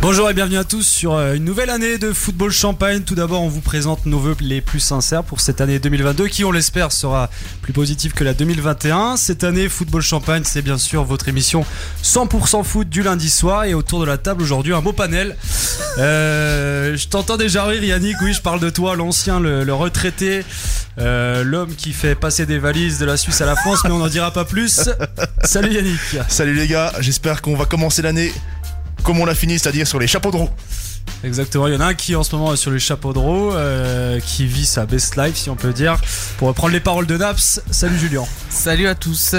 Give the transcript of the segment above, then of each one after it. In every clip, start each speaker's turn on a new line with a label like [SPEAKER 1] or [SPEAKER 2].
[SPEAKER 1] Bonjour et bienvenue à tous sur euh, une nouvelle année de football champagne. Tout d'abord, on vous présente nos vœux les plus sincères pour cette année 2022 qui, on l'espère, sera plus positive que la 2021. Cette année, football champagne, c'est bien sûr votre émission 100% foot du lundi soir et autour de la table aujourd'hui, un beau panel. Euh, je t'entends déjà rire Yannick, oui, je parle de toi, l'ancien, le, le retraité, euh, l'homme qui fait passer des valises de la Suisse à la France, mais on n'en dira pas plus. Salut Yannick.
[SPEAKER 2] Salut les gars, j'espère qu'on va commencer l'année comme on l'a fini, c'est-à-dire sur les chapeaux de roue.
[SPEAKER 1] Exactement, il y en a un qui en ce moment est sur les chapeaux de roue, euh, qui vit sa best life si on peut dire. Pour reprendre les paroles de Naps, salut Julien.
[SPEAKER 3] Salut à tous.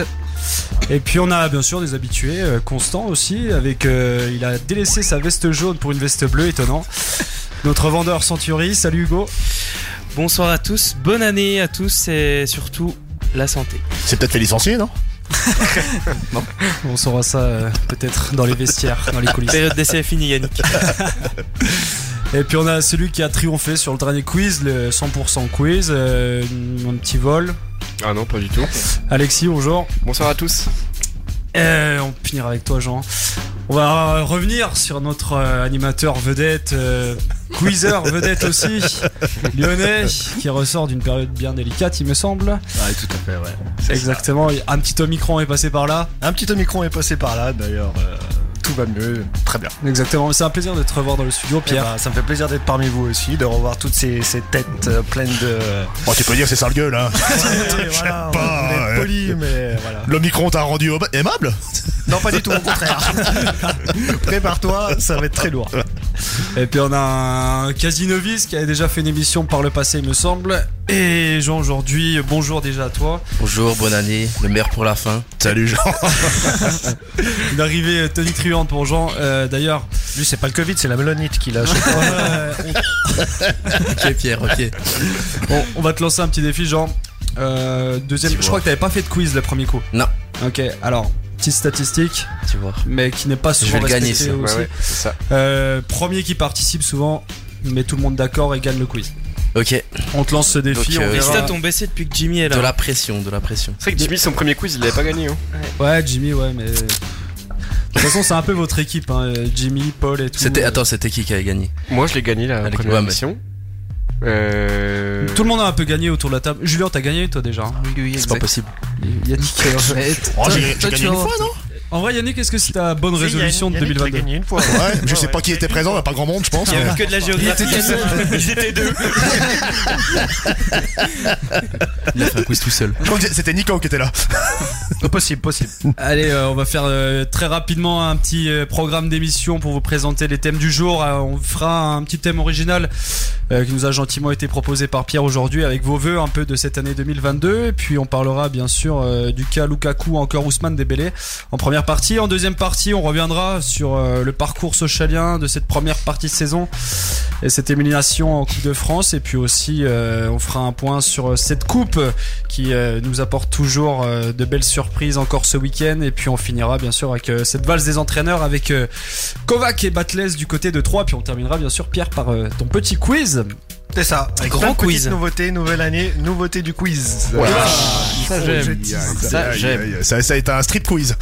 [SPEAKER 1] Et puis on a bien sûr des habitués, euh, Constant aussi, avec euh, il a délaissé sa veste jaune pour une veste bleue, étonnant. Notre vendeur Century, salut Hugo.
[SPEAKER 4] Bonsoir à tous, bonne année à tous et surtout la santé.
[SPEAKER 2] C'est peut-être fait licencier, non
[SPEAKER 1] On saura ça euh, peut-être dans les vestiaires, dans les coulisses.
[SPEAKER 4] Période d'essai est finie Yannick.
[SPEAKER 1] Et puis on a celui qui a triomphé sur le dernier quiz, le 100% quiz, euh, un petit vol.
[SPEAKER 5] Ah non, pas du tout.
[SPEAKER 1] Alexis, bonjour.
[SPEAKER 5] Bonsoir à tous.
[SPEAKER 1] Euh, on finira avec toi, Jean. On va euh, revenir sur notre euh, animateur vedette, euh, quizzer vedette aussi, lyonnais, qui ressort d'une période bien délicate, il me semble.
[SPEAKER 6] Ouais, tout à fait, ouais. C'est
[SPEAKER 1] Exactement. Un petit Omicron est passé par là.
[SPEAKER 6] ça. Un petit Omicron est passé par là, d'ailleurs. euh, tout va mieux. Très bien.
[SPEAKER 1] Exactement. C'est un plaisir de te revoir dans le studio,
[SPEAKER 6] Pierre.
[SPEAKER 1] Pierre.
[SPEAKER 6] ça me fait plaisir d'être parmi vous aussi, de revoir toutes ces, ces têtes euh, pleines de.
[SPEAKER 2] Oh, tu peux dire c'est sale gueule, hein.
[SPEAKER 6] voilà,
[SPEAKER 2] pas,
[SPEAKER 6] on, on
[SPEAKER 2] ouais.
[SPEAKER 6] est poli, mais voilà.
[SPEAKER 2] L'Omicron t'a rendu ob- aimable
[SPEAKER 6] Non, pas du tout, au contraire. Prépare-toi, ça va être très lourd. ben.
[SPEAKER 1] Et puis on a un Casinovis qui avait déjà fait une émission par le passé, il me semble. Et Jean, aujourd'hui, bonjour déjà à toi.
[SPEAKER 7] Bonjour, bonne année, le meilleur pour la fin.
[SPEAKER 2] Salut Jean.
[SPEAKER 1] Une arrivée Tony Truante pour Jean. Euh, D'ailleurs,
[SPEAKER 6] Lui, c'est pas le Covid, c'est la melonite qui lâche.
[SPEAKER 1] euh,
[SPEAKER 7] Ok Pierre, ok.
[SPEAKER 1] Bon, on va te lancer un petit défi, Jean. Euh, deuxième,
[SPEAKER 7] Dis-moi.
[SPEAKER 1] je crois que t'avais pas fait de quiz le premier coup.
[SPEAKER 7] Non.
[SPEAKER 1] Ok, alors, petite statistique,
[SPEAKER 7] Tu vois.
[SPEAKER 1] mais qui n'est pas souvent
[SPEAKER 7] vais le gagner,
[SPEAKER 1] respectée
[SPEAKER 7] ça.
[SPEAKER 1] aussi.
[SPEAKER 5] c'est ça.
[SPEAKER 1] Euh, premier qui participe souvent met tout le monde d'accord et gagne le quiz.
[SPEAKER 7] Ok,
[SPEAKER 1] On te lance ce défi,
[SPEAKER 7] Donc,
[SPEAKER 1] on
[SPEAKER 7] euh,
[SPEAKER 4] Les
[SPEAKER 1] verra.
[SPEAKER 4] stats ont baissé depuis que Jimmy est là.
[SPEAKER 7] de la pression, de la pression.
[SPEAKER 5] C'est vrai que Jimmy, son premier quiz, il l'avait pas gagné. Hein.
[SPEAKER 1] Ouais, Jimmy, ouais, mais. euh, De toute façon, c'est un peu votre équipe, hein, euh, Jimmy, Paul et tout.
[SPEAKER 7] C'était, attends, c'était qui qui avait gagné
[SPEAKER 5] Moi, je l'ai gagné la
[SPEAKER 7] Avec
[SPEAKER 5] première
[SPEAKER 7] Wam.
[SPEAKER 5] émission. Euh...
[SPEAKER 1] Tout le monde a un peu gagné autour de la table. Julien, t'as gagné toi déjà. hein.
[SPEAKER 7] C'est pas possible.
[SPEAKER 1] Yannick.
[SPEAKER 2] Oh, j'ai j'ai gagné une fois, non
[SPEAKER 1] En vrai, Yannick, est-ce que c'est ta bonne résolution de 2022
[SPEAKER 6] gagné une fois.
[SPEAKER 2] Ouais, je sais pas qui était présent, y a pas grand monde, je pense.
[SPEAKER 4] Il y avait que de la géographie.
[SPEAKER 5] Ils étaient deux.
[SPEAKER 7] Il a fait un quiz tout seul.
[SPEAKER 2] Je crois que c'était Nico qui était là.
[SPEAKER 6] Possible, possible.
[SPEAKER 1] Allez, euh, on va faire euh, très rapidement un petit euh, programme d'émission pour vous présenter les thèmes du jour. Euh, on fera un petit thème original euh, qui nous a gentiment été proposé par Pierre aujourd'hui avec vos vœux un peu de cette année 2022. Et puis on parlera bien sûr euh, du cas Lukaku, encore Ousmane Dembélé en première partie. En deuxième partie, on reviendra sur euh, le parcours socialien de cette première partie de saison et cette élimination en Coupe de France. Et puis aussi, euh, on fera un point sur euh, cette coupe qui euh, nous apporte toujours euh, de belles surprises encore ce week-end. Et puis on finira bien sûr avec euh, cette valse des entraîneurs avec euh, Kovac et Batles du côté de Troyes. Puis on terminera bien sûr Pierre par euh, ton petit quiz.
[SPEAKER 6] C'est ça. Avec
[SPEAKER 1] Grand
[SPEAKER 6] plein de petites
[SPEAKER 1] quiz.
[SPEAKER 6] Nouveauté, nouvelle année, nouveauté du quiz. Ah,
[SPEAKER 5] Ça, j'aime. Ça, j'aime.
[SPEAKER 2] Ça, ça a été un strip quiz.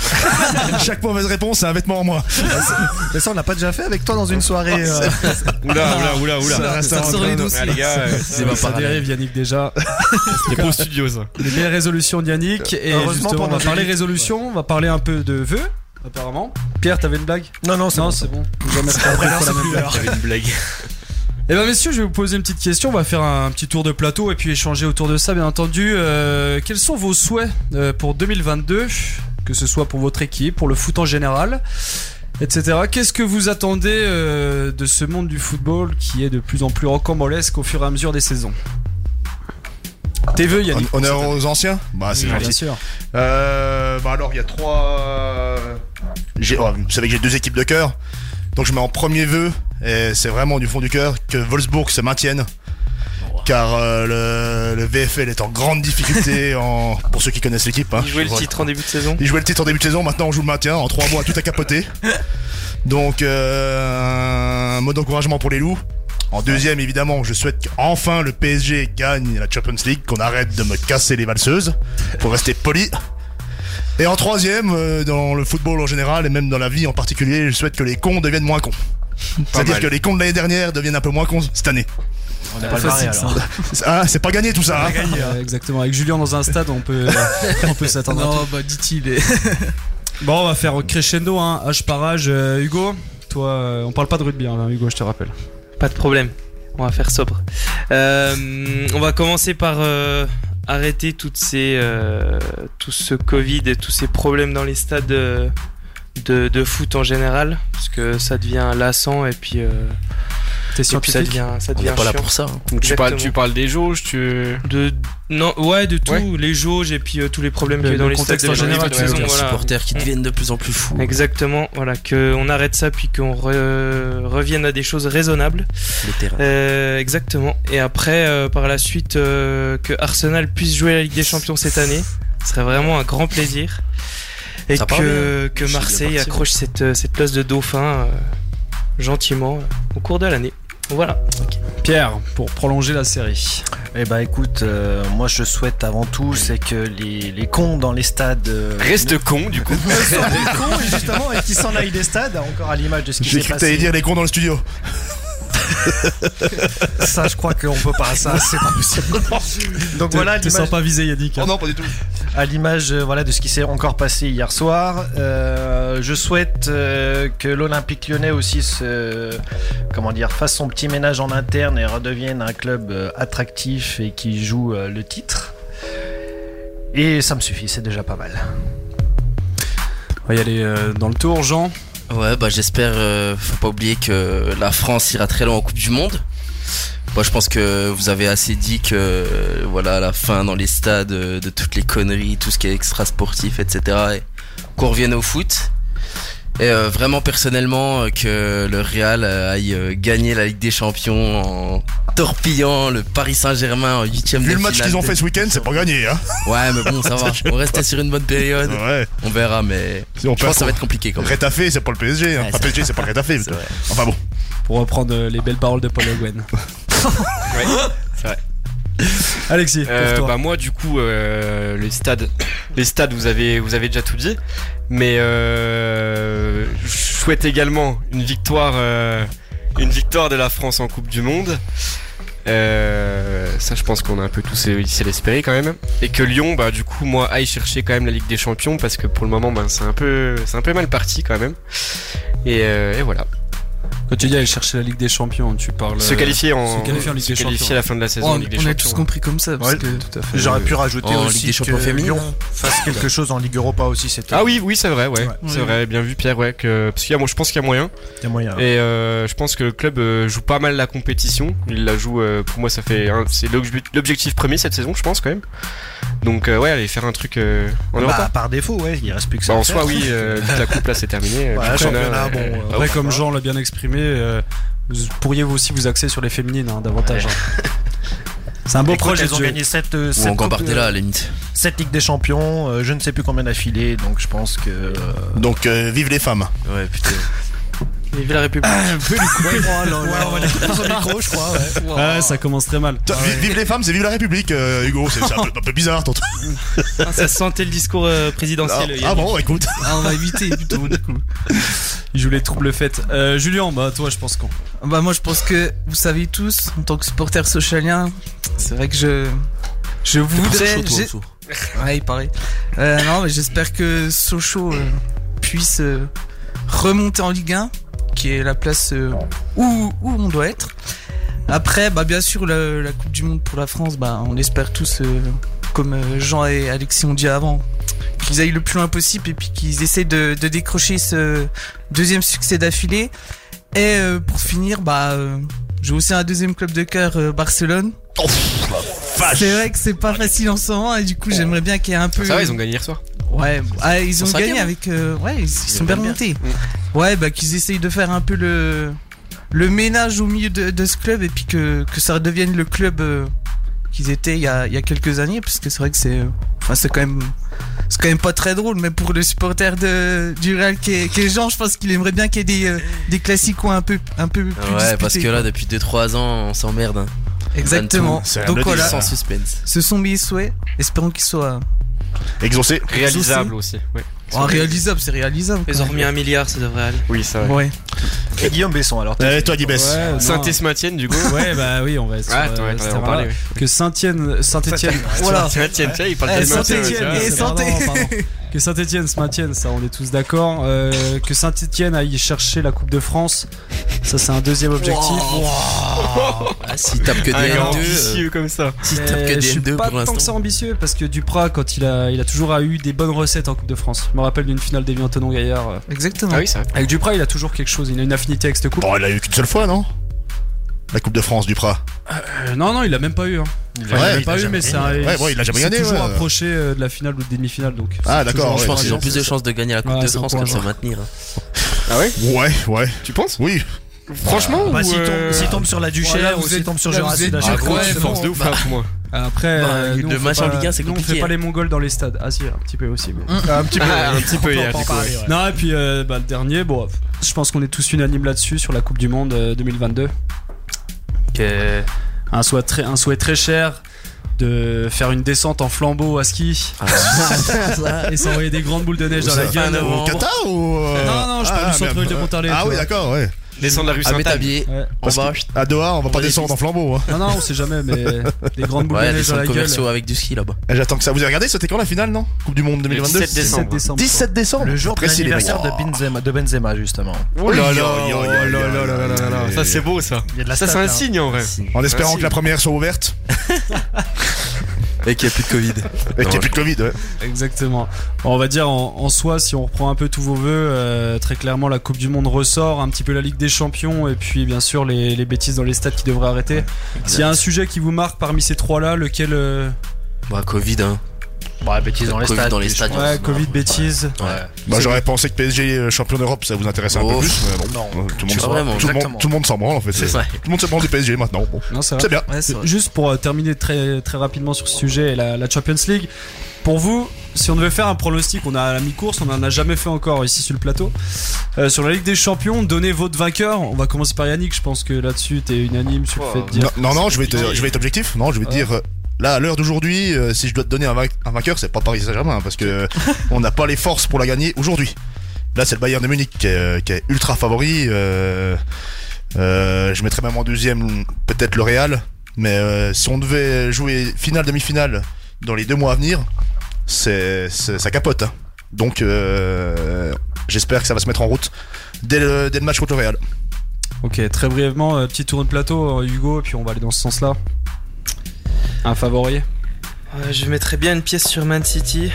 [SPEAKER 2] Chaque mauvaise réponse, c'est un vêtement en moins.
[SPEAKER 6] Mais ça, on l'a pas déjà fait avec toi dans une soirée. euh,
[SPEAKER 5] Oula, oula, oula, oula.
[SPEAKER 2] Ça reste un grand-
[SPEAKER 5] Ouais, les gars, euh,
[SPEAKER 7] C'est pas
[SPEAKER 1] ça
[SPEAKER 7] pareil.
[SPEAKER 1] dérive Yannick déjà.
[SPEAKER 5] c'est beau studio ça.
[SPEAKER 1] Les belles résolutions de Yannick. Et
[SPEAKER 6] Heureusement,
[SPEAKER 1] justement, on
[SPEAKER 6] pendant
[SPEAKER 1] va
[SPEAKER 6] que
[SPEAKER 1] parler
[SPEAKER 6] Yannick-
[SPEAKER 1] résolutions, on va parler un peu de vœux apparemment. Pierre, t'avais une blague
[SPEAKER 6] Non, non, c'est
[SPEAKER 1] Non,
[SPEAKER 6] bon.
[SPEAKER 1] c'est bon. Je vais mettre après pour la même blague.
[SPEAKER 5] J'avais une blague.
[SPEAKER 1] Eh ben messieurs, je vais vous poser une petite question. On va faire un petit tour de plateau et puis échanger autour de ça, bien entendu. Euh, quels sont vos souhaits euh, pour 2022, que ce soit pour votre équipe, pour le foot en général, etc. Qu'est-ce que vous attendez euh, de ce monde du football qui est de plus en plus rocambolesque au fur et à mesure des saisons Tes vœux, Yannick
[SPEAKER 2] Honneur aux anciens Bah, c'est
[SPEAKER 1] Bien
[SPEAKER 2] gentil.
[SPEAKER 1] sûr.
[SPEAKER 2] Euh, bah alors il y a trois. euh, J'ai, oh, vous savez que j'ai deux équipes de cœur, donc je mets en premier vœu et c'est vraiment du fond du cœur que Wolfsburg se maintienne. Car euh, le, le VFL est en grande difficulté en, pour ceux qui connaissent l'équipe. Hein,
[SPEAKER 4] Il jouait le
[SPEAKER 2] Voilà.
[SPEAKER 4] titre en début de saison.
[SPEAKER 2] Ils jouaient le titre en début de saison, maintenant on joue le maintien, en trois mois tout a capoté. Donc euh, un mot d'encouragement pour les loups. En deuxième évidemment je souhaite qu'enfin le PSG gagne la Champions League, qu'on arrête de me casser les valseuses, pour rester poli. Et en troisième, euh, dans le football en général et même dans la vie en particulier, je souhaite que les cons deviennent moins cons. C'est-à-dire
[SPEAKER 5] mal.
[SPEAKER 2] que les cons de l'année dernière deviennent un peu moins cons cette année.
[SPEAKER 3] On n'a pas le barré alors.
[SPEAKER 2] Ah, c'est pas gagné tout ça. hein.
[SPEAKER 1] Euh, Exactement, avec Julien dans un stade, on peut, on peut s'attendre à tout.
[SPEAKER 7] Non, bah dit-il. et-
[SPEAKER 1] Bon, on va faire crescendo, hein, H par âge. Euh, Hugo, toi, euh, on parle pas de rugby, hein, Hugo, je te rappelle.
[SPEAKER 4] Pas de problème. On va faire sobre. Euh, on va commencer par euh, arrêter toutes ces, euh, tout ce Covid et tous ces problèmes dans les stades euh, de, de foot en général, parce que ça devient lassant et puis, euh,
[SPEAKER 1] T'es
[SPEAKER 4] et puis ça
[SPEAKER 1] scientifique
[SPEAKER 4] devient, ça
[SPEAKER 7] On
[SPEAKER 4] devient
[SPEAKER 7] n'est pas là
[SPEAKER 4] chiant.
[SPEAKER 7] pour ça. hein.
[SPEAKER 5] Donc tu
[SPEAKER 4] Exactement.
[SPEAKER 5] parles, tu parles des jauges, tu.
[SPEAKER 4] De non, ouais, de tout,
[SPEAKER 5] Ouais.
[SPEAKER 4] les jauges et puis euh, tous les problèmes
[SPEAKER 1] Le-
[SPEAKER 4] qu'il y a dans
[SPEAKER 1] le
[SPEAKER 4] les stades
[SPEAKER 1] contexte
[SPEAKER 4] de
[SPEAKER 1] en
[SPEAKER 4] la
[SPEAKER 1] général,
[SPEAKER 4] début de
[SPEAKER 1] tu veux
[SPEAKER 7] Les
[SPEAKER 4] saison, voilà.
[SPEAKER 7] supporters qui deviennent de plus en plus fous.
[SPEAKER 4] Exactement, voilà, qu'on arrête ça puis qu'on re- revienne à des choses raisonnables.
[SPEAKER 7] Le terrain.
[SPEAKER 4] Euh, exactement. Et après, euh, par la suite, euh, que Arsenal puisse jouer la Ligue des Champions cette année, ce serait vraiment un grand plaisir. Et
[SPEAKER 7] Ça part
[SPEAKER 4] que, que
[SPEAKER 7] Je suis bien
[SPEAKER 4] Marseille
[SPEAKER 7] parti,
[SPEAKER 4] accroche cette, euh, cette place de dauphin euh, gentiment euh, au cours de l'année. Voilà.
[SPEAKER 1] Pierre, pour prolonger la série.
[SPEAKER 3] Eh
[SPEAKER 6] ben,
[SPEAKER 3] bah écoute, euh, moi je souhaite avant tout c'est que les, les cons dans les stades euh,
[SPEAKER 5] Reste con, du coup.
[SPEAKER 3] ne-
[SPEAKER 6] Con, et justement, et qui s'en aille des stades, encore à l'image de ce qui
[SPEAKER 2] J'ai
[SPEAKER 6] s'est
[SPEAKER 2] cru que t'allais
[SPEAKER 6] passé.
[SPEAKER 2] dire les cons dans le studio.
[SPEAKER 6] Ça, je crois qu'on peut pas. Ça, c'est pas possible. Donc voilà, à
[SPEAKER 1] T'es
[SPEAKER 6] l'image-
[SPEAKER 1] sympa visé, Yannick. hein.
[SPEAKER 2] Oh non, pas du tout.
[SPEAKER 6] à l'image euh, voilà de ce qui s'est encore passé hier soir. Euh, je souhaite euh, que l'Olympique Lyonnais aussi se comment dire fasse son petit ménage en interne et redevienne un club euh, attractif et qui joue euh, le titre. Et ça me suffit, c'est déjà pas mal.
[SPEAKER 1] On va y aller euh, dans le tour, Jean.
[SPEAKER 7] Ouais, bah j'espère. euh, faut pas oublier que la France ira très loin en Coupe du Monde. Moi, je pense que vous avez assez dit que euh, voilà à la fin dans les stades euh, de toutes les conneries, tout ce qui est extra sportif, etc. et qu'on revienne au foot. Et euh, vraiment personnellement euh, que le Real euh, aille euh, gagner la Ligue des Champions en torpillant le Paris Saint-Germain en huitième de
[SPEAKER 2] Vu le match
[SPEAKER 7] finale
[SPEAKER 2] qu'ils ont
[SPEAKER 7] de-
[SPEAKER 2] fait ce week-end, c'est pas gagné. Hein.
[SPEAKER 7] Ouais, mais bon, ça va. On restait sur une bonne période.
[SPEAKER 2] Ouais.
[SPEAKER 7] On verra, mais
[SPEAKER 2] Si on
[SPEAKER 7] je pense
[SPEAKER 2] perd
[SPEAKER 7] que ça va être compliqué quand même.
[SPEAKER 2] Rétafé, c'est pas le PSG. Hein.
[SPEAKER 7] Ouais,
[SPEAKER 2] Enfin,
[SPEAKER 7] c'est-
[SPEAKER 2] PSG, c'est pas le Rétafé.
[SPEAKER 7] C'est vrai.
[SPEAKER 2] Enfin bon.
[SPEAKER 1] Pour reprendre euh, les belles paroles de Paul Owen. Alexis, pour
[SPEAKER 5] Euh,
[SPEAKER 1] toi.
[SPEAKER 5] bah moi du coup euh, les stades les stades vous avez vous avez déjà tout dit mais euh, je souhaite également une victoire euh, une victoire de la France en Coupe du Monde Euh, ça je pense qu'on a un peu tous euh, ici à l'espérer quand même et que Lyon bah du coup moi aille chercher quand même la Ligue des Champions parce que pour le moment bah, c'est un peu c'est un peu mal parti quand même et, euh, et voilà
[SPEAKER 1] Quand tu dis aller chercher la Ligue des Champions, tu parles.
[SPEAKER 5] se
[SPEAKER 1] euh,
[SPEAKER 5] qualifier en
[SPEAKER 1] se qualifier en Ligue
[SPEAKER 5] se
[SPEAKER 1] des
[SPEAKER 5] qualifier
[SPEAKER 1] Champions.
[SPEAKER 5] à la fin de la saison en
[SPEAKER 7] on,
[SPEAKER 5] Ligue des
[SPEAKER 7] on a
[SPEAKER 5] Champions hein.
[SPEAKER 7] tous compris comme ça. Parce
[SPEAKER 6] Ouais,
[SPEAKER 7] que...
[SPEAKER 6] J'aurais pu rajouter
[SPEAKER 7] en
[SPEAKER 6] aussi
[SPEAKER 7] Ligue des Champions
[SPEAKER 6] que
[SPEAKER 7] féminine,
[SPEAKER 6] Lyon
[SPEAKER 7] hein.
[SPEAKER 6] fasse quelque chose en Ligue Europa aussi, c'était
[SPEAKER 5] ah oui oui c'est vrai ouais, c'est
[SPEAKER 7] Ouais.
[SPEAKER 5] vrai bien vu Pierre ouais que parce qu'il y a moi je pense qu'il y a moyen
[SPEAKER 6] des moyens.
[SPEAKER 3] Ah.
[SPEAKER 5] Et euh, je pense que le club euh, joue pas mal la compétition. Il la joue, euh, pour moi, ça fait un- c'est l'obje- l'objectif premier cette saison, je pense quand même. Donc euh, ouais, aller faire un truc euh, en Europe.
[SPEAKER 6] Bah, par défaut, ouais, il reste plus que ça.
[SPEAKER 5] Bah,
[SPEAKER 6] à
[SPEAKER 5] en
[SPEAKER 6] faire.
[SPEAKER 5] soi, oui, euh, la coupe là, c'est terminé.
[SPEAKER 6] Bah,
[SPEAKER 5] Le
[SPEAKER 6] championnat, bon,
[SPEAKER 5] euh,
[SPEAKER 6] euh,
[SPEAKER 5] ah,
[SPEAKER 1] Après,
[SPEAKER 5] ouf.
[SPEAKER 1] comme Jean l'a bien exprimé, euh, vous pourriez vous aussi vous axer sur les féminines hein, davantage. hein. C'est un beau
[SPEAKER 6] Écoute,
[SPEAKER 1] projet.
[SPEAKER 6] elles ont
[SPEAKER 1] Dieu.
[SPEAKER 6] gagné 7
[SPEAKER 7] Ou en Gambardella à la limite.
[SPEAKER 6] Cette Ligue des Champions, euh, je ne sais plus combien d'affilés, donc je pense que. euh,
[SPEAKER 2] Donc, euh, vive les femmes.
[SPEAKER 3] Ah
[SPEAKER 7] Ouais, putain.
[SPEAKER 4] Et vive la République.
[SPEAKER 1] Ah, ça commence très mal.
[SPEAKER 2] Toi, vi- Vive les femmes, c'est vive la République, euh, Hugo. C'est c'est un, peu- un peu bizarre ton truc.
[SPEAKER 4] Ah, ça sentait le discours euh,
[SPEAKER 2] Ah,
[SPEAKER 4] présidentiel.
[SPEAKER 2] ah
[SPEAKER 4] Yannick.
[SPEAKER 2] bon, écoute.
[SPEAKER 7] Ah, on va éviter plutôt du coup.
[SPEAKER 1] Il joue les troubles fêtes. Euh, Julien, bah toi, je pense qu'on.
[SPEAKER 7] Bah moi je pense que vous savez tous, en tant que supporter socialien, c'est vrai que je je voudrais. j'ai- Ouais, il paraît. Euh, non, mais j'espère que Sochaux euh, puisse euh, remonter en Ligue 1, qui est la place euh, où, où on doit être. Après, bah, bien sûr, la, la Coupe du Monde pour la France, bah, on espère tous, euh, comme euh, Jean et Alexis ont dit avant, qu'ils aillent le plus loin possible et puis qu'ils essaient de, de décrocher ce deuxième succès d'affilée. Et euh, pour finir, bah, euh, j'ai aussi un deuxième club de cœur, euh, Barcelone.
[SPEAKER 2] Oh, vache.
[SPEAKER 7] C'est vrai que c'est pas facile en ce moment et du coup j'aimerais bien qu'il y ait un peu.
[SPEAKER 5] Ah, Ça va, ils ont gagné hier soir.
[SPEAKER 7] Ouais, bon, ah, ils ont
[SPEAKER 5] cinquième,
[SPEAKER 7] gagné
[SPEAKER 5] hein.
[SPEAKER 7] avec. euh, ouais, ils, ils sont bien remontés.
[SPEAKER 5] Mm.
[SPEAKER 7] Ouais, bah qu'ils essayent de faire un peu le le ménage au milieu de, de ce club et puis que, que ça redevienne le club euh, qu'ils étaient il y a, il y a quelques années parce que c'est vrai que c'est euh, enfin c'est quand même c'est quand même pas très drôle mais pour le supporter de du Real qui est, qui est Jean je pense qu'il aimerait bien qu'il y ait des euh, des classicos un peu un peu plus disputés, quoi.
[SPEAKER 8] depuis 2-3 ans, on s'emmerde. hein.
[SPEAKER 7] exactement
[SPEAKER 2] C'est
[SPEAKER 7] donc
[SPEAKER 2] le
[SPEAKER 7] voilà
[SPEAKER 2] dire.
[SPEAKER 8] suspense.
[SPEAKER 7] ce sont mes souhaits espérons qu'ils soient
[SPEAKER 2] Exaucé.
[SPEAKER 5] Réalisable aussi. ouais.
[SPEAKER 7] Oh, réalisable, c'est réalisable.
[SPEAKER 4] Ils
[SPEAKER 7] quoi.
[SPEAKER 4] ont remis un milliard, ça devrait aller.
[SPEAKER 5] Oui, ça.
[SPEAKER 7] Ouais.
[SPEAKER 6] Et Guillaume Besson, alors.
[SPEAKER 2] Allez, Euh, toi, Dibès.
[SPEAKER 1] non.
[SPEAKER 5] Saint-Esmatienne, du coup.
[SPEAKER 1] Ouais, bah oui, on va être sur,
[SPEAKER 5] Ah,
[SPEAKER 1] euh,
[SPEAKER 5] ouais,
[SPEAKER 1] cet
[SPEAKER 5] t'en as
[SPEAKER 1] endroit-là.
[SPEAKER 5] parlé, oui.
[SPEAKER 1] Que Saint-Etienne, Saint-Etienne,
[SPEAKER 7] Voilà.
[SPEAKER 5] Saint-Etienne, tu vois, il parle
[SPEAKER 7] Eh,
[SPEAKER 5] de
[SPEAKER 7] Saint-Étienne,
[SPEAKER 5] Saint-Étienne.
[SPEAKER 7] et
[SPEAKER 5] tu vois.
[SPEAKER 7] santé.
[SPEAKER 1] Pardon, pardon. Que Saint-Etienne se maintienne, ça on est tous d'accord. Euh, que Saint-Etienne aille chercher la Coupe de France, ça c'est un deuxième objectif.
[SPEAKER 8] Ah, S'il tape que des
[SPEAKER 5] Un grand
[SPEAKER 8] N2, euh,
[SPEAKER 5] vicieux comme ça.
[SPEAKER 8] s'il
[SPEAKER 1] Mais
[SPEAKER 8] tape que
[SPEAKER 1] je
[SPEAKER 8] des
[SPEAKER 1] suis
[SPEAKER 8] N2
[SPEAKER 1] pas
[SPEAKER 8] pour
[SPEAKER 1] tant que ça
[SPEAKER 8] l'instant.
[SPEAKER 1] ambitieux parce que Duprat, quand il a, il a toujours eu des bonnes recettes en Coupe de France. Je me rappelle d'une finale des Antonon Gaillard. euh.
[SPEAKER 7] Exactement.
[SPEAKER 5] Ah oui, ça.
[SPEAKER 1] Avec Duprat, il a toujours quelque chose. Il a une affinité avec cette coupe.
[SPEAKER 2] Bon, il l'a eu qu'une seule fois, non La Coupe de France, Duprat.
[SPEAKER 1] Euh, non, non, il l'a même pas eu. hein. Enfin, il l'a pas
[SPEAKER 2] Ouais, il
[SPEAKER 1] eu,
[SPEAKER 2] l'a
[SPEAKER 1] mais
[SPEAKER 2] jamais
[SPEAKER 1] c'est un.
[SPEAKER 2] gagné. Ouais, bon, il l'a jamais gagné,
[SPEAKER 1] s'est toujours
[SPEAKER 2] ouais.
[SPEAKER 1] approché euh, de la finale ou de demi-finale, donc.
[SPEAKER 2] Ah, d'accord.
[SPEAKER 1] toujours-
[SPEAKER 8] Je pense
[SPEAKER 2] ouais.
[SPEAKER 8] qu'ils ont plus de chances de gagner la Coupe
[SPEAKER 1] Ouais,
[SPEAKER 8] de
[SPEAKER 1] c'est
[SPEAKER 8] France que de se
[SPEAKER 1] encourageant.
[SPEAKER 8] maintenir. hein.
[SPEAKER 2] Ouais, ouais.
[SPEAKER 5] Tu penses
[SPEAKER 2] Oui.
[SPEAKER 3] Ah,
[SPEAKER 5] Franchement
[SPEAKER 6] Bah,
[SPEAKER 5] ou,
[SPEAKER 6] s'il tombe,
[SPEAKER 5] euh,
[SPEAKER 6] s'il tombe sur la Duchère
[SPEAKER 7] Voilà,
[SPEAKER 6] ou
[SPEAKER 7] vous
[SPEAKER 6] s'il
[SPEAKER 7] êtes-
[SPEAKER 6] tombe sur
[SPEAKER 7] là, vous
[SPEAKER 6] Gérard
[SPEAKER 7] êtes
[SPEAKER 6] Sidache.
[SPEAKER 7] dur.
[SPEAKER 5] Ah, gros,
[SPEAKER 7] Ouais,
[SPEAKER 5] tu
[SPEAKER 7] bon.
[SPEAKER 5] forces de ouf hein, pour moi.
[SPEAKER 1] Après,
[SPEAKER 8] Bah,
[SPEAKER 1] euh, nous,
[SPEAKER 8] le
[SPEAKER 1] on
[SPEAKER 8] match
[SPEAKER 1] fait
[SPEAKER 8] en
[SPEAKER 1] pas-
[SPEAKER 8] Ligue un, c'est
[SPEAKER 1] nous, On fait
[SPEAKER 8] compliqué,
[SPEAKER 1] pas
[SPEAKER 8] hein.
[SPEAKER 1] les Mongols dans les stades. Ah si, un petit peu aussi. mais-
[SPEAKER 5] Un petit peu, un petit peu hier, du coup. ouais.
[SPEAKER 1] Non, et puis euh, bah, le dernier, bon, je pense qu'on est tous unanimes là-dessus sur la Coupe du Monde euh, 2022. Que un, souhait très, un souhait très cher de faire une descente en flambeau à ski
[SPEAKER 8] Ah,
[SPEAKER 1] et s'envoyer des grandes boules de neige
[SPEAKER 2] Où
[SPEAKER 1] dans
[SPEAKER 2] ça
[SPEAKER 1] la gueule.
[SPEAKER 2] Au Qatar ou. euh,
[SPEAKER 1] Non, non, je parle
[SPEAKER 2] ah,
[SPEAKER 1] du centre-ville de
[SPEAKER 2] merde.
[SPEAKER 1] Montarlé,
[SPEAKER 2] Ah,
[SPEAKER 1] tu
[SPEAKER 2] oui,
[SPEAKER 1] vois.
[SPEAKER 2] d'accord, ouais.
[SPEAKER 5] Descendre la rue
[SPEAKER 8] Ah, mais
[SPEAKER 5] Saint-Anne.
[SPEAKER 8] t'habillé,
[SPEAKER 1] Ouais.
[SPEAKER 8] en
[SPEAKER 2] Parce
[SPEAKER 8] bas.
[SPEAKER 2] À Doha, on va pas
[SPEAKER 8] les
[SPEAKER 2] descendre en flambeau. hein.
[SPEAKER 1] Non, non, on sait jamais, mais des grandes boules
[SPEAKER 8] Ouais,
[SPEAKER 1] de
[SPEAKER 8] des
[SPEAKER 1] neige dans
[SPEAKER 8] centres
[SPEAKER 1] la gueule.
[SPEAKER 8] commerciaux avec du ski là-bas.
[SPEAKER 2] Et Eh, J'attends que ça. Vous avez regardé, c'était quand la finale, non Coupe du Monde 2022
[SPEAKER 5] 17 décembre.
[SPEAKER 1] 17 décembre.
[SPEAKER 2] 17 décembre
[SPEAKER 6] Le jour de
[SPEAKER 2] Précis, les mecs.
[SPEAKER 6] l'anniversaire de Benzema, de Benzema, justement.
[SPEAKER 5] Oh là là,
[SPEAKER 2] Oui,
[SPEAKER 5] oh là là là là là là. Ça, c'est beau, ça.
[SPEAKER 6] Il y a de la
[SPEAKER 5] Ça, c'est
[SPEAKER 6] stat,
[SPEAKER 5] un
[SPEAKER 6] hein.
[SPEAKER 5] signe en vrai.
[SPEAKER 2] En espérant
[SPEAKER 5] Merci.
[SPEAKER 2] que la première soit ouverte
[SPEAKER 8] Et qu'il n'y a plus de Covid.
[SPEAKER 2] et qu'il n'y ait plus de Covid. ouais.
[SPEAKER 1] Exactement. On va dire en, en soi, si on reprend un peu tous vos vœux, euh, très clairement la Coupe du Monde ressort, un petit peu la Ligue des Champions et puis bien sûr les, les bêtises dans les stades qui devraient arrêter. S'il y a un sujet qui vous marque parmi ces trois-là, lequel euh,
[SPEAKER 8] Bah, Covid, hein.
[SPEAKER 6] Bah, bêtises dans les
[SPEAKER 8] Covid
[SPEAKER 6] stades.
[SPEAKER 8] dans les stades.
[SPEAKER 1] ouais, Covid, bêtises.
[SPEAKER 2] Bah, j'aurais pensé que PSG euh, champion d'Europe, ça vous intéressait un peu
[SPEAKER 8] Oh,
[SPEAKER 2] plus. mais bon,
[SPEAKER 6] Non.
[SPEAKER 2] euh, tout le
[SPEAKER 8] tu
[SPEAKER 2] monde
[SPEAKER 8] vois
[SPEAKER 2] s'en-
[SPEAKER 8] vraiment,
[SPEAKER 2] tout le monde-
[SPEAKER 6] exactement.
[SPEAKER 2] tout le monde s'en branle en fait.
[SPEAKER 8] C'est
[SPEAKER 2] Tout
[SPEAKER 8] ça.
[SPEAKER 2] le monde se branle du PSG maintenant. Bon,
[SPEAKER 1] Non, c'est vrai.
[SPEAKER 2] c'est bien.
[SPEAKER 8] Ouais, c'est vrai.
[SPEAKER 1] Juste pour euh, terminer très très rapidement sur ce sujet, la, la Champions League. Pour vous, si on devait faire un pronostic, on a à la mi-course, on n'en a jamais fait encore ici sur le plateau. Euh, sur la Ligue des Champions, donnez votre vainqueur. On va commencer par Yannick. Je pense que là-dessus, t'es unanime sur le fait de dire.
[SPEAKER 2] Non, non, non, je vais, être, je vais être objectif. Non, je vais te
[SPEAKER 1] Ouais.
[SPEAKER 2] dire. euh, Là, à l'heure d'aujourd'hui, euh, si je dois te donner un, vainc- un vainqueur, c'est pas Paris Saint-Germain, parce que euh, on n'a pas les forces pour la gagner aujourd'hui. Là, c'est le Bayern de Munich qui est, euh, qui est ultra favori. euh, euh, je mettrais même en deuxième peut-être le Real, mais euh, si on devait jouer finale demi-finale dans les deux mois à venir, c'est c'est- ça capote. hein. Donc, euh, j'espère que ça va se mettre en route dès le, dès le match contre le Real.
[SPEAKER 1] Ok, très brièvement, euh, petit tour de plateau, euh, Hugo, et puis on va aller dans ce sens-là. Un favori
[SPEAKER 4] Euh, je mettrais bien une pièce sur Man City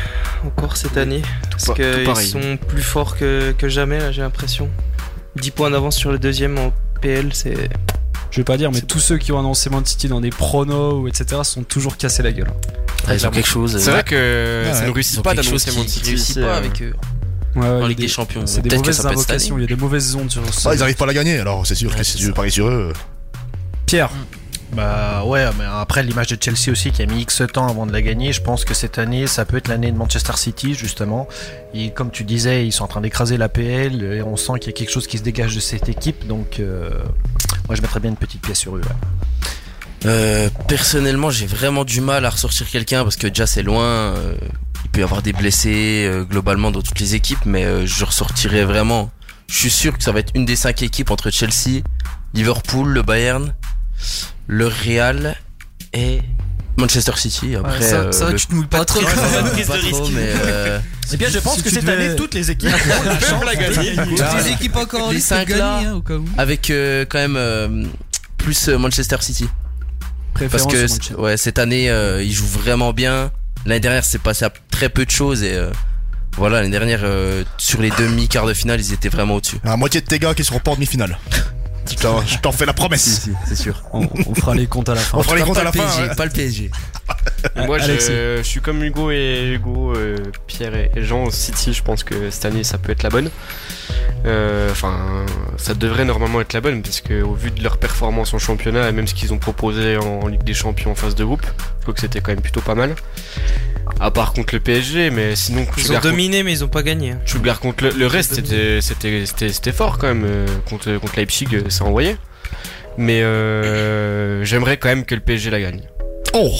[SPEAKER 4] encore cette année. Parce
[SPEAKER 7] Bah,
[SPEAKER 5] pa- tout
[SPEAKER 4] qu'ils
[SPEAKER 5] pareil.
[SPEAKER 4] sont plus forts que, que jamais, là, j'ai l'impression. 10 points d'avance sur le deuxième en PL, c'est.
[SPEAKER 1] Je vais pas dire, mais tous ceux qui ont annoncé Man City dans des pronos ou etc. se sont toujours cassés la gueule.
[SPEAKER 8] Ah, ils ont quelque chose.
[SPEAKER 5] C'est vrai que ça ne
[SPEAKER 8] Ils
[SPEAKER 5] réussit
[SPEAKER 8] ont
[SPEAKER 5] pas
[SPEAKER 8] quelque chose
[SPEAKER 5] d'annoncer mon
[SPEAKER 8] qui qui
[SPEAKER 5] titre
[SPEAKER 8] réussit
[SPEAKER 5] ici. euh,
[SPEAKER 8] pas avec eux.
[SPEAKER 1] Ouais,
[SPEAKER 8] En
[SPEAKER 1] ouais,
[SPEAKER 8] Ligue
[SPEAKER 1] des-
[SPEAKER 8] des Champions.
[SPEAKER 1] C'est des
[SPEAKER 8] Peut-être que
[SPEAKER 1] mauvaises
[SPEAKER 8] ça peut être cette
[SPEAKER 1] invocations,
[SPEAKER 8] année.
[SPEAKER 1] il y a des mauvaises ondes sur ce.
[SPEAKER 2] Ah, ils n'arrivent pas à la gagner, alors c'est sûr
[SPEAKER 8] Ouais,
[SPEAKER 2] que
[SPEAKER 8] c'est
[SPEAKER 2] si tu
[SPEAKER 8] ça.
[SPEAKER 2] paries sur eux.
[SPEAKER 1] Pierre,
[SPEAKER 6] Bah ouais, mais après l'image de Chelsea aussi qui a mis X temps avant de la gagner, je pense que cette année ça peut être l'année de Manchester City justement. Et comme tu disais, ils sont en train d'écraser la PL et on sent qu'il y a quelque chose qui se dégage de cette équipe, donc euh, moi je mettrais bien une petite pièce sur eux. ouais.
[SPEAKER 8] Euh, personnellement, j'ai vraiment du mal à ressortir quelqu'un parce que déjà c'est loin. euh, il peut y avoir des blessés euh, globalement dans toutes les équipes, mais euh, je ressortirai vraiment. Je suis sûr que ça va être une des cinq équipes entre Chelsea, Liverpool, le Bayern, le Real et Manchester City. Après,
[SPEAKER 7] Ouais, ça,
[SPEAKER 8] euh,
[SPEAKER 7] ça va,
[SPEAKER 8] le-
[SPEAKER 7] tu te mouilles pas trop.
[SPEAKER 8] Ouais, ça va,
[SPEAKER 7] Toutes
[SPEAKER 8] pas trop, mais euh,
[SPEAKER 6] Eh bien, je pense
[SPEAKER 1] si
[SPEAKER 6] que
[SPEAKER 1] tu
[SPEAKER 6] cette
[SPEAKER 1] devais-
[SPEAKER 6] année toutes les équipes ont la chance de
[SPEAKER 8] Ah,
[SPEAKER 6] gagner.
[SPEAKER 1] Ah,
[SPEAKER 7] les équipes encore en
[SPEAKER 8] Les
[SPEAKER 7] liste peuvent
[SPEAKER 8] cinq là.
[SPEAKER 7] gagner, hein, au cas où.
[SPEAKER 8] avec euh, quand même euh, plus euh, Manchester City. Parce
[SPEAKER 1] préférence
[SPEAKER 8] que
[SPEAKER 1] sur Manchester.
[SPEAKER 8] ouais, cette année, euh, il joue vraiment bien. L'année dernière, c'est passé à très peu de choses et euh, voilà, l'année dernière, euh, sur les demi quarts de finale, ils étaient vraiment au-dessus.
[SPEAKER 2] À moitié de tes gars qui seront pas en demi-finale. Je t'en- je t'en fais la promesse.
[SPEAKER 8] c'est sûr.
[SPEAKER 1] On, on fera les comptes à la fin.
[SPEAKER 2] On fera les comptes à la fin. hein.
[SPEAKER 8] Pas le PSG.
[SPEAKER 1] Ouais,
[SPEAKER 5] Moi, je,
[SPEAKER 1] Alexis.
[SPEAKER 5] je suis comme Hugo et Hugo, euh, Pierre et, et Jean. City, je pense que cette année, ça peut être la bonne. Euh, Enfin, ça devrait normalement être la bonne parce que au vu de leur performance en championnat et même ce qu'ils ont proposé en, en Ligue des Champions en phase de groupe, je trouve que c'était quand même plutôt pas mal. À part contre le PSG, mais sinon,
[SPEAKER 4] Ils ont
[SPEAKER 5] Stuttgart contre-
[SPEAKER 4] dominé, mais ils ont pas gagné.
[SPEAKER 5] Stuttgart contre le, le reste, c'était- c'était c'était- c'était fort quand même. euh, Contre, contre Leipzig, euh, ça envoyait. Mais euh, j'aimerais quand même que le PSG la gagne.
[SPEAKER 2] Oh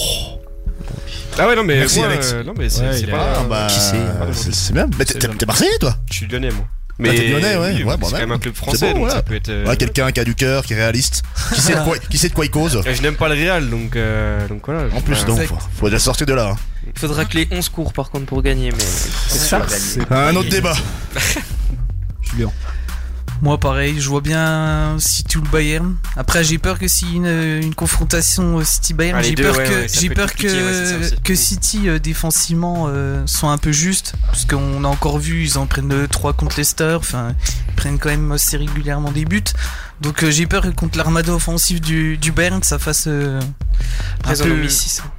[SPEAKER 5] Ah ouais, non, mais
[SPEAKER 2] Merci,
[SPEAKER 5] moi,
[SPEAKER 2] Alex.
[SPEAKER 5] euh, non, mais c'est
[SPEAKER 6] Ouais,
[SPEAKER 5] c'est
[SPEAKER 6] il
[SPEAKER 5] pas.
[SPEAKER 2] Ah, bah,
[SPEAKER 8] Qui c'est
[SPEAKER 2] c'est c'est bien. Mais t'es- t'es t'es Marseillais, toi
[SPEAKER 5] Je suis lyonnais, moi.
[SPEAKER 2] Ah, t'es lyonnais, ouais,
[SPEAKER 5] oui,
[SPEAKER 2] ouais, bah
[SPEAKER 5] c'est quand
[SPEAKER 2] ouais.
[SPEAKER 5] même un club français,
[SPEAKER 2] bon,
[SPEAKER 5] donc
[SPEAKER 2] ouais.
[SPEAKER 5] ça peut être. euh,
[SPEAKER 2] Ouais, quelqu'un qui a du cœur, qui est réaliste, qui sait de quoi, qui sait de quoi il cause.
[SPEAKER 5] Je n'aime pas le Real, donc, euh, donc voilà.
[SPEAKER 2] En plus,
[SPEAKER 5] Bah,
[SPEAKER 2] donc, faut, faut déjà sortir de là. hein.
[SPEAKER 4] Il faudra que les 11 cours par contre pour gagner, mais.
[SPEAKER 7] C'est ça c'est-
[SPEAKER 2] Un autre débat.
[SPEAKER 1] Julien.
[SPEAKER 7] Moi, pareil, je vois bien City ou le Bayern. Après, j'ai peur que si une, une confrontation euh, City-Bayern,
[SPEAKER 5] Ah, les
[SPEAKER 7] j'ai
[SPEAKER 5] deux,
[SPEAKER 7] peur
[SPEAKER 5] ouais,
[SPEAKER 7] que,
[SPEAKER 5] ouais, ça
[SPEAKER 7] j'ai
[SPEAKER 5] peut être
[SPEAKER 7] peur
[SPEAKER 5] compliqué, ouais, c'est ça
[SPEAKER 7] que,
[SPEAKER 5] aussi.
[SPEAKER 7] que City euh, défensivement euh, soit un peu juste. Parce qu'on a encore vu, ils en prennent 3 contre Leicester. Enfin, ils prennent quand même assez régulièrement des buts. Donc, euh, j'ai peur que contre l'armada offensive du, du Bayern, ça fasse. euh, un
[SPEAKER 4] Ils en ont
[SPEAKER 7] peu-
[SPEAKER 4] mis 6.
[SPEAKER 5] hein.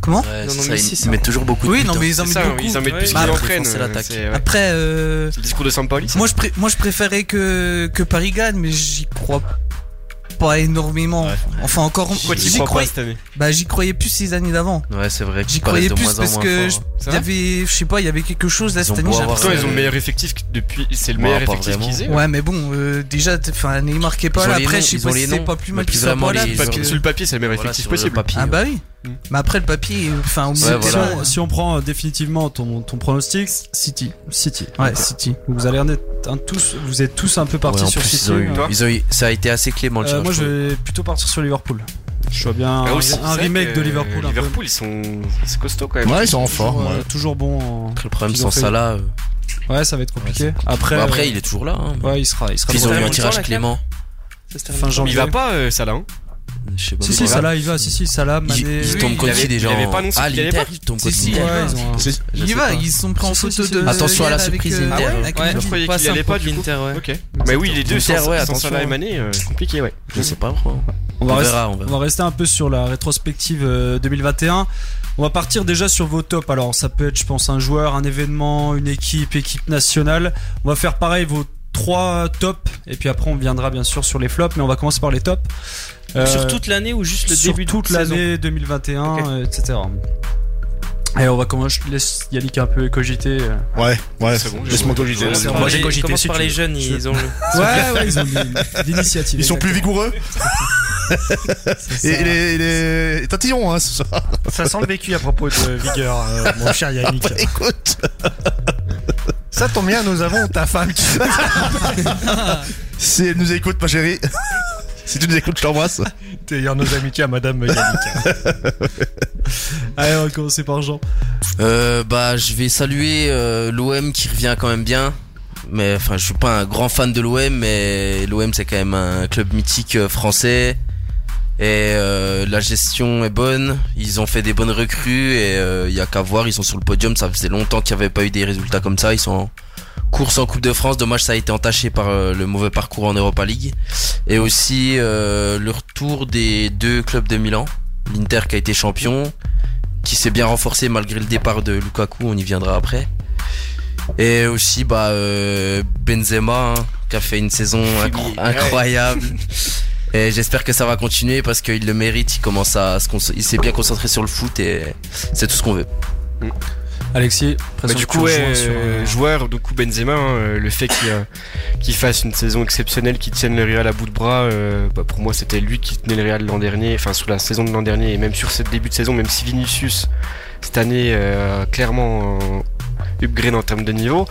[SPEAKER 7] Comment
[SPEAKER 8] Ouais,
[SPEAKER 4] Ils en ont
[SPEAKER 8] c'est
[SPEAKER 4] mis
[SPEAKER 8] ça,
[SPEAKER 4] six,
[SPEAKER 8] ils
[SPEAKER 4] hein.
[SPEAKER 8] mettent toujours beaucoup de
[SPEAKER 7] Oui,
[SPEAKER 8] buts,
[SPEAKER 7] non,
[SPEAKER 8] hein.
[SPEAKER 7] mais ils en
[SPEAKER 5] C'est
[SPEAKER 7] mettent
[SPEAKER 5] ça,
[SPEAKER 7] beaucoup.
[SPEAKER 5] ils en mettent
[SPEAKER 4] ouais.
[SPEAKER 5] plus
[SPEAKER 7] Bah,
[SPEAKER 5] qu'ils en
[SPEAKER 8] après,
[SPEAKER 5] prennent.
[SPEAKER 8] c'est
[SPEAKER 5] euh,
[SPEAKER 8] l'attaque.
[SPEAKER 5] c'est- ouais.
[SPEAKER 7] Après, euh,
[SPEAKER 5] C'est le discours de Sampaoli, ça.
[SPEAKER 7] moi, je pré- moi je préférais que, que Paris gagne, mais j'y crois pas énormément.
[SPEAKER 2] Ouais.
[SPEAKER 7] Enfin, encore.
[SPEAKER 5] Pourquoi tu
[SPEAKER 7] j'y
[SPEAKER 5] crois pas
[SPEAKER 7] croyais-
[SPEAKER 5] cette année
[SPEAKER 7] Bah, j'y croyais plus ces années d'avant.
[SPEAKER 8] Ouais, c'est vrai.
[SPEAKER 7] J'y
[SPEAKER 8] qu'ils paraissent
[SPEAKER 7] croyais
[SPEAKER 8] Bah, de
[SPEAKER 7] plus
[SPEAKER 8] moins en
[SPEAKER 7] parce
[SPEAKER 8] moins
[SPEAKER 7] que
[SPEAKER 8] forts, hein.
[SPEAKER 7] je- il y avait, je sais pas, il y avait quelque chose là
[SPEAKER 8] Ils ont
[SPEAKER 7] cette
[SPEAKER 8] beau
[SPEAKER 7] année. j'ai
[SPEAKER 8] avoir
[SPEAKER 7] l'impression-
[SPEAKER 5] Pourtant, ils ont le meilleur effectif que- depuis. C'est le
[SPEAKER 8] Ouais,
[SPEAKER 5] meilleur
[SPEAKER 8] pas
[SPEAKER 5] effectif
[SPEAKER 8] vraiment.
[SPEAKER 5] qu'ils aient.
[SPEAKER 7] Ouais, mais bon, euh, déjà, t- enfin, Neymar qui est
[SPEAKER 8] Ils ont
[SPEAKER 7] pas là.
[SPEAKER 8] les
[SPEAKER 7] Après,
[SPEAKER 8] noms,
[SPEAKER 7] je sais
[SPEAKER 8] ils ont
[SPEAKER 7] pas si
[SPEAKER 8] les
[SPEAKER 7] c'est
[SPEAKER 8] noms,
[SPEAKER 7] pas plus
[SPEAKER 8] mais
[SPEAKER 7] mal
[SPEAKER 8] puis
[SPEAKER 7] qu'ils soient
[SPEAKER 8] vraiment
[SPEAKER 7] pas là.
[SPEAKER 8] les-
[SPEAKER 7] parce
[SPEAKER 8] ils ont-
[SPEAKER 7] que-
[SPEAKER 5] Sur le papier, c'est le meilleur
[SPEAKER 8] Voilà,
[SPEAKER 5] effectif
[SPEAKER 8] sur le
[SPEAKER 5] possible.
[SPEAKER 8] papier,
[SPEAKER 7] Ah
[SPEAKER 8] ouais.
[SPEAKER 7] bah oui.
[SPEAKER 5] Mm.
[SPEAKER 7] Mais après, le papier, enfin, au
[SPEAKER 8] Ouais,
[SPEAKER 7] milieu de
[SPEAKER 8] voilà.
[SPEAKER 7] terrain,
[SPEAKER 1] Si on prend euh, définitivement ton, ton pronostic, City. City.
[SPEAKER 7] Ouais, City.
[SPEAKER 1] Vous allez en être un tous, vous êtes tous un peu partis
[SPEAKER 8] Ouais, en
[SPEAKER 1] sur
[SPEAKER 8] plus,
[SPEAKER 1] City.
[SPEAKER 8] ils ont eu-
[SPEAKER 1] Euh,
[SPEAKER 8] ils ont eu- ça a été assez clément. le
[SPEAKER 1] euh,
[SPEAKER 8] tirage,
[SPEAKER 1] moi,
[SPEAKER 8] je
[SPEAKER 1] je
[SPEAKER 8] trouve.
[SPEAKER 1] vais plutôt partir sur Liverpool. Je vois bien
[SPEAKER 5] Ah,
[SPEAKER 1] un,
[SPEAKER 5] aussi,
[SPEAKER 1] un
[SPEAKER 5] c'est vrai
[SPEAKER 1] remake
[SPEAKER 5] que,
[SPEAKER 1] de Liverpool.
[SPEAKER 5] euh,
[SPEAKER 1] un peu.
[SPEAKER 5] Liverpool, ils sont. C'est costaud quand même.
[SPEAKER 2] Ouais, ils sont en forme.
[SPEAKER 1] Toujours, euh,
[SPEAKER 2] ouais.
[SPEAKER 1] toujours bon. en-
[SPEAKER 8] Après, le problème
[SPEAKER 1] Ils ont
[SPEAKER 8] sans
[SPEAKER 1] fait-
[SPEAKER 8] ça là. euh,
[SPEAKER 1] Ouais, ça va être compliqué. Après,
[SPEAKER 8] bon, après,
[SPEAKER 1] euh,
[SPEAKER 8] il est toujours là. hein.
[SPEAKER 1] ouais, il sera, il sera
[SPEAKER 8] Puis ils
[SPEAKER 1] dans
[SPEAKER 8] ont eu
[SPEAKER 1] le-
[SPEAKER 8] un
[SPEAKER 4] termine quand,
[SPEAKER 8] tirage
[SPEAKER 4] la
[SPEAKER 8] clément.
[SPEAKER 4] Ça se termine.
[SPEAKER 1] fin janvier.
[SPEAKER 5] Il va pas, euh, Salah. hein
[SPEAKER 8] Je sais pas.
[SPEAKER 1] Si, si, ça là, il va. Si, si, ça là,
[SPEAKER 8] Il,
[SPEAKER 1] Mané.
[SPEAKER 8] il
[SPEAKER 1] Oui,
[SPEAKER 8] tombe hein. contre
[SPEAKER 5] avait-
[SPEAKER 8] qui déjà
[SPEAKER 5] il avait
[SPEAKER 8] en-
[SPEAKER 5] pas annoncé
[SPEAKER 8] Ah,
[SPEAKER 5] qu'il allait
[SPEAKER 8] l'Inter,
[SPEAKER 5] pas
[SPEAKER 8] il tombe
[SPEAKER 7] Si,
[SPEAKER 8] contre
[SPEAKER 7] si,
[SPEAKER 8] l'Inter.
[SPEAKER 1] ouais, ils ont un-
[SPEAKER 2] C'est-
[SPEAKER 8] Je
[SPEAKER 7] Il
[SPEAKER 8] sais
[SPEAKER 7] y va,
[SPEAKER 8] pas.
[SPEAKER 7] ils se sont pris en
[SPEAKER 1] Si, si,
[SPEAKER 7] photo
[SPEAKER 1] si,
[SPEAKER 7] de.
[SPEAKER 1] si.
[SPEAKER 8] Attention à la
[SPEAKER 7] hier avec,
[SPEAKER 8] surprise,
[SPEAKER 7] euh,
[SPEAKER 8] Inter.
[SPEAKER 7] avec
[SPEAKER 4] Ouais,
[SPEAKER 7] une
[SPEAKER 4] je
[SPEAKER 7] petite
[SPEAKER 4] croyais
[SPEAKER 7] passe
[SPEAKER 4] qu'il allait pas du
[SPEAKER 7] improbable.
[SPEAKER 4] coup. Ok.
[SPEAKER 5] Mais oui, les deux,
[SPEAKER 8] Inter,
[SPEAKER 5] sans,
[SPEAKER 8] ouais,
[SPEAKER 5] sans
[SPEAKER 8] attention,
[SPEAKER 5] Salah et
[SPEAKER 8] ouais.
[SPEAKER 2] hein.
[SPEAKER 5] Mané, euh, c'est compliqué, ouais.
[SPEAKER 8] Je sais pas. vraiment.
[SPEAKER 1] On
[SPEAKER 8] On
[SPEAKER 1] va rester.
[SPEAKER 8] verra. On
[SPEAKER 1] On
[SPEAKER 8] verra.
[SPEAKER 1] va rester un peu sur la rétrospective euh, 2021. On va partir déjà sur vos tops. Alors, ça peut être, je pense, un joueur, un événement, une équipe, équipe nationale. On va faire pareil vos trois tops. Et puis après, on viendra bien sûr sur les flops. Mais on va commencer par les tops. Euh,
[SPEAKER 4] Sur toute l'année ou juste le
[SPEAKER 1] sur
[SPEAKER 4] début de
[SPEAKER 1] toute
[SPEAKER 4] saison
[SPEAKER 1] l'année 2021,
[SPEAKER 4] Ok.
[SPEAKER 1] euh, etc. Et on va commencer. Je laisse Yannick un peu cogiter. euh.
[SPEAKER 2] Ouais, ouais.
[SPEAKER 5] C'est bon, j'ai-
[SPEAKER 2] Laisse-moi cogiter.
[SPEAKER 1] Ouais, c'est
[SPEAKER 2] vas-y.
[SPEAKER 1] bon.
[SPEAKER 2] Moi, j'ai
[SPEAKER 4] Les-
[SPEAKER 2] cogité,
[SPEAKER 4] Commence
[SPEAKER 2] si
[SPEAKER 4] par
[SPEAKER 2] tu
[SPEAKER 4] les
[SPEAKER 2] veux.
[SPEAKER 4] jeunes, ils ont le.
[SPEAKER 1] Ouais, ouais, ils ont de- de l'initiative.
[SPEAKER 2] Ils sont plus vigoureux et il est, il est tatillon hein ce soir.
[SPEAKER 6] Ça sent le vécu à propos de Vigueur, euh, mon cher Yannick.
[SPEAKER 2] Écoute,
[SPEAKER 6] Ça tombe bien, nous avons ta femme qui.
[SPEAKER 2] si elle nous écoute ma chérie, si tu nous écoutes je t'embrasse.
[SPEAKER 6] D'ailleurs, nos amitiés à Madame Yannick.
[SPEAKER 1] Allez, on va commencer par Jean.
[SPEAKER 8] Euh, bah, je vais saluer euh, l'OM qui revient quand même bien. Mais enfin, je suis pas un grand fan de l'OM, mais l'OM c'est quand même un club mythique euh, français. Et euh, la gestion est bonne. Ils ont fait des bonnes recrues et il y a qu'à voir. Ils sont sur le podium. Ça faisait longtemps qu'il n'y avait pas eu des résultats comme ça. Ils sont en course en Coupe de France. Dommage, ça a été entaché par euh, le mauvais parcours en Europa League. Et aussi euh, le retour des deux clubs de Milan. L'Inter qui a été champion qui s'est bien renforcé malgré le départ de Lukaku, on y viendra après. Et aussi bah euh, Benzema hein, qui a fait une saison incro- incroyable. Et j'espère que ça va continuer parce qu'il le mérite, il commence à se conce- il s'est bien concentré sur le foot et c'est tout ce qu'on veut.
[SPEAKER 1] Alexis,
[SPEAKER 5] Bah,
[SPEAKER 1] presque
[SPEAKER 5] du
[SPEAKER 1] que
[SPEAKER 5] coup,
[SPEAKER 1] tu
[SPEAKER 5] ouais,
[SPEAKER 1] rejoins sur,
[SPEAKER 5] euh,
[SPEAKER 1] euh,
[SPEAKER 5] joueur, du coup Benzema, hein, euh, le fait qu'il euh, qu'il fasse une saison exceptionnelle, qu'il tienne le Real à bout de bras, euh, bah, pour moi c'était lui qui tenait le Real l'an dernier, enfin sur la saison de l'an dernier, et même sur ce début de saison, même si Vinicius cette année euh, clairement euh, upgrade en termes de niveau,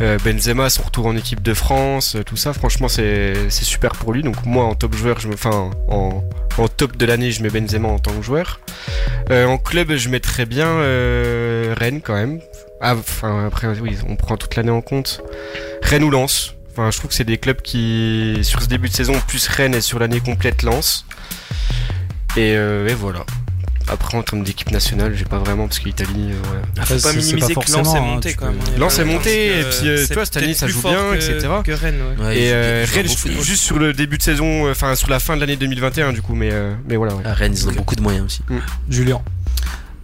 [SPEAKER 5] euh, Benzema son retour en équipe de France, euh, tout ça, franchement c'est c'est super pour lui. Donc moi en top joueur, je me, enfin en, en top de l'année, je mets Benzema en tant que joueur. Euh, en club, je mettrais bien euh, Rennes quand même. Ah, enfin, après, oui, on prend toute l'année en compte. Rennes ou Lens. Enfin, je trouve que c'est des clubs qui, sur ce début de saison, plus Rennes et sur l'année complète, Lens. Et, euh, et voilà. Après, en termes d'équipe nationale, j'ai pas vraiment, parce que l'Italie, euh, voilà.
[SPEAKER 1] après,
[SPEAKER 4] Faut
[SPEAKER 1] c'est-
[SPEAKER 4] pas
[SPEAKER 1] c'est
[SPEAKER 4] minimiser que
[SPEAKER 1] forcément,
[SPEAKER 4] Lens est
[SPEAKER 1] hein,
[SPEAKER 4] monté
[SPEAKER 1] tu
[SPEAKER 4] quand
[SPEAKER 1] peux-
[SPEAKER 4] même. Il y a
[SPEAKER 5] Lens
[SPEAKER 4] pas
[SPEAKER 5] est monté,
[SPEAKER 4] longtemps,
[SPEAKER 5] et
[SPEAKER 4] euh,
[SPEAKER 5] puis, euh,
[SPEAKER 4] c'est
[SPEAKER 5] tu vois, cette année,
[SPEAKER 4] peut-être
[SPEAKER 5] ça
[SPEAKER 4] plus
[SPEAKER 5] joue
[SPEAKER 4] fort
[SPEAKER 5] bien,
[SPEAKER 4] que-
[SPEAKER 5] etc.
[SPEAKER 4] Que Rennes, ouais.
[SPEAKER 5] et
[SPEAKER 8] Ouais, Bah, ils ont-
[SPEAKER 5] euh,
[SPEAKER 8] ils jouent un
[SPEAKER 5] Rennes,
[SPEAKER 8] bon
[SPEAKER 5] je-
[SPEAKER 8] foot.
[SPEAKER 5] juste sur le début de saison, euh, enfin, sur la fin de l'année 2021, du coup, mais, euh, mais voilà. ouais.
[SPEAKER 8] À Ah, Rennes, ils ont beaucoup de moyens aussi.
[SPEAKER 1] Julien.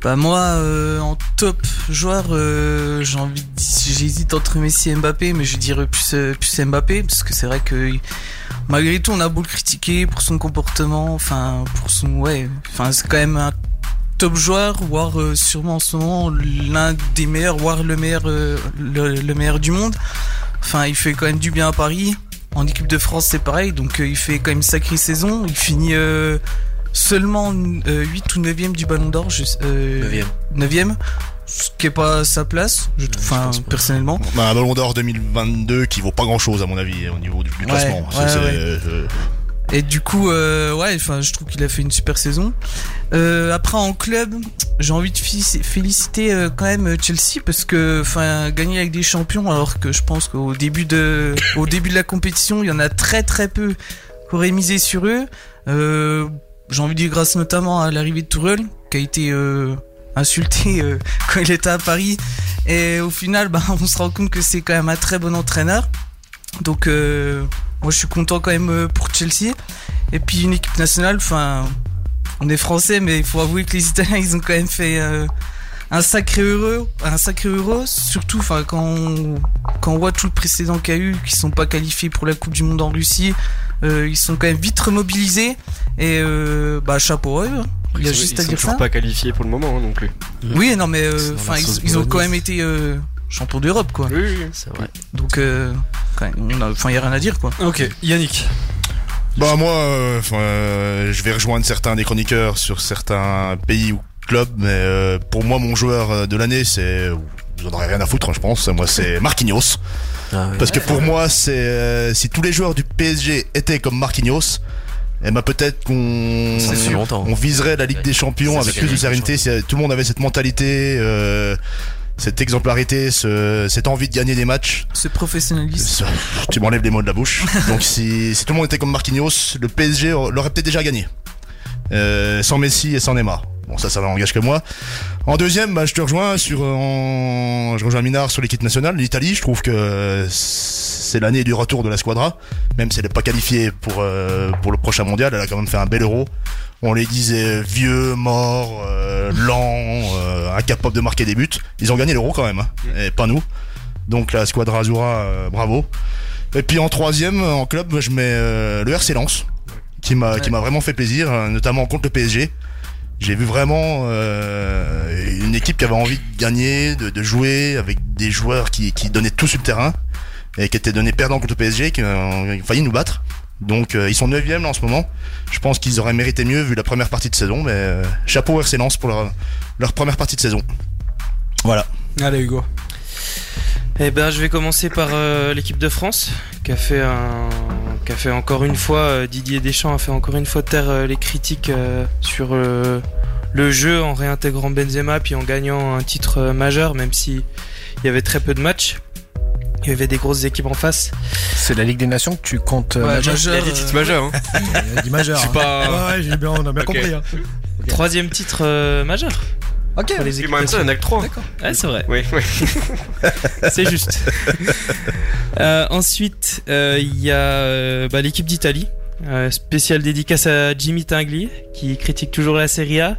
[SPEAKER 7] Bah moi, euh, en top joueur, euh, j'ai envie de dire- j'hésite entre Messi et Mbappé, mais je dirais plus, euh, plus Mbappé, parce que c'est vrai que malgré tout, on a beau le critiquer pour son comportement, enfin pour son ouais, enfin c'est quand même un top joueur, voire euh, sûrement en ce moment l'un des meilleurs, voire le meilleur, euh, le, le meilleur du monde. Enfin, il fait quand même du bien à Paris. En équipe de France, c'est pareil, donc euh, il fait quand même une sacrée saison. Il finit euh, seulement 8 ou 9e du Ballon d'Or. je- euh,
[SPEAKER 8] 9e.
[SPEAKER 7] 9e, ce qui est pas sa place, je trouve. Enfin, personnellement.
[SPEAKER 2] Bah, un ballon d'or 2022 qui vaut pas grand chose à mon avis au niveau du, du
[SPEAKER 7] Ouais,
[SPEAKER 2] classement. C'est-
[SPEAKER 7] ouais,
[SPEAKER 2] c'est-
[SPEAKER 7] ouais.
[SPEAKER 2] euh,
[SPEAKER 7] Et du coup, euh, ouais, enfin, je trouve qu'il a fait une super saison. Euh, après, en club, j'ai envie de fé- féliciter euh, quand même euh, Chelsea parce que, enfin, gagner avec des champions, alors que je pense qu'au début de, au début de la compétition, il y en a très très peu qui auraient misé sur eux. Euh, j'ai envie de dire grâce notamment à l'arrivée de Tourelle, qui a été euh, insulté euh, quand il était à Paris. Et au final, bah, on se rend compte que c'est quand même un très bon entraîneur. Donc, euh, moi, je suis content quand même euh, pour Chelsea. Et puis une équipe nationale, enfin, on est français, mais il faut avouer que les Italiens, ils ont quand même fait euh, un sacré heureux, un sacré euro, surtout, enfin, quand on, quand on voit tout le précédent qu'il y a eu, qu'ils sont pas qualifiés pour la Coupe du Monde en Russie, euh, ils sont quand même vite remobilisés. Et euh, bah, chapeau à eux. Il y a
[SPEAKER 5] Ils sont-
[SPEAKER 7] juste
[SPEAKER 5] ils
[SPEAKER 7] à
[SPEAKER 5] sont
[SPEAKER 7] dire
[SPEAKER 5] toujours
[SPEAKER 7] ça.
[SPEAKER 5] pas qualifiés pour le moment hein, non plus.
[SPEAKER 7] Oui, non, mais euh,
[SPEAKER 8] C'est dans la
[SPEAKER 7] enfin,
[SPEAKER 8] sauce
[SPEAKER 7] ils, ils ont quand
[SPEAKER 8] bolognaise.
[SPEAKER 7] même été euh, champions d'Europe, quoi.
[SPEAKER 5] Oui, oui.
[SPEAKER 8] C'est vrai.
[SPEAKER 7] Donc, euh, quand même, on a- enfin, il y a rien à dire, quoi.
[SPEAKER 1] Ok, Yannick.
[SPEAKER 2] Bah moi, euh, enfin, euh, je vais rejoindre certains des chroniqueurs sur certains pays ou clubs, mais euh, pour moi mon joueur euh, de l'année c'est... Vous en aurez rien à foutre hein, je pense, moi c'est Marquinhos.
[SPEAKER 8] Ah, ouais.
[SPEAKER 2] Parce que pour moi c'est... euh, si tous les joueurs du PSG étaient comme Marquinhos, eh ben peut-être qu'on...
[SPEAKER 8] Ça fait longtemps.
[SPEAKER 2] On viserait la Ligue des Champions
[SPEAKER 8] Ça,
[SPEAKER 2] avec
[SPEAKER 8] c'est
[SPEAKER 2] plus de
[SPEAKER 8] la Ligue des
[SPEAKER 2] sérénité si euh, tout le monde avait cette mentalité, euh, cette exemplarité, ce- cette envie de gagner des matchs.
[SPEAKER 7] Ce professionnalisme.
[SPEAKER 2] Ça, Tu m'enlèves les mots de la bouche. Donc si, si tout le monde était comme Marquinhos, le PSG l'aurait peut-être déjà gagné. Euh, sans Messi et sans Neymar. Bon ça, ça n'engage que moi. En deuxième, bah, je te rejoins sur, euh, en- je rejoins Minard sur l'équipe nationale, l'Italie. Je trouve que c'est l'année du retour de la squadra. Même si elle n'est pas qualifiée pour euh, pour le prochain mondial, elle a quand même fait un bel euro. On les disait vieux, morts, euh, lents, euh, incapables de marquer des buts. Ils ont gagné l'euro quand même, hein. et pas nous. Donc la Squadra Azura, euh, bravo. Et puis en troisième, euh, en club, je mets euh, le RC Lens, qui m'a qui m'a vraiment fait plaisir, euh, notamment contre le PSG. J'ai vu vraiment euh, une équipe qui avait envie de gagner, de, de jouer, avec des joueurs qui, qui donnaient tout sur le terrain et qui étaient donnés perdants contre le PSG, qui euh, ont failli nous battre. Donc euh, ils sont 9 là en ce moment. Je pense qu'ils auraient mérité mieux vu la première partie de saison, mais euh, chapeau au RC Lens pour leur, leur première partie de saison.
[SPEAKER 1] Allez, Hugo.
[SPEAKER 4] Eh ben, je vais commencer par euh, l'équipe de France, qui a fait un, qui a fait encore une fois euh, Didier Deschamps a fait encore une fois taire euh, les critiques euh, sur euh, le jeu en réintégrant Benzema puis en gagnant un titre euh, majeur, même si il y avait très peu de matchs. Il y avait des grosses équipes en face.
[SPEAKER 6] C'est la Ligue des Nations que tu comptes.
[SPEAKER 7] Ouais,
[SPEAKER 6] euh,
[SPEAKER 7] majeur,
[SPEAKER 5] Il y a des
[SPEAKER 7] euh,
[SPEAKER 5] titres majeurs. Hein.
[SPEAKER 6] Il a dit majeur.
[SPEAKER 5] Je suis
[SPEAKER 6] hein.
[SPEAKER 5] pas.
[SPEAKER 6] Ouais, ouais, j'ai bien, on a bien
[SPEAKER 5] Ok.
[SPEAKER 6] compris. hein.
[SPEAKER 4] Troisième titre euh, majeur.
[SPEAKER 7] Ok.
[SPEAKER 4] pour les
[SPEAKER 5] Et
[SPEAKER 4] équipes
[SPEAKER 5] en même temps, il y en a que 3.
[SPEAKER 4] Ouais, c'est vrai.
[SPEAKER 5] Oui, oui.
[SPEAKER 4] C'est juste. Euh, ensuite, euh, il y a euh, bah, l'équipe d'Italie. Euh, spéciale dédicace à Jimmy Tingli qui critique toujours la Serie A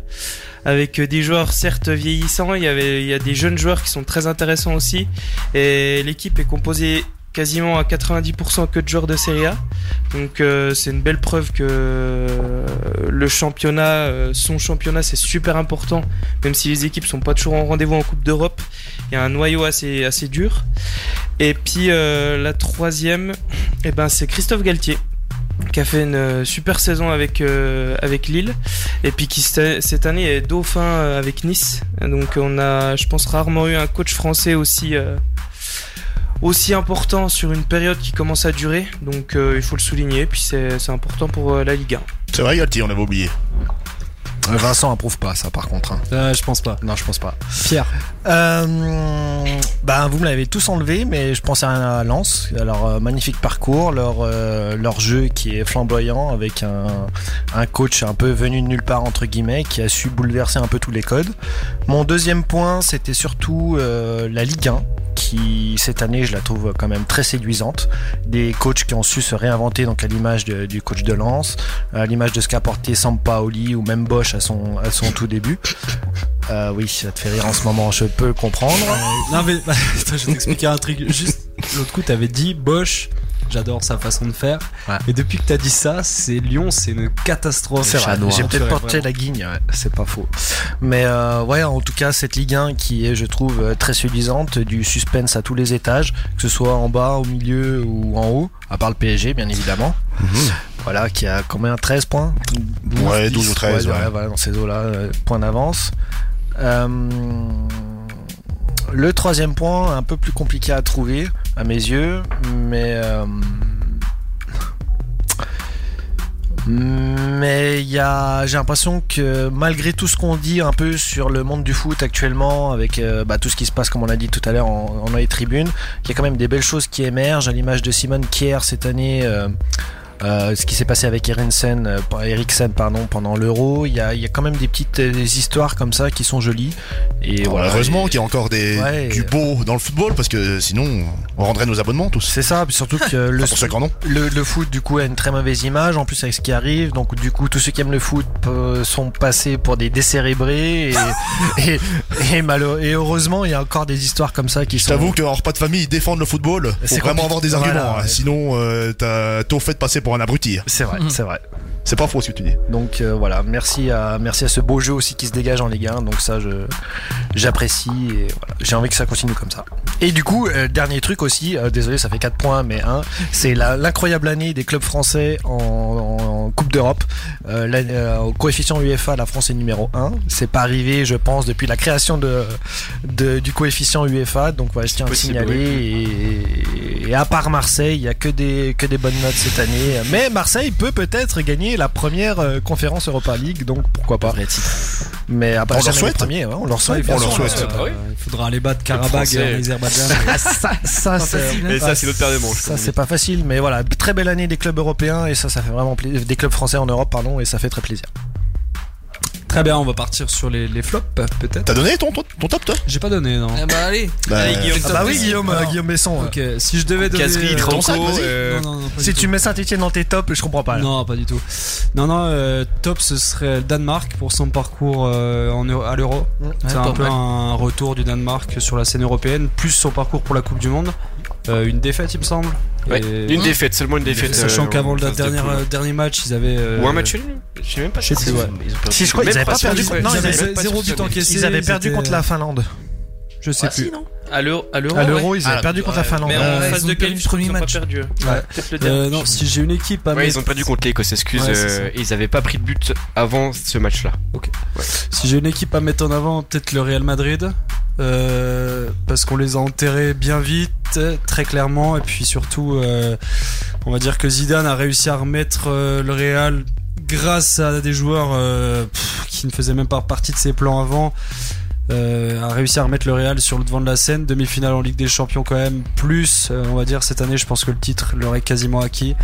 [SPEAKER 4] avec euh, des joueurs certes vieillissants. Il y avait, il y a des jeunes joueurs qui sont très intéressants aussi. Et l'équipe est composée quasiment à 90% que de joueurs de Serie A. Donc euh, c'est une belle preuve que euh, le championnat, euh, son championnat, c'est super important. Même si les équipes sont pas toujours en rendez-vous en Coupe d'Europe, il y a un noyau assez, assez dur. Et puis euh, la troisième, eh ben, c'est Christophe Galtier qui a fait une euh, super saison avec, euh, avec Lille et puis qui cette cette année est dauphin euh, avec Nice. Donc on a, je pense, rarement eu un coach français aussi, euh, aussi important sur une période qui commence à durer. Donc euh, il faut le souligner, puis c'est c'est important pour euh, la Ligue 1.
[SPEAKER 2] C'est vrai, Galtier, on l'avait oublié.
[SPEAKER 6] Euh, Vincent approuve pas ça par contre. hein.
[SPEAKER 1] Euh, je pense pas.
[SPEAKER 6] Non, je pense pas.
[SPEAKER 1] Pierre.
[SPEAKER 6] Euh, ben, vous me l'avez tous enlevé, mais je pense à Lens, à leur euh, magnifique parcours, leur, euh, leur jeu qui est flamboyant avec un, un coach un peu venu de nulle part, entre guillemets, qui a su bouleverser un peu tous les codes. Mon deuxième point, c'était surtout euh, la Ligue 1, qui cette année, je la trouve quand même très séduisante. Des coachs qui ont su se réinventer, donc à l'image de- du coach de Lens, à l'image de ce qu'a porté Sampaoli ou même Bosch à son, à son tout début. Euh, oui, ça te fait rire en ce moment, je peux le comprendre.
[SPEAKER 1] Euh, Non, mais attends, je vais t'expliquer un truc. Juste l'autre coup, t'avais dit Bosch, J'adore sa façon de faire.
[SPEAKER 3] Ouais.
[SPEAKER 1] Et depuis que t'as dit ça, c'est Lyon, c'est une catastrophe.
[SPEAKER 8] C'est vrai.
[SPEAKER 1] Noir.
[SPEAKER 3] J'ai peut-être
[SPEAKER 1] Ouais,
[SPEAKER 3] porté
[SPEAKER 1] vraiment.
[SPEAKER 3] la guigne, ouais, c'est pas faux. Mais euh, ouais, en tout cas, cette Ligue 1 qui est, je trouve, euh, très séduisante, du suspense à tous les étages, que ce soit en bas, au milieu ou en haut, à part le PSG, bien évidemment.
[SPEAKER 1] Mhm.
[SPEAKER 3] Voilà, qui a combien 13 points
[SPEAKER 2] Ouais, 12 ou 13, ouais.
[SPEAKER 3] Voilà, dans ces eaux-là, euh, point d'avance. Euh, le troisième point, un peu plus compliqué à trouver, à mes yeux, mais. euh, mais il y a, j'ai l'impression que malgré tout ce qu'on dit un peu sur le monde du foot actuellement, avec euh, bah, tout ce qui se passe, comme on l'a dit tout à l'heure en, en dans les tribunes, il y a quand même des belles choses qui émergent, à l'image de Simone Kier cette année. euh, euh, ce qui s'est passé avec Eriksen, euh, pe- Eriksen, pardon, pendant l'Euro, il y a, il y a quand même des petites euh, des histoires comme ça qui sont jolies. Et
[SPEAKER 2] Et
[SPEAKER 3] voilà,
[SPEAKER 2] Ah, heureusement
[SPEAKER 3] et-
[SPEAKER 2] qu'il y a encore des,
[SPEAKER 3] Ouais,
[SPEAKER 2] du
[SPEAKER 3] et-
[SPEAKER 2] beau dans le football parce que sinon on rendrait nos abonnements tous.
[SPEAKER 3] C'est ça, puis surtout que le,
[SPEAKER 2] Enfin, pour ceux qui en ont.
[SPEAKER 3] le, le foot du coup a une très mauvaise image en plus avec ce qui arrive donc du coup tous ceux qui aiment le foot euh, sont passés pour des décérébrés et, et, et, malo- et heureusement il y a encore des histoires comme ça qui
[SPEAKER 2] Je
[SPEAKER 3] sont
[SPEAKER 2] t'avoue qu'en repas de famille, ils défendent le football. Faut
[SPEAKER 3] C'est
[SPEAKER 2] vraiment
[SPEAKER 3] compliqué.
[SPEAKER 2] avoir des arguments.
[SPEAKER 3] Voilà,
[SPEAKER 2] hein.
[SPEAKER 3] ouais.
[SPEAKER 2] Sinon, euh, t'as tôt fait de passer pour un abruti. hein.
[SPEAKER 3] c'est vrai c'est vrai
[SPEAKER 2] C'est pas faux ce que tu dis.
[SPEAKER 3] donc euh, voilà merci à merci à ce beau jeu aussi qui se dégage en Ligue 1 donc ça je j'apprécie et voilà. j'ai envie que ça continue comme ça et du coup euh, dernier truc aussi euh, désolé ça fait 4 points mais un c'est la- l'incroyable année des clubs français en, en- en Coupe d'Europe Euh, la- euh, au coefficient UEFA la France est numéro 1 c'est pas arrivé je pense depuis la création de, de- du coefficient UEFA donc voilà je tiens à le
[SPEAKER 5] possible,
[SPEAKER 3] signaler et, et à part Marseille il y a que des que des bonnes notes cette année mais Marseille peut peut-être gagner la première euh, conférence Europa League donc pourquoi pas
[SPEAKER 8] Vrai titre.
[SPEAKER 3] mais à part
[SPEAKER 2] On leur
[SPEAKER 3] jamais les
[SPEAKER 2] souhaite.
[SPEAKER 3] premiers, ouais, on leur souhaite
[SPEAKER 2] bien
[SPEAKER 1] Bien
[SPEAKER 2] on
[SPEAKER 1] sûr,
[SPEAKER 2] leur souhaite.
[SPEAKER 1] euh, Il faudra aller battre Karabakh
[SPEAKER 5] Français.
[SPEAKER 1] et en Azerbaïdjan.
[SPEAKER 3] Ah, ça, ça, c'est-
[SPEAKER 1] hein.
[SPEAKER 5] Et ça, c'est notre paire de manches.
[SPEAKER 3] Ça, c'est pas facile, mais voilà, très belle année des clubs européens et ça, ça fait vraiment plaisir. Des clubs français en Europe, pardon, et ça fait très plaisir.
[SPEAKER 1] Très bien, on va partir sur les, les flops, peut-être.
[SPEAKER 2] T'as donné ton, ton, ton top toi
[SPEAKER 1] J'ai pas donné, non.
[SPEAKER 7] Ah bah allez.
[SPEAKER 2] Bah,
[SPEAKER 5] Allez, Guillaume.
[SPEAKER 3] Ah bah oui, Guillaume,
[SPEAKER 1] Alors,
[SPEAKER 3] Guillaume Besson.
[SPEAKER 5] bah.
[SPEAKER 1] Ok, si je devais donner.
[SPEAKER 5] Caserie,
[SPEAKER 1] euh,
[SPEAKER 2] ton sac,
[SPEAKER 5] Tronco,
[SPEAKER 2] vas-y.
[SPEAKER 5] euh,
[SPEAKER 1] non, non, non, pas
[SPEAKER 3] Si
[SPEAKER 1] du
[SPEAKER 3] tu
[SPEAKER 1] tout.
[SPEAKER 3] mets Saint-Etienne dans tes tops, je comprends pas. Là.
[SPEAKER 1] Non, pas du tout. Non, non, euh, top, ce serait le Danemark pour son parcours euh, en Euro- à l'Euro. C'est
[SPEAKER 7] pas
[SPEAKER 1] un peu
[SPEAKER 7] mal.
[SPEAKER 1] un retour du Danemark sur la scène européenne, plus son parcours pour la Coupe du Monde. Euh, une défaite, il me semble.
[SPEAKER 5] ouais.
[SPEAKER 1] Et-
[SPEAKER 5] Une défaite, seulement une défaite.
[SPEAKER 1] Sachant
[SPEAKER 5] euh,
[SPEAKER 1] qu'avant
[SPEAKER 5] en
[SPEAKER 1] le
[SPEAKER 5] phase de
[SPEAKER 1] dernier,
[SPEAKER 5] poule.
[SPEAKER 1] euh, dernier match, ils avaient. euh,
[SPEAKER 5] Ou un match nul Je sais même pas
[SPEAKER 1] Je sais plus, ouais.
[SPEAKER 3] Si je crois
[SPEAKER 5] Même
[SPEAKER 3] qu'ils avaient
[SPEAKER 5] pas
[SPEAKER 3] pas
[SPEAKER 5] sur
[SPEAKER 3] perdu.
[SPEAKER 5] les-
[SPEAKER 3] contre- non,
[SPEAKER 5] Ouais,
[SPEAKER 3] ils
[SPEAKER 5] j'avais
[SPEAKER 3] avaient-
[SPEAKER 5] pas
[SPEAKER 1] zéro
[SPEAKER 5] sur
[SPEAKER 1] but
[SPEAKER 5] les-
[SPEAKER 1] encaissé.
[SPEAKER 3] ils avaient perdu
[SPEAKER 1] c'était-
[SPEAKER 3] contre la Finlande.
[SPEAKER 1] Je sais plus.
[SPEAKER 4] À l'euro, à l'euro.
[SPEAKER 3] À
[SPEAKER 4] ouais.
[SPEAKER 3] l'Euro, ils avaient
[SPEAKER 2] Ah,
[SPEAKER 3] perdu contre la Finlande.
[SPEAKER 4] Mais
[SPEAKER 7] Ouais,
[SPEAKER 4] en
[SPEAKER 7] ils
[SPEAKER 4] phase
[SPEAKER 7] ont
[SPEAKER 4] de
[SPEAKER 7] perdu
[SPEAKER 4] qualif,
[SPEAKER 7] le premier
[SPEAKER 4] ils ont pas
[SPEAKER 7] match.
[SPEAKER 4] perdu. Peut-être le
[SPEAKER 1] Euh,
[SPEAKER 4] dernier.
[SPEAKER 1] non, si j'ai une équipe à
[SPEAKER 5] Ouais,
[SPEAKER 1] mettre-
[SPEAKER 5] ils ont perdu contre l'Écosse, excuse.
[SPEAKER 1] Ouais, c'est
[SPEAKER 5] euh, et ils avaient pas pris de but avant ce match-là.
[SPEAKER 1] Si j'ai une équipe à mettre en avant, peut-être le Real Madrid. euh, parce qu'on les a enterrés bien vite, euh, très clairement. Et puis surtout, euh, on va dire que Zidane a réussi à remettre euh, le Real grâce à des joueurs euh, pff, qui ne faisaient même pas partie de ses plans avant. Euh, a réussi à remettre le Real sur le devant de la scène. Demi-finale en Ligue des Champions quand même. Plus, euh, on va dire, cette année, je pense que le titre leur est quasiment acquis.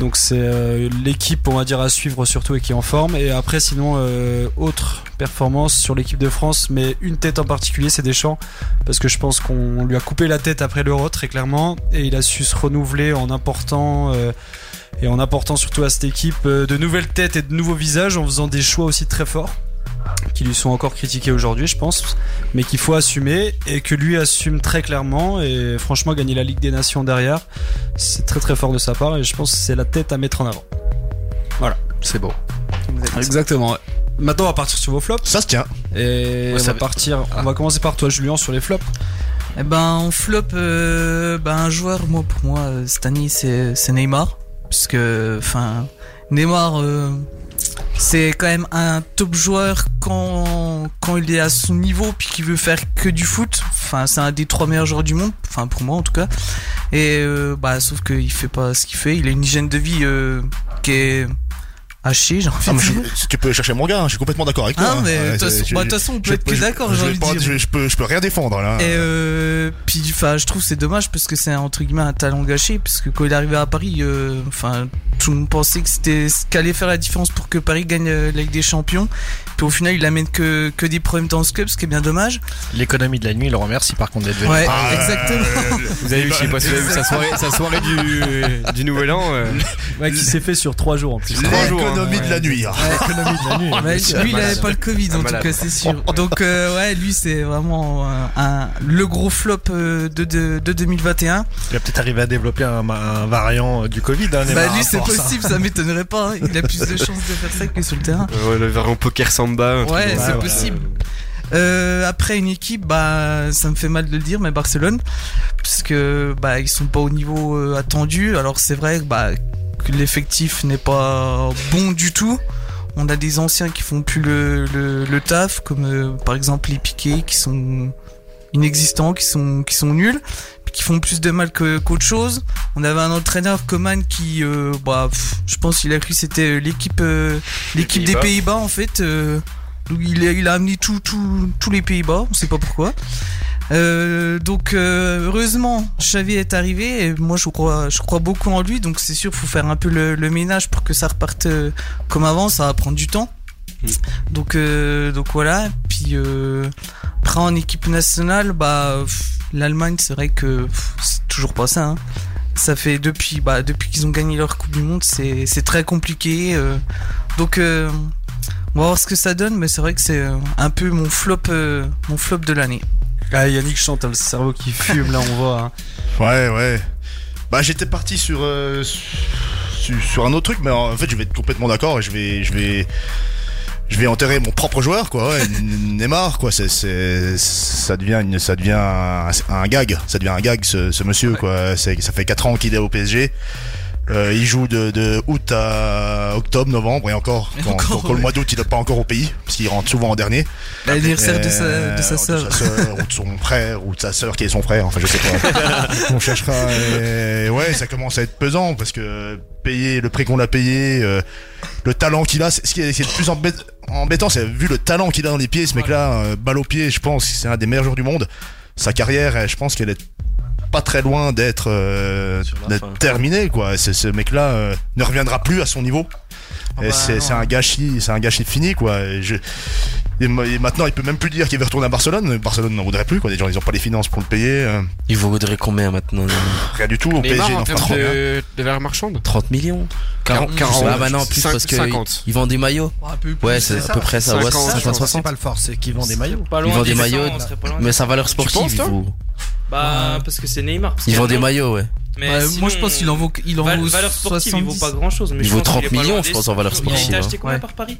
[SPEAKER 1] Donc c'est euh, l'équipe, on va dire, à suivre surtout et qui est en forme. Et après, sinon, euh, autre performance sur l'équipe de France, mais une tête en particulier, c'est Deschamps, parce que je pense qu'on lui a coupé la tête après l'Euro très clairement, et il a su se renouveler en important. euh, et en apportant surtout à cette équipe euh, de nouvelles têtes et de nouveaux visages, en faisant des choix aussi très forts, qui lui sont encore critiqués aujourd'hui, je pense, mais qu'il faut assumer, et que lui assume très clairement, et franchement, gagner la Ligue des Nations derrière, c'est très très fort de sa part et je pense que c'est la tête à mettre en avant.
[SPEAKER 3] C'est beau.
[SPEAKER 1] Exactement. Maintenant, on va partir sur vos flops
[SPEAKER 2] Ça se tient.
[SPEAKER 1] et
[SPEAKER 7] Ouais,
[SPEAKER 1] on
[SPEAKER 7] ça
[SPEAKER 1] va
[SPEAKER 7] va-
[SPEAKER 1] partir. On va commencer par toi, Julien, sur les flops.
[SPEAKER 7] Eh ben, en flop, euh, ben, un joueur, moi, pour moi, euh, cette année, c'est c'est Neymar. Puisque, enfin, Neymar, euh, c'est quand même un top joueur quand, quand il est à son niveau, puis qu'il veut faire que du foot. Enfin, c'est un des trois meilleurs joueurs du monde, enfin, pour moi en tout cas. Et, euh, bah, sauf qu'il fait pas ce qu'il fait. Il a une hygiène de vie euh, qui est hachée, j'ai envie
[SPEAKER 2] Ah,
[SPEAKER 7] de
[SPEAKER 2] mais
[SPEAKER 7] dire.
[SPEAKER 2] je- si tu peux chercher mon gars, hein, je suis complètement d'accord avec toi.
[SPEAKER 7] Ah,
[SPEAKER 2] hein.
[SPEAKER 7] mais
[SPEAKER 2] Ouais,
[SPEAKER 7] de toute
[SPEAKER 2] c'est-
[SPEAKER 7] façon-
[SPEAKER 2] je-
[SPEAKER 7] bah, de toute façon, on peut
[SPEAKER 2] je-
[SPEAKER 7] être que
[SPEAKER 2] je-
[SPEAKER 7] d'accord,
[SPEAKER 2] je
[SPEAKER 7] j'ai envie de
[SPEAKER 2] peux-
[SPEAKER 7] dire.
[SPEAKER 2] Je, je peux, je peux rien défendre hein. là.
[SPEAKER 7] Et euh, puis, enfin, je trouve que c'est dommage parce que c'est entre guillemets un talent gâché parce que quand il est arrivé à Paris, euh, enfin, tout le monde pensait que c'était ce qu'allait faire la différence pour que Paris gagne euh, la Ligue des Champions. Puis au final, il amène que, que des problèmes dans ce club, ce qui est bien dommage.
[SPEAKER 3] L'économie de la nuit, le remercie par contre d'être venu.
[SPEAKER 7] Ouais,
[SPEAKER 2] Ah,
[SPEAKER 7] exactement.
[SPEAKER 2] euh, le-
[SPEAKER 5] Vous avez vu, je sais pas si vous avez vu sa soirée, sa soirée du, du Nouvel An. euh,
[SPEAKER 1] Ouais, qui s'est fait sur 3 jours en plus.
[SPEAKER 5] Trois jours, hein,
[SPEAKER 2] L'économie de la nuit. hein.
[SPEAKER 3] L'économie de la nuit.
[SPEAKER 7] Ouais, lui, il
[SPEAKER 5] malade.
[SPEAKER 7] avait pas le Covid,
[SPEAKER 5] Un
[SPEAKER 7] en tout
[SPEAKER 5] malade.
[SPEAKER 7] cas, c'est sûr. Donc, euh, ouais, lui, c'est vraiment euh, un, le gros flop euh, de, de, de 2021.
[SPEAKER 3] Il va peut-être arriver à développer un, un variant euh, du Covid. hein,
[SPEAKER 7] Bah,
[SPEAKER 3] Neymar,
[SPEAKER 7] lui,
[SPEAKER 3] à
[SPEAKER 7] c'est
[SPEAKER 3] force, hein.
[SPEAKER 7] possible, ça m'étonnerait pas. hein. Il a plus de chances de faire ça que sur le terrain.
[SPEAKER 5] euh, le variant poker samba. un truc
[SPEAKER 7] Ouais,
[SPEAKER 5] comme
[SPEAKER 7] c'est
[SPEAKER 5] ça.
[SPEAKER 7] possible. Euh, après une équipe, bah, ça me fait mal de le dire, mais Barcelone, parce que bah, ils sont pas au niveau euh, attendu. Alors c'est vrai, bah, que l'effectif n'est pas bon du tout. On a des anciens qui font plus le, le, le taf, comme euh, par exemple les piquets qui sont inexistants, qui sont qui sont nuls, puis qui font plus de mal que- qu'autre chose. On avait un entraîneur Coman qui, euh, bah, pff, je pense, il a cru que c'était euh, l'équipe euh, l'équipe des
[SPEAKER 5] Pays-Bas.
[SPEAKER 7] Pays-Bas en fait. euh, donc il a, il a amené tout, tout- tous les Pays-Bas, on sait pas pourquoi. Euh, donc euh, heureusement, Xavi est arrivé. Et moi, je crois, je crois beaucoup en lui. Donc c'est sûr, faut faire un peu le, le ménage pour que ça reparte euh, comme avant. Ça va prendre du temps.
[SPEAKER 5] Mm.
[SPEAKER 7] Donc, euh, donc voilà. Puis euh, après en équipe nationale, bah pff, l'Allemagne, c'est vrai que pff, c'est toujours pas ça. hein. Ça fait depuis, bah depuis qu'ils ont gagné leur Coupe du Monde, c'est c'est très compliqué. euh. donc euh, on va voir ce que ça donne, mais c'est vrai que c'est euh, un peu mon flop, euh, mon flop de l'année.
[SPEAKER 1] Ah, Yannick chante, t'as le cerveau qui fume là, on voit. hein.
[SPEAKER 2] Ouais, ouais. Bah, j'étais parti sur, euh, sur sur un autre truc, mais en fait, je vais être complètement d'accord et je vais je vais je vais enterrer mon propre joueur, quoi. ouais, Neymar, quoi. C'est c'est ça devient une ça devient un, un gag, ça devient un gag ce, ce monsieur, quoi. C'est ça fait 4 ans qu'il est au PSG. Euh, il joue de, de août à octobre, novembre et encore.
[SPEAKER 7] Et
[SPEAKER 2] Quand,
[SPEAKER 7] encore,
[SPEAKER 2] quand- quand le
[SPEAKER 7] ouais.
[SPEAKER 2] mois d'août, il n'est pas encore au pays parce qu'il rentre souvent en dernier.
[SPEAKER 7] L'anniversaire de
[SPEAKER 2] Euh,
[SPEAKER 7] sa, de sa sœur.
[SPEAKER 2] De sa sœur, ou de son frère, ou de sa sœur qui est son frère, enfin je sais pas. on cherchera. euh, ouais, ça commence à être pesant parce que payer le prix qu'on l'a payé, euh, le talent qu'il a, c'est- ce qui est, ce qui est le plus embêt- embêtant, c'est vu le talent qu'il a dans les pieds, ce mec-là, euh, balle au pied, je pense, c'est un des meilleurs joueurs du monde. Sa carrière, euh, je pense qu'elle est pas très loin d'être euh,
[SPEAKER 8] Sur la
[SPEAKER 2] d'être
[SPEAKER 8] fin.
[SPEAKER 2] terminée, quoi. C'est- Ce mec-là euh, ne reviendra plus à son niveau.
[SPEAKER 7] Ah
[SPEAKER 2] Et
[SPEAKER 7] bah,
[SPEAKER 2] c'est
[SPEAKER 7] non.
[SPEAKER 2] c'est un gâchis, c'est un gâchis fini quoi. Et je- et ma- et maintenant il peut même plus dire qu'il veut retourner à Barcelone. Barcelone n'en voudrait plus quoi. Les gens ils ont pas les finances pour le payer, euh,
[SPEAKER 8] Il vous voudrait combien maintenant Léon
[SPEAKER 2] rien du tout. Au
[SPEAKER 5] Neymar,
[SPEAKER 2] PSG
[SPEAKER 5] en
[SPEAKER 2] n'en
[SPEAKER 5] termes
[SPEAKER 2] fera rien.
[SPEAKER 5] de, de valeur marchande
[SPEAKER 8] 30 millions
[SPEAKER 5] Quarante-
[SPEAKER 8] Ah bah non, plus
[SPEAKER 5] cinq-
[SPEAKER 8] parce que
[SPEAKER 5] cinquante.
[SPEAKER 8] ils- ils vendent des maillots.
[SPEAKER 7] Un peu plus,
[SPEAKER 8] Ouais, c'est
[SPEAKER 7] ça.
[SPEAKER 8] à peu près ça. Ouais,
[SPEAKER 5] Cinquante,
[SPEAKER 8] 50,
[SPEAKER 3] Ça,
[SPEAKER 8] 60.
[SPEAKER 3] hein. C'est pas le fort, c'est qu'ils vendent des maillots.
[SPEAKER 4] Pas loin
[SPEAKER 8] Ils vendent des
[SPEAKER 4] cent,
[SPEAKER 8] maillots,
[SPEAKER 4] on serait pas loin
[SPEAKER 8] Mais
[SPEAKER 4] des-
[SPEAKER 8] sa valeur
[SPEAKER 5] Tu penses,
[SPEAKER 8] sportive, il
[SPEAKER 5] toi
[SPEAKER 8] vaut-
[SPEAKER 4] Bah, parce que c'est Neymar. parce
[SPEAKER 8] il
[SPEAKER 4] que
[SPEAKER 8] vend des
[SPEAKER 4] non.
[SPEAKER 8] maillots, ouais.
[SPEAKER 4] Mais
[SPEAKER 7] Ouais,
[SPEAKER 4] sinon,
[SPEAKER 7] moi, je pense qu'il en vaut, il en
[SPEAKER 4] val-
[SPEAKER 7] vaut
[SPEAKER 4] valeur sportive, il vaut
[SPEAKER 7] 70.
[SPEAKER 4] pas grand chose.
[SPEAKER 8] Il vaut 30 millions, je pense, en valeur
[SPEAKER 4] Il a
[SPEAKER 8] sportive,
[SPEAKER 4] été acheté
[SPEAKER 8] hein.
[SPEAKER 4] combien
[SPEAKER 7] Ouais.
[SPEAKER 4] par Paris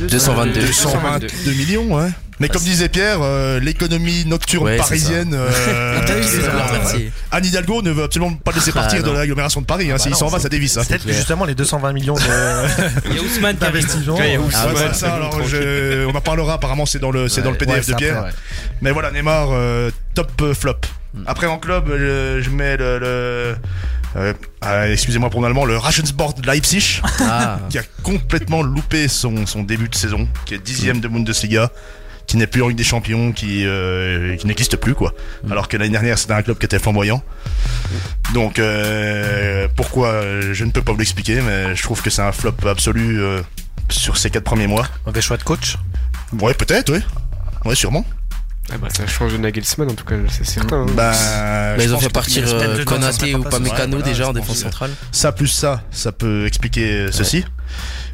[SPEAKER 8] 222.
[SPEAKER 2] 222 millions ouais. Mais comme disait Pierre, euh, l'économie nocturne
[SPEAKER 8] Bah, Ouais, c'est Ah,
[SPEAKER 2] parisienne. euh,
[SPEAKER 8] T'as vu, c'est
[SPEAKER 2] euh,
[SPEAKER 8] ça, leur merci.
[SPEAKER 2] Anne Hidalgo ne veut absolument pas laisser
[SPEAKER 8] Ah,
[SPEAKER 2] partir de
[SPEAKER 8] non.
[SPEAKER 2] l'agglomération de Paris. Hein. S'il s'en va, ça dévisse. hein.
[SPEAKER 3] Peut-être que justement les 220 millions de-
[SPEAKER 4] Il y a Ousmane qui arrive.
[SPEAKER 3] d'investissements.
[SPEAKER 5] Ouais,
[SPEAKER 3] euh,
[SPEAKER 5] ouf,
[SPEAKER 8] Ah
[SPEAKER 2] Ouais,
[SPEAKER 5] ouais,
[SPEAKER 2] c'est ça, alors je- on en parlera apparemment, c'est dans le, c'est dans le
[SPEAKER 3] ouais,
[SPEAKER 2] PDF
[SPEAKER 3] c'est
[SPEAKER 2] de Pierre.
[SPEAKER 3] après, ouais.
[SPEAKER 2] Mais voilà, Neymar, euh, top euh, flop. Après, en club, euh, je mets le. le- euh, ah, Excusez-moi pour mon allemand, le Rachensborg Leipzig,
[SPEAKER 8] Ah,
[SPEAKER 2] qui a complètement loupé son, son début de saison, qui est dixième de Bundesliga, qui n'est plus en Ligue des Champions, qui, euh, qui n'existe plus, quoi. Alors que l'année dernière, c'était un club qui était flamboyant. Donc, euh, pourquoi euh, Je ne peux pas vous l'expliquer, mais je trouve que c'est un flop absolu euh, sur ces quatre premiers mois.
[SPEAKER 3] Mauvais choix de coach.
[SPEAKER 8] Bah,
[SPEAKER 2] Ouais, peut-être, oui. Ouais, sûrement.
[SPEAKER 5] Ah bah, ça change de Nagelsmann en tout cas, c'est certain. hein.
[SPEAKER 2] Bah,
[SPEAKER 8] mais
[SPEAKER 2] je
[SPEAKER 8] ils ont
[SPEAKER 2] pense
[SPEAKER 8] fait
[SPEAKER 2] que-
[SPEAKER 8] partir
[SPEAKER 3] Spence
[SPEAKER 8] euh,
[SPEAKER 3] Johnson,
[SPEAKER 8] Konaté
[SPEAKER 3] ça
[SPEAKER 8] ou
[SPEAKER 3] passe pas,
[SPEAKER 8] Pamecano
[SPEAKER 2] ouais,
[SPEAKER 8] déjà
[SPEAKER 2] voilà,
[SPEAKER 8] en
[SPEAKER 2] je
[SPEAKER 8] défense
[SPEAKER 2] pense.
[SPEAKER 8] centrale.
[SPEAKER 2] Ça plus ça, ça peut expliquer euh, ceci.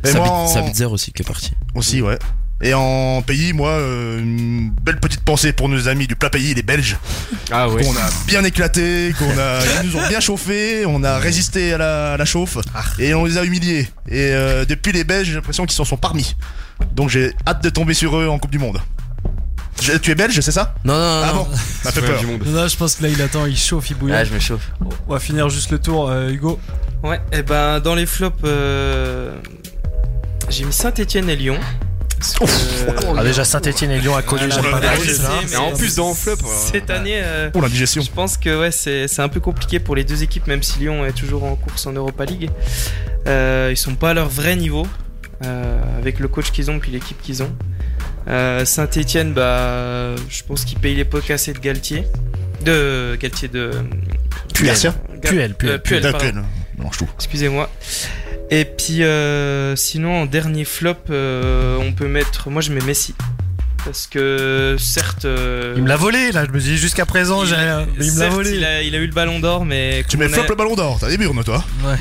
[SPEAKER 2] Et moi, en-
[SPEAKER 8] Sabitzer aussi qui est parti.
[SPEAKER 2] aussi, ouais. Et en pays, moi, euh, une belle petite pensée pour nos amis du plat pays, les Belges,
[SPEAKER 5] Ah ouais.
[SPEAKER 2] qu'on a bien éclaté, qu'on a, ils nous ont bien chauffé, on a résisté à la, à la chauffe
[SPEAKER 8] Ah.
[SPEAKER 2] et on les a humiliés. Et euh, depuis les Belges, j'ai l'impression qu'ils s'en sont parmi. Donc j'ai hâte de tomber sur eux en Coupe du Monde. Je- tu es belge, c'est ça
[SPEAKER 8] Non, non, non.
[SPEAKER 2] Ah bon
[SPEAKER 8] non.
[SPEAKER 2] Ça fait
[SPEAKER 5] Ouais,
[SPEAKER 2] peur.
[SPEAKER 5] du monde.
[SPEAKER 1] Non, je pense que là, il attend, il chauffe, il bouillonne.
[SPEAKER 8] Ah, je me chauffe.
[SPEAKER 1] On va finir juste le tour, euh, Hugo.
[SPEAKER 4] Ouais, et ben dans les flops, euh, j'ai mis Saint-Etienne et Lyon. Euh, Parce que-
[SPEAKER 3] Ah, déjà Saint-Etienne et Lyon à
[SPEAKER 8] Ah,
[SPEAKER 3] côté,
[SPEAKER 4] Voilà,
[SPEAKER 3] j'aime pas
[SPEAKER 2] Ah,
[SPEAKER 4] voilà,
[SPEAKER 3] trop
[SPEAKER 4] je
[SPEAKER 3] ça.
[SPEAKER 4] sais,
[SPEAKER 5] Et en plus, dans le flop, euh,
[SPEAKER 4] Cette année, euh,
[SPEAKER 2] Oh la digestion.
[SPEAKER 4] je pense que ouais, c'est c'est un peu compliqué pour les deux équipes, même si Lyon est toujours en course en Europa League. Euh, ils sont pas à leur vrai niveau euh, avec le coach qu'ils ont puis l'équipe qu'ils ont. Euh, Saint-Etienne, bah, je pense qu'ils payent les pots cassés de Galtier. De Galtier de.
[SPEAKER 2] Merci.
[SPEAKER 4] Ga-
[SPEAKER 3] Puel,
[SPEAKER 4] euh,
[SPEAKER 3] Puel.
[SPEAKER 4] Puel, pardon.
[SPEAKER 2] D'accord. Non, je trouve.
[SPEAKER 4] Excusez-moi. Et puis euh, sinon en dernier flop, euh, on peut mettre. Moi je mets Messi. Parce que certes. euh,
[SPEAKER 3] Il me l'a volé là, je me dis jusqu'à présent,
[SPEAKER 4] il-
[SPEAKER 3] j'ai rien. Il me l'a
[SPEAKER 4] certes,
[SPEAKER 3] volé.
[SPEAKER 4] Il a, il a eu le ballon d'or, mais.
[SPEAKER 2] Tu
[SPEAKER 4] comme
[SPEAKER 2] mets
[SPEAKER 4] on
[SPEAKER 2] flop
[SPEAKER 4] a-
[SPEAKER 2] le ballon d'or, t'as des burnes toi.
[SPEAKER 4] Ouais,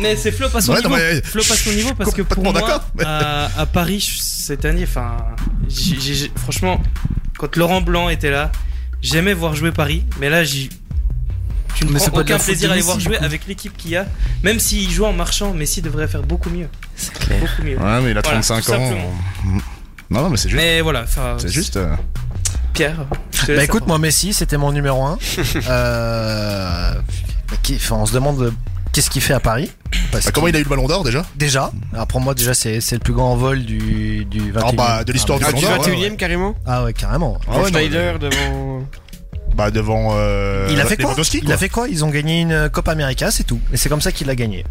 [SPEAKER 4] mais c'est flop à son
[SPEAKER 2] Ouais, non,
[SPEAKER 4] niveau.
[SPEAKER 2] mais-
[SPEAKER 4] Flop à son
[SPEAKER 2] je suis
[SPEAKER 4] niveau parce que pour
[SPEAKER 2] complètement
[SPEAKER 4] moi,
[SPEAKER 2] d'accord, mais-
[SPEAKER 4] à, à Paris je- cette année, enfin, j'ai- j'ai- j'ai- franchement, quand Laurent Blanc était là, j'aimais voir jouer Paris, mais là, j'ai tu ne
[SPEAKER 7] Mais c'est
[SPEAKER 4] prends
[SPEAKER 7] pas de la
[SPEAKER 4] aucun
[SPEAKER 7] faute
[SPEAKER 4] plaisir
[SPEAKER 7] de
[SPEAKER 4] à les
[SPEAKER 7] Messi,
[SPEAKER 4] voir
[SPEAKER 7] du
[SPEAKER 4] jouer
[SPEAKER 7] coup.
[SPEAKER 4] avec l'équipe qu'il y a. Même s'il joue en marchant, Messi devrait faire beaucoup mieux.
[SPEAKER 8] C'est clair.
[SPEAKER 4] Beaucoup mieux.
[SPEAKER 2] Ouais, mais il a
[SPEAKER 4] Voilà,
[SPEAKER 2] 35
[SPEAKER 4] tout
[SPEAKER 2] ans. Mm.
[SPEAKER 4] simplement.
[SPEAKER 2] Non, non, mais c'est juste.
[SPEAKER 4] Mais voilà, enfin,
[SPEAKER 2] C'est juste. euh,
[SPEAKER 4] Pierre. je te
[SPEAKER 3] Bah
[SPEAKER 4] laisse
[SPEAKER 3] écoute,
[SPEAKER 4] la
[SPEAKER 3] moi Messi, c'était mon numéro 1. euh, qui- enfin, on se demande euh, qu'est-ce qu'il fait à Paris. Parce
[SPEAKER 2] bah,
[SPEAKER 3] que-
[SPEAKER 2] comment il a eu le ballon d'or déjà
[SPEAKER 3] Déjà, alors pour moi déjà c'est c'est le plus grand vol du, du 21
[SPEAKER 2] Ah, bah, de l'histoire du
[SPEAKER 5] Ah,
[SPEAKER 2] ballon
[SPEAKER 5] du
[SPEAKER 2] d'or.
[SPEAKER 5] 21
[SPEAKER 2] ouais,
[SPEAKER 5] e carrément
[SPEAKER 3] Ah ouais, carrément.
[SPEAKER 2] Ah ouais, non,
[SPEAKER 5] Schneider devant.
[SPEAKER 2] Bah, devant. euh,
[SPEAKER 3] il a fait quoi
[SPEAKER 2] Lewandowski,
[SPEAKER 3] Il a fait quoi Ils ont gagné une Copa América, c'est tout. Et c'est comme ça qu'il a gagné.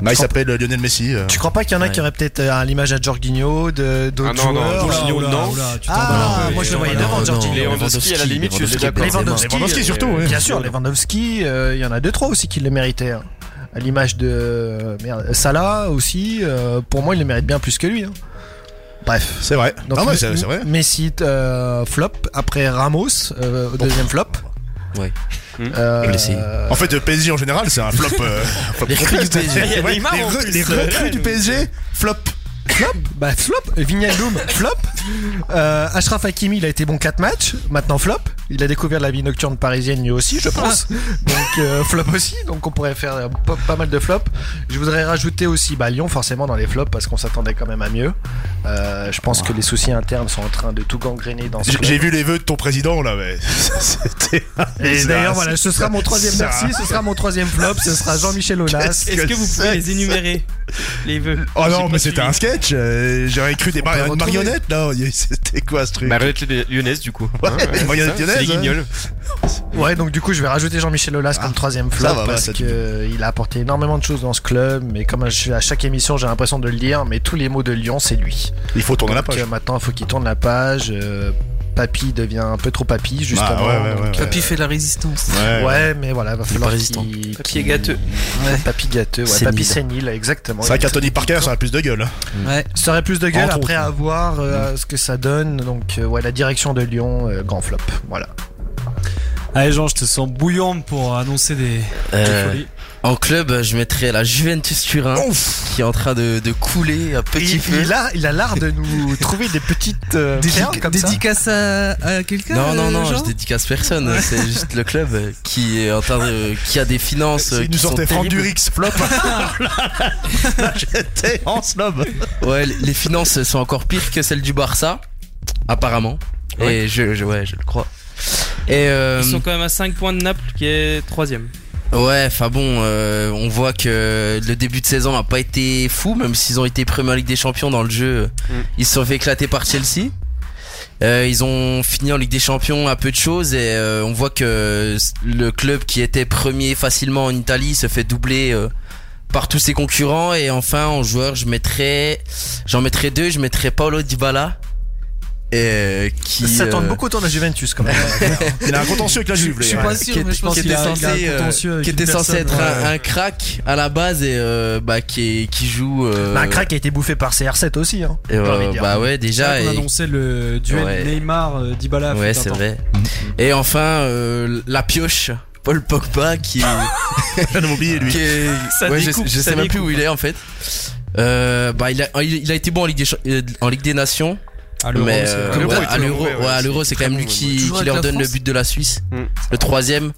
[SPEAKER 2] Bah, il s'appelle Lionel Messi. euh.
[SPEAKER 3] Tu crois pas qu'il y en a
[SPEAKER 8] Ouais.
[SPEAKER 3] qui auraient peut-être euh, l'image à Jorginho, de d'autres
[SPEAKER 5] Ah non, non,
[SPEAKER 3] joueurs
[SPEAKER 5] Jorginho,
[SPEAKER 1] Oula,
[SPEAKER 5] non.
[SPEAKER 1] oula, tu
[SPEAKER 3] Ah,
[SPEAKER 1] t'emballes.
[SPEAKER 3] moi, je le voyais
[SPEAKER 1] Ouais,
[SPEAKER 3] devant,
[SPEAKER 1] non,
[SPEAKER 3] Jorginho.
[SPEAKER 1] non.
[SPEAKER 5] Lewandowski, à la limite, je suis
[SPEAKER 8] Lewandowski,
[SPEAKER 5] d'accord.
[SPEAKER 8] Benzema.
[SPEAKER 3] Lewandowski,
[SPEAKER 2] Lewandowski,
[SPEAKER 5] euh,
[SPEAKER 2] surtout, ouais.
[SPEAKER 3] Bien sûr, Lewandowski, euh, il y en a deux trois aussi qui le méritaient. hein. À l'image de euh, merde, Salah aussi, euh, pour moi il le mérite bien plus que lui. hein. Bref.
[SPEAKER 2] C'est vrai.
[SPEAKER 3] Donc,
[SPEAKER 2] non, mais
[SPEAKER 3] M-
[SPEAKER 2] Ah c'est c'est vrai.
[SPEAKER 3] Messi euh, flop, après Ramos, euh, deuxième flop.
[SPEAKER 8] Ouais.
[SPEAKER 3] Euh,
[SPEAKER 8] Blessé.
[SPEAKER 2] En fait, le PSG en général, c'est un flop. euh, un flop
[SPEAKER 8] Les recrues du
[SPEAKER 2] complet.
[SPEAKER 8] PSG.
[SPEAKER 4] Il y a
[SPEAKER 2] Ouais,
[SPEAKER 4] Neymar
[SPEAKER 2] les
[SPEAKER 4] en
[SPEAKER 2] re-
[SPEAKER 4] plus,
[SPEAKER 2] les
[SPEAKER 4] c'est vrai,
[SPEAKER 2] recrues du
[SPEAKER 4] mais-
[SPEAKER 2] PSG, flop.
[SPEAKER 3] flop, bah flop, Vignaldoum, flop. Euh, Ashraf Hakimi, il a été bon 4 matchs, maintenant flop. Il a découvert la vie nocturne parisienne lui aussi, je pense.
[SPEAKER 2] Ah.
[SPEAKER 3] Donc euh, flop aussi, donc on pourrait faire euh, pas, pas mal de flops. Je voudrais rajouter aussi bah, Lyon forcément dans les flops parce qu'on s'attendait quand même à mieux. Euh, je pense que les soucis internes sont en train de tout gangréner dans ce
[SPEAKER 2] J'ai
[SPEAKER 3] club.
[SPEAKER 2] j'ai vu les vœux de ton président là, mais c'était.
[SPEAKER 3] Et
[SPEAKER 2] c'est
[SPEAKER 3] d'ailleurs
[SPEAKER 2] un-
[SPEAKER 3] voilà, ce sera mon troisième
[SPEAKER 2] c'est un-
[SPEAKER 3] merci, ce sera mon troisième flop, ce sera Jean-Michel Aulas.
[SPEAKER 4] parole. Est-ce que vous pouvez les énumérer Les vœux
[SPEAKER 2] Oh
[SPEAKER 4] J'ai
[SPEAKER 2] non,
[SPEAKER 4] pas
[SPEAKER 2] mais c'était
[SPEAKER 4] suivi.
[SPEAKER 2] un sketch. euh, J'aurais cru des mar-
[SPEAKER 3] peut le
[SPEAKER 2] une
[SPEAKER 3] retrouver.
[SPEAKER 2] marionnette là. C'était quoi ce truc
[SPEAKER 5] Marionnette lyonnaise, du coup.
[SPEAKER 2] Ouais,
[SPEAKER 5] Hein, ouais,
[SPEAKER 2] marionnette
[SPEAKER 5] c'est ça, C'est les
[SPEAKER 2] lyonnaise, hein.
[SPEAKER 5] guignols.
[SPEAKER 3] Ouais, donc du coup, je vais rajouter Jean-Michel Aulas comme troisième flop
[SPEAKER 2] Ah, ça va,
[SPEAKER 3] parce
[SPEAKER 2] ça te-
[SPEAKER 3] qu'il a apporté énormément de choses dans ce club. Mais comme à ch- à chaque émission, j'ai l'impression de le dire, mais tous les mots de Lyon, c'est lui.
[SPEAKER 2] Il faut tourner la
[SPEAKER 3] Donc,
[SPEAKER 2] page.
[SPEAKER 3] euh, maintenant, il faut qu'il tourne la page. euh, papy devient un peu trop papy, justement.
[SPEAKER 2] Ah, ouais, ouais,
[SPEAKER 3] Donc,
[SPEAKER 2] ouais, ouais.
[SPEAKER 7] Papy fait de la résistance.
[SPEAKER 3] euh,
[SPEAKER 2] Ouais.
[SPEAKER 3] ouais, mais voilà, va falloir
[SPEAKER 8] pas résistant.
[SPEAKER 3] qu'il-
[SPEAKER 4] Papier
[SPEAKER 3] qu'il-
[SPEAKER 4] gâteux.
[SPEAKER 3] Ouais, Papy gâteux, ouais,
[SPEAKER 8] Sénile.
[SPEAKER 3] papy sénile, exactement.
[SPEAKER 2] C'est vrai qu'Anthony Parker, ça a plus de gueule. hein.
[SPEAKER 7] Ouais.
[SPEAKER 3] Ça aurait plus de gueule
[SPEAKER 2] Entre
[SPEAKER 3] après
[SPEAKER 2] autres.
[SPEAKER 3] avoir
[SPEAKER 2] Mm.
[SPEAKER 3] ce que ça donne. Donc, euh, ouais, la direction de Lyon, euh, grand flop. Voilà.
[SPEAKER 1] Allez, Jean, je te sens bouillant pour annoncer des, des
[SPEAKER 8] Euh,
[SPEAKER 1] folies.
[SPEAKER 8] en club, je mettrais la Juventus Turin qui est en train de, de couler à petit
[SPEAKER 3] il,
[SPEAKER 8] feu.
[SPEAKER 3] il a, il a l'art de nous trouver des petites euh,
[SPEAKER 7] Dédic-
[SPEAKER 3] perles comme ça.
[SPEAKER 7] dédicace à, à quelqu'un
[SPEAKER 8] Non, non,
[SPEAKER 7] euh,
[SPEAKER 8] non, je
[SPEAKER 7] Jean
[SPEAKER 8] dédicace personne. C'est juste le club euh, qui est en train de, qui a des finances. euh,
[SPEAKER 2] S'il
[SPEAKER 8] qui
[SPEAKER 2] nous sortait
[SPEAKER 8] sont
[SPEAKER 2] Franck
[SPEAKER 8] terribles.
[SPEAKER 2] Durix, flop. Là, J'étais en snob.
[SPEAKER 8] Ouais, les les finances sont encore pires que celles du Barça, apparemment. Et je, je- ouais, je le crois. Et euh,
[SPEAKER 4] Ils sont quand même à 5 points de Naples qui est troisième.
[SPEAKER 8] ouais, enfin bon, euh, on voit que le début de saison a pas été fou, même s'ils ont été premiers en Ligue des Champions dans le jeu. euh,
[SPEAKER 5] Mm.
[SPEAKER 8] Ils se sont fait éclater par Chelsea. Euh, ils ont fini en Ligue des Champions à peu de choses et euh, on voit que s- le club qui était premier facilement en Italie se fait doubler euh, par tous ses concurrents et enfin en joueur je mettrais j'en mettrais deux je mettrais Paolo Dybala et euh, qui
[SPEAKER 3] Ça tourne
[SPEAKER 8] euh,
[SPEAKER 3] beaucoup autour de la Juventus quand même.
[SPEAKER 2] Il a un contentieux avec la Juve. hein.
[SPEAKER 7] Je suis
[SPEAKER 2] les gars.
[SPEAKER 7] pas sûr, mais je pense
[SPEAKER 8] qui
[SPEAKER 7] qu'il
[SPEAKER 8] était
[SPEAKER 7] a
[SPEAKER 1] a- il a un
[SPEAKER 8] censé, euh,
[SPEAKER 1] contentieux avec
[SPEAKER 8] qui était
[SPEAKER 1] une
[SPEAKER 8] censé être
[SPEAKER 1] personne,
[SPEAKER 8] un,
[SPEAKER 1] ouais.
[SPEAKER 8] un crack à la base et euh, bah qui est- qui joue euh,
[SPEAKER 3] Bah, un crack a été bouffé par CR7 aussi. Hein.
[SPEAKER 8] et, euh,
[SPEAKER 3] j'ai envie de dire.
[SPEAKER 8] bah ouais
[SPEAKER 1] C'est vrai
[SPEAKER 8] déjà
[SPEAKER 1] qu'on
[SPEAKER 8] et-
[SPEAKER 1] annonçait le duel
[SPEAKER 8] Ouais.
[SPEAKER 1] Neymar euh, Dybala.
[SPEAKER 8] ouais c'est vrai et enfin euh, la pioche Paul Pogba qui
[SPEAKER 2] J'avais oublié lui.
[SPEAKER 8] qui est-
[SPEAKER 4] Ça
[SPEAKER 8] ouais, je,
[SPEAKER 4] découpe,
[SPEAKER 8] je
[SPEAKER 4] ça
[SPEAKER 8] sais même plus
[SPEAKER 4] découpe.
[SPEAKER 8] où il est en fait Euh, bah il a il a été bon en Ligue des, Cha- euh, en Ligue des Nations
[SPEAKER 1] Ah, le
[SPEAKER 8] mais
[SPEAKER 1] rond, c'est
[SPEAKER 8] euh,
[SPEAKER 1] vrai.
[SPEAKER 5] l'Euro,
[SPEAKER 8] ouais,
[SPEAKER 5] il était
[SPEAKER 8] à l'euro,
[SPEAKER 5] mauvais, ouais,
[SPEAKER 8] ouais, à
[SPEAKER 5] c'est
[SPEAKER 8] l'euro, c'est quand
[SPEAKER 5] très
[SPEAKER 8] même lui
[SPEAKER 5] mauvais,
[SPEAKER 8] qui,
[SPEAKER 7] Toujours
[SPEAKER 8] qui
[SPEAKER 7] avec
[SPEAKER 8] leur
[SPEAKER 7] la
[SPEAKER 8] donne le
[SPEAKER 7] France.
[SPEAKER 8] but de la Suisse,
[SPEAKER 5] Mm.
[SPEAKER 8] le troisième.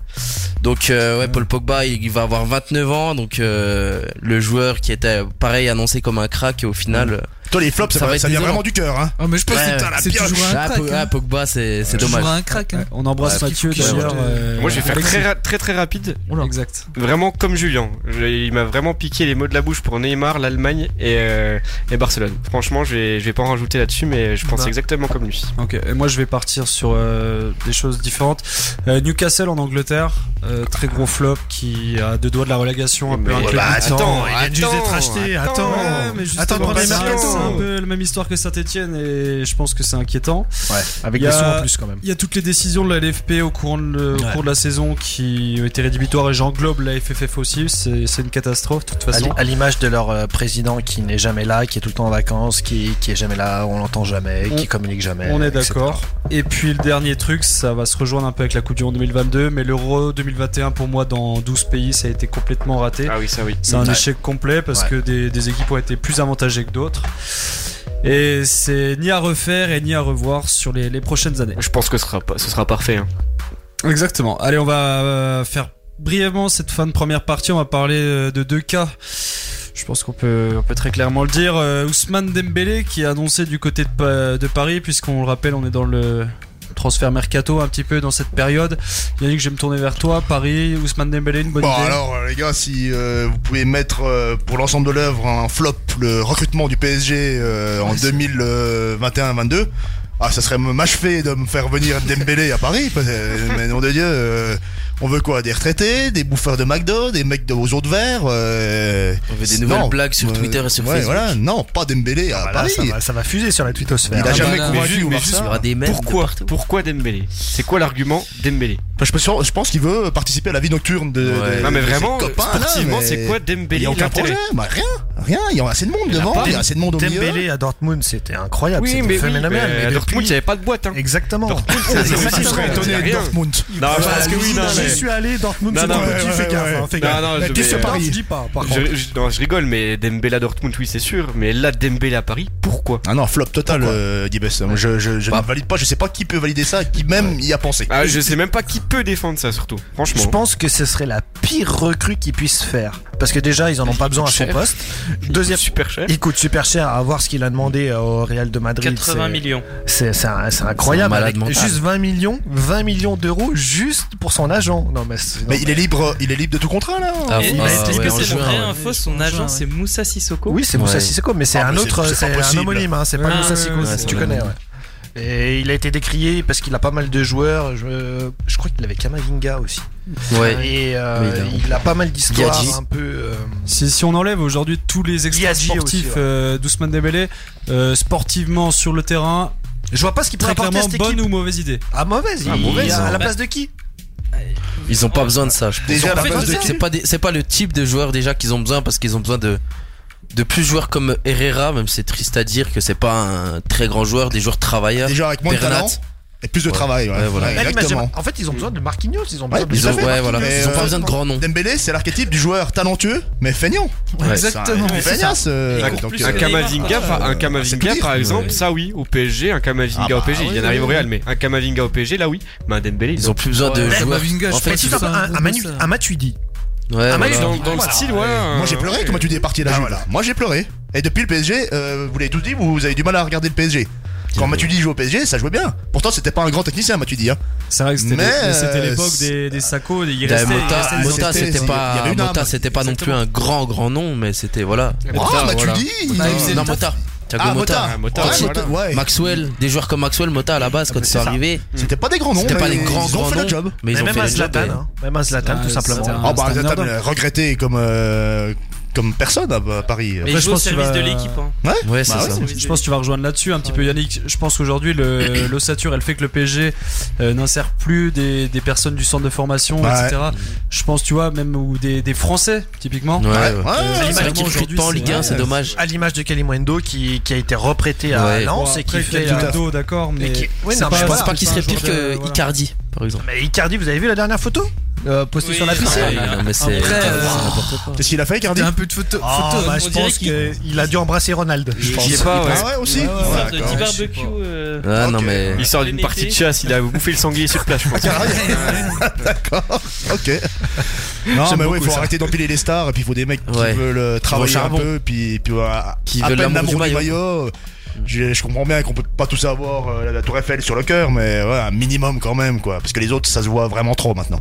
[SPEAKER 8] Donc euh, ouais, Paul Pogba, il va avoir 29 ans, donc euh, le joueur qui était pareil annoncé comme un crack et au final. euh,
[SPEAKER 2] Toi, les flops,
[SPEAKER 8] Ça
[SPEAKER 2] ça,
[SPEAKER 8] va
[SPEAKER 2] va-
[SPEAKER 8] être
[SPEAKER 2] ça vient
[SPEAKER 8] désolant.
[SPEAKER 2] vraiment du cœur. Hein.
[SPEAKER 7] Oh, mais je pense
[SPEAKER 8] Ouais,
[SPEAKER 7] que
[SPEAKER 2] putain, la
[SPEAKER 7] c'est- c'est
[SPEAKER 2] pioche.
[SPEAKER 7] toujours un
[SPEAKER 8] ah,
[SPEAKER 7] crack.
[SPEAKER 8] Po-
[SPEAKER 7] hein.
[SPEAKER 8] ah, Pogba, c'est c'est
[SPEAKER 7] C'est toujours
[SPEAKER 8] dommage.
[SPEAKER 7] un crack. hein.
[SPEAKER 1] Ouais, On embrasse
[SPEAKER 8] Ouais,
[SPEAKER 1] Mathieu
[SPEAKER 8] qu'il
[SPEAKER 1] d'ailleurs.
[SPEAKER 7] change de-
[SPEAKER 1] euh,
[SPEAKER 5] Moi, je vais faire
[SPEAKER 1] Alexis.
[SPEAKER 5] très, ra- très très rapide.
[SPEAKER 1] Exact.
[SPEAKER 5] Vraiment comme Julien. Je- il m'a vraiment piqué les mots de la bouche pour Neymar, l'Allemagne et, euh, et Barcelone. Franchement, je vais, je vais pas en rajouter là-dessus, mais je pense
[SPEAKER 1] Bah.
[SPEAKER 5] exactement comme lui.
[SPEAKER 1] Ok, et moi je vais partir sur euh, des choses différentes. Euh, Newcastle en Angleterre, euh, très gros flop qui a deux doigts de la relégation un peu inclus.
[SPEAKER 2] bah,
[SPEAKER 3] Attends, il a dû
[SPEAKER 5] attends,
[SPEAKER 3] être acheté. Attends,
[SPEAKER 1] Ouais, mais
[SPEAKER 3] attends,
[SPEAKER 1] justement,
[SPEAKER 3] premier
[SPEAKER 1] c'est un-
[SPEAKER 3] mercato.
[SPEAKER 1] c'est un peu la même histoire que Saint-Etienne et je pense que c'est inquiétant.
[SPEAKER 3] Ouais, avec
[SPEAKER 1] Il y
[SPEAKER 3] des
[SPEAKER 1] a-
[SPEAKER 3] sous en plus quand même.
[SPEAKER 1] Il y a toutes les décisions de la LFP au, courant de le- au
[SPEAKER 3] Ouais.
[SPEAKER 1] cours de la saison qui ont été rédhibitoires et j'englobe la FFF aussi. C'est c'est une catastrophe de toute
[SPEAKER 3] À
[SPEAKER 1] façon.
[SPEAKER 3] l'i- À l'image de leur euh, président qui n'est jamais là, qui est tout le temps en vacances, qui, qui est jamais là, on l'entend jamais,
[SPEAKER 1] On-
[SPEAKER 3] qui communique jamais.
[SPEAKER 1] On est
[SPEAKER 3] etc.
[SPEAKER 1] d'accord. Et puis le dernier truc, ça va se rejoindre un peu avec la Coupe du Monde 2022, mais l'Euro 2021 pour moi dans 12 pays, ça a été complètement raté.
[SPEAKER 5] Ah oui, ça oui.
[SPEAKER 1] C'est un
[SPEAKER 3] Ouais.
[SPEAKER 1] échec complet parce
[SPEAKER 3] Ouais.
[SPEAKER 1] que des, des équipes ont été plus avantagées que d'autres. Et c'est ni à refaire et ni à revoir sur les, les prochaines années.
[SPEAKER 5] Je pense que ce sera, pas- ce sera parfait. hein.
[SPEAKER 1] Exactement. Allez, on va euh, faire brièvement cette fin de première partie. On va parler euh, de deux cas. Je pense qu'on peut, on peut très clairement le dire. Euh, Ousmane Dembélé qui est annoncé du côté de, Pa- de Paris, puisqu'on le rappelle, on est dans le transfert mercato un petit peu dans cette période. Yannick, je vais me tourner vers toi. Paris, Ousmane Dembélé, une bonne
[SPEAKER 2] Bon
[SPEAKER 1] idée.
[SPEAKER 2] alors euh, les gars, si euh, vous pouvez mettre euh, pour l'ensemble de l'œuvre un flop le recrutement du PSG euh, en euh, 2021-22, ah ça serait me- m'achever de me faire venir Dembélé à Paris. parce que, euh, mais nom de Dieu, euh, on veut quoi Des retraités, des bouffeurs de McDo, des mecs de- aux eaux de verre. euh,
[SPEAKER 8] On veut des
[SPEAKER 2] non,
[SPEAKER 8] nouvelles blagues sur
[SPEAKER 2] euh,
[SPEAKER 8] Twitter et sur
[SPEAKER 2] ouais,
[SPEAKER 8] Facebook.
[SPEAKER 2] voilà, non, pas Dembélé à
[SPEAKER 3] Ah bah là,
[SPEAKER 2] Paris.
[SPEAKER 3] ça, va, ça va fuser sur la twittosphère.
[SPEAKER 2] Il a
[SPEAKER 8] Ah
[SPEAKER 2] jamais
[SPEAKER 8] bah là,
[SPEAKER 2] convaincu au
[SPEAKER 5] mais
[SPEAKER 8] Il y
[SPEAKER 2] Barça.
[SPEAKER 8] aura des mêmes de
[SPEAKER 5] Pourquoi
[SPEAKER 8] partout.
[SPEAKER 5] Pourquoi Dembélé C'est quoi l'argument Dembélé
[SPEAKER 2] Enfin, je, pense- je pense qu'il veut participer à la vie nocturne de,
[SPEAKER 8] Ouais.
[SPEAKER 2] de-
[SPEAKER 5] Non mais
[SPEAKER 2] de ses
[SPEAKER 5] vraiment,
[SPEAKER 2] copains, là,
[SPEAKER 5] sportivement,
[SPEAKER 2] mais
[SPEAKER 5] c'est quoi
[SPEAKER 2] Il
[SPEAKER 5] Dembélé
[SPEAKER 2] n'y a aucun
[SPEAKER 5] l'intérêt Euh,
[SPEAKER 2] projet, bah, rien, rien, il y a assez de monde devant, il y a assez de monde au milieu.
[SPEAKER 3] bah, Dembélé à Dortmund, c'était incroyable,
[SPEAKER 5] Oui,
[SPEAKER 3] c'était
[SPEAKER 5] mais, oui, mais
[SPEAKER 3] phénoménal. mais
[SPEAKER 5] à Dortmund, il
[SPEAKER 3] depuis-
[SPEAKER 5] n'y avait pas de boîte. Hein.
[SPEAKER 3] Exactement.
[SPEAKER 5] c'est-
[SPEAKER 3] C'est-
[SPEAKER 5] c'est-
[SPEAKER 3] c'est-
[SPEAKER 5] c'est- c'est-
[SPEAKER 3] c'est- c'est-
[SPEAKER 5] c'est- rien.
[SPEAKER 2] Dortmund.
[SPEAKER 5] Non, je pense
[SPEAKER 3] Bah,
[SPEAKER 5] que oui, non,
[SPEAKER 3] J'y
[SPEAKER 5] mais-
[SPEAKER 3] suis allé, Dortmund,
[SPEAKER 5] Non,
[SPEAKER 3] c'est
[SPEAKER 5] non,
[SPEAKER 3] trop
[SPEAKER 5] ouais,
[SPEAKER 3] petit, fais gaffe, hein, fais gaffe.
[SPEAKER 5] non,
[SPEAKER 3] La
[SPEAKER 5] je
[SPEAKER 3] question
[SPEAKER 5] vais-
[SPEAKER 3] Paris.
[SPEAKER 5] je-
[SPEAKER 3] dis pas, par contre.
[SPEAKER 5] Je, je- non, je rigole, mais Dembélé à Dortmund, oui, c'est sûr. Mais là, Dembélé à Paris, pourquoi
[SPEAKER 2] Ah non, flop total,
[SPEAKER 5] Pourquoi
[SPEAKER 2] euh, Dibes. Moi, Je, je, je
[SPEAKER 8] Bah.
[SPEAKER 2] ne valide pas, je sais pas qui peut valider ça, qui même y a pensé.
[SPEAKER 5] ah, Je sais même pas qui peut défendre ça, surtout. Franchement.
[SPEAKER 3] Je pense que ce serait la pire recrue qu'ils puissent faire. Parce que déjà, ils en ont pas besoin à son
[SPEAKER 5] cher.
[SPEAKER 3] poste.
[SPEAKER 5] Il
[SPEAKER 3] Deuxième.
[SPEAKER 5] coûte super cher.
[SPEAKER 3] Il coûte super cher à voir ce qu'il a demandé euh, au Real de Madrid.
[SPEAKER 4] 80
[SPEAKER 3] c'est-
[SPEAKER 4] millions.
[SPEAKER 3] C'est c'est un- c'est incroyable.
[SPEAKER 8] C'est un
[SPEAKER 3] avec
[SPEAKER 8] malade mental.
[SPEAKER 3] juste 20 millions, 20 millions d'euros juste pour son agent. Non, mais, c'est- non,
[SPEAKER 2] Mais il est libre, il est libre de tout contrat là.
[SPEAKER 8] Ah,
[SPEAKER 4] Et
[SPEAKER 8] bah,
[SPEAKER 4] parce que
[SPEAKER 8] ouais, en
[SPEAKER 4] c'est
[SPEAKER 8] juin,
[SPEAKER 4] vrai hein
[SPEAKER 8] ouais.
[SPEAKER 4] info, son
[SPEAKER 7] En juin,
[SPEAKER 4] agent
[SPEAKER 7] ouais.
[SPEAKER 4] c'est Moussa Sissoko.
[SPEAKER 3] Oui, c'est Moussa
[SPEAKER 8] Ouais.
[SPEAKER 3] Sissoko, mais c'est
[SPEAKER 2] Ah,
[SPEAKER 3] un
[SPEAKER 2] mais c'est-
[SPEAKER 3] autre,
[SPEAKER 2] c'est pas
[SPEAKER 3] c'est un
[SPEAKER 2] possible.
[SPEAKER 3] homonyme, hein, c'est pas
[SPEAKER 4] Ah,
[SPEAKER 3] Moussa
[SPEAKER 4] ouais,
[SPEAKER 3] Sissoko,
[SPEAKER 4] ouais,
[SPEAKER 3] c'est-
[SPEAKER 8] c'est
[SPEAKER 3] tu
[SPEAKER 8] vrai.
[SPEAKER 3] connais. Ouais. Et il a été décrié parce qu'il a pas mal de joueurs. Je, je crois qu'il avait Kamavinga aussi.
[SPEAKER 8] Ouais.
[SPEAKER 3] Et euh,
[SPEAKER 8] Mais il a-
[SPEAKER 3] il, a... pas mal d'histoires
[SPEAKER 8] Gadji.
[SPEAKER 3] un peu. euh,
[SPEAKER 1] Si, si on enlève aujourd'hui tous les extraits
[SPEAKER 3] Diageo aussi,
[SPEAKER 1] sportifs
[SPEAKER 3] ouais.
[SPEAKER 1] euh, d'Ousmane Dembélé, euh, sportivement sur le terrain,
[SPEAKER 3] Je vois pas ce qu'il peut
[SPEAKER 1] très
[SPEAKER 3] apporter à
[SPEAKER 1] clairement
[SPEAKER 3] cette équipe.
[SPEAKER 1] bonne ou mauvaise idée.
[SPEAKER 3] Ah mauvaise.
[SPEAKER 8] Ah,
[SPEAKER 3] il-
[SPEAKER 8] mauvaise,
[SPEAKER 3] il- À
[SPEAKER 8] hein.
[SPEAKER 3] la place de qui
[SPEAKER 8] Ils ont pas besoin de ça, je pense.
[SPEAKER 2] Déjà,
[SPEAKER 8] Ils ont
[SPEAKER 2] la
[SPEAKER 8] pas
[SPEAKER 2] base
[SPEAKER 8] besoin
[SPEAKER 2] de
[SPEAKER 8] C'est pas des- c'est pas le type de joueur déjà qu'ils ont besoin parce qu'ils ont besoin de de plus joueurs comme Herrera, même si c'est triste à dire que c'est pas un très grand joueur, des joueurs travailleurs.
[SPEAKER 2] Déjà avec moins de
[SPEAKER 8] Ah. Bernat.
[SPEAKER 2] talent et plus de
[SPEAKER 8] Ouais.
[SPEAKER 2] travail. ouais.
[SPEAKER 8] Ouais, voilà.
[SPEAKER 2] Ouais,
[SPEAKER 3] Là, l'image,
[SPEAKER 2] Exactement.
[SPEAKER 3] En fait, ils ont besoin de Marquinhos. Ils ont besoin de.
[SPEAKER 8] Ils ont,
[SPEAKER 2] Tout à fait,
[SPEAKER 8] bah, ouais, voilà.
[SPEAKER 2] mais,
[SPEAKER 8] Ils ont
[SPEAKER 2] euh,
[SPEAKER 8] pas besoin de grands noms.
[SPEAKER 2] Dembélé, c'est l'archétype du joueur talentueux mais feignant.
[SPEAKER 8] Ouais.
[SPEAKER 7] Exactement.
[SPEAKER 2] C'est un-
[SPEAKER 7] C'est
[SPEAKER 2] feignasse, euh,
[SPEAKER 5] Un,
[SPEAKER 2] donc,
[SPEAKER 5] un
[SPEAKER 2] euh,
[SPEAKER 4] que
[SPEAKER 5] Kamavinga,
[SPEAKER 4] Neymar,
[SPEAKER 5] enfin, un
[SPEAKER 2] c'est tout
[SPEAKER 5] Kamavinga
[SPEAKER 2] dire.
[SPEAKER 5] par exemple,
[SPEAKER 8] Ouais.
[SPEAKER 5] ça oui, au PSG, un Kamavinga
[SPEAKER 2] Ah bah,
[SPEAKER 5] au PSG,
[SPEAKER 2] oui,
[SPEAKER 5] il y en
[SPEAKER 2] oui,
[SPEAKER 5] arrive au
[SPEAKER 2] oui.
[SPEAKER 5] Real, mais un Kamavinga au PSG, là oui, mais un Dembélé,
[SPEAKER 8] Ils ont plus besoin de
[SPEAKER 7] Ouais,
[SPEAKER 8] joueurs.
[SPEAKER 7] Kamavinga, je
[SPEAKER 8] En fait,
[SPEAKER 7] pense
[SPEAKER 8] ils-
[SPEAKER 7] que
[SPEAKER 8] ouais,
[SPEAKER 7] c'est
[SPEAKER 3] Un, un,
[SPEAKER 7] un
[SPEAKER 3] Manu-
[SPEAKER 7] bosseur.
[SPEAKER 3] un Matuidi.
[SPEAKER 8] voilà.
[SPEAKER 3] Manu-
[SPEAKER 5] dans, dans le style, ouais. euh,
[SPEAKER 2] Moi j'ai pleuré comment tu dis parti la Juve. là. Moi j'ai pleuré. Et depuis le PSG, euh, vous l'avez tous dit, vous avez du mal à regarder le PSG. Quand Matuidi joue au PSG, ça jouait bien. Pourtant, c'était pas un grand technicien, Matuidi. Hein.
[SPEAKER 1] C'est vrai que c'était
[SPEAKER 2] Mais,
[SPEAKER 1] les- c'était
[SPEAKER 2] euh,
[SPEAKER 1] l'époque
[SPEAKER 2] c'est-
[SPEAKER 1] des, des sacos, des, il
[SPEAKER 8] Bah,
[SPEAKER 1] restait- il restait
[SPEAKER 8] Mota,
[SPEAKER 1] des
[SPEAKER 8] Mota,
[SPEAKER 2] c'était-
[SPEAKER 8] c'était
[SPEAKER 2] il y
[SPEAKER 8] pas,
[SPEAKER 2] avait une
[SPEAKER 8] Mota,
[SPEAKER 2] âme.
[SPEAKER 8] c'était pas non plus un grand grand nom, mais c'était voilà. Bah,
[SPEAKER 2] Oh,
[SPEAKER 5] Mota, Ah, voilà.
[SPEAKER 2] Matuidi
[SPEAKER 8] Non,
[SPEAKER 7] il faisait
[SPEAKER 8] non,
[SPEAKER 7] le taf.
[SPEAKER 8] Mota. Thiago
[SPEAKER 2] Ah,
[SPEAKER 8] Mota.
[SPEAKER 2] Mota.
[SPEAKER 5] Mota,
[SPEAKER 2] Ouais,
[SPEAKER 5] voilà.
[SPEAKER 2] Mota, ouais.
[SPEAKER 8] Maxwell, des joueurs comme Maxwell, Mota à la base quand ils
[SPEAKER 2] c'est
[SPEAKER 8] sont
[SPEAKER 2] ça.
[SPEAKER 8] arrivés,
[SPEAKER 2] C'était pas des grands noms.
[SPEAKER 8] c'était pas
[SPEAKER 2] mais
[SPEAKER 8] les grands
[SPEAKER 2] ils ont
[SPEAKER 8] grands
[SPEAKER 2] fait
[SPEAKER 8] noms, Ah,
[SPEAKER 2] le job.
[SPEAKER 8] mais ils
[SPEAKER 3] Mais
[SPEAKER 8] ont
[SPEAKER 3] même
[SPEAKER 8] fait
[SPEAKER 3] à
[SPEAKER 8] le job.
[SPEAKER 3] Zlatan.
[SPEAKER 8] et-
[SPEAKER 3] hein. Même à Zlatan,
[SPEAKER 1] Ah,
[SPEAKER 3] tout
[SPEAKER 1] c'est
[SPEAKER 3] simplement.
[SPEAKER 1] un-
[SPEAKER 2] Ah bah
[SPEAKER 1] c'est un
[SPEAKER 2] Zlatan
[SPEAKER 1] merdeur.
[SPEAKER 2] euh, regretté comme euh, comme personne à à Paris.
[SPEAKER 4] Mais
[SPEAKER 1] Après,
[SPEAKER 4] il
[SPEAKER 1] je
[SPEAKER 4] joue au
[SPEAKER 1] pense qu'il
[SPEAKER 4] service
[SPEAKER 1] va-
[SPEAKER 4] de l'équipe. hein.
[SPEAKER 8] Ouais, c'est
[SPEAKER 2] Bah
[SPEAKER 8] ça.
[SPEAKER 4] Au service
[SPEAKER 1] Je
[SPEAKER 4] de
[SPEAKER 1] pense que tu vas rejoindre là-dessus un petit peu Yannick. Je pense qu'aujourd'hui le- l'ossature, elle fait que le PSG euh, n'insère plus des, des personnes du centre de formation,
[SPEAKER 2] Ouais.
[SPEAKER 1] etc. Je pense, tu vois, même ou des, des Français typiquement.
[SPEAKER 8] Ouais, ouais.
[SPEAKER 1] Euh,
[SPEAKER 8] C'est vrai
[SPEAKER 1] Vraiment,
[SPEAKER 8] qu'ils recrutent
[SPEAKER 1] aujourd'hui,
[SPEAKER 8] pas en Ligue 1,
[SPEAKER 1] ouais,
[SPEAKER 8] c'est dommage.
[SPEAKER 3] À l'image de Kalimundo qui, qui a été reprêté à
[SPEAKER 8] Ouais.
[SPEAKER 1] Bon,
[SPEAKER 3] Lens et qui
[SPEAKER 1] après,
[SPEAKER 3] fait.
[SPEAKER 1] Gattuso,
[SPEAKER 3] euh,
[SPEAKER 1] d'accord, mais
[SPEAKER 3] qui- Oui,
[SPEAKER 1] c'est
[SPEAKER 3] non, mais
[SPEAKER 8] Je
[SPEAKER 3] je
[SPEAKER 8] pense
[SPEAKER 3] voilà,
[SPEAKER 8] pas qu'il serait
[SPEAKER 1] c'est un
[SPEAKER 8] pire
[SPEAKER 1] joueur de-
[SPEAKER 8] que
[SPEAKER 1] voilà.
[SPEAKER 8] Icardi, par exemple.
[SPEAKER 3] Mais Icardi, vous avez vu la dernière photo euh, postée
[SPEAKER 4] Oui.
[SPEAKER 3] sur la
[SPEAKER 4] Ah,
[SPEAKER 3] piscine
[SPEAKER 4] ouais.
[SPEAKER 8] Non, mais c'est.
[SPEAKER 7] Après,
[SPEAKER 8] Icardi,
[SPEAKER 7] euh,
[SPEAKER 8] c'est n'importe quoi.
[SPEAKER 2] Qu'est-ce qu'il a fait, Cardi
[SPEAKER 7] T'as un peu de photo.
[SPEAKER 3] Ah,
[SPEAKER 7] photo
[SPEAKER 3] bah,
[SPEAKER 7] on
[SPEAKER 3] je
[SPEAKER 7] dirait
[SPEAKER 3] pense
[SPEAKER 7] qu'il-
[SPEAKER 3] qu'il a dû embarrasser Ronald.
[SPEAKER 5] Il
[SPEAKER 3] Je
[SPEAKER 5] y
[SPEAKER 3] pense.
[SPEAKER 5] est pas, ouais.
[SPEAKER 2] Ah ouais aussi.
[SPEAKER 4] Sorte
[SPEAKER 2] Ouais,
[SPEAKER 4] de
[SPEAKER 2] d'accord.
[SPEAKER 4] petit barbecue. euh,
[SPEAKER 8] Ah
[SPEAKER 2] Ok.
[SPEAKER 8] non mais
[SPEAKER 5] Il sort d'une partie de chasse, il a bouffé le sanglier sur place, je pense.
[SPEAKER 2] Ok. Non
[SPEAKER 3] J'aime
[SPEAKER 2] mais ouais,
[SPEAKER 3] beaucoup
[SPEAKER 2] faut
[SPEAKER 3] ça.
[SPEAKER 2] arrêter d'empiler les stars et puis il faut des mecs
[SPEAKER 8] Ouais.
[SPEAKER 2] qui veulent euh, travailler un
[SPEAKER 8] charbon.
[SPEAKER 2] peu puis puis voilà.
[SPEAKER 8] Qui
[SPEAKER 2] à
[SPEAKER 8] veulent
[SPEAKER 2] peine
[SPEAKER 8] l'amour du
[SPEAKER 2] maillot. Je, je comprends bien qu'on peut pas tous avoir euh, la, la Tour Eiffel sur le cœur, mais ouais, un minimum quand même quoi, parce que les autres ça se voit vraiment trop maintenant.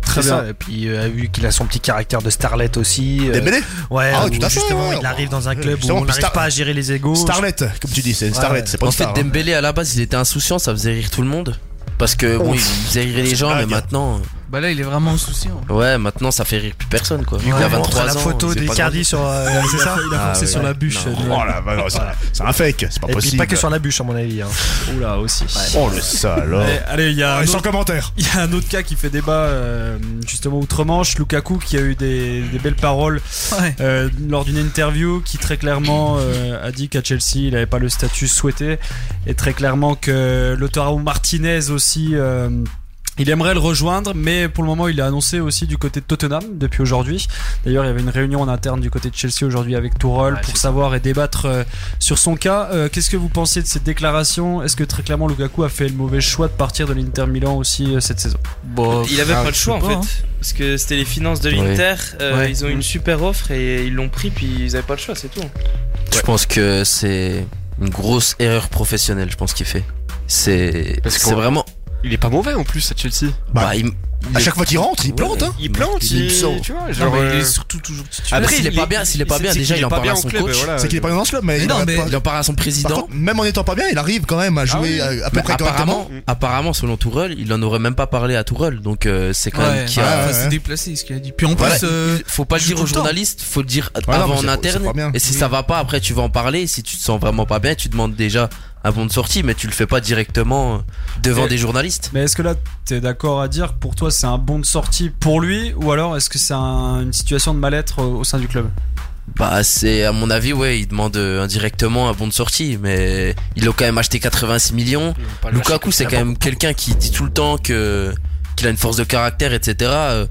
[SPEAKER 3] Très bien. Et puis, euh, vu qu'il a son petit caractère de starlet aussi. euh,
[SPEAKER 2] Dembélé,
[SPEAKER 3] Ouais,
[SPEAKER 2] Ah,
[SPEAKER 3] où
[SPEAKER 2] tout à fait,
[SPEAKER 3] justement,
[SPEAKER 2] ouais.
[SPEAKER 3] il arrive dans un
[SPEAKER 2] Ouais,
[SPEAKER 3] club où
[SPEAKER 2] justement,
[SPEAKER 3] on n'arrive
[SPEAKER 2] star-
[SPEAKER 3] pas à gérer les égaux.
[SPEAKER 2] starlet, comme tu dis, c'est une
[SPEAKER 3] Ouais,
[SPEAKER 2] starlet,
[SPEAKER 3] ouais.
[SPEAKER 2] c'est pas
[SPEAKER 8] en
[SPEAKER 2] une
[SPEAKER 8] fait
[SPEAKER 2] star. hein.
[SPEAKER 8] Dembélé à la base il était insouciant, ça faisait rire tout le monde parce que bon, il
[SPEAKER 2] Ouf.
[SPEAKER 8] faisait rire les gens, mais
[SPEAKER 2] Blague.
[SPEAKER 8] maintenant
[SPEAKER 7] Bah là, il est vraiment en souci. hein.
[SPEAKER 8] Ouais, maintenant ça fait rire plus personne quoi. il y a
[SPEAKER 3] on montre
[SPEAKER 8] 23
[SPEAKER 3] la
[SPEAKER 8] ans,
[SPEAKER 3] photo
[SPEAKER 8] c'est pas
[SPEAKER 3] d'Icardi sur. euh,
[SPEAKER 1] C'est ça Il a
[SPEAKER 8] Ah,
[SPEAKER 1] forcé
[SPEAKER 8] ouais.
[SPEAKER 1] sur la bûche.
[SPEAKER 8] Non.
[SPEAKER 1] euh,
[SPEAKER 2] Oh là, bah, non, c'est- c'est un fake, c'est pas
[SPEAKER 3] Et puis
[SPEAKER 2] possible.
[SPEAKER 3] pas que sur la bûche, à mon avis. hein.
[SPEAKER 1] Oula aussi.
[SPEAKER 2] Oh le salaud.
[SPEAKER 1] Allez, Eh, allez, il y a un
[SPEAKER 2] Allez, sans
[SPEAKER 1] autre-
[SPEAKER 2] commentaire.
[SPEAKER 1] il y a un autre cas qui fait débat euh, justement outre-Manche, Lukaku qui a eu des, des belles paroles
[SPEAKER 7] Ouais.
[SPEAKER 1] euh, lors d'une interview qui très clairement euh, a dit qu'à Chelsea il n'avait pas le statut souhaité et très clairement que Lautaro Martinez aussi euh, il aimerait le rejoindre mais pour le moment il a annoncé aussi du côté de Tottenham depuis aujourd'hui d'ailleurs il y avait une réunion en interne du côté de Chelsea aujourd'hui avec Tourol
[SPEAKER 3] Ouais,
[SPEAKER 1] pour
[SPEAKER 3] c'est
[SPEAKER 1] savoir et débattre euh, sur son cas Euh, qu'est-ce que vous pensez de cette déclaration est-ce que très clairement Lukaku a fait le mauvais choix de partir de l'Inter Milan aussi euh, cette saison
[SPEAKER 8] Bon,
[SPEAKER 4] Il avait
[SPEAKER 8] ah,
[SPEAKER 4] pas le choix en
[SPEAKER 7] je sais
[SPEAKER 4] fait.
[SPEAKER 7] pas,
[SPEAKER 4] Parce que c'était les finances de
[SPEAKER 8] Oui.
[SPEAKER 4] l'Inter. euh,
[SPEAKER 7] Ouais.
[SPEAKER 4] Ils ont
[SPEAKER 7] Mm.
[SPEAKER 4] une super offre et ils l'ont pris, puis ils avaient pas le choix, c'est tout.
[SPEAKER 8] Je pense que c'est une grosse erreur professionnelle, je pense qu'il fait. C'est
[SPEAKER 5] Parce
[SPEAKER 8] c'est
[SPEAKER 5] qu'on-
[SPEAKER 8] vraiment.
[SPEAKER 5] Il est pas mauvais en plus à Chelsea.
[SPEAKER 2] Bah,
[SPEAKER 8] bah, il- il
[SPEAKER 2] À
[SPEAKER 8] est-
[SPEAKER 2] chaque fois qu'il rentre, il plante. hein.
[SPEAKER 5] Il plante,
[SPEAKER 8] Il est
[SPEAKER 5] il,
[SPEAKER 8] absent.
[SPEAKER 5] tu vois,
[SPEAKER 7] Non,
[SPEAKER 5] genre,
[SPEAKER 7] mais il
[SPEAKER 5] euh,
[SPEAKER 7] est surtout toujours titulaire.
[SPEAKER 8] Après, il est pas bien. S'il est pas
[SPEAKER 5] c'est-
[SPEAKER 8] bien,
[SPEAKER 5] c'est
[SPEAKER 8] déjà
[SPEAKER 5] qu'il
[SPEAKER 8] il
[SPEAKER 5] est
[SPEAKER 8] en
[SPEAKER 5] pas
[SPEAKER 8] parle
[SPEAKER 5] bien
[SPEAKER 8] à
[SPEAKER 5] au
[SPEAKER 8] son
[SPEAKER 5] club,
[SPEAKER 8] coach.
[SPEAKER 5] voilà.
[SPEAKER 2] C'est qu'il est pas dans ce club, mais il
[SPEAKER 7] Non,
[SPEAKER 2] arrête
[SPEAKER 7] mais-
[SPEAKER 2] pas.
[SPEAKER 8] Il en parle à son
[SPEAKER 2] Par
[SPEAKER 8] président.
[SPEAKER 2] contre, même en étant pas bien, il arrive quand même à jouer à, à peu
[SPEAKER 8] Ah Mais
[SPEAKER 2] près correctement.
[SPEAKER 8] apparemment, apparemment, selon Tourelle, il en aurait même pas parlé à Tourelle. Donc euh, c'est quand même
[SPEAKER 7] Ouais,
[SPEAKER 8] qui
[SPEAKER 2] ouais,
[SPEAKER 8] a.
[SPEAKER 2] Ah ouais.
[SPEAKER 7] enfin, c'est déplacé ce qu'il a dit. Puis en
[SPEAKER 2] Voilà,
[SPEAKER 7] plus, euh,
[SPEAKER 8] Faut pas le
[SPEAKER 7] joue
[SPEAKER 8] dire aux
[SPEAKER 7] tout le temps.
[SPEAKER 8] journalistes, faut le dire
[SPEAKER 2] Ouais, non,
[SPEAKER 8] avant
[SPEAKER 2] mais c'est
[SPEAKER 8] en
[SPEAKER 2] pas-
[SPEAKER 8] interne.
[SPEAKER 2] c'est pas bien. Mm.
[SPEAKER 8] Et si ça va pas, après tu vas en parler. Si tu te sens vraiment pas bien, tu demandes déjà un bon de sortie, mais tu le fais pas directement euh, devant
[SPEAKER 1] Mais-
[SPEAKER 8] des journalistes.
[SPEAKER 1] Mais est-ce que là, t'es d'accord à dire que pour toi c'est un bon de sortie pour lui ou alors est-ce que c'est un- une situation de mal-être euh, au, au sein du club
[SPEAKER 8] Bah c'est à mon avis ouais, il demande euh, indirectement un bon de sortie, mais ils l'ont quand même acheté 86 millions. Lukaku
[SPEAKER 5] Ah
[SPEAKER 8] c'est quand même quelqu'un qui dit tout le temps que qu'il a une force de caractère, etc. Euh,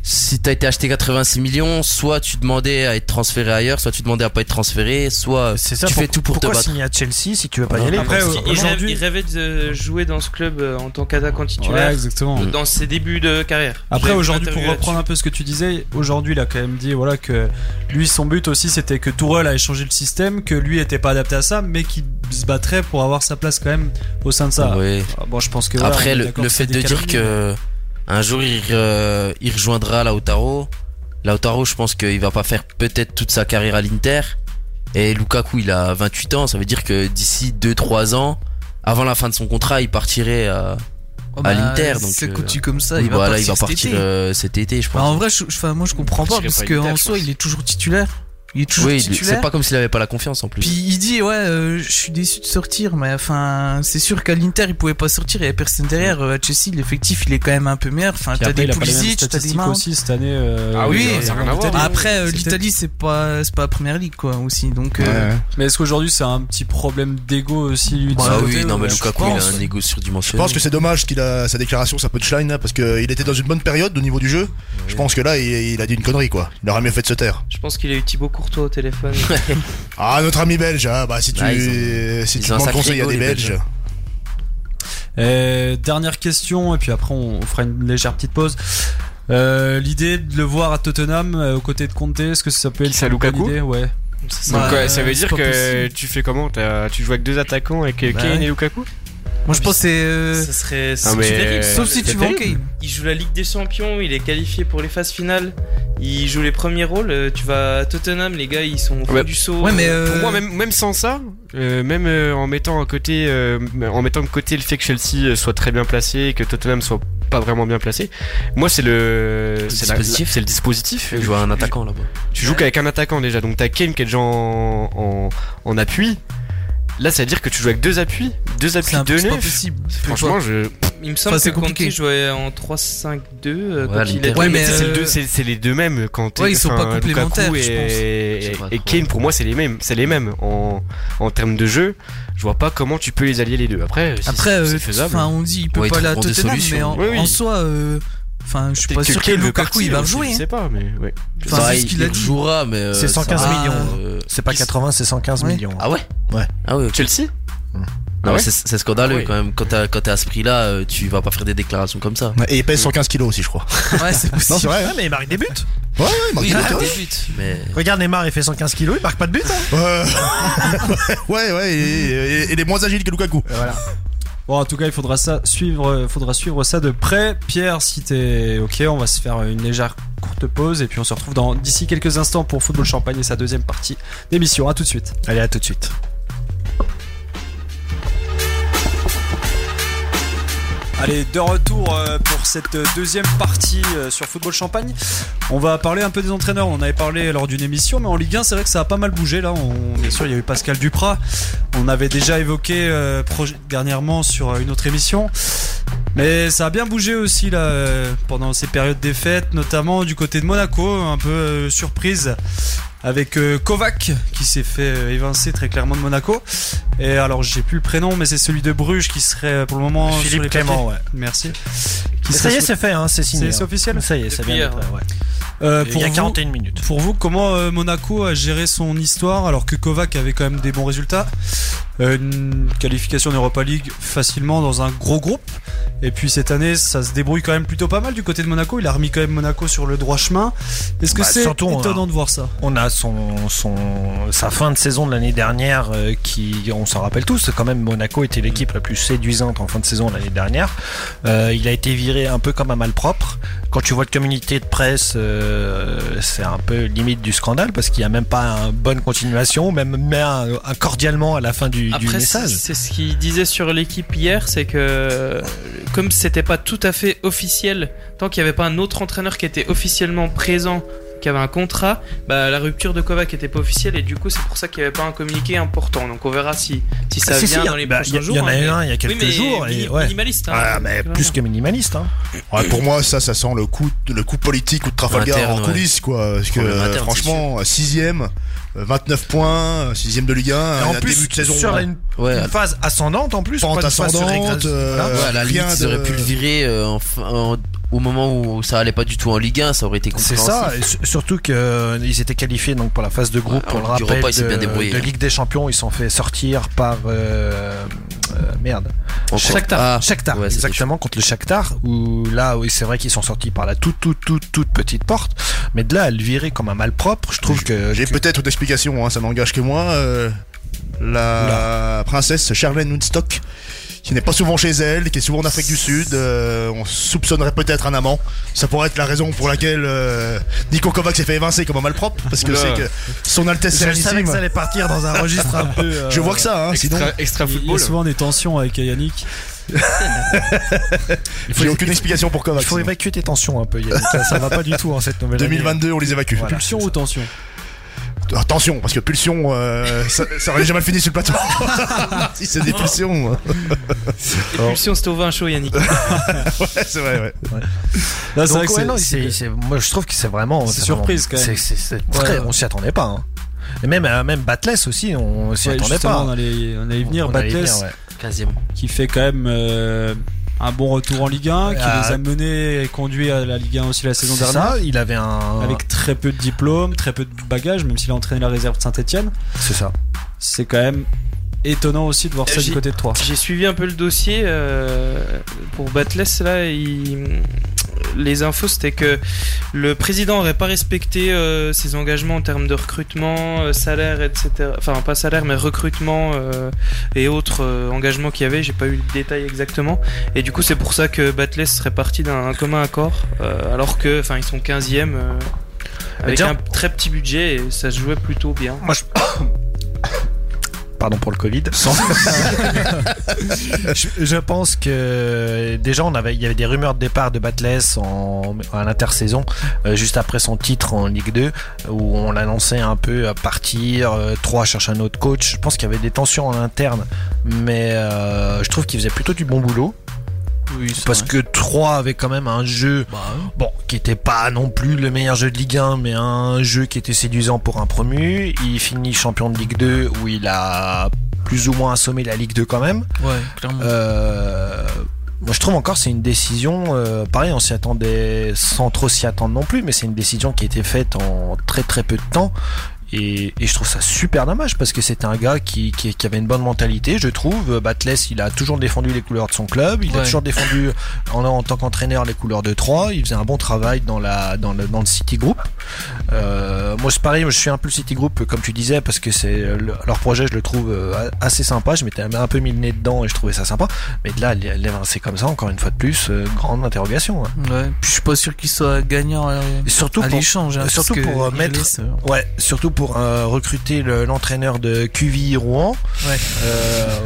[SPEAKER 8] Si t'as été acheté 86 millions, soit tu demandais à être transféré ailleurs, soit tu demandais à pas être transféré, soit
[SPEAKER 3] C'est ça.
[SPEAKER 8] tu
[SPEAKER 3] pour-
[SPEAKER 8] fais tout Euh, pour te
[SPEAKER 3] pourquoi
[SPEAKER 8] battre.
[SPEAKER 3] signer à Chelsea si tu veux pas y
[SPEAKER 8] Voilà.
[SPEAKER 3] aller
[SPEAKER 1] Après,
[SPEAKER 3] Parce
[SPEAKER 1] euh,
[SPEAKER 3] qu'il-
[SPEAKER 4] Il rêve-
[SPEAKER 1] Aujourd'hui-
[SPEAKER 4] il rêvait de jouer dans ce club euh, en tant qu'attaquant
[SPEAKER 1] Ouais,
[SPEAKER 4] titulaire
[SPEAKER 1] exactement.
[SPEAKER 4] dans ses débuts de carrière.
[SPEAKER 1] Après
[SPEAKER 4] J'ai vu
[SPEAKER 1] aujourd'hui, pour
[SPEAKER 4] l'interview
[SPEAKER 1] reprendre un peu ce que tu disais, aujourd'hui il a quand même dit voilà que lui son but aussi c'était que Tourelle a échangé le système, que lui était pas adapté à ça, mais qu'il se battrait pour avoir sa place quand même au sein de ça.
[SPEAKER 8] Ouais.
[SPEAKER 1] Ah, Bon, je pense que voilà, on
[SPEAKER 8] Après
[SPEAKER 1] est
[SPEAKER 8] le,
[SPEAKER 1] d'accord
[SPEAKER 8] le
[SPEAKER 1] que
[SPEAKER 8] fait
[SPEAKER 1] c'est
[SPEAKER 8] de
[SPEAKER 1] décalé,
[SPEAKER 8] dire que un jour il, re- il rejoindra Lautaro, Lautaro je pense qu'il va pas faire peut-être toute sa carrière à l'Inter et Lukaku il a 28 ans, ça veut dire que d'ici 2-3 ans avant la fin de son contrat, il partirait à,
[SPEAKER 7] oh,
[SPEAKER 8] à l'Inter, donc,
[SPEAKER 7] Ça
[SPEAKER 8] euh,
[SPEAKER 7] continue comme ça.
[SPEAKER 8] oui,
[SPEAKER 7] il va
[SPEAKER 8] voilà,
[SPEAKER 7] partir
[SPEAKER 8] il va
[SPEAKER 7] cet
[SPEAKER 8] partir
[SPEAKER 7] été.
[SPEAKER 8] euh, cet été, je
[SPEAKER 7] Bah, en
[SPEAKER 8] pense.
[SPEAKER 7] vrai, je, je- enfin, moi je comprends
[SPEAKER 5] Il
[SPEAKER 7] pas
[SPEAKER 5] partirait
[SPEAKER 7] parce
[SPEAKER 5] pas
[SPEAKER 7] que
[SPEAKER 5] Inter,
[SPEAKER 7] en
[SPEAKER 5] je
[SPEAKER 7] soi,
[SPEAKER 5] pense.
[SPEAKER 7] il est toujours titulaire. Il est toujours
[SPEAKER 8] oui, il- c'est
[SPEAKER 7] titulaire.
[SPEAKER 8] pas comme s'il avait pas la confiance en plus.
[SPEAKER 7] Puis il dit ouais, euh, je suis déçu de sortir, mais enfin, c'est sûr qu'à l'Inter il pouvait pas sortir, il y avait personne derrière. Euh, À Chelsea, l'effectif il est quand même un peu meilleur. Enfin,
[SPEAKER 1] Puis
[SPEAKER 7] t'as
[SPEAKER 1] après,
[SPEAKER 7] des
[SPEAKER 1] il a pas les mêmes
[SPEAKER 7] Pulisic, t'as des
[SPEAKER 1] statistiques
[SPEAKER 7] Mount.
[SPEAKER 1] aussi cette année. euh,
[SPEAKER 5] Ah
[SPEAKER 7] oui,
[SPEAKER 1] euh,
[SPEAKER 7] ça
[SPEAKER 5] a rien à
[SPEAKER 1] en
[SPEAKER 5] voir.
[SPEAKER 1] Italie.
[SPEAKER 7] Après, euh,
[SPEAKER 1] C'était-
[SPEAKER 7] l'Italie c'est pas c'est pas la première ligue quoi aussi, donc. euh,
[SPEAKER 2] Ouais, ouais.
[SPEAKER 1] Mais est-ce qu'aujourd'hui c'est un petit problème d'ego aussi lui de
[SPEAKER 7] Bah
[SPEAKER 1] son
[SPEAKER 8] ah
[SPEAKER 1] côté,
[SPEAKER 8] oui, non
[SPEAKER 1] ou-
[SPEAKER 8] mais
[SPEAKER 7] je
[SPEAKER 8] Lukaku il a
[SPEAKER 7] pense.
[SPEAKER 8] un égo
[SPEAKER 2] Je
[SPEAKER 8] surdimensionné.
[SPEAKER 2] pense que c'est dommage qu'il a sa déclaration, sa punchline, là, parce qu'il était dans une bonne période au niveau du jeu. Je pense que là, il, il a dit une connerie, quoi. Il aurait mieux fait de se taire.
[SPEAKER 4] Je pense qu'il a eu Thibaut Courtois au téléphone.
[SPEAKER 2] Ah, notre ami belge, ah, bah si tu,
[SPEAKER 8] Ah,
[SPEAKER 2] si
[SPEAKER 8] ils
[SPEAKER 2] tu
[SPEAKER 8] ont un
[SPEAKER 2] demandes
[SPEAKER 8] sacré
[SPEAKER 2] conseil à
[SPEAKER 8] ego,
[SPEAKER 2] des
[SPEAKER 8] les
[SPEAKER 2] Belges.
[SPEAKER 8] Belges.
[SPEAKER 1] Euh, dernière question, et puis après on, on fera une légère petite pause. Euh, L'idée de le voir à Tottenham euh, aux côtés de Conte, est-ce que ça peut
[SPEAKER 5] Qui
[SPEAKER 1] être
[SPEAKER 5] ça,
[SPEAKER 1] une bonne
[SPEAKER 5] Lukaku
[SPEAKER 1] idée Ouais.
[SPEAKER 7] c'est
[SPEAKER 5] Donc,
[SPEAKER 7] pas-
[SPEAKER 5] ouais, ça veut
[SPEAKER 7] c'est
[SPEAKER 5] dire
[SPEAKER 7] pas
[SPEAKER 5] que
[SPEAKER 7] possible.
[SPEAKER 5] tu fais comment T'as- Tu joues avec deux attaquants, avec euh,
[SPEAKER 7] Bah
[SPEAKER 5] Kane
[SPEAKER 7] ouais.
[SPEAKER 5] et Lukaku
[SPEAKER 7] Moi je pense que c'est. euh,
[SPEAKER 4] Ça serait.
[SPEAKER 5] Ah, mais-
[SPEAKER 4] terrible.
[SPEAKER 5] c'est-
[SPEAKER 7] Sauf si
[SPEAKER 5] c'est
[SPEAKER 7] tu vends Kane.
[SPEAKER 4] Il joue la Ligue des Champions, il est qualifié pour les phases finales, il joue les premiers rôles. euh, Tu vas à Tottenham, les gars, ils sont au fond
[SPEAKER 5] Ouais.
[SPEAKER 4] du saut.
[SPEAKER 7] Ouais, mais
[SPEAKER 5] Pour
[SPEAKER 7] euh,
[SPEAKER 5] moi, même, même sans ça, euh, même euh, en mettant à côté, euh, en mettant de côté le fait que Chelsea euh, soit très bien placé, et que Tottenham soit pas vraiment bien placé, moi c'est le, c'est la-
[SPEAKER 8] dispositif.
[SPEAKER 5] c'est le dispositif.
[SPEAKER 8] je vois un attaquant là-bas.
[SPEAKER 5] Tu joues qu'avec un attaquant déjà, donc t'as Kane qui est déjà en, en, en appui. Là, ça veut dire que tu joues avec deux appuis, deux
[SPEAKER 7] c'est
[SPEAKER 5] appuis,
[SPEAKER 7] un-
[SPEAKER 5] deux
[SPEAKER 7] c'est pas
[SPEAKER 5] neufs.
[SPEAKER 7] possible.
[SPEAKER 5] Franchement, je.
[SPEAKER 4] Il me semble
[SPEAKER 7] Enfin, c'est
[SPEAKER 4] que Conte
[SPEAKER 7] compliqué.
[SPEAKER 4] jouait en 3-5-2 euh,
[SPEAKER 8] Ouais,
[SPEAKER 4] quand
[SPEAKER 8] l'Inter.
[SPEAKER 4] il était-
[SPEAKER 5] Mais
[SPEAKER 7] Ouais, mais,
[SPEAKER 5] tu sais, c'est le
[SPEAKER 7] euh,
[SPEAKER 5] deux- c'est c'est les deux mêmes quand t'es-
[SPEAKER 7] Ouais, ils sont
[SPEAKER 5] enfin,
[SPEAKER 7] pas complémentaires,
[SPEAKER 5] Lukaku
[SPEAKER 7] je pense.
[SPEAKER 5] et,
[SPEAKER 8] Je sais pas
[SPEAKER 5] et
[SPEAKER 8] trop.
[SPEAKER 5] Kane pour moi c'est les mêmes, c'est les mêmes en, en termes de jeu. Je vois pas comment tu peux les allier les deux. Après, si
[SPEAKER 7] Après,
[SPEAKER 5] c'est-
[SPEAKER 7] euh,
[SPEAKER 5] c'est faisable.
[SPEAKER 7] enfin, on dit il peut
[SPEAKER 8] Ouais, ils
[SPEAKER 7] pas aller à
[SPEAKER 8] trouveront des
[SPEAKER 7] Tottenham,
[SPEAKER 8] solutions.
[SPEAKER 7] mais en,
[SPEAKER 5] Oui, oui.
[SPEAKER 7] en soi, euh, enfin, je suis pas
[SPEAKER 5] Peut-être
[SPEAKER 7] sûr que
[SPEAKER 5] Kane veut
[SPEAKER 7] Lukaku il va hein.
[SPEAKER 5] partir,
[SPEAKER 7] rejouer.
[SPEAKER 5] Je sais pas, mais ouais.
[SPEAKER 7] Enfin,
[SPEAKER 8] Bah,
[SPEAKER 7] c'est ce
[SPEAKER 8] il-
[SPEAKER 7] qu'il a
[SPEAKER 8] il
[SPEAKER 7] dit.
[SPEAKER 8] jouera, mais euh,
[SPEAKER 3] C'est 115
[SPEAKER 8] ça va,
[SPEAKER 3] millions.
[SPEAKER 8] euh,
[SPEAKER 3] C'est pas 80, c'est 115
[SPEAKER 7] Ouais.
[SPEAKER 3] millions.
[SPEAKER 8] Ah ouais
[SPEAKER 2] Ouais.
[SPEAKER 8] Ah ouais. ok.
[SPEAKER 5] Chelsea Ah
[SPEAKER 8] Non,
[SPEAKER 5] ouais
[SPEAKER 8] mais c'est c'est scandaleux
[SPEAKER 5] Ah ouais.
[SPEAKER 8] quand même. Quand t'as- quand t'es à ce prix-là, euh, tu vas pas faire des déclarations comme ça.
[SPEAKER 2] Et il pèse 115 kilos aussi, je crois.
[SPEAKER 7] Ouais, c'est
[SPEAKER 2] Non, c'est
[SPEAKER 7] possible.
[SPEAKER 2] vrai, hein
[SPEAKER 3] Ouais, mais il marque des buts.
[SPEAKER 2] Ouais, ouais, il marque
[SPEAKER 8] Oui,
[SPEAKER 2] des
[SPEAKER 7] ah
[SPEAKER 2] buts,
[SPEAKER 8] bah,
[SPEAKER 2] ouais.
[SPEAKER 8] des buts, mais
[SPEAKER 3] Regarde Neymar, il fait 115 kilos, il marque pas de but. hein.
[SPEAKER 2] Euh, ouais, ouais, et, et- et il est moins agile que Lukaku.
[SPEAKER 1] Bon, en tout cas, il faudra ça suivre, euh, faudra suivre ça de près. Pierre, si t'es ok, on va se faire une légère courte pause et puis on se retrouve dans d'ici quelques instants pour Football Champagne et sa deuxième partie d'émission. À tout de suite.
[SPEAKER 3] Allez, à tout de suite.
[SPEAKER 1] Allez, de retour euh, pour cette deuxième partie euh, sur Football Champagne. On va parler un peu des entraîneurs. On en avait parlé lors d'une émission, mais en Ligue 1, c'est vrai que ça a pas mal bougé. Là, on, bien sûr, il y a eu Pascal Duprat. On avait déjà évoqué euh, proj- dernièrement sur euh, une autre émission. Mais ça a bien bougé aussi là euh, pendant ces périodes des fêtes, notamment du côté de Monaco, un peu euh, surprise avec euh, Kovac qui s'est fait euh, évincer très clairement de Monaco. Et alors j'ai plus le prénom, mais c'est celui de Bruges qui serait euh, pour le moment sur
[SPEAKER 3] Philippe
[SPEAKER 1] les
[SPEAKER 3] Clément,
[SPEAKER 1] papiers.
[SPEAKER 3] ouais.
[SPEAKER 1] Merci. Qui
[SPEAKER 3] Mais Ça
[SPEAKER 1] serait
[SPEAKER 3] y est,
[SPEAKER 1] sur-
[SPEAKER 3] c'est fait, hein, c'est signé.
[SPEAKER 1] c'est c'est officiel.
[SPEAKER 3] Ça y est, c'est
[SPEAKER 4] Depuis
[SPEAKER 3] bien.
[SPEAKER 4] hier,
[SPEAKER 3] d'être là, ouais.
[SPEAKER 1] Euh,
[SPEAKER 3] Il y a
[SPEAKER 1] pour vous,
[SPEAKER 3] 41 minutes.
[SPEAKER 1] pour vous, comment euh, Monaco a géré son histoire alors que Kovac avait quand même des bons résultats Euh, Une qualification en Europa League facilement dans un gros groupe. Et puis cette année, ça se débrouille quand même plutôt pas mal du côté de Monaco. Il a remis quand même Monaco sur le droit chemin. Est-ce que
[SPEAKER 3] Bah,
[SPEAKER 1] c'est
[SPEAKER 3] surtout, on a-
[SPEAKER 1] étonnant de voir ça
[SPEAKER 3] On a son, son, sa fin de saison de l'année dernière euh, qui, on s'en rappelle tous, quand même Monaco était l'équipe la plus séduisante en fin de saison de l'année dernière. Euh, il a été viré un peu comme un malpropre. Quand tu vois le communiqué de presse, euh, c'est un peu limite du scandale parce qu'il n'y a même pas une bonne continuation, même, mais un, un cordialement à la fin du, du
[SPEAKER 4] Après, c'est
[SPEAKER 3] message.
[SPEAKER 4] c'est ce qu'il disait sur l'équipe hier, c'est que euh, comme c'était pas tout à fait officiel, tant qu'il n'y avait pas un autre entraîneur qui était officiellement présent, qui avait un contrat, bah, la rupture de Kovac n'était pas officielle et du coup c'est pour ça qu'il n'y avait pas un communiqué important. Donc on verra si, si ça
[SPEAKER 3] Ah, si, si,
[SPEAKER 4] vient
[SPEAKER 3] il y a-
[SPEAKER 4] dans les
[SPEAKER 3] bah,
[SPEAKER 4] prochains
[SPEAKER 3] il y
[SPEAKER 4] jours.
[SPEAKER 3] en a
[SPEAKER 4] hein,
[SPEAKER 3] eu
[SPEAKER 4] mais-
[SPEAKER 3] un il y a quelques
[SPEAKER 4] Oui, mais
[SPEAKER 3] jours.
[SPEAKER 4] mini-
[SPEAKER 3] et, ouais.
[SPEAKER 4] minimaliste. hein.
[SPEAKER 2] Ah, mais
[SPEAKER 4] Clairement.
[SPEAKER 3] Plus que minimaliste. Hein.
[SPEAKER 2] Ouais, pour moi, ça, ça sent le coup, le coup politique ou de Trafalgar
[SPEAKER 8] Interne,
[SPEAKER 2] en
[SPEAKER 8] ouais.
[SPEAKER 2] coulisses, quoi. Parce que, euh,
[SPEAKER 8] Problème interne, c'est
[SPEAKER 2] franchement, 6ème, 29 points, 6ème de Ligue 1,
[SPEAKER 3] Et en
[SPEAKER 2] un
[SPEAKER 3] plus,
[SPEAKER 2] Ah, début de saison hein.
[SPEAKER 3] sur une,
[SPEAKER 8] Ouais,
[SPEAKER 7] Euh,
[SPEAKER 3] une phase ascendante en plus.
[SPEAKER 2] pente
[SPEAKER 3] pas une phase
[SPEAKER 2] ascendante.
[SPEAKER 3] régressive.
[SPEAKER 2] euh,
[SPEAKER 3] Voilà.
[SPEAKER 8] ouais, à la limite,
[SPEAKER 2] rien
[SPEAKER 8] ils auraient
[SPEAKER 2] de-
[SPEAKER 8] pu le virer euh, en fin- en- au moment où ça allait pas du tout en Ligue 1, ça aurait été
[SPEAKER 3] C'est
[SPEAKER 8] compréhensible.
[SPEAKER 3] ça, et su- surtout qu'ils étaient qualifiés donc pour la phase de groupe,
[SPEAKER 2] Ah,
[SPEAKER 8] Ouais,
[SPEAKER 3] pour
[SPEAKER 8] en
[SPEAKER 3] le
[SPEAKER 8] Ligue
[SPEAKER 3] rappel
[SPEAKER 8] Europa, ils s'étaient
[SPEAKER 3] de,
[SPEAKER 8] bien débrouillés,
[SPEAKER 3] de
[SPEAKER 8] hein.
[SPEAKER 3] Ligue des Champions, ils sont fait sortir par euh, euh, merde,
[SPEAKER 8] On croit-
[SPEAKER 4] Shakhtar.
[SPEAKER 8] Ah,
[SPEAKER 3] Shakhtar,
[SPEAKER 8] ouais, c'était
[SPEAKER 3] exactement contre le Shakhtar où là oui c'est vrai qu'ils sont sortis par la toute toute toute toute petite porte, mais de là à le virer comme un malpropre, je trouve que,
[SPEAKER 2] Euh, J'ai
[SPEAKER 3] que-
[SPEAKER 2] peut-être une explication, hein, ça n'engage que moi. euh, la princesse Charlène Woodstock, qui n'est pas souvent chez elle, qui est souvent en Afrique du Sud, euh, on soupçonnerait peut-être un amant. Ça pourrait être la raison pour laquelle euh, Nico Kovac s'est fait évincer comme un malpropre, parce que
[SPEAKER 5] Oula.
[SPEAKER 2] c'est que son Altesse
[SPEAKER 3] je savais que ça
[SPEAKER 2] Sérénissime.
[SPEAKER 3] allait partir dans un registre un peu. euh,
[SPEAKER 2] Je vois que ça, hein, sinon
[SPEAKER 5] Extra, extra
[SPEAKER 1] Il y
[SPEAKER 5] football.
[SPEAKER 1] a souvent des tensions avec Yannick.
[SPEAKER 2] j'ai aucune explication pour
[SPEAKER 3] Il
[SPEAKER 2] Kovac.
[SPEAKER 3] faut
[SPEAKER 2] sinon.
[SPEAKER 3] évacuer tes tensions un peu. Yannick. Ça, ça va pas du tout en cette nouvelle. année.
[SPEAKER 2] 2022, on les évacue.
[SPEAKER 3] Voilà.
[SPEAKER 1] Pulsion ou tension
[SPEAKER 2] Attention, parce que pulsion, euh, ça, ça aurait jamais fini sur le plateau. si c'est des pulsions, ouais,
[SPEAKER 4] Et Pulsion, c'était au vin chaud, Yannick.
[SPEAKER 2] c'est vrai. Ouais.
[SPEAKER 1] Là,
[SPEAKER 3] Donc, ouais,
[SPEAKER 1] c'est-
[SPEAKER 3] non,
[SPEAKER 1] c'est-
[SPEAKER 3] c'est- c'est- moi je trouve que c'est vraiment.
[SPEAKER 1] C'est surprise,
[SPEAKER 3] vraiment-
[SPEAKER 1] quand même.
[SPEAKER 3] c'est- c'est- c'est très-
[SPEAKER 1] Ouais.
[SPEAKER 3] On s'y attendait pas. hein. Et même, euh, même Batless aussi, on s'y
[SPEAKER 1] ouais,
[SPEAKER 3] attendait
[SPEAKER 1] justement,
[SPEAKER 3] pas. hein.
[SPEAKER 1] On allait, on allait y venir.
[SPEAKER 3] On allait y
[SPEAKER 1] Batless,
[SPEAKER 3] venir, ouais.
[SPEAKER 8] quasiment.
[SPEAKER 1] qui fait quand même euh, un bon retour en Ligue 1, qui
[SPEAKER 3] Ah.
[SPEAKER 1] les a menés et conduits à la Ligue 1 aussi la saison
[SPEAKER 3] C'est
[SPEAKER 1] dernière.
[SPEAKER 3] ça, il avait un.
[SPEAKER 1] Avec très peu de diplômes, très peu de bagages, même s'il a entraîné la réserve de Saint-Etienne.
[SPEAKER 3] C'est ça.
[SPEAKER 1] C'est quand même étonnant aussi de voir ça
[SPEAKER 4] J'ai-
[SPEAKER 1] du côté de Troyes.
[SPEAKER 4] J'ai suivi un peu le dossier euh, pour Batless là. il- Les infos c'était que le président aurait pas respecté euh, ses engagements en termes de recrutement, euh, salaire, etc. Enfin pas salaire mais recrutement euh, et autres euh, engagements qu'il y avait. J'ai pas eu le détail exactement. Et du coup c'est pour ça que Batless serait parti d'un commun accord euh, alors que enfin ils sont 15e euh, avec
[SPEAKER 3] tiens.
[SPEAKER 4] un très petit budget et ça se jouait plutôt bien.
[SPEAKER 3] Moi je. Pardon pour le Covid. je, je pense que déjà on avait, il y avait des rumeurs de départ de Batless en, à l'intersaison, euh, juste après son titre en Ligue 2, où on l'annonçait un peu à partir, 3 cherche un autre coach. Je pense qu'il y avait des tensions en interne, mais euh, je trouve qu'il faisait plutôt du bon boulot
[SPEAKER 7] Oui, c'est
[SPEAKER 3] parce
[SPEAKER 7] vrai.
[SPEAKER 3] que 3 avait quand même un jeu
[SPEAKER 7] Bah, ouais.
[SPEAKER 3] bon, qui était pas non plus le meilleur jeu de Ligue 1, mais un jeu qui était séduisant pour un promu. Il finit champion de Ligue 2 où il a plus ou moins assommé la Ligue 2 quand même.
[SPEAKER 7] Ouais, clairement.
[SPEAKER 3] Euh, moi, je trouve encore c'est une décision. euh, pareil, on s'y attendait sans trop s'y attendre non plus, mais c'est une décision qui a été faite en très très peu de temps. Et, et je trouve ça super dommage parce que c'était un gars qui, qui, qui avait une bonne mentalité, je trouve. Euh, Batless, il a toujours défendu les couleurs de son club, il a
[SPEAKER 7] Ouais.
[SPEAKER 3] toujours défendu en, en tant qu'entraîneur les couleurs de Troyes. Il faisait un bon travail dans, la, dans, le, dans le City Group. Euh, moi, c'est pareil, je suis un peu le City Group, comme tu disais, parce que c'est le- leur projet, je le trouve euh, assez sympa. Je m'étais un peu mis le nez dedans et je trouvais ça sympa. Mais de là, l'évincer comme ça, encore une fois de plus, euh, grande interrogation. hein.
[SPEAKER 7] Ouais. Puis je suis pas sûr qu'il soit gagnant à,
[SPEAKER 3] Et surtout
[SPEAKER 7] à
[SPEAKER 3] pour,
[SPEAKER 7] l'échange. hein,
[SPEAKER 3] surtout
[SPEAKER 7] parce que
[SPEAKER 3] pour, euh,
[SPEAKER 7] il
[SPEAKER 3] mettre-
[SPEAKER 7] laisse, euh,
[SPEAKER 3] ouais, surtout
[SPEAKER 8] Ah,
[SPEAKER 3] pour euh, recruter le- l'entraîneur de QVI Rouen.
[SPEAKER 7] Ouais.
[SPEAKER 3] Euh,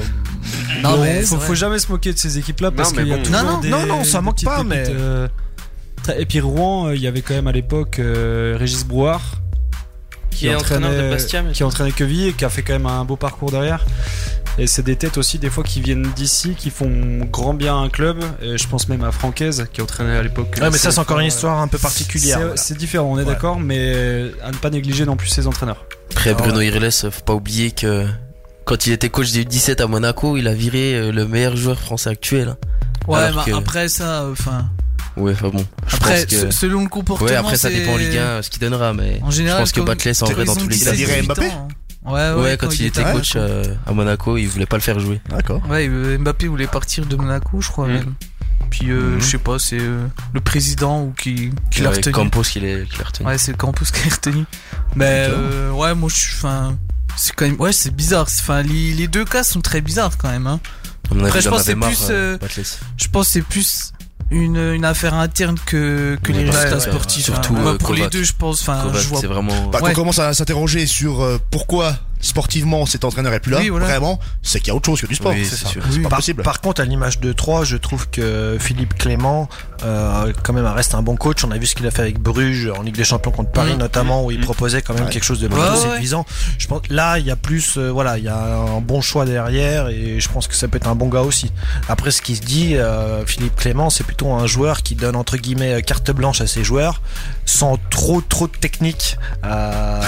[SPEAKER 7] Non,
[SPEAKER 1] Bon,
[SPEAKER 7] mais c'est
[SPEAKER 1] faut,
[SPEAKER 7] vrai.
[SPEAKER 1] faut jamais se moquer de ces équipes-là parce
[SPEAKER 5] mais
[SPEAKER 1] qu'il y a
[SPEAKER 5] bon.
[SPEAKER 1] toujours
[SPEAKER 3] Non, non,
[SPEAKER 1] des-
[SPEAKER 3] non, non, ça
[SPEAKER 1] des
[SPEAKER 3] manque
[SPEAKER 1] petites
[SPEAKER 3] pas, mais-
[SPEAKER 1] pépites, euh, très- Et puis Rouen, euh, il y avait quand même à l'époque euh, Régis Brouard
[SPEAKER 4] Qui est entraîneur de Bastia, mais-
[SPEAKER 1] qui entraînait Queville et qui a fait quand même un beau parcours derrière. Et c'est des têtes aussi des fois qui viennent d'ici, qui font grand bien à un club. Et je pense même à Francaise qui entraînait à l'époque.
[SPEAKER 3] Ouais, mais ça, c'est encore une
[SPEAKER 1] euh,
[SPEAKER 3] histoire un peu
[SPEAKER 1] C'est
[SPEAKER 3] particulière. voilà.
[SPEAKER 1] c'est différent, on est d'accord, mais euh, à ne pas négliger non plus ses entraîneurs.
[SPEAKER 8] Après Bruno Irles, faut pas oublier que quand il était coach des U17 à Monaco, il a viré euh, le meilleur joueur français actuel. hein.
[SPEAKER 7] Ouais,
[SPEAKER 8] Alors
[SPEAKER 7] mais
[SPEAKER 8] que-
[SPEAKER 7] après ça, enfin.
[SPEAKER 8] Ouais, enfin bon. Je
[SPEAKER 7] Après,
[SPEAKER 8] pense que...
[SPEAKER 7] se- selon le comportement.
[SPEAKER 8] ouais, après ça
[SPEAKER 7] c'est-
[SPEAKER 8] dépend en Ligue 1 ce qu'il donnera, mais
[SPEAKER 7] En général,
[SPEAKER 8] je pense que
[SPEAKER 7] comme-
[SPEAKER 8] Batley en vrai
[SPEAKER 7] ils
[SPEAKER 8] dans
[SPEAKER 7] ont
[SPEAKER 8] tous les
[SPEAKER 2] Il a
[SPEAKER 8] cas.
[SPEAKER 7] 17,
[SPEAKER 2] viré
[SPEAKER 7] 18
[SPEAKER 2] Mbappé
[SPEAKER 7] ans. hein. Ah Ouais, ouais,
[SPEAKER 8] Ouais, quand il était
[SPEAKER 7] à
[SPEAKER 8] coach
[SPEAKER 7] Monaco.
[SPEAKER 8] euh, à Monaco, il voulait pas le faire jouer.
[SPEAKER 2] D'accord.
[SPEAKER 7] Ouais, euh, Mbappé voulait partir de Monaco, je crois
[SPEAKER 5] Mm.
[SPEAKER 7] même. Puis euh,
[SPEAKER 8] Mhm.
[SPEAKER 7] je sais pas, c'est euh, le président ou qui, qui l'a
[SPEAKER 8] Ouais,
[SPEAKER 7] retenu.
[SPEAKER 8] Campos qui l'a qui l'a retenu.
[SPEAKER 7] Ouais, c'est Campos qui l'a retenu. Mais euh, ouais, moi je suis enfin c'est quand même ouais, c'est bizarre. C'est- Enfin les, les deux cas sont très bizarres quand même hein.
[SPEAKER 8] À mon
[SPEAKER 7] Après,
[SPEAKER 8] avis,
[SPEAKER 7] je
[SPEAKER 8] il en
[SPEAKER 7] pense
[SPEAKER 8] avait
[SPEAKER 7] c'est
[SPEAKER 8] marre,
[SPEAKER 7] plus,
[SPEAKER 8] euh,
[SPEAKER 7] euh,
[SPEAKER 8] Batley.
[SPEAKER 7] Je pense que c'est plus une, une affaire interne que, que les
[SPEAKER 8] Ouais,
[SPEAKER 7] résultats
[SPEAKER 8] ouais,
[SPEAKER 7] sportifs.
[SPEAKER 8] ouais.
[SPEAKER 7] hein.
[SPEAKER 8] Surtout,
[SPEAKER 7] Moi,
[SPEAKER 8] euh,
[SPEAKER 7] pour les
[SPEAKER 8] Kovac.
[SPEAKER 7] deux, je pense enfin
[SPEAKER 8] Kovac,
[SPEAKER 7] Ah, je vois
[SPEAKER 8] c'est vraiment.
[SPEAKER 2] Bah,
[SPEAKER 7] Ouais.
[SPEAKER 2] Qu'on commence à s'interroger sur euh, pourquoi sportivement cet entraîneur est plus là.
[SPEAKER 7] Oui, voilà.
[SPEAKER 2] Vraiment, c'est qu'il y a autre chose que du sport.
[SPEAKER 8] Oui,
[SPEAKER 2] c'est
[SPEAKER 8] c'est
[SPEAKER 2] ça.
[SPEAKER 8] sûr.
[SPEAKER 2] pas
[SPEAKER 3] par,
[SPEAKER 2] possible.
[SPEAKER 3] par contre, à l'image de 3, je trouve que Philippe Clément, euh, quand même, reste un bon coach. On a vu ce qu'il a fait avec Bruges en Ligue des Champions contre Paris,
[SPEAKER 7] Mhm.
[SPEAKER 3] notamment, où il
[SPEAKER 5] Mhm.
[SPEAKER 3] proposait quand même
[SPEAKER 2] Ouais.
[SPEAKER 3] quelque chose de plutôt
[SPEAKER 7] Ouais, ouais.
[SPEAKER 3] séduisant. Je pense, là, il y a plus, euh, voilà, il y a un bon choix derrière et je pense que ça peut être un bon gars aussi. Après, ce qui se dit, euh, Philippe Clément, c'est plutôt un joueur qui donne entre guillemets euh, carte blanche à ses joueurs sans trop, trop de technique, euh,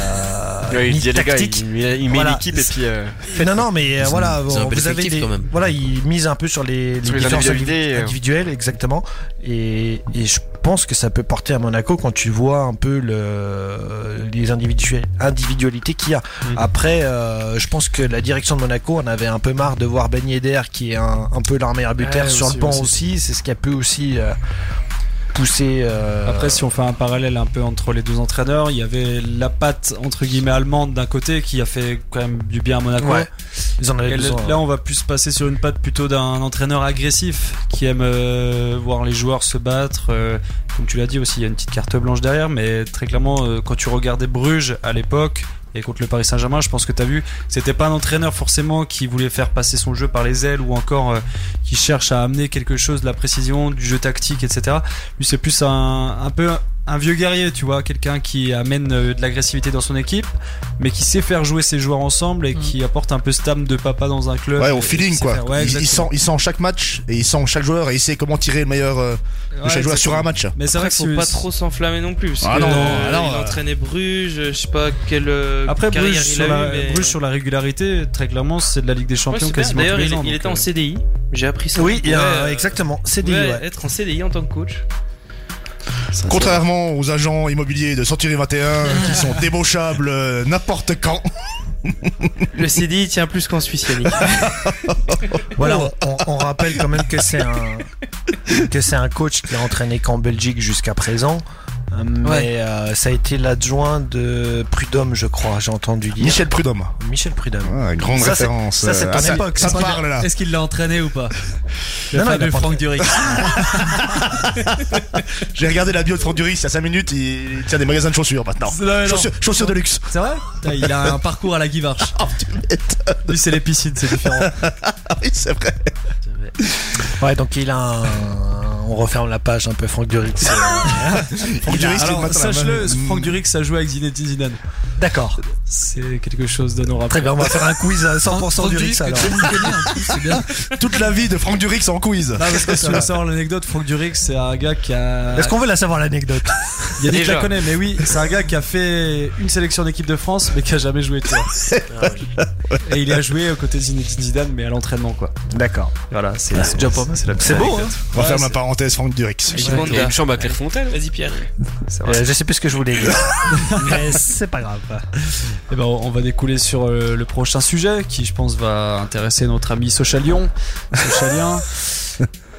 [SPEAKER 5] Ouais, il
[SPEAKER 3] ni
[SPEAKER 5] dit, les gars,
[SPEAKER 3] tactique.
[SPEAKER 5] il, il met
[SPEAKER 3] Voilà.
[SPEAKER 5] l'équipe et puis euh,
[SPEAKER 3] Non, non, mais euh,
[SPEAKER 8] C'est un-
[SPEAKER 3] voilà,
[SPEAKER 8] c'est un
[SPEAKER 3] vous
[SPEAKER 8] bel
[SPEAKER 3] vous avez
[SPEAKER 8] effectif,
[SPEAKER 3] des,
[SPEAKER 8] quand même.
[SPEAKER 3] voilà, ils misent un peu sur les,
[SPEAKER 5] Sur les
[SPEAKER 3] différences
[SPEAKER 5] individualités,
[SPEAKER 3] indivi-
[SPEAKER 5] euh.
[SPEAKER 3] individuelles, exactement. Et, et je pense que ça peut porter à Monaco quand tu vois un peu le, les individu- individualités qu'il y a. Après, euh, je pense que la direction de Monaco en avait un peu marre de voir Ben Yedder, qui est un, un peu leur meilleur buteur
[SPEAKER 1] Ouais,
[SPEAKER 3] sur
[SPEAKER 1] aussi,
[SPEAKER 3] le banc
[SPEAKER 1] aussi.
[SPEAKER 3] aussi. C'est ce qui a pu aussi euh, pousser. euh,
[SPEAKER 1] Après, si on fait un parallèle un peu entre les deux entraîneurs, il y avait la patte entre guillemets allemande d'un côté qui a fait quand même du bien à Monaco.
[SPEAKER 3] Ouais, ils en
[SPEAKER 1] Et
[SPEAKER 3] avaient
[SPEAKER 1] le-
[SPEAKER 3] besoin.
[SPEAKER 1] là, on va plus passer sur une patte plutôt d'un entraîneur agressif qui aime euh, voir les joueurs se battre. euh, comme tu l'as dit aussi, il y a une petite carte blanche derrière, mais très clairement, euh, quand tu regardais Bruges à l'époque et contre le Paris Saint-Germain, je pense que tu as vu, c'était pas un entraîneur forcément qui voulait faire passer son jeu par les ailes ou encore euh, qui cherche à amener quelque chose, de la précision, du jeu tactique, etc. Lui, c'est plus un, un peu un vieux guerrier, tu vois, quelqu'un qui amène euh, de l'agressivité dans son équipe mais qui sait faire jouer ses joueurs ensemble
[SPEAKER 4] Mm.
[SPEAKER 1] et qui apporte un peu cette âme de papa dans un club.
[SPEAKER 2] Ouais, au
[SPEAKER 1] Et qui
[SPEAKER 2] feeling
[SPEAKER 1] sait
[SPEAKER 2] quoi.
[SPEAKER 1] faire- Ouais,
[SPEAKER 2] il, il sent,
[SPEAKER 1] exactement.
[SPEAKER 2] il sent chaque match et il sent chaque joueur et il sait comment tirer le meilleur euh, de
[SPEAKER 1] Ouais,
[SPEAKER 2] chaque joueur sur
[SPEAKER 1] exactement.
[SPEAKER 2] un match.
[SPEAKER 1] Mais c'est vrai
[SPEAKER 4] Après,
[SPEAKER 1] que
[SPEAKER 4] faut
[SPEAKER 1] c'est-
[SPEAKER 4] pas trop s'enflammer non plus. parce
[SPEAKER 2] Ah
[SPEAKER 4] que,
[SPEAKER 2] non,
[SPEAKER 4] euh,
[SPEAKER 2] alors,
[SPEAKER 4] il
[SPEAKER 2] euh,
[SPEAKER 4] entraînait Bruges, je sais pas quelle euh,
[SPEAKER 1] Après,
[SPEAKER 4] carrière
[SPEAKER 1] Bruges
[SPEAKER 4] il
[SPEAKER 1] sur,
[SPEAKER 4] a eu,
[SPEAKER 1] la,
[SPEAKER 4] mais-
[SPEAKER 1] Bruges sur la régularité, très clairement, c'est de la Ligue des
[SPEAKER 4] Ouais,
[SPEAKER 1] Champions
[SPEAKER 4] c'est bien.
[SPEAKER 1] quasiment
[SPEAKER 4] D'ailleurs,
[SPEAKER 1] tous les
[SPEAKER 4] il,
[SPEAKER 1] ans,
[SPEAKER 4] il
[SPEAKER 1] donc,
[SPEAKER 4] était en
[SPEAKER 1] euh,
[SPEAKER 4] CDI. J'ai appris ça.
[SPEAKER 3] Oui, il y a-
[SPEAKER 4] Ouais, euh,
[SPEAKER 3] exactement.
[SPEAKER 4] il
[SPEAKER 3] CDI,
[SPEAKER 4] pouvait
[SPEAKER 3] ouais.
[SPEAKER 4] être en CDI en tant que coach.
[SPEAKER 2] Contrairement aux agents immobiliers de Century 21 qui sont débauchables euh, n'importe quand.
[SPEAKER 4] Le CDI tient plus qu'en Suisse, Yannick.
[SPEAKER 3] Voilà, on, on- on rappelle quand même que c'est un que c'est un coach qui a entraîné qu'en Belgique jusqu'à présent. Euh, Mais
[SPEAKER 7] Ouais.
[SPEAKER 3] euh, ça a été l'adjoint de Prud'homme, je crois, j'ai entendu dire.
[SPEAKER 2] Michel Prudhomme.
[SPEAKER 3] Michel Prud'homme.
[SPEAKER 2] Ah, grande
[SPEAKER 3] Ça, c'est-
[SPEAKER 2] référence.
[SPEAKER 3] ça, c'est
[SPEAKER 2] euh,
[SPEAKER 3] ton
[SPEAKER 2] ah, ça,
[SPEAKER 3] époque,
[SPEAKER 2] ça
[SPEAKER 3] ça,
[SPEAKER 2] te parle là.
[SPEAKER 7] Est-ce qu'il l'a entraîné ou pas
[SPEAKER 3] Le Non, non, fameux il a pas Franck
[SPEAKER 7] Duric.
[SPEAKER 2] J'ai regardé la bio de Franck Duris il y a 5 minutes. Il il tient des magasins de chaussures maintenant. Chaussures, chaussures de luxe. Oh,
[SPEAKER 7] C'est vrai Il a un parcours à la Guivarche.
[SPEAKER 1] Lui, c'est les piscines, c'est différent.
[SPEAKER 2] Ah oui, c'est vrai.
[SPEAKER 3] Ouais, donc il a un- On referme la page un peu, Franck Duric. c'est- euh,
[SPEAKER 2] Franck Duris, qui est
[SPEAKER 1] Alors,
[SPEAKER 2] maintenant la
[SPEAKER 1] sache-le,
[SPEAKER 2] même- Mm.
[SPEAKER 1] Franck Duric, ça joué avec Zinedine Zidane.
[SPEAKER 3] D'accord,
[SPEAKER 1] C'est quelque chose d'honorable.
[SPEAKER 3] très bien, on va faire un quiz à 100% Duric alors. hein.
[SPEAKER 7] C'est bien.
[SPEAKER 2] Toute la vie de Franck Durix en quiz.
[SPEAKER 7] Ah,
[SPEAKER 1] Non, parce que si on veut savoir l'anecdote, Franck Duric, c'est un gars qui a.
[SPEAKER 3] Est-ce qu'on veut la savoir l'anecdote
[SPEAKER 1] Il y a des que je la
[SPEAKER 5] Déjà.
[SPEAKER 1] connais, mais oui, c'est un gars qui a fait une sélection d'équipe de France, mais qui a jamais joué de terrain. Et il a joué aux côtés de Zinedine Zidane, mais à l'entraînement, quoi.
[SPEAKER 3] D'accord.
[SPEAKER 1] Voilà, c'est
[SPEAKER 7] C'est déjà pas mal.
[SPEAKER 1] la
[SPEAKER 3] C'est beau, hein
[SPEAKER 2] On
[SPEAKER 1] Ouais,
[SPEAKER 2] ferme la parenthèse, Franck Durix.
[SPEAKER 4] J'ai demandé
[SPEAKER 5] il y a
[SPEAKER 4] à-
[SPEAKER 5] une chambre à Clairefontaine.
[SPEAKER 4] Vas-y, Pierre.
[SPEAKER 3] Euh, Je sais plus ce que je voulais dire. Mais c'est pas grave.
[SPEAKER 1] Et ben, on va découler sur euh, le prochain sujet qui, je pense, va intéresser notre ami Sochalion. Sochalien.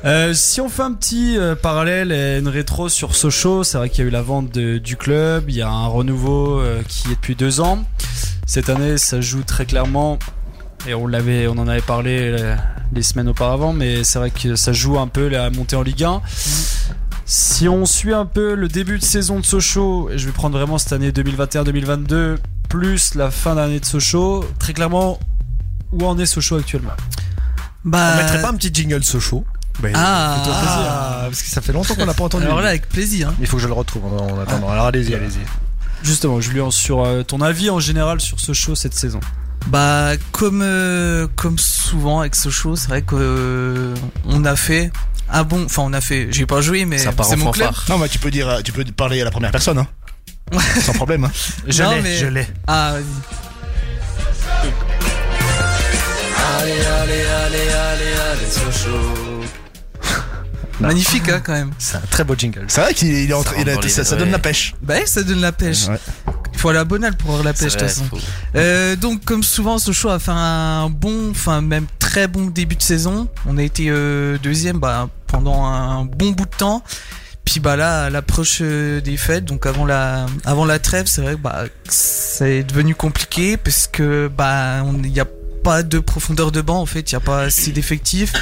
[SPEAKER 1] Euh, si on fait un petit euh, parallèle et une rétro sur Sochaux, c'est vrai qu'il y a eu la vente de- du club, il y a un renouveau euh, qui est depuis deux ans. Cette année, ça joue très clairement, et on, l'avait, on en avait parlé euh, les semaines auparavant, mais c'est vrai que ça joue un peu la montée en Ligue 1. Si on suit un peu le début de saison de Sochaux, et je vais prendre vraiment cette année 2021-2022, plus la fin d'année de Sochaux, très clairement, où en est Sochaux actuellement
[SPEAKER 7] Bah.
[SPEAKER 9] On mettrait pas un petit jingle Sochaux Ben,
[SPEAKER 7] Ah.
[SPEAKER 9] fais-toi plaisir.
[SPEAKER 3] euh,
[SPEAKER 9] Parce que ça fait longtemps qu'on l'a pas entendu.
[SPEAKER 7] Alors là, avec plaisir. hein.
[SPEAKER 3] Il faut que je le retrouve en, en attendant. Alors allez-y, allez-y.
[SPEAKER 1] Justement, Julien, sur euh, ton avis en général sur ce show cette saison.
[SPEAKER 7] Bah, comme, euh, comme souvent avec Sochaux, c'est vrai que euh, on a fait un bon. Enfin, on a fait. J'ai pas joué, mais
[SPEAKER 8] Ça part
[SPEAKER 7] c'est
[SPEAKER 8] en
[SPEAKER 7] mon club.
[SPEAKER 8] fanfare.
[SPEAKER 2] Non, mais tu peux dire, euh, tu peux parler à la première personne, hein. Sans problème. hein.
[SPEAKER 3] Je
[SPEAKER 7] Non,
[SPEAKER 3] l'ai,
[SPEAKER 7] mais-
[SPEAKER 3] je l'ai.
[SPEAKER 7] Ah, vas-y.
[SPEAKER 8] Allez, allez, allez, allez, allez, Sochaux.
[SPEAKER 7] Magnifique, hein, quand même.
[SPEAKER 3] C'est un très beau jingle.
[SPEAKER 2] C'est vrai qu'il il est en
[SPEAKER 8] Ça
[SPEAKER 2] train-
[SPEAKER 8] rentre
[SPEAKER 2] il a-
[SPEAKER 8] dans les-
[SPEAKER 2] ça, ça
[SPEAKER 8] ouais.
[SPEAKER 2] donne la pêche.
[SPEAKER 7] Bah, ouais, ça donne la pêche.
[SPEAKER 2] Ouais.
[SPEAKER 7] Il faut aller à Bonal pour avoir la pêche, de
[SPEAKER 8] C'est
[SPEAKER 7] toute
[SPEAKER 8] vrai,
[SPEAKER 7] façon.
[SPEAKER 8] faut-
[SPEAKER 7] Euh, donc, comme souvent, Sochaux a fait un bon, enfin, même très bon début de saison. On a été euh, deuxième bah, pendant un bon bout de temps. Puis bah là, à l'approche euh, des fêtes, donc avant la, avant la trêve, c'est vrai que bah, c'est devenu compliqué parce que bah, on- il n'y a pas de profondeur de banc en fait, il n'y a pas assez d'effectifs.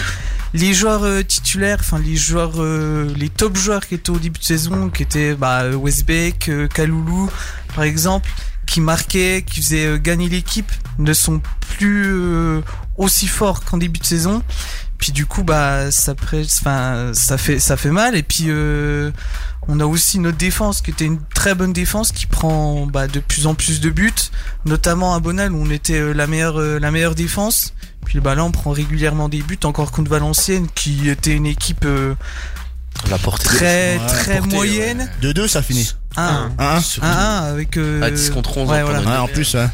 [SPEAKER 7] Les joueurs euh, titulaires, enfin les joueurs, euh, les top joueurs qui étaient au début de saison, qui étaient bah, Westbeck, euh, Kaloulou par exemple, qui marquaient, qui faisaient euh, gagner l'équipe, ne sont plus euh, aussi forts qu'en début de saison. Puis du coup, bah, ça, presse- enfin, ça, fait, ça fait mal. Et puis, euh, on a aussi notre défense, qui était une très bonne défense, qui prend bah, de plus en plus de buts, notamment à Bonal, où on était euh, la, meilleure, euh, la meilleure défense. Puis bah, là, on prend régulièrement des buts, encore contre Valenciennes, qui était une équipe euh,
[SPEAKER 8] La portée.
[SPEAKER 7] très,
[SPEAKER 2] Ouais,
[SPEAKER 7] très
[SPEAKER 2] portée,
[SPEAKER 7] moyenne.
[SPEAKER 2] De deux, ça finit.
[SPEAKER 7] Un,
[SPEAKER 2] Hein, hein
[SPEAKER 8] Surtout,
[SPEAKER 7] un, un, avec... euh,
[SPEAKER 2] Ah,
[SPEAKER 8] À 10 contre hein, 11.
[SPEAKER 7] ouais,
[SPEAKER 8] en
[SPEAKER 7] voilà. Ah,
[SPEAKER 8] temps
[SPEAKER 2] Ouais, Ah, en plus, hein. ouais.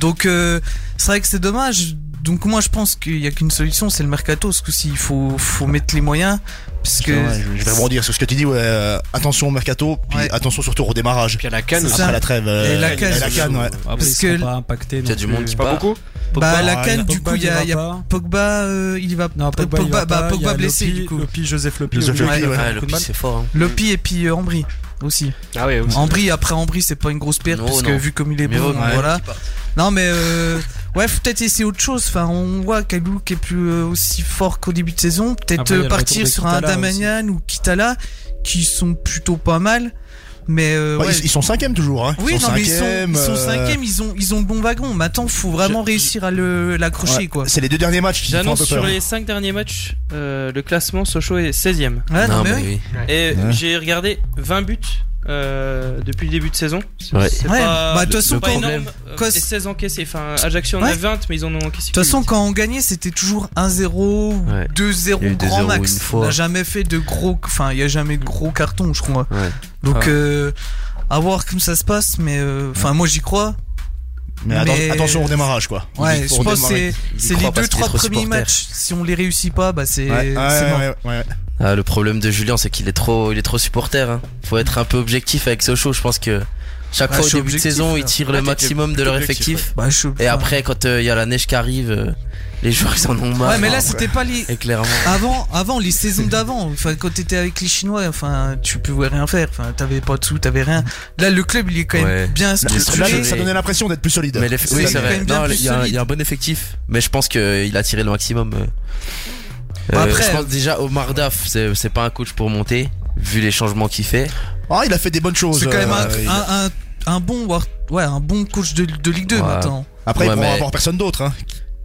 [SPEAKER 7] Donc euh, c'est vrai que c'est dommage. Donc moi je pense qu'il n'y a qu'une solution, c'est le mercato. Ce coup-ci, il faut, faut mettre les moyens. Parce que
[SPEAKER 2] Ouais, je- je vais rebondir sur ce que tu dis. Ouais, euh, attention au mercato, puis
[SPEAKER 7] Ouais.
[SPEAKER 2] attention surtout au démarrage.
[SPEAKER 5] Puis à la canne
[SPEAKER 7] C'est
[SPEAKER 5] aussi.
[SPEAKER 7] ça.
[SPEAKER 2] Après la trêve. euh,
[SPEAKER 7] Et la canne.
[SPEAKER 2] ouais.
[SPEAKER 1] Après,
[SPEAKER 7] Parce
[SPEAKER 1] ils seront
[SPEAKER 7] que-
[SPEAKER 1] pas impactés.
[SPEAKER 8] Il y a
[SPEAKER 1] non
[SPEAKER 8] du
[SPEAKER 1] plus.
[SPEAKER 8] monde qui
[SPEAKER 5] Pas
[SPEAKER 8] part.
[SPEAKER 5] beaucoup
[SPEAKER 7] bah, la
[SPEAKER 2] ouais,
[SPEAKER 7] canne, du
[SPEAKER 1] Pogba, Ah,
[SPEAKER 7] coup, il y a,
[SPEAKER 1] il
[SPEAKER 7] il y a
[SPEAKER 1] va pas.
[SPEAKER 7] Pogba, euh, il y va.
[SPEAKER 1] Non, Pogba, il va
[SPEAKER 7] bah,
[SPEAKER 1] pas, il y
[SPEAKER 7] Pogba
[SPEAKER 1] a
[SPEAKER 7] blessé
[SPEAKER 1] Lopi,
[SPEAKER 7] du coup.
[SPEAKER 1] Lopi, Joseph Lopi.
[SPEAKER 2] Joseph
[SPEAKER 1] au milieu.
[SPEAKER 2] Lopi, ouais.
[SPEAKER 8] Ouais, le pire, c'est fort. hein.
[SPEAKER 7] Lopi et puis euh, Ambry aussi.
[SPEAKER 5] Ah ouais, aussi.
[SPEAKER 7] Ambry après Ambry c'est pas une grosse perte
[SPEAKER 8] Non,
[SPEAKER 7] parce que
[SPEAKER 8] non.
[SPEAKER 7] vu comme il est
[SPEAKER 8] Mais
[SPEAKER 7] bon euh,
[SPEAKER 8] ouais, ouais.
[SPEAKER 7] voilà. Non mais euh, ouais faut peut-être essayer autre chose. Enfin on voit Kalou qui est plus euh, aussi fort qu'au début de saison. Peut-être
[SPEAKER 1] Après, il y a
[SPEAKER 7] euh,
[SPEAKER 1] le retour
[SPEAKER 7] partir
[SPEAKER 1] de
[SPEAKER 7] sur un
[SPEAKER 1] Kitala
[SPEAKER 7] Damanian ou Kitala qui sont plutôt pas mal. Mais euh,
[SPEAKER 2] Ouais,
[SPEAKER 7] ouais.
[SPEAKER 2] Bah, Ils, ils sont cinquième toujours. Hein.
[SPEAKER 7] Oui,
[SPEAKER 2] ils sont
[SPEAKER 7] non, mais ils sont, ils sont
[SPEAKER 2] euh,
[SPEAKER 7] cinquièmes, ils ont, ils ont le bon wagon. Maintenant, faut vraiment
[SPEAKER 4] Je-
[SPEAKER 7] réussir à le, l'accrocher,
[SPEAKER 2] ouais.
[SPEAKER 7] quoi.
[SPEAKER 2] C'est les deux derniers matchs qui font un
[SPEAKER 4] J'annonce
[SPEAKER 2] peu
[SPEAKER 4] sur
[SPEAKER 2] peur.
[SPEAKER 4] les 5 derniers matchs, euh, le classement Sochaux est 16ème.
[SPEAKER 7] Ouais, Ah, non, mais, oui.
[SPEAKER 8] oui.
[SPEAKER 4] Et
[SPEAKER 2] Ouais.
[SPEAKER 4] j'ai regardé 20 buts euh, depuis le début de saison. C'est
[SPEAKER 8] Ouais.
[SPEAKER 4] c'est
[SPEAKER 7] Ouais,
[SPEAKER 4] pas-
[SPEAKER 7] bah, de toute
[SPEAKER 4] c'est
[SPEAKER 7] façon,
[SPEAKER 4] pas
[SPEAKER 7] quand-
[SPEAKER 4] énorme. euh,
[SPEAKER 7] quand-
[SPEAKER 4] Et 16 encaissés. Enfin, Ajaccio en
[SPEAKER 7] Ouais.
[SPEAKER 4] a 20, mais ils en ont encaissé.
[SPEAKER 7] De toute façon, quand on gagnait, c'était toujours 1-0
[SPEAKER 8] Ouais.
[SPEAKER 7] ou
[SPEAKER 8] Il y a
[SPEAKER 7] 2-0
[SPEAKER 8] eu
[SPEAKER 7] grand
[SPEAKER 8] 2-0
[SPEAKER 7] max.
[SPEAKER 8] une fois.
[SPEAKER 7] On n'a jamais fait de gros. Enfin, il n'y a jamais de gros cartons, je crois.
[SPEAKER 8] Ouais. Ah.
[SPEAKER 7] Donc, euh, à voir comme ça se passe, mais. euh, Enfin, moi, j'y crois.
[SPEAKER 2] Mais, atten-
[SPEAKER 7] mais-
[SPEAKER 2] attention au démarrage, quoi.
[SPEAKER 7] Ouais,
[SPEAKER 2] Il faut
[SPEAKER 7] je pense que
[SPEAKER 2] redémarrer.
[SPEAKER 7] c'est
[SPEAKER 8] Ils y
[SPEAKER 7] c'est
[SPEAKER 8] croient
[SPEAKER 7] les
[SPEAKER 8] parce
[SPEAKER 7] deux,
[SPEAKER 8] qu'il est
[SPEAKER 7] trois
[SPEAKER 8] trop
[SPEAKER 7] premiers
[SPEAKER 8] supporter.
[SPEAKER 7] matchs. Si on les réussit pas, bah, c'est
[SPEAKER 2] Ouais,
[SPEAKER 7] c'est
[SPEAKER 2] ouais,
[SPEAKER 7] mort.
[SPEAKER 2] ouais, ouais.
[SPEAKER 8] Ah, le problème de Julien, c'est qu'il est trop, il est trop supporter. Hein. Faut être un peu objectif avec Sochaux. Je pense que chaque
[SPEAKER 7] Ouais,
[SPEAKER 8] fois
[SPEAKER 7] je
[SPEAKER 8] au
[SPEAKER 7] suis
[SPEAKER 8] début de
[SPEAKER 7] objectif, hein.
[SPEAKER 8] saison,
[SPEAKER 7] là.
[SPEAKER 8] ils tirent
[SPEAKER 5] Ouais,
[SPEAKER 8] le
[SPEAKER 5] t'es- t'es
[SPEAKER 8] maximum de leur
[SPEAKER 5] plutôt objectif,
[SPEAKER 8] effectif.
[SPEAKER 7] Bah, je-
[SPEAKER 8] Et après, quand euh, il y a la neige qui arrive, euh, les joueurs ils en ont marre.
[SPEAKER 7] Ouais, mais là, c'était pas les.
[SPEAKER 8] Et clairement.
[SPEAKER 7] Avant, avant les saisons d'avant, enfin quand t'étais avec les Chinois, enfin tu pouvais rien faire, enfin t'avais pas de sous, t'avais rien. Là le club il est quand même
[SPEAKER 8] Ouais.
[SPEAKER 7] bien
[SPEAKER 2] Là,
[SPEAKER 7] structuré.
[SPEAKER 8] structuré.
[SPEAKER 2] ça donnait l'impression d'être plus solide.
[SPEAKER 8] Mais l'eff- oui,
[SPEAKER 7] quand
[SPEAKER 8] c'est vrai.
[SPEAKER 7] même bien
[SPEAKER 8] Non,
[SPEAKER 7] plus
[SPEAKER 8] il y, a un- il y a un bon effectif, mais je pense qu'il a tiré le maximum. euh.
[SPEAKER 7] Bah
[SPEAKER 8] Euh,
[SPEAKER 7] après-
[SPEAKER 8] je pense déjà Omar Daf, c'est c'est pas un coach pour monter, vu les changements qu'il fait.
[SPEAKER 2] Ah, il a fait des bonnes choses.
[SPEAKER 7] C'est quand même un,
[SPEAKER 2] euh, il-
[SPEAKER 7] un, un, un bon war- ouais un bon coach de, de Ligue 2
[SPEAKER 8] Ouais.
[SPEAKER 7] maintenant.
[SPEAKER 2] Après, ils
[SPEAKER 8] Ouais,
[SPEAKER 2] vont
[SPEAKER 8] mais-
[SPEAKER 2] avoir personne d'autre. hein.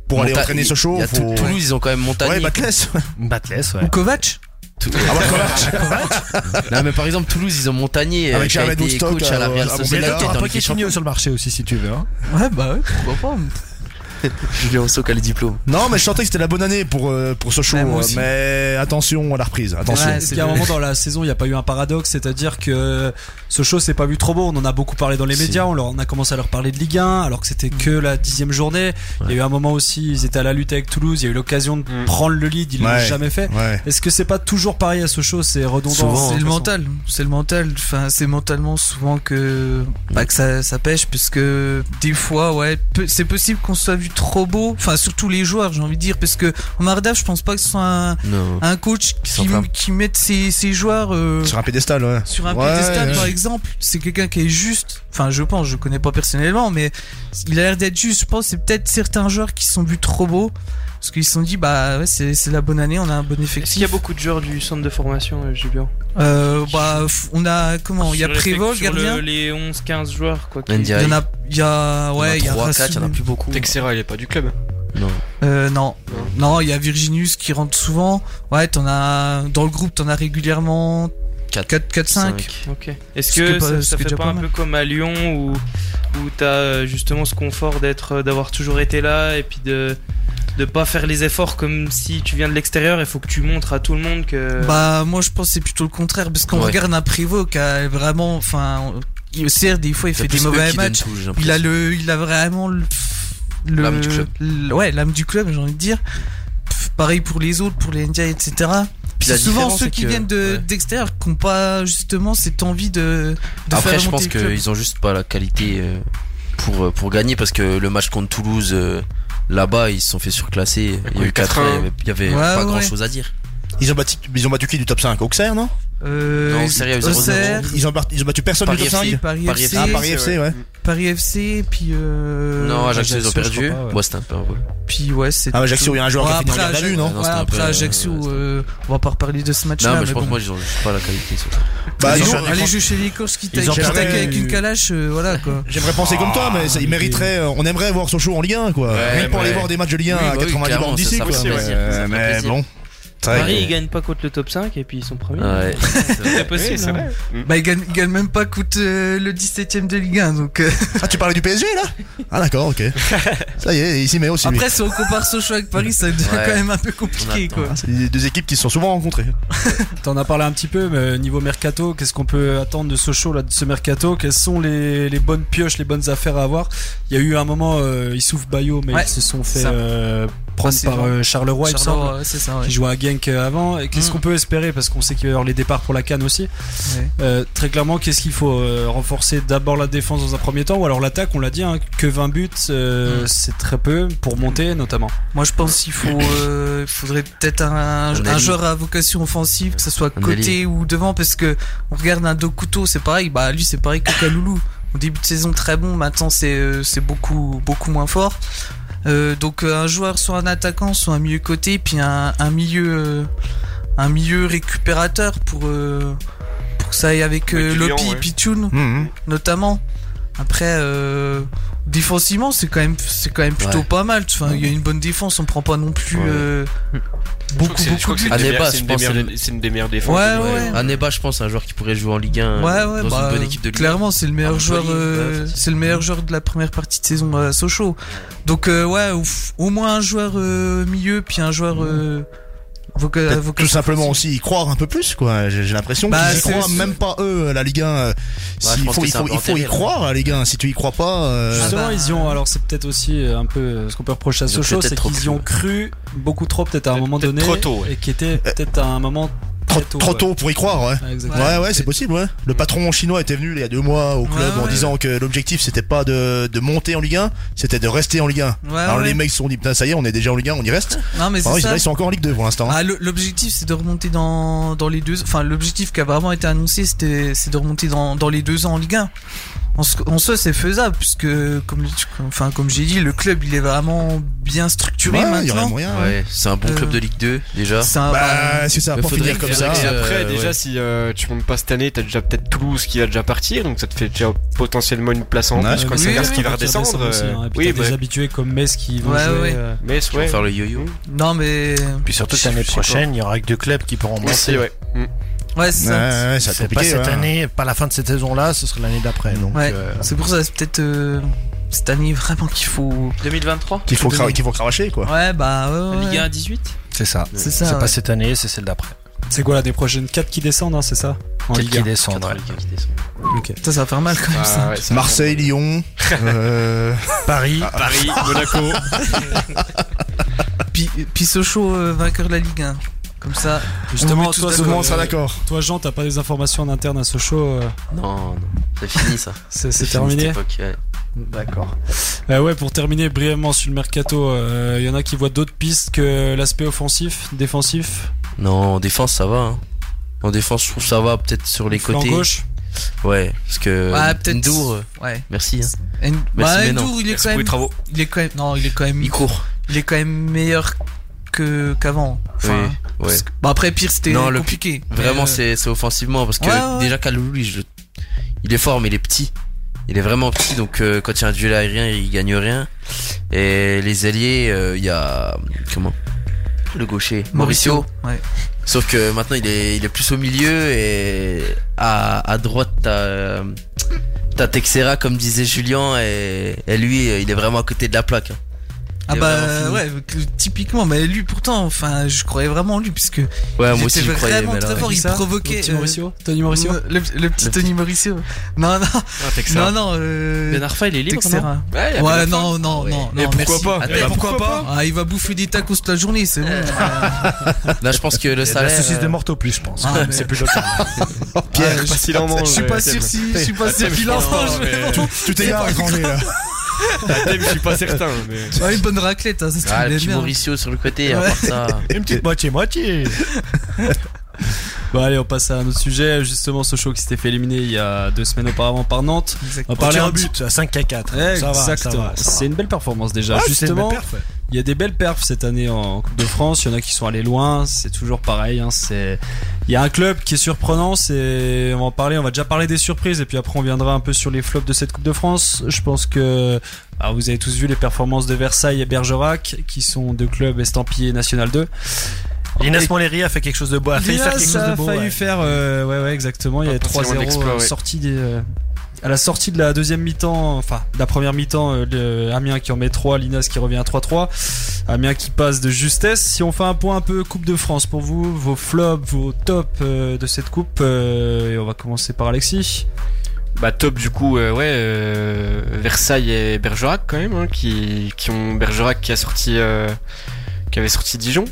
[SPEAKER 2] Pour aller
[SPEAKER 8] Bah, Monta-
[SPEAKER 2] entraîner
[SPEAKER 8] il-
[SPEAKER 2] ce show,
[SPEAKER 8] il y a
[SPEAKER 2] faut...
[SPEAKER 8] tout- Toulouse, ils ont quand même
[SPEAKER 2] Ouais, bah,
[SPEAKER 8] Montagnier.
[SPEAKER 2] Batless.
[SPEAKER 3] Batless,
[SPEAKER 7] Ou
[SPEAKER 3] ouais.
[SPEAKER 7] Kovac
[SPEAKER 8] Tout-
[SPEAKER 2] Ah, bah, Kovac.
[SPEAKER 8] non mais par exemple Toulouse ils ont Montagnier
[SPEAKER 2] Avec
[SPEAKER 8] avec qui a
[SPEAKER 2] Germain
[SPEAKER 8] été
[SPEAKER 2] Woodstock,
[SPEAKER 8] coach à la
[SPEAKER 2] euh,
[SPEAKER 8] Real
[SPEAKER 2] à
[SPEAKER 8] Sociedad
[SPEAKER 2] Montpellier.
[SPEAKER 8] qui est
[SPEAKER 2] T'auras
[SPEAKER 8] dans
[SPEAKER 2] pas
[SPEAKER 8] le Ligue
[SPEAKER 9] Pochettino sur le marché aussi, si tu veux. hein.
[SPEAKER 7] Ouais bah ouais pourquoi pas.
[SPEAKER 8] Julien Soc a le diplôme.
[SPEAKER 2] Non, mais je sentais que c'était la bonne année pour, euh, pour ce show.
[SPEAKER 7] Ouais, moi
[SPEAKER 2] euh,
[SPEAKER 7] aussi.
[SPEAKER 2] Mais attention à la reprise. Attention.
[SPEAKER 7] Ouais,
[SPEAKER 1] Parce
[SPEAKER 7] c'est
[SPEAKER 1] qu'à un
[SPEAKER 7] le-
[SPEAKER 1] moment dans la saison, il n'y a pas eu un paradoxe, c'est-à-dire que ce show s'est pas vu trop beau. On en a beaucoup parlé dans les
[SPEAKER 8] Si.
[SPEAKER 1] médias, on, leur, on a commencé à leur parler de Ligue 1, alors que c'était que la dixième journée. Il y a eu un moment aussi, ils étaient à la lutte avec Toulouse, il y a eu l'occasion de prendre le lead, ils l'ont
[SPEAKER 2] Ouais.
[SPEAKER 1] jamais fait.
[SPEAKER 2] Ouais.
[SPEAKER 1] Est-ce que c'est pas toujours pareil à ce show C'est redondant.
[SPEAKER 8] Souvent,
[SPEAKER 1] de
[SPEAKER 8] hein.
[SPEAKER 7] C'est
[SPEAKER 1] toute
[SPEAKER 7] le
[SPEAKER 1] façon.
[SPEAKER 7] mental, c'est le mental. Enfin, c'est mentalement souvent que bah, que ça, ça pêche, puisque des fois, ouais, peu- c'est possible qu'on soit vu trop beau. Enfin, surtout les joueurs, j'ai envie de dire, parce que Omar Daf, je pense pas que ce soit un,
[SPEAKER 8] Non.
[SPEAKER 7] un coach qui,
[SPEAKER 8] s'enflamme.
[SPEAKER 7] qui mette ses, ses joueurs euh,
[SPEAKER 2] Sur un pédestal, ouais.
[SPEAKER 7] sur un
[SPEAKER 2] Ouais,
[SPEAKER 7] piédestal
[SPEAKER 2] ouais.
[SPEAKER 7] par exemple c'est quelqu'un qui est juste enfin je pense je connais pas personnellement mais il a l'air d'être juste je pense que c'est peut-être certains joueurs qui se sont vus trop beaux parce qu'ils se sont dit bah ouais c'est c'est la bonne année on a un
[SPEAKER 4] Est-ce
[SPEAKER 7] bon
[SPEAKER 4] qu'il y a
[SPEAKER 7] effectif
[SPEAKER 4] beaucoup de joueurs du centre de formation, euh, Julien
[SPEAKER 7] euh, bah f- on a comment il y a
[SPEAKER 4] Sur les-
[SPEAKER 7] Prévost le
[SPEAKER 4] sur le-
[SPEAKER 7] gardien
[SPEAKER 4] Les 11-15 joueurs, quoi. qui-
[SPEAKER 8] Ndiaye.
[SPEAKER 7] il y en a il y a ouais il y a
[SPEAKER 8] 3 4, il y en a
[SPEAKER 7] Rassou.
[SPEAKER 8] plus beaucoup.
[SPEAKER 5] Texera, il est pas du club.
[SPEAKER 8] Non.
[SPEAKER 7] Euh, non. Non, il y a Virginius qui rentre souvent. Ouais, t'en as. Dans le groupe, t'en as régulièrement 4-5.
[SPEAKER 4] Ok. Est-ce
[SPEAKER 7] Ce qui est
[SPEAKER 4] que
[SPEAKER 7] pas-
[SPEAKER 4] ça,
[SPEAKER 7] ce
[SPEAKER 4] ça
[SPEAKER 7] qui est
[SPEAKER 4] fait
[SPEAKER 7] déjà
[SPEAKER 4] pas
[SPEAKER 7] pas
[SPEAKER 4] un
[SPEAKER 7] mal.
[SPEAKER 4] peu comme à Lyon où, où t'as euh, justement ce confort d'être, euh, d'avoir toujours été là et puis de de pas faire les efforts comme si tu viens de l'extérieur il faut que tu montres à tout le monde que
[SPEAKER 7] Bah, moi, je pense que c'est plutôt le contraire. Parce qu'on
[SPEAKER 8] Ouais.
[SPEAKER 7] regarde un prévôt qui a vraiment. Enfin, il certes, des fois, il
[SPEAKER 8] C'est
[SPEAKER 7] fait des
[SPEAKER 8] plus eux
[SPEAKER 7] mauvais
[SPEAKER 8] qui donnent
[SPEAKER 7] matchs.
[SPEAKER 8] tout, j'ai
[SPEAKER 7] Il a
[SPEAKER 8] l'impression.
[SPEAKER 7] le, il a vraiment le, pff, le-
[SPEAKER 8] L'âme du club.
[SPEAKER 7] le- ouais, l'âme du club, j'ai envie de dire. Pff, pareil pour les autres, pour les Indiens, etc.
[SPEAKER 8] Puis la
[SPEAKER 7] C'est souvent
[SPEAKER 8] différence,
[SPEAKER 7] ceux
[SPEAKER 8] c'est
[SPEAKER 7] qui
[SPEAKER 8] que-
[SPEAKER 7] viennent de,
[SPEAKER 8] ouais.
[SPEAKER 7] d'extérieur qui n'ont pas justement cette envie de. de
[SPEAKER 8] Après,
[SPEAKER 7] faire
[SPEAKER 8] je
[SPEAKER 7] remonter
[SPEAKER 8] pense
[SPEAKER 7] le club.
[SPEAKER 8] qu'ils ont juste pas la qualité euh, pour, euh, pour gagner parce que le match contre Toulouse, euh, là-bas, ils se sont fait surclasser. Il y a eu 4
[SPEAKER 5] 4-1.
[SPEAKER 8] il y avait il y avait
[SPEAKER 7] Ouais,
[SPEAKER 8] pas
[SPEAKER 7] ouais.
[SPEAKER 8] grand chose à dire.
[SPEAKER 2] Ils ont battu, ils ont battu qui du top 5 Auxerre, non
[SPEAKER 7] Euh,
[SPEAKER 8] Non, sérieux, ils ont
[SPEAKER 7] Auxerre,
[SPEAKER 2] ils ont, bat- ils ont battu personne
[SPEAKER 8] Paris
[SPEAKER 2] du top 5
[SPEAKER 8] FC.
[SPEAKER 7] Paris
[SPEAKER 8] Paris
[SPEAKER 7] FC,
[SPEAKER 2] Ah,
[SPEAKER 8] FC.
[SPEAKER 2] Paris FC, ouais.
[SPEAKER 7] Paris FC, puis euh,
[SPEAKER 8] non, Ajaccio, ils ont
[SPEAKER 9] Ajaccio, je crois
[SPEAKER 8] perdu.
[SPEAKER 9] pas, ouais.
[SPEAKER 8] Moi, c'était un peu. ouais.
[SPEAKER 7] puis ouais, c'est.
[SPEAKER 2] Ah, Ajaccio, il y a un joueur qui
[SPEAKER 7] Ouais,
[SPEAKER 2] a fini en
[SPEAKER 7] après,
[SPEAKER 2] garde à vue, non
[SPEAKER 8] Ouais, non,
[SPEAKER 7] Ouais,
[SPEAKER 8] c'était un peu,
[SPEAKER 7] après
[SPEAKER 8] euh,
[SPEAKER 7] Ajaccio,
[SPEAKER 8] c'était un peu-
[SPEAKER 7] euh, on va pas reparler de ce match-là.
[SPEAKER 8] Non, mais je pense
[SPEAKER 7] bon.
[SPEAKER 8] que moi, ils ont juste pas la qualité. sur ça.
[SPEAKER 2] Bah,
[SPEAKER 7] Ils
[SPEAKER 2] ils
[SPEAKER 7] ont-
[SPEAKER 2] ont-
[SPEAKER 7] aller jouer chez les Corses qui t'a-
[SPEAKER 2] Ils ont
[SPEAKER 7] qui
[SPEAKER 2] jamais
[SPEAKER 7] t'attaquent avec
[SPEAKER 2] eu-
[SPEAKER 7] une calache, euh, voilà quoi.
[SPEAKER 2] J'aimerais penser comme toi, mais ça- ils mériteraient. euh, On aimerait voir Sochaux en Ligue 1, quoi.
[SPEAKER 8] Ouais,
[SPEAKER 2] Rien que pour
[SPEAKER 8] ouais.
[SPEAKER 2] aller voir des matchs de Ligue 1
[SPEAKER 8] Oui,
[SPEAKER 2] à
[SPEAKER 8] bah oui,
[SPEAKER 2] 90
[SPEAKER 8] clairement,
[SPEAKER 2] bornes
[SPEAKER 8] ça-
[SPEAKER 2] d'ici,
[SPEAKER 8] ça
[SPEAKER 2] quoi.
[SPEAKER 8] fait plaisir, ça fait
[SPEAKER 2] mais
[SPEAKER 8] plaisir.
[SPEAKER 2] bon. C'est vrai
[SPEAKER 4] Paris
[SPEAKER 2] que-
[SPEAKER 4] ils gagnent pas contre le top 5 et puis ils sont premiers
[SPEAKER 8] Ouais.
[SPEAKER 4] c'est possible
[SPEAKER 5] c'est
[SPEAKER 4] hein.
[SPEAKER 5] vrai.
[SPEAKER 7] Bah, il gagne, il gagne même pas coûte euh, le 17ème de Ligue 1. Donc, euh,
[SPEAKER 2] Ah, tu parlais du PSG, là Ah, d'accord, ok. Ça y est, il s'y met aussi. lui.
[SPEAKER 7] Après, si on compare Sochaux avec Paris, ça devient
[SPEAKER 8] Ouais.
[SPEAKER 7] quand même un peu
[SPEAKER 8] On
[SPEAKER 7] compliqué.
[SPEAKER 8] attend.
[SPEAKER 7] Quoi.
[SPEAKER 2] Ah, C'est les deux équipes qui se sont souvent rencontrées.
[SPEAKER 7] Euh,
[SPEAKER 1] T'en as parlé un petit peu, mais niveau mercato, qu'est-ce qu'on peut attendre de Sochaux là, de ce mercato Quelles sont les, les bonnes pioches, les bonnes affaires à avoir Il y a eu un moment, euh, ils souffrent Bayo, mais
[SPEAKER 7] Ouais,
[SPEAKER 1] ils se sont fait
[SPEAKER 7] ça.
[SPEAKER 1] euh, prendre
[SPEAKER 7] Ah, c'est
[SPEAKER 1] par
[SPEAKER 7] vrai.
[SPEAKER 1] euh, Charleroi, il me semble,
[SPEAKER 7] Charleroi, ouais, c'est ça. ouais.
[SPEAKER 1] qui jouait à Genk euh, avant. Et Qu'est-ce
[SPEAKER 7] Mm.
[SPEAKER 1] qu'on peut espérer Parce qu'on sait qu'il va y avoir les départs pour la Cannes aussi.
[SPEAKER 7] Ouais.
[SPEAKER 1] Euh, très clairement, qu'est-ce qu'il faut euh, renforcer D'abord la défense dans un premier temps, ou alors l'attaque, on l'a dit, hein, que 20 buts, euh, c'est très peu pour monter notamment.
[SPEAKER 7] Moi, je pense qu'il faut, euh, il faudrait peut-être un,
[SPEAKER 8] Un
[SPEAKER 7] un
[SPEAKER 8] ailier.
[SPEAKER 7] joueur à vocation offensive, que ce soit
[SPEAKER 8] Un
[SPEAKER 7] côté
[SPEAKER 8] ailier.
[SPEAKER 7] ou devant, parce que on regarde un Dokuto, c'est pareil. Bah, lui, c'est pareil que Kaloulou. Au début de saison, très bon. Maintenant, c'est euh, c'est beaucoup, beaucoup moins fort. Euh, donc, euh, un joueur, soit un attaquant, soit un milieu côté, puis un, un milieu, euh, un milieu récupérateur pour, euh, pour que ça aille avec
[SPEAKER 5] Ouais,
[SPEAKER 7] euh,
[SPEAKER 5] Kylian,
[SPEAKER 7] Lopi
[SPEAKER 5] ouais.
[SPEAKER 7] et Pichoun notamment. Après, euh, défensivement, c'est quand même, c'est quand même plutôt
[SPEAKER 8] Ouais.
[SPEAKER 7] pas mal. Enfin, il y a une bonne défense. On prend pas non plus
[SPEAKER 8] Ouais.
[SPEAKER 7] euh, beaucoup,
[SPEAKER 5] Je
[SPEAKER 7] beaucoup.
[SPEAKER 5] crois que c'est
[SPEAKER 7] de-
[SPEAKER 5] une des
[SPEAKER 8] Aneba,
[SPEAKER 5] meilleures-
[SPEAKER 8] je
[SPEAKER 5] c'est une des
[SPEAKER 8] pense, c'est
[SPEAKER 5] meilleures- c'est une des meilleures défenses.
[SPEAKER 7] Ouais,
[SPEAKER 5] de-
[SPEAKER 7] ouais.
[SPEAKER 8] Aneba, je pense, un joueur qui pourrait jouer en Ligue 1
[SPEAKER 7] Ouais, ouais,
[SPEAKER 8] euh, dans
[SPEAKER 7] bah,
[SPEAKER 8] une bonne équipe de Ligue 1.
[SPEAKER 7] clairement, c'est le meilleur
[SPEAKER 8] bonne
[SPEAKER 7] joueur,
[SPEAKER 8] ligue,
[SPEAKER 7] euh,
[SPEAKER 8] ouais, facile.
[SPEAKER 7] c'est le meilleur joueur de la première partie de saison à Sochaux. Donc euh, ouais, au, au moins un joueur euh, milieu puis un joueur euh, voca-
[SPEAKER 2] Peut-être
[SPEAKER 7] vocation
[SPEAKER 2] Tout simplement
[SPEAKER 7] offensive.
[SPEAKER 2] aussi y croire un peu plus, quoi. J'ai j'ai l'impression
[SPEAKER 7] Bah,
[SPEAKER 2] qu'ils y
[SPEAKER 7] c'est-
[SPEAKER 2] croient même pas eux, à la Ligue 1. euh, S'il
[SPEAKER 8] je pense
[SPEAKER 2] faut,
[SPEAKER 8] que
[SPEAKER 2] il
[SPEAKER 8] c'est un
[SPEAKER 2] faut,
[SPEAKER 8] peu
[SPEAKER 2] il faut y
[SPEAKER 8] antérieur.
[SPEAKER 2] croire, à la Ligue 1. Si tu y crois pas. euh,
[SPEAKER 1] Justement,
[SPEAKER 7] bah.
[SPEAKER 1] ils y ont. Alors, c'est peut-être aussi euh, un peu euh, ce qu'on peut reprocher à
[SPEAKER 8] Ils ont
[SPEAKER 1] Sochaux,
[SPEAKER 8] peut-être
[SPEAKER 1] c'est
[SPEAKER 8] trop
[SPEAKER 1] qu'ils y
[SPEAKER 8] cru.
[SPEAKER 1] ont cru beaucoup trop, peut-être à un moment
[SPEAKER 5] peut-être
[SPEAKER 1] donné.
[SPEAKER 5] trop tôt, ouais.
[SPEAKER 1] Et qui était peut-être à un moment
[SPEAKER 2] Trop,
[SPEAKER 1] très tôt.
[SPEAKER 2] trop
[SPEAKER 1] ouais.
[SPEAKER 2] tôt pour y croire, ouais.
[SPEAKER 1] Ouais,
[SPEAKER 2] Ouais,
[SPEAKER 1] exactement.
[SPEAKER 2] ouais, c'est possible, ouais. Le patron chinois était venu il y a deux mois au club
[SPEAKER 7] Mm.
[SPEAKER 2] en
[SPEAKER 7] Ouais, ouais.
[SPEAKER 2] disant que l'objectif c'était pas de, de monter en Ligue 1, c'était de rester en Ligue 1.
[SPEAKER 7] Ouais,
[SPEAKER 2] Alors
[SPEAKER 7] Ah ouais.
[SPEAKER 2] les mecs se sont dit, putain, ça y est, on est déjà en Ligue 1, on y reste.
[SPEAKER 7] Non mais
[SPEAKER 2] Alors,
[SPEAKER 7] c'est
[SPEAKER 2] ils,
[SPEAKER 7] ça.
[SPEAKER 2] là, ils sont encore en Ligue 2 pour l'instant. hein.
[SPEAKER 7] Ah, le- l'objectif c'est de remonter dans, dans les deux enfin l'objectif qui a vraiment été annoncé c'était c'est de remonter dans, dans les deux ans en Ligue 1 en, ce- en soi c'est faisable puisque comme enfin comme j'ai dit le club il est vraiment bien structuré
[SPEAKER 2] Ouais, il y aurait
[SPEAKER 7] maintenant
[SPEAKER 2] moyen.
[SPEAKER 8] Ouais, c'est un bon
[SPEAKER 7] Euh,
[SPEAKER 8] club de Ligue 2 déjà.
[SPEAKER 7] c'est un- bah,
[SPEAKER 2] Bah, c'est ça,
[SPEAKER 8] Mais
[SPEAKER 2] pour
[SPEAKER 8] faudrait
[SPEAKER 2] finir
[SPEAKER 8] que-
[SPEAKER 2] comme
[SPEAKER 8] faudrait
[SPEAKER 2] ça.
[SPEAKER 8] que
[SPEAKER 5] Et
[SPEAKER 8] Euh,
[SPEAKER 5] après, déjà,
[SPEAKER 8] ouais.
[SPEAKER 5] si euh, tu montes pas cette année, t'as déjà peut-être Toulouse qui va déjà partir, donc ça te fait déjà potentiellement une place en
[SPEAKER 2] Ouais.
[SPEAKER 5] plus. Quoi.
[SPEAKER 7] Oui,
[SPEAKER 5] c'est
[SPEAKER 7] oui,
[SPEAKER 5] ce qui
[SPEAKER 7] oui,
[SPEAKER 5] va redescendre.
[SPEAKER 1] Aussi,
[SPEAKER 5] euh,
[SPEAKER 1] hein. Et puis
[SPEAKER 5] Oui,
[SPEAKER 1] t'as des habitués comme Metz qui vont
[SPEAKER 7] Ouais,
[SPEAKER 1] jouer,
[SPEAKER 7] ouais.
[SPEAKER 1] euh,
[SPEAKER 5] mais
[SPEAKER 8] Ils vont
[SPEAKER 5] ouais.
[SPEAKER 8] faire le yo-yo.
[SPEAKER 7] non mais
[SPEAKER 3] Puis surtout que l'année
[SPEAKER 8] Je sais pas.
[SPEAKER 3] prochaine, il y aura que deux clubs qui pourront
[SPEAKER 5] Merci,
[SPEAKER 3] monter.
[SPEAKER 5] ouais.
[SPEAKER 7] ouais c'est
[SPEAKER 2] Ouais, ouais,
[SPEAKER 7] ça
[SPEAKER 2] ça va
[SPEAKER 3] C'est
[SPEAKER 2] être
[SPEAKER 3] pas
[SPEAKER 2] compliqué, hein.
[SPEAKER 3] cette
[SPEAKER 2] ouais.
[SPEAKER 3] année, pas la fin de cette saison-là, ce sera l'année d'après. Donc,
[SPEAKER 7] Ouais.
[SPEAKER 3] euh,
[SPEAKER 7] c'est pour ça c'est peut-être euh, cette année vraiment qu'il faut
[SPEAKER 4] 2023
[SPEAKER 2] Qu'il faut, cra- qu'il faut cravacher, quoi.
[SPEAKER 7] ouais bah ouais, ouais,
[SPEAKER 4] Ligue
[SPEAKER 7] ouais.
[SPEAKER 4] 1 18
[SPEAKER 3] c'est ça.
[SPEAKER 7] c'est
[SPEAKER 3] C'est
[SPEAKER 7] ça
[SPEAKER 3] pas
[SPEAKER 7] ouais.
[SPEAKER 3] cette année, c'est celle d'après.
[SPEAKER 1] C'est quoi l'année prochaine 4 qui descendent, hein, c'est ça En
[SPEAKER 3] Celle
[SPEAKER 1] Ligue 1.
[SPEAKER 3] qui descend. ouais.
[SPEAKER 7] ça ça va faire mal quand même ça
[SPEAKER 5] Ah, ouais, ça-
[SPEAKER 2] Marseille, Lyon, euh,
[SPEAKER 3] Paris,
[SPEAKER 5] Paris, Monaco.
[SPEAKER 7] puis, puis Sochaux euh, vainqueur de la Ligue 1 comme ça
[SPEAKER 1] Justement,
[SPEAKER 7] on est tous
[SPEAKER 1] toi,
[SPEAKER 2] tout le
[SPEAKER 7] d'accord.
[SPEAKER 2] monde sera d'accord.
[SPEAKER 1] Toi, Jean, t'as pas des informations en interne à Sochaux euh,
[SPEAKER 8] Non, non, c'est fini ça.
[SPEAKER 1] C'est c'est
[SPEAKER 8] fini,
[SPEAKER 1] terminé
[SPEAKER 8] cette époque, ouais.
[SPEAKER 1] D'accord. Euh, ouais, pour terminer brièvement sur le mercato, euh, il y en a qui voient d'autres pistes que l'aspect offensif, défensif,
[SPEAKER 8] Non, en défense ça va. hein. En défense, je trouve ça va peut-être sur les
[SPEAKER 1] flanc
[SPEAKER 8] côtés.
[SPEAKER 1] gauche.
[SPEAKER 8] Ouais, parce que
[SPEAKER 7] Ouais, peut-être-
[SPEAKER 8] Ndour, euh,
[SPEAKER 7] ouais
[SPEAKER 8] merci. hein.
[SPEAKER 7] Et- bah,
[SPEAKER 8] mais non.
[SPEAKER 7] Ndour, il est quand
[SPEAKER 5] pour les
[SPEAKER 7] même
[SPEAKER 5] travaux.
[SPEAKER 7] il est quand même non il est quand même
[SPEAKER 8] Il
[SPEAKER 7] il,
[SPEAKER 8] court.
[SPEAKER 7] est quand même meilleur que qu'avant hein. enfin
[SPEAKER 8] Oui, ouais.
[SPEAKER 7] parce que- bah après pire c'était
[SPEAKER 8] Non, le-
[SPEAKER 7] compliqué
[SPEAKER 8] Vraiment,
[SPEAKER 7] Mais, euh,
[SPEAKER 8] c'est c'est offensivement parce que
[SPEAKER 7] Ouais, ouais, ouais.
[SPEAKER 8] déjà Kalouli, il est fort mais il est petit. Il est vraiment petit, donc euh, quand il y a un duel aérien, il gagne rien. Et les ailiers, euh, il y a. Comment Le gaucher. Mauricio.
[SPEAKER 7] euh, Ouais.
[SPEAKER 8] Sauf que maintenant, il est, il est plus au milieu et à, à droite, t'as. euh, T'as Texera, comme disait Julien, et, et lui, euh, il est vraiment à côté de la plaque. hein.
[SPEAKER 7] Ah
[SPEAKER 8] Il est vraiment
[SPEAKER 7] bah
[SPEAKER 8] fini.
[SPEAKER 7] ouais, que- typiquement, mais lui pourtant, enfin, je croyais vraiment en lui puisque
[SPEAKER 8] Ouais,
[SPEAKER 7] il
[SPEAKER 8] moi aussi,
[SPEAKER 7] était
[SPEAKER 8] je croyais,
[SPEAKER 7] vraiment
[SPEAKER 8] mais là.
[SPEAKER 7] très
[SPEAKER 8] ouais.
[SPEAKER 7] fort, il provoquait. euh,
[SPEAKER 1] Tony Mauricio
[SPEAKER 7] le, le petit
[SPEAKER 8] Le
[SPEAKER 7] Tony Mauricio. Non, non, non, non. Euh,
[SPEAKER 4] Ben Arfa, il est libre, non
[SPEAKER 7] Texera.
[SPEAKER 5] Ouais, il y a
[SPEAKER 7] Ouais,
[SPEAKER 5] Benarfa.
[SPEAKER 7] non, non,
[SPEAKER 8] Ouais.
[SPEAKER 7] non.
[SPEAKER 5] Mais
[SPEAKER 7] non,
[SPEAKER 5] pourquoi
[SPEAKER 7] merci.
[SPEAKER 5] pas
[SPEAKER 1] Attends, pourquoi pas
[SPEAKER 7] Ah, il va bouffer des tacos toute la journée, c'est bon. Ah,
[SPEAKER 8] Là, je pense que le
[SPEAKER 9] La
[SPEAKER 8] salaire.
[SPEAKER 9] saucisse
[SPEAKER 8] euh,
[SPEAKER 9] de morte au plus, je pense.
[SPEAKER 7] Ah, mais-
[SPEAKER 9] C'est plus local.
[SPEAKER 8] Pierre,
[SPEAKER 5] Je sais pas s'il en mange.
[SPEAKER 7] Je suis pas
[SPEAKER 5] euh,
[SPEAKER 7] sûr
[SPEAKER 5] Thème.
[SPEAKER 7] si, je suis pas sûr
[SPEAKER 5] Thème,
[SPEAKER 7] qu'il
[SPEAKER 5] je
[SPEAKER 7] en
[SPEAKER 5] pense pas,
[SPEAKER 7] mange.
[SPEAKER 5] mais-
[SPEAKER 7] vraiment.
[SPEAKER 9] Tout est là, étranger, là.
[SPEAKER 5] Ah, Thème, je suis pas certain. Mais...
[SPEAKER 7] Ouais, une bonne raclette, hein, ça se trouve,
[SPEAKER 8] Ah,
[SPEAKER 7] il
[SPEAKER 8] le
[SPEAKER 7] aime
[SPEAKER 8] petit
[SPEAKER 7] bien.
[SPEAKER 8] Mauricio sur le côté, à part ça.
[SPEAKER 9] Une petite moitié-moitié.
[SPEAKER 1] Ah. Bon, allez, on passe à un autre sujet. Justement, Sochaux qui s'était fait éliminer il y a deux semaines auparavant par Nantes. On
[SPEAKER 7] Exactement.
[SPEAKER 1] va parler
[SPEAKER 9] Tiens,
[SPEAKER 1] un
[SPEAKER 9] un
[SPEAKER 1] petit
[SPEAKER 9] but à 5 à 4. Ça va, ça va,
[SPEAKER 1] Exactement.
[SPEAKER 9] ça va.
[SPEAKER 1] C'est une belle performance déjà.
[SPEAKER 9] Ah, c'est une
[SPEAKER 1] Justement,
[SPEAKER 9] belle perf, ouais.
[SPEAKER 1] il y a des belles perfs cette année en Coupe de France. Il y en a qui sont allés loin. C'est toujours pareil. hein. C'est il y a un club qui est surprenant. C'est on va en parler. On va déjà parler des surprises et puis après on viendra un peu sur les flops de cette Coupe de France. Je pense que alors, vous avez tous vu les performances de Versailles et Bergerac qui sont deux clubs estampillés National 2.
[SPEAKER 3] Linas Moléry a fait quelque chose de beau. A failli faire
[SPEAKER 1] Linas
[SPEAKER 3] quelque chose
[SPEAKER 1] a
[SPEAKER 3] de beau.
[SPEAKER 1] failli
[SPEAKER 3] ouais.
[SPEAKER 1] faire, euh, ouais, ouais, exactement. Il y avait
[SPEAKER 5] forcément
[SPEAKER 1] 3-0
[SPEAKER 5] l'exploit,
[SPEAKER 1] euh,
[SPEAKER 5] ouais.
[SPEAKER 1] sortie des, euh, à la sortie de la deuxième mi-temps, enfin, de la première mi-temps, euh, le- Amiens qui en met 3, Linas qui revient à 3-3. Amiens qui passe de justesse. Si on fait un point un peu Coupe de France pour vous, vos flops, vos tops euh, de cette coupe, euh, et on va commencer par Alexis.
[SPEAKER 5] Bah top du coup euh, ouais euh, Versailles et Bergerac quand même hein, qui, qui ont Bergerac qui a sorti euh, qui avait sorti Dijon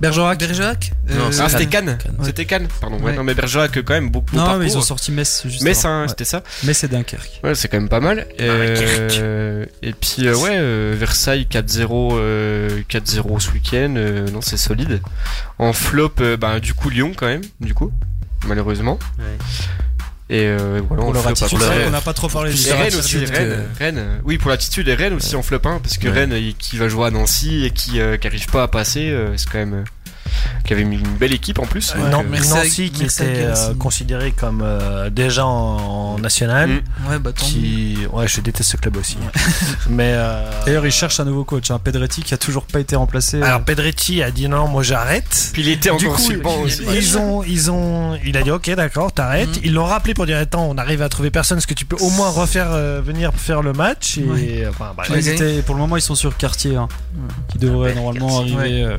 [SPEAKER 7] Bergerac. Bergerac
[SPEAKER 8] Non,
[SPEAKER 7] euh,
[SPEAKER 8] c'est
[SPEAKER 5] ah c'était Cannes
[SPEAKER 8] Cannes.
[SPEAKER 5] c'était Cannes pardon ouais.
[SPEAKER 7] Ouais.
[SPEAKER 5] non mais Bergerac euh, quand même beaucoup
[SPEAKER 1] Non,
[SPEAKER 5] parcours.
[SPEAKER 1] mais ils ont sorti Metz juste
[SPEAKER 5] Metz
[SPEAKER 1] avant.
[SPEAKER 5] hein,
[SPEAKER 1] Ouais.
[SPEAKER 5] c'était ça
[SPEAKER 1] Metz et Dunkerque.
[SPEAKER 5] Ah ouais c'est quand même pas mal Euh, et puis euh, ouais euh, Versailles 4-0 euh, 4-0 ce week-end euh, non c'est solide en flop euh, bah du coup Lyon quand même du coup malheureusement et euh, voilà en
[SPEAKER 1] Pour leur
[SPEAKER 5] flop,
[SPEAKER 1] attitude,
[SPEAKER 5] après,
[SPEAKER 1] c'est vrai
[SPEAKER 5] euh,
[SPEAKER 1] qu'on n'a pas trop parlé de
[SPEAKER 5] Et
[SPEAKER 1] leur
[SPEAKER 5] Rennes aussi,
[SPEAKER 1] attitude,
[SPEAKER 5] Rennes,
[SPEAKER 1] euh,
[SPEAKER 5] Rennes. Oui, pour l'attitude, et Rennes aussi en flop 1, parce que
[SPEAKER 8] Ouais.
[SPEAKER 5] Rennes il- qui va jouer à Nancy et qui n'arrive pas à passer, euh, c'est quand même. euh, qui avait mis une belle équipe en plus. donc,
[SPEAKER 3] Non,
[SPEAKER 5] euh,
[SPEAKER 7] Merci
[SPEAKER 3] Nancy
[SPEAKER 7] avec-
[SPEAKER 3] qui
[SPEAKER 7] merci
[SPEAKER 3] était
[SPEAKER 7] avec Gassi.
[SPEAKER 3] euh, considéré comme euh, déjà en, en national.
[SPEAKER 5] Mm.
[SPEAKER 7] Ouais, bah tant mieux.
[SPEAKER 3] Qui... Ouais, je déteste ce club aussi. Mais euh,
[SPEAKER 1] D'ailleurs, ils cherchent un nouveau coach, hein, Pedretti qui a toujours pas été remplacé.
[SPEAKER 5] Ah,
[SPEAKER 3] alors Pedretti a dit non, moi j'arrête.
[SPEAKER 5] Puis il était
[SPEAKER 3] Du
[SPEAKER 5] encore
[SPEAKER 3] coup,
[SPEAKER 5] sur le banc aussi.
[SPEAKER 3] ils, ils ont, ils ont, il a dit ok d'accord, t'arrêtes.
[SPEAKER 7] Mhm.
[SPEAKER 3] Ils l'ont rappelé pour dire attends, on arrive à trouver personne, est-ce que tu peux au moins refaire euh, venir faire le match et euh,
[SPEAKER 1] Ouais.
[SPEAKER 3] enfin, bref.
[SPEAKER 1] Ouais, ils étaient- pour le moment, ils sont sur quartier, hein,
[SPEAKER 7] Ouais.
[SPEAKER 1] qui devrait normalement arriver euh,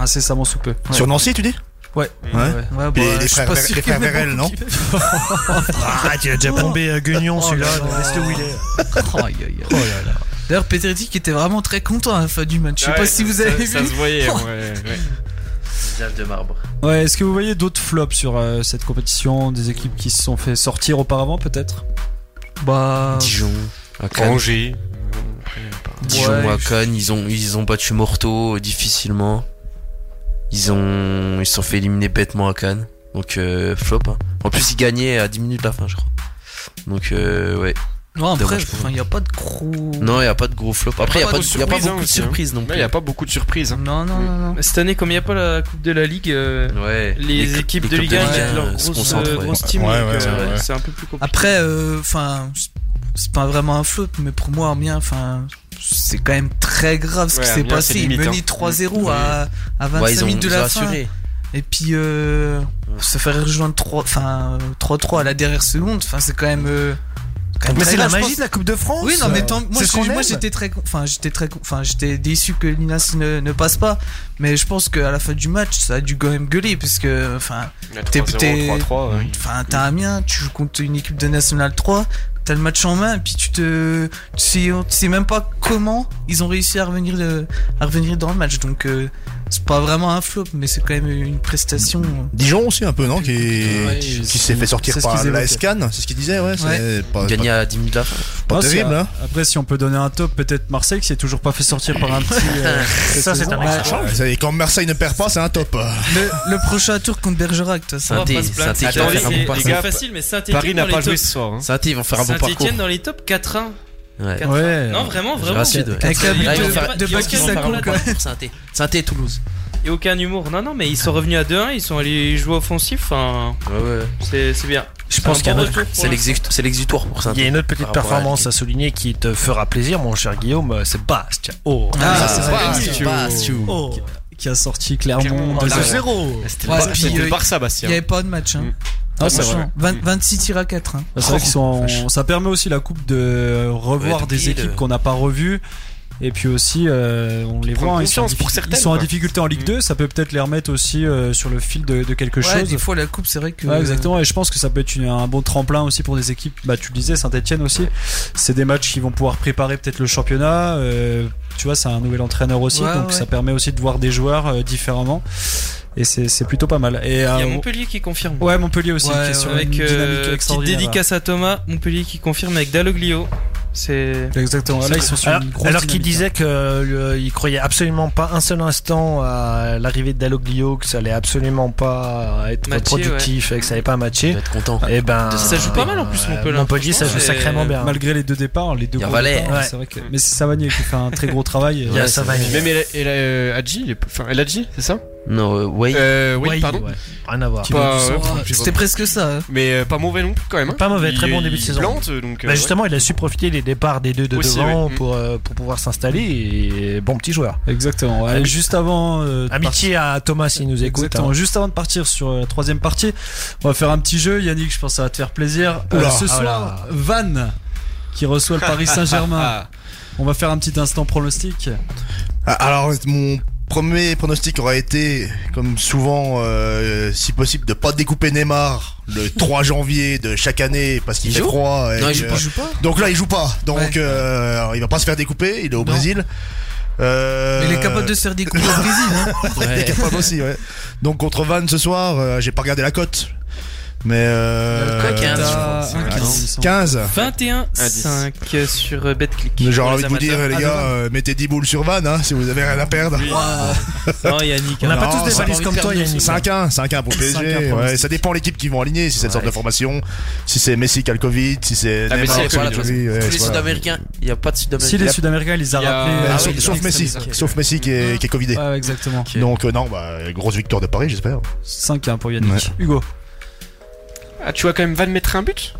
[SPEAKER 1] incessamment sous peu.
[SPEAKER 2] Sur Nancy, tu dis
[SPEAKER 1] Ouais.
[SPEAKER 2] Ouais.
[SPEAKER 1] Ouais.
[SPEAKER 7] Ouais,
[SPEAKER 2] Et
[SPEAKER 7] bah, je
[SPEAKER 2] les
[SPEAKER 7] suis
[SPEAKER 2] frères,
[SPEAKER 7] pas
[SPEAKER 2] Ver-
[SPEAKER 7] sûr
[SPEAKER 2] les
[SPEAKER 7] qu'il y
[SPEAKER 2] frères
[SPEAKER 7] en ait
[SPEAKER 2] Verrel, non
[SPEAKER 3] Ah, tu as déjà bombé euh, Guignon celui-là, laisse-le où il est.
[SPEAKER 7] beaucoup. Oh, aïe, aïe, aïe. D'ailleurs, Petretti qui était vraiment très content à la fin du match. Je sais pas
[SPEAKER 5] Ouais,
[SPEAKER 7] si vous
[SPEAKER 5] ça-
[SPEAKER 7] avez
[SPEAKER 5] Ça
[SPEAKER 7] vu.
[SPEAKER 5] se voyait, ouais, ouais.
[SPEAKER 8] visage de marbre.
[SPEAKER 1] Ouais, Est-ce que vous voyez d'autres flops sur euh, cette compétition Des équipes qui se sont fait sortir auparavant, peut-être
[SPEAKER 7] Bah.
[SPEAKER 8] Dijon. À Cannes.
[SPEAKER 5] Angers.
[SPEAKER 8] Dijon
[SPEAKER 7] Ouais,
[SPEAKER 8] à
[SPEAKER 7] je-
[SPEAKER 8] Cannes, ils ont, ils ont battu Morteau euh, difficilement. Ils ont, ils se sont fait éliminer bêtement à Cannes. Donc, euh, flop. hein. En plus, ils gagnaient à 10 minutes de la fin, je crois. Donc, euh, ouais.
[SPEAKER 7] Non, après,
[SPEAKER 8] Dommage pour
[SPEAKER 7] enfin, y a pas de gros.
[SPEAKER 8] Non, il n'y a pas de gros flop. Après, il n'y a,
[SPEAKER 5] pas
[SPEAKER 8] pas
[SPEAKER 5] de
[SPEAKER 8] de- y a pas
[SPEAKER 5] surprise, hein,
[SPEAKER 8] beaucoup de
[SPEAKER 5] aussi, hein.
[SPEAKER 8] surprises non
[SPEAKER 5] Il
[SPEAKER 8] plus.
[SPEAKER 5] n'y a pas beaucoup de surprises. hein.
[SPEAKER 7] Non, non, non, non.
[SPEAKER 4] Cette année, comme il n'y a pas la Coupe de la Ligue, euh,
[SPEAKER 8] Ouais.
[SPEAKER 4] les,
[SPEAKER 8] cl-
[SPEAKER 4] équipes
[SPEAKER 8] les
[SPEAKER 4] de
[SPEAKER 8] clubs
[SPEAKER 4] Ligue 1
[SPEAKER 8] Ligue
[SPEAKER 4] mettent leur
[SPEAKER 8] euh, se
[SPEAKER 4] grosse,
[SPEAKER 8] concentrent,
[SPEAKER 4] euh,
[SPEAKER 8] ouais.
[SPEAKER 4] grosse team.
[SPEAKER 2] Ouais,
[SPEAKER 4] donc,
[SPEAKER 2] ouais,
[SPEAKER 4] euh,
[SPEAKER 2] c'est vrai.
[SPEAKER 4] c'est un peu plus compliqué.
[SPEAKER 7] Après, euh, enfin, c'est pas vraiment un flop, mais pour moi, Amiens, enfin, c'est quand même très grave ce
[SPEAKER 5] Ouais,
[SPEAKER 7] qui s'est
[SPEAKER 5] Amiens,
[SPEAKER 7] passé.
[SPEAKER 5] c'est
[SPEAKER 7] Ils
[SPEAKER 5] limite,
[SPEAKER 7] menaient
[SPEAKER 5] hein.
[SPEAKER 7] 3-0 à, à 25
[SPEAKER 8] Ouais, ils ont,
[SPEAKER 7] minutes de
[SPEAKER 8] ils ont
[SPEAKER 7] la fin.
[SPEAKER 8] assuré.
[SPEAKER 7] Et puis, euh, se faire rejoindre 3, enfin, 3-3 à la dernière seconde, enfin, c'est quand même. euh, quand même
[SPEAKER 3] Mais
[SPEAKER 7] très
[SPEAKER 3] c'est la
[SPEAKER 7] grave, je
[SPEAKER 3] magie de la Coupe de France.
[SPEAKER 7] pense. Oui, non, mais tant, moi,
[SPEAKER 3] C'est ce qu'on
[SPEAKER 7] je- moi,
[SPEAKER 3] aime.
[SPEAKER 7] j'étais très, con- enfin, j'étais très, con- enfin, j'étais déçu que Linas ne, ne passe pas. Mais je pense qu'à la fin du match, ça a dû quand même gueuler, parce que, enfin,
[SPEAKER 5] Il y a
[SPEAKER 7] T'es-
[SPEAKER 5] 3-0,
[SPEAKER 7] t'es-
[SPEAKER 5] 3-3. ouais.
[SPEAKER 7] Enfin, t'as Amiens, tu joues contre une équipe de National 3, t'as le match en main, et puis tu te. Tu sais, tu sais même pas comment ils ont réussi à revenir, le- à revenir dans le match. Donc, euh, c'est pas vraiment un flop, mais c'est quand même une prestation.
[SPEAKER 2] Dijon aussi, un peu, non Qui,
[SPEAKER 1] Ouais,
[SPEAKER 2] qui
[SPEAKER 1] c'est-
[SPEAKER 2] s'est fait sortir
[SPEAKER 1] c'est ce
[SPEAKER 2] par
[SPEAKER 1] qu'ils
[SPEAKER 2] la
[SPEAKER 1] évoquaient.
[SPEAKER 2] SCAN, c'est ce qu'il disait, ouais. C'est pas, pas,
[SPEAKER 8] Gagner à 10 minutes de la fin.
[SPEAKER 2] pas
[SPEAKER 1] Non,
[SPEAKER 2] terrible,
[SPEAKER 1] c'est-
[SPEAKER 2] hein.
[SPEAKER 1] Après, si on peut donner un top, peut-être Marseille qui s'est toujours pas fait sortir par un petit. euh, cette
[SPEAKER 3] Ça, c'est
[SPEAKER 1] saison.
[SPEAKER 3] un mec, ça
[SPEAKER 1] Ouais.
[SPEAKER 3] change.
[SPEAKER 2] C'est- Quand Marseille ne perd pas, c'est un top.
[SPEAKER 7] Le, le prochain tour contre Bergerac, toi, ça.
[SPEAKER 8] Ça- Synthé-
[SPEAKER 4] on va pas se plaindre.
[SPEAKER 8] Synthé qui va
[SPEAKER 4] Attendez,
[SPEAKER 8] faire un
[SPEAKER 4] c'est-
[SPEAKER 8] bon parcours.
[SPEAKER 4] c'est facile, mais Saint-Etienne
[SPEAKER 5] Paris n'a pas joué ce soir. hein.
[SPEAKER 8] Saint-Étienne, ils vont faire un bon parcours.
[SPEAKER 4] Saint-Etienne dans les tops 4-1.
[SPEAKER 8] Ouais.
[SPEAKER 4] Quatre-
[SPEAKER 1] Ouais.
[SPEAKER 4] Non, vraiment, vraiment.
[SPEAKER 8] Rapide, ouais.
[SPEAKER 7] Avec la
[SPEAKER 8] Là, ils
[SPEAKER 7] but
[SPEAKER 8] vont
[SPEAKER 7] de-
[SPEAKER 8] faire-
[SPEAKER 7] de
[SPEAKER 8] ils vont
[SPEAKER 7] Baki
[SPEAKER 8] faire un bon
[SPEAKER 7] Sakho, quoi.
[SPEAKER 8] parcours, Saint-Étienne. Saint-Étienne, Toulouse.
[SPEAKER 4] Et aucun humour. Non, non, mais ils sont revenus à 2-1, ils sont allés jouer offensif. Enfin,
[SPEAKER 8] Ouais, ouais.
[SPEAKER 4] c'est c'est bien.
[SPEAKER 3] Je pense
[SPEAKER 4] un
[SPEAKER 3] qu'il y a
[SPEAKER 4] bon
[SPEAKER 3] un
[SPEAKER 4] retour pour
[SPEAKER 8] C'est l'exi- c'est l'exutoire pour ça.
[SPEAKER 3] Il y a une autre petite
[SPEAKER 8] Par rapport à la
[SPEAKER 3] performance à souligner qui te fera plaisir, mon cher Guillaume, c'est Bastia. Oh,
[SPEAKER 7] Ah,
[SPEAKER 8] c'est
[SPEAKER 7] Bastia.
[SPEAKER 9] Oh,
[SPEAKER 1] qui a sorti Clermont.
[SPEAKER 9] Clermont,
[SPEAKER 1] deux-
[SPEAKER 9] 2-0.
[SPEAKER 5] Ah, C'était
[SPEAKER 7] Ouais,
[SPEAKER 5] le, Bar-
[SPEAKER 7] puis,
[SPEAKER 5] c'était
[SPEAKER 7] euh,
[SPEAKER 5] le Barça,
[SPEAKER 7] Il
[SPEAKER 5] Bastien.
[SPEAKER 7] n'y avait pas de match. Hein.
[SPEAKER 1] Ah, c'est
[SPEAKER 7] Franchement,
[SPEAKER 1] vrai.
[SPEAKER 7] 20 26 tirs à 4. Hein.
[SPEAKER 1] Bah, C'est vrai qu'ils sont en- Ça permet aussi la coupe de revoir
[SPEAKER 8] Ouais,
[SPEAKER 1] des
[SPEAKER 8] tranquille.
[SPEAKER 1] équipes qu'on n'a pas revues. Et puis aussi, euh, on les
[SPEAKER 5] Prendre
[SPEAKER 1] voit, ils sont, en
[SPEAKER 5] confiance pour
[SPEAKER 1] diffi-
[SPEAKER 5] certaines,
[SPEAKER 1] ils sont en
[SPEAKER 5] quoi.
[SPEAKER 1] difficulté en Ligue
[SPEAKER 5] Mm.
[SPEAKER 1] 2. Ça peut peut-être les remettre aussi euh, sur le fil de, de quelque
[SPEAKER 7] Ouais,
[SPEAKER 1] chose.
[SPEAKER 7] des fois, la coupe, c'est vrai que.
[SPEAKER 1] Ouais, exactement, et je pense que ça peut être une- un bon tremplin aussi pour des équipes. Bah, tu le disais, Saint-Etienne aussi. C'est des matchs qui vont pouvoir préparer peut-être le championnat. euh, tu vois, c'est un nouvel entraîneur aussi,
[SPEAKER 7] Ouais,
[SPEAKER 1] donc
[SPEAKER 7] ouais.
[SPEAKER 1] ça permet aussi de voir des joueurs euh, différemment. Et c'est c'est plutôt pas mal. Et,
[SPEAKER 4] Il y a
[SPEAKER 1] euh,
[SPEAKER 4] Montpellier qui confirme.
[SPEAKER 1] ouais, Montpellier aussi,
[SPEAKER 7] Ouais,
[SPEAKER 1] qui est sur une
[SPEAKER 4] avec
[SPEAKER 1] dynamique
[SPEAKER 4] euh, petite
[SPEAKER 1] extraordinaire.
[SPEAKER 4] dédicace à Thomas, Montpellier qui confirme avec Daloglio. C'est.
[SPEAKER 1] Exactement, là ils sont sur
[SPEAKER 3] Alors,
[SPEAKER 1] une grosse
[SPEAKER 3] alors qu'il
[SPEAKER 1] dynamique, hein.
[SPEAKER 3] disait que euh, il croyait absolument pas un seul instant à l'arrivée de Daloglio, que ça allait absolument pas être
[SPEAKER 4] Matcher,
[SPEAKER 3] productif et que ça allait pas
[SPEAKER 8] Tu
[SPEAKER 3] matcher.
[SPEAKER 8] vas être content.
[SPEAKER 3] Et ben
[SPEAKER 4] Ça joue pas mal en plus,
[SPEAKER 3] euh,
[SPEAKER 4] Montpellier,
[SPEAKER 3] Montpellier, ça joue
[SPEAKER 4] franchement,
[SPEAKER 3] sacrément
[SPEAKER 4] c'est-
[SPEAKER 1] hein.
[SPEAKER 3] bien.
[SPEAKER 1] Malgré les deux départs, les deux
[SPEAKER 8] Il y a
[SPEAKER 1] gros
[SPEAKER 8] Valère.
[SPEAKER 1] départs,
[SPEAKER 3] Ouais.
[SPEAKER 1] c'est vrai que. Mais c'est Savanier qui fait un très gros travail.
[SPEAKER 3] Il
[SPEAKER 1] euh,
[SPEAKER 3] y a
[SPEAKER 8] Ouais,
[SPEAKER 3] Savanier.
[SPEAKER 8] c'est-
[SPEAKER 5] Même El, El- euh, Hadji, il est- enfin, El Hadji, c'est ça
[SPEAKER 8] Non, euh, ouais.
[SPEAKER 5] euh, Oui,
[SPEAKER 3] Ouais,
[SPEAKER 5] pardon.
[SPEAKER 3] ouais. Rien à voir.
[SPEAKER 5] Pas- ouais,
[SPEAKER 7] Oh,
[SPEAKER 5] franchement, j'ai pas-
[SPEAKER 7] C'était presque ça. hein.
[SPEAKER 5] Mais euh, pas mauvais non plus quand même. hein.
[SPEAKER 3] Pas mauvais,
[SPEAKER 5] Il-
[SPEAKER 3] très bon
[SPEAKER 5] il
[SPEAKER 3] début de saison.
[SPEAKER 5] plante, donc. euh,
[SPEAKER 3] Bah justement, il a su profiter des départs des deux de
[SPEAKER 5] Aussi,
[SPEAKER 3] devant
[SPEAKER 5] ouais.
[SPEAKER 3] pour, euh, pour pouvoir s'installer. Et bon petit joueur.
[SPEAKER 1] Exactement. ouais. Juste avant. euh, de hein.
[SPEAKER 3] Amitié à Thomas s'il nous écoute. hein.
[SPEAKER 1] Exactement. Juste avant de partir sur euh, la troisième partie, on va faire un petit jeu. Yannick, je pense que ça va te faire plaisir. Euh,
[SPEAKER 3] Oula.
[SPEAKER 1] ce
[SPEAKER 3] Ah,
[SPEAKER 1] soir, Van qui reçoit le Paris Saint-Germain. on va faire un petit instant pronostic.
[SPEAKER 2] Ah, Alors, mon premier pronostic aurait été, comme souvent, euh, si possible, de pas découper Neymar le 3 janvier de chaque année parce qu'il
[SPEAKER 8] Il
[SPEAKER 2] fait
[SPEAKER 8] joue
[SPEAKER 2] froid. et,
[SPEAKER 8] non, il joue
[SPEAKER 2] euh,
[SPEAKER 8] pas.
[SPEAKER 2] Donc là, il joue pas. Donc,
[SPEAKER 7] Ouais.
[SPEAKER 2] euh, alors, il va pas se faire découper. Il est au
[SPEAKER 7] Non.
[SPEAKER 2] Brésil. Euh,
[SPEAKER 7] Mais Il est capable de se faire des coups au Brésil. Hein.
[SPEAKER 2] il est
[SPEAKER 8] Ouais.
[SPEAKER 2] capable aussi, ouais. Donc, contre Vannes ce soir, euh, j'ai pas regardé la cote. Mais. Euh,
[SPEAKER 8] Quoi, 15, je crois.
[SPEAKER 1] T'as-
[SPEAKER 8] Ouais,
[SPEAKER 2] 15.
[SPEAKER 4] 21-5 sur euh, BetClick.
[SPEAKER 2] Mais j'ai
[SPEAKER 4] Pour
[SPEAKER 2] envie
[SPEAKER 4] les
[SPEAKER 2] de vous dire,
[SPEAKER 4] amateurs.
[SPEAKER 2] les
[SPEAKER 7] Ah,
[SPEAKER 2] gars,
[SPEAKER 7] non.
[SPEAKER 2] euh, mettez 10 boules sur Vannes hein, si vous avez rien à perdre.
[SPEAKER 4] Non, Yannick.
[SPEAKER 3] On n'a
[SPEAKER 4] hein.
[SPEAKER 3] pas
[SPEAKER 2] Non,
[SPEAKER 1] Ah,
[SPEAKER 3] tous des
[SPEAKER 2] ça a
[SPEAKER 3] valises
[SPEAKER 8] pas
[SPEAKER 3] comme
[SPEAKER 8] envie de
[SPEAKER 3] toi,
[SPEAKER 8] perdre,
[SPEAKER 3] Yannick.
[SPEAKER 2] 5-1, 5-1 pour
[SPEAKER 1] 5-1
[SPEAKER 2] le PSG.
[SPEAKER 1] pour
[SPEAKER 2] ouais,
[SPEAKER 1] Messi.
[SPEAKER 2] ça dépend l'équipe qu'ils vont aligner, si c'est une sorte de formation, si c'est Messi qui a le Covid, si c'est
[SPEAKER 5] Ah,
[SPEAKER 2] Neymar,
[SPEAKER 5] Messi a le
[SPEAKER 2] si c'est
[SPEAKER 5] Covid,
[SPEAKER 2] Xavi, ouais,
[SPEAKER 8] Tous les
[SPEAKER 2] voilà.
[SPEAKER 8] Sud-Américains, il n'y a pas de
[SPEAKER 1] Si
[SPEAKER 8] Sud-Américains.
[SPEAKER 1] les Sud-Américains, ils les a
[SPEAKER 5] Il y a-
[SPEAKER 1] rappelés.
[SPEAKER 2] Ouais,
[SPEAKER 1] euh,
[SPEAKER 5] Ah
[SPEAKER 2] sauf,
[SPEAKER 5] oui,
[SPEAKER 2] sauf
[SPEAKER 5] c'est
[SPEAKER 2] Messi,
[SPEAKER 5] ça, ok.
[SPEAKER 2] sauf Messi qui est, qui est Covidé.
[SPEAKER 1] Ouais, exactement.
[SPEAKER 2] Donc euh, non, bah, grosse victoire de Paris, j'espère.
[SPEAKER 1] 5-1 hein, pour Yannick. Hugo.
[SPEAKER 5] Ah, tu vois quand même Van mettre un but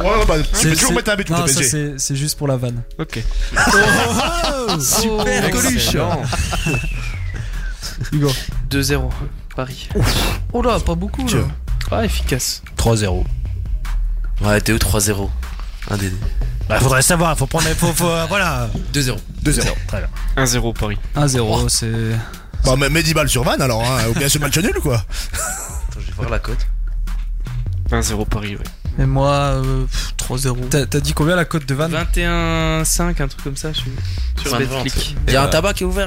[SPEAKER 2] Ouais, bah, tu
[SPEAKER 1] C'est-
[SPEAKER 2] peux toujours
[SPEAKER 1] c'est-
[SPEAKER 2] mettre un but contre
[SPEAKER 1] Non,
[SPEAKER 2] le
[SPEAKER 1] ça
[SPEAKER 2] PSG.
[SPEAKER 1] c'est c'est juste pour la vanne.
[SPEAKER 5] Ok.
[SPEAKER 4] Oh,
[SPEAKER 7] Super Coluche.
[SPEAKER 5] Excellent.
[SPEAKER 1] Hugo.
[SPEAKER 4] 2-0, Paris.
[SPEAKER 7] Oh là, pas beaucoup. Là.
[SPEAKER 4] Ah, efficace.
[SPEAKER 3] 3-0.
[SPEAKER 8] Ouais, Théo 3-0. Un des deux.
[SPEAKER 3] Bah, faudrait savoir, faut prendre, faut, faut, euh, voilà.
[SPEAKER 8] 2-0.
[SPEAKER 2] 2-0.
[SPEAKER 5] 1-0 Paris.
[SPEAKER 2] Oh.
[SPEAKER 1] 1-0, c'est.
[SPEAKER 2] Bah, mais, mets 10 balles sur Van alors, hein, ou bien ce match nul quoi.
[SPEAKER 8] Attends, je vais voir la cote.
[SPEAKER 5] 1-0 Paris, ouais.
[SPEAKER 7] Et moi, euh, pff, 3-0.
[SPEAKER 1] T'as t'as dit combien la cote de vanne
[SPEAKER 4] 21-5, un truc comme ça, je suis sur
[SPEAKER 8] Fin de
[SPEAKER 4] BetClick.
[SPEAKER 8] Il y a un tabac qui est ouvert.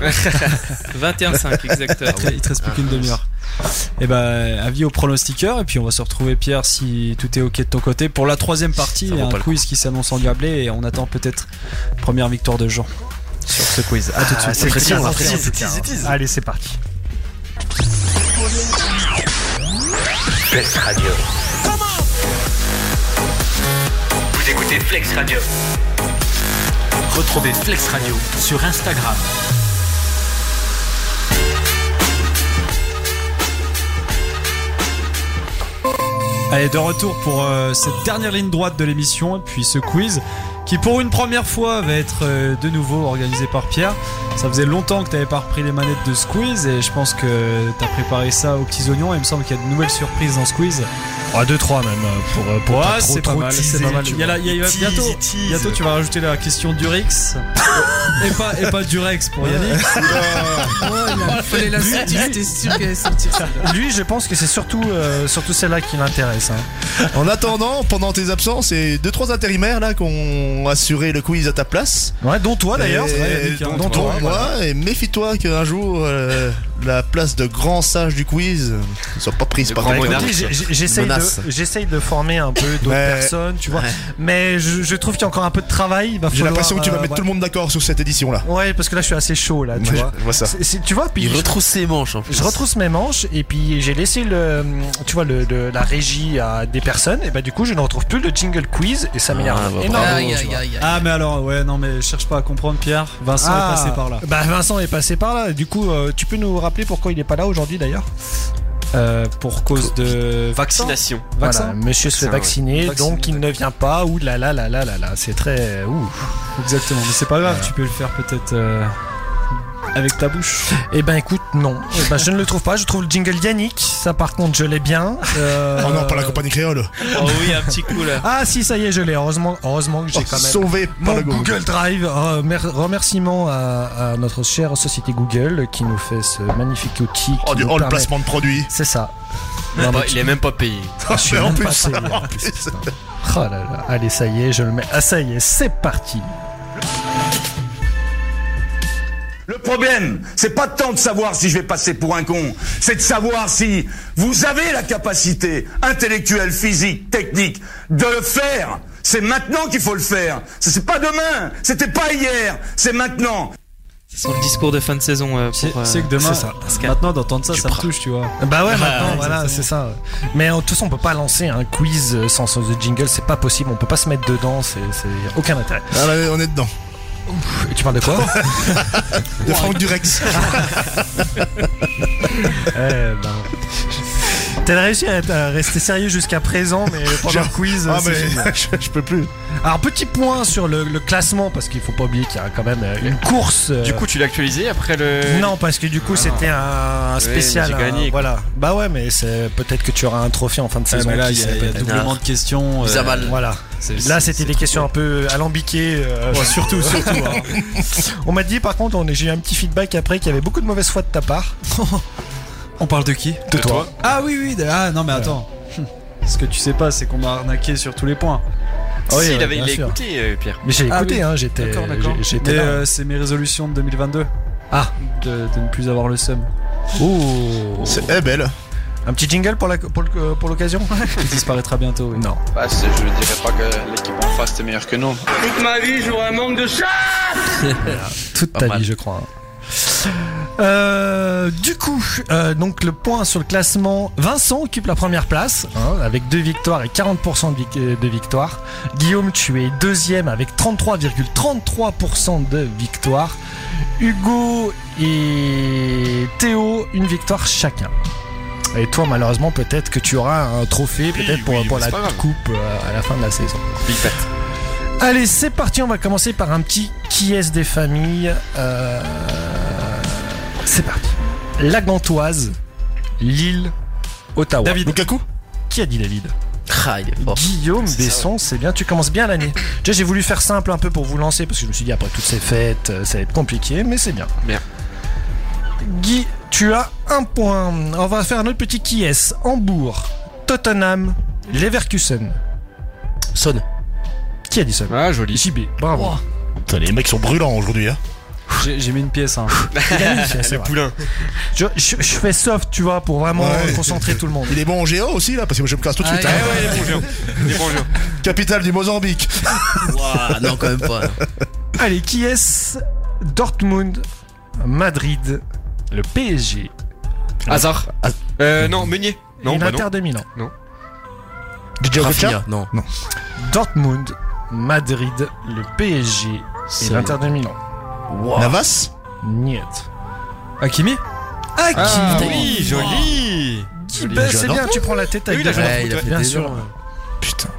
[SPEAKER 4] 21-5, exactement.
[SPEAKER 1] Il te- Il te reste plus qu'une demi-heure. Et ben, avis au pronostiqueur. Et puis, on va se retrouver, Pierre, si tout est OK de ton côté. Pour la troisième partie,
[SPEAKER 8] Ça
[SPEAKER 1] il y a
[SPEAKER 8] vaut
[SPEAKER 1] un
[SPEAKER 8] pas le
[SPEAKER 1] quiz qui s'annonce en diablé. Et on attend peut-être première victoire de Jean sur ce quiz. À tout de suite.
[SPEAKER 3] C'est
[SPEAKER 8] pression,
[SPEAKER 3] bien,
[SPEAKER 8] la
[SPEAKER 3] c'est
[SPEAKER 8] pression,
[SPEAKER 3] bien, c'est bien. Allez, c'est parti.
[SPEAKER 10] Vous écoutez Flex Radio. Retrouvez Flex Radio sur Instagram.
[SPEAKER 1] Allez, de retour pour euh, cette dernière ligne droite de l'émission. Et puis, ce quiz qui, pour une première fois, va être euh, de nouveau organisé par Pierre. Ça faisait longtemps que t'avais pas repris les manettes de Squeeze. Et je pense que t'as préparé ça aux petits oignons. Et il me semble qu'il y a de nouvelles surprises dans Squeeze.
[SPEAKER 3] 2-3 même, euh, pour, euh, pour
[SPEAKER 1] Ouais,
[SPEAKER 3] pas trop,
[SPEAKER 1] c'est pas
[SPEAKER 3] trop
[SPEAKER 1] mal,
[SPEAKER 3] teaser,
[SPEAKER 1] c'est pas mal.
[SPEAKER 3] tu
[SPEAKER 1] Il y a la- il y a-
[SPEAKER 3] vois.
[SPEAKER 1] bientôt, bientôt, tu vas rajouter la question d'Urix et pas et pas d'Urex pour Yannick.
[SPEAKER 7] Il fallait la sortir, j'étais sûr qu'elle allait sortir celle-là.
[SPEAKER 3] Lui, je pense que c'est surtout, euh, surtout celle-là qui l'intéresse. hein.
[SPEAKER 2] En attendant, pendant tes absences, c'est 2-3 intérimaires là qui ont assuré le quiz à ta place.
[SPEAKER 3] Ouais, dont toi d'ailleurs.
[SPEAKER 2] Et-
[SPEAKER 3] c'est vrai, Yannick, hein.
[SPEAKER 2] dont,
[SPEAKER 3] Dont toi,
[SPEAKER 2] toi, moi, et méfie-toi qu'un jour, euh, la place de grand sage du quiz ne soit pas prise
[SPEAKER 5] De
[SPEAKER 2] par
[SPEAKER 5] grand
[SPEAKER 2] quelqu'un.
[SPEAKER 5] monarque.
[SPEAKER 3] Écoutez, j'ai- j'ai- J'essaye
[SPEAKER 8] Menace.
[SPEAKER 3] de, j'essaye de former un peu d'autres
[SPEAKER 2] Ouais.
[SPEAKER 3] personnes, tu vois. Mais je, je trouve qu'il y a encore un peu de travail. il va
[SPEAKER 2] J'ai
[SPEAKER 3] falloir,
[SPEAKER 2] l'impression que tu vas
[SPEAKER 3] euh,
[SPEAKER 2] mettre tout le monde d'accord sur cette édition là.
[SPEAKER 3] ouais. Ouais, parce que là je suis assez chaud là, tu
[SPEAKER 2] Ouais,
[SPEAKER 3] vois.
[SPEAKER 2] je vois ça.
[SPEAKER 3] C'est- c'est- tu vois, puis
[SPEAKER 8] Il
[SPEAKER 3] je-
[SPEAKER 8] retrousse ses manches en plus.
[SPEAKER 3] je retrousse mes manches et puis j'ai laissé le, tu vois, le, le- la régie à des personnes et bah du coup je ne retrouve plus le jingle quiz et ça m'énerve
[SPEAKER 8] Ah, bah,
[SPEAKER 3] énormément.
[SPEAKER 8] bravo,
[SPEAKER 7] Aïe,
[SPEAKER 8] tu
[SPEAKER 7] aïe,
[SPEAKER 8] vois.
[SPEAKER 7] aïe, aïe.
[SPEAKER 1] Ah mais alors ouais non mais cherche pas à comprendre Pierre. Ah. Vincent est passé par là.
[SPEAKER 3] Bah Vincent est passé par là. Du coup, euh, tu peux nous
[SPEAKER 9] rappeler pourquoi il est pas là aujourd'hui d'ailleurs
[SPEAKER 1] Euh, pour cause de vaccin.
[SPEAKER 5] Vaccination.
[SPEAKER 1] Vaccin
[SPEAKER 3] Voilà, monsieur se fait
[SPEAKER 5] Vaccin,
[SPEAKER 3] vacciner,
[SPEAKER 1] Vacciné,
[SPEAKER 3] donc il ne vient pas. Ouh là là là là là là, c'est très. Ouh.
[SPEAKER 1] Exactement, mais c'est pas grave, tu peux le faire peut-être euh, avec ta bouche.
[SPEAKER 3] Eh ben écoute, non. Eh ben, je ne le trouve pas. Je trouve le jingle Yannick. Ça par contre, je l'ai bien. Euh,
[SPEAKER 2] Oh non, pas la compagnie créole.
[SPEAKER 4] Oh oui, un petit coup là.
[SPEAKER 3] Ah si, ça y est, je l'ai. Heureusement, heureusement que j'ai quand même.
[SPEAKER 2] Sauvé Oh, par
[SPEAKER 3] Mon
[SPEAKER 2] le Google.
[SPEAKER 3] Google Drive, euh, mer- remerciements à, à notre chère société Google qui nous fait ce magnifique outil. qui
[SPEAKER 2] Oh, du
[SPEAKER 3] nous
[SPEAKER 2] hall
[SPEAKER 3] permet-
[SPEAKER 2] placement Ah, bah, de produits.
[SPEAKER 3] C'est ça.
[SPEAKER 5] Même
[SPEAKER 3] mais
[SPEAKER 5] pas- il est même pas payé.
[SPEAKER 2] Ah, mais en
[SPEAKER 3] même
[SPEAKER 2] plus.
[SPEAKER 3] pas payé, en
[SPEAKER 2] en plus.
[SPEAKER 3] Oh là là, allez, ça y est, je le mets. Ah, ça y est, c'est parti.
[SPEAKER 11] Le problème, c'est pas tant de savoir si je vais passer pour un con, c'est de savoir si vous avez la capacité intellectuelle, physique, technique de le faire. C'est maintenant qu'il faut le faire. C'est- C'est pas demain, c'était pas hier, c'est maintenant.
[SPEAKER 4] C'est son discours de fin de saison euh,
[SPEAKER 1] C'est
[SPEAKER 4] pour. euh,
[SPEAKER 1] c'est que demain,
[SPEAKER 3] c'est ça.
[SPEAKER 4] Pascal.
[SPEAKER 1] maintenant d'entendre ça, ça me touche, tu vois.
[SPEAKER 3] Bah ouais, maintenant, voilà, c'est ça. Mais en tout cas, on peut pas lancer un quiz euh, sans sauce de jingle, c'est pas possible, on peut pas se mettre dedans, c'est c'est- y a aucun intérêt.
[SPEAKER 2] Ah, là, on est dedans.
[SPEAKER 3] Et tu parles de quoi
[SPEAKER 2] De Franck Durex.
[SPEAKER 3] Eh ben. T'as réussi à, à rester sérieux jusqu'à présent, mais pendant le quiz,
[SPEAKER 2] Ah,
[SPEAKER 3] c'est génial.
[SPEAKER 2] mais je, je peux plus.
[SPEAKER 3] Alors, petit point sur le, le classement, parce qu'il faut pas oublier qu'il y a quand même euh, une course. euh,
[SPEAKER 5] Du coup, tu l'as actualisé après le.
[SPEAKER 3] Non, parce que du
[SPEAKER 1] Ah
[SPEAKER 3] coup, c'était un un
[SPEAKER 5] Oui,
[SPEAKER 3] spécial.
[SPEAKER 5] mais j'ai gagné,
[SPEAKER 3] un-
[SPEAKER 5] quoi.
[SPEAKER 3] voilà. Bah ouais, mais c'est peut-être que tu auras un trophée en fin de saison.
[SPEAKER 1] mais là,
[SPEAKER 3] qui
[SPEAKER 1] il y a,
[SPEAKER 3] sait,
[SPEAKER 1] il y a
[SPEAKER 3] peut-être.
[SPEAKER 1] doublement de questions. euh,
[SPEAKER 8] Mis à mal.
[SPEAKER 3] Voilà.
[SPEAKER 1] c'est- c'est-
[SPEAKER 3] Là, c'était
[SPEAKER 1] c'est
[SPEAKER 3] des questions un peu alambiquées. euh,
[SPEAKER 1] surtout, surtout. hein.
[SPEAKER 3] On m'a dit, par contre, on est- j'ai eu un petit feedback après qu'il y avait beaucoup de mauvaise foi de ta part.
[SPEAKER 1] On parle de qui
[SPEAKER 3] De toi.
[SPEAKER 1] Ah oui, oui, d- ah non, mais attends. Hum. Ce que tu sais pas, c'est qu'on m'a arnaqué sur tous les points.
[SPEAKER 3] Oui,
[SPEAKER 5] si,
[SPEAKER 3] oui,
[SPEAKER 5] il avait, il
[SPEAKER 3] bien
[SPEAKER 5] l'a
[SPEAKER 3] sûr.
[SPEAKER 5] écouté, euh, Pierre.
[SPEAKER 3] Mais j'ai
[SPEAKER 1] Ah
[SPEAKER 3] écouté,
[SPEAKER 1] oui.
[SPEAKER 3] hein, j'étais.
[SPEAKER 1] D'accord, d'accord.
[SPEAKER 3] j'ai-
[SPEAKER 1] Mais
[SPEAKER 3] J'étais là.
[SPEAKER 1] euh, c'est mes résolutions de 2022.
[SPEAKER 3] Ah.
[SPEAKER 1] De, de ne plus avoir le seum.
[SPEAKER 3] Oh.
[SPEAKER 2] C'est eh, belle.
[SPEAKER 3] Un petit jingle pour la- pour le- pour l'occasion
[SPEAKER 1] Il disparaîtra bientôt. oui.
[SPEAKER 3] Non.
[SPEAKER 12] je dirais pas que l'équipe en face était meilleure que nous.
[SPEAKER 10] Toute ma vie, j'aurai un manque de chat
[SPEAKER 3] Toute
[SPEAKER 8] Pas
[SPEAKER 3] ta
[SPEAKER 8] mal.
[SPEAKER 3] vie, je crois. hein. Euh, du coup, euh, donc le point sur le classement, Vincent occupe la première place hein, avec 2 victoires et 40% de, vic- euh, de victoires. Guillaume, tu es deuxième avec 33,33% de victoires. Hugo et Théo, une victoire chacun. Et toi, malheureusement, peut-être que tu auras un trophée, peut-être pour, pour la coupe euh, à la fin de la saison.
[SPEAKER 5] Big Pat.
[SPEAKER 3] Allez, c'est parti, on va commencer par un petit qui est des familles. Euh, C'est parti. La Gantoise, Lille, Ottawa.
[SPEAKER 1] David.
[SPEAKER 2] Lukaku
[SPEAKER 3] Qui a dit David
[SPEAKER 8] Ah, il est fort.
[SPEAKER 3] Guillaume Besson, c'est bien, tu commences bien l'année. Tu sais, j'ai voulu faire simple un peu pour vous lancer parce que je me suis dit après toutes ces fêtes, euh, ça va être compliqué, mais c'est bien.
[SPEAKER 5] Bien.
[SPEAKER 3] Guy, tu as un point. On va faire un autre petit qui est Hambourg, Tottenham, Leverkusen.
[SPEAKER 8] Sonne.
[SPEAKER 3] Qui a dit ça
[SPEAKER 5] Ah, Oh. joli.
[SPEAKER 3] JB, bravo.
[SPEAKER 2] Putain, les mecs sont brûlants aujourd'hui. Hein.
[SPEAKER 1] J'ai j'ai mis une pièce. hein.
[SPEAKER 3] Il a mis, c'est vrai.
[SPEAKER 5] Poulain.
[SPEAKER 3] Je, je- je fais soft, tu vois, pour vraiment
[SPEAKER 2] Ouais.
[SPEAKER 3] concentrer tout le monde.
[SPEAKER 2] Il est bon en géo aussi là, parce que moi je me casse tout de
[SPEAKER 7] Ah,
[SPEAKER 2] suite.
[SPEAKER 7] il
[SPEAKER 2] hein.
[SPEAKER 7] est-
[SPEAKER 5] Ouais, il est bon, Géo. Il est bon, Géo.
[SPEAKER 2] Capitale du Mozambique.
[SPEAKER 8] Ouah, non, quand même pas. non.
[SPEAKER 3] Allez, qui est Dortmund, Madrid, le PSG
[SPEAKER 5] Hazard. Euh, non, Meunier. Non,
[SPEAKER 3] et
[SPEAKER 5] bah
[SPEAKER 3] l'Inter
[SPEAKER 5] non.
[SPEAKER 3] de Milan.
[SPEAKER 2] DJ Okocha
[SPEAKER 8] Rafinha, non.
[SPEAKER 3] Dortmund, Madrid, le PSG et
[SPEAKER 8] C'est-
[SPEAKER 3] l'Inter de Milan.
[SPEAKER 8] Ouah.
[SPEAKER 2] Navas
[SPEAKER 3] Niet.
[SPEAKER 1] Hakimi
[SPEAKER 3] Ah,
[SPEAKER 5] Ah,
[SPEAKER 3] qui
[SPEAKER 5] oui, joli.
[SPEAKER 3] qui baisse, C'est bien, tu prends la tête avec
[SPEAKER 5] Oui, il a
[SPEAKER 3] des-
[SPEAKER 5] joué
[SPEAKER 8] Ouais, il a fait
[SPEAKER 3] Bien
[SPEAKER 8] des
[SPEAKER 3] sûr.
[SPEAKER 8] ans, ouais.
[SPEAKER 3] Putain.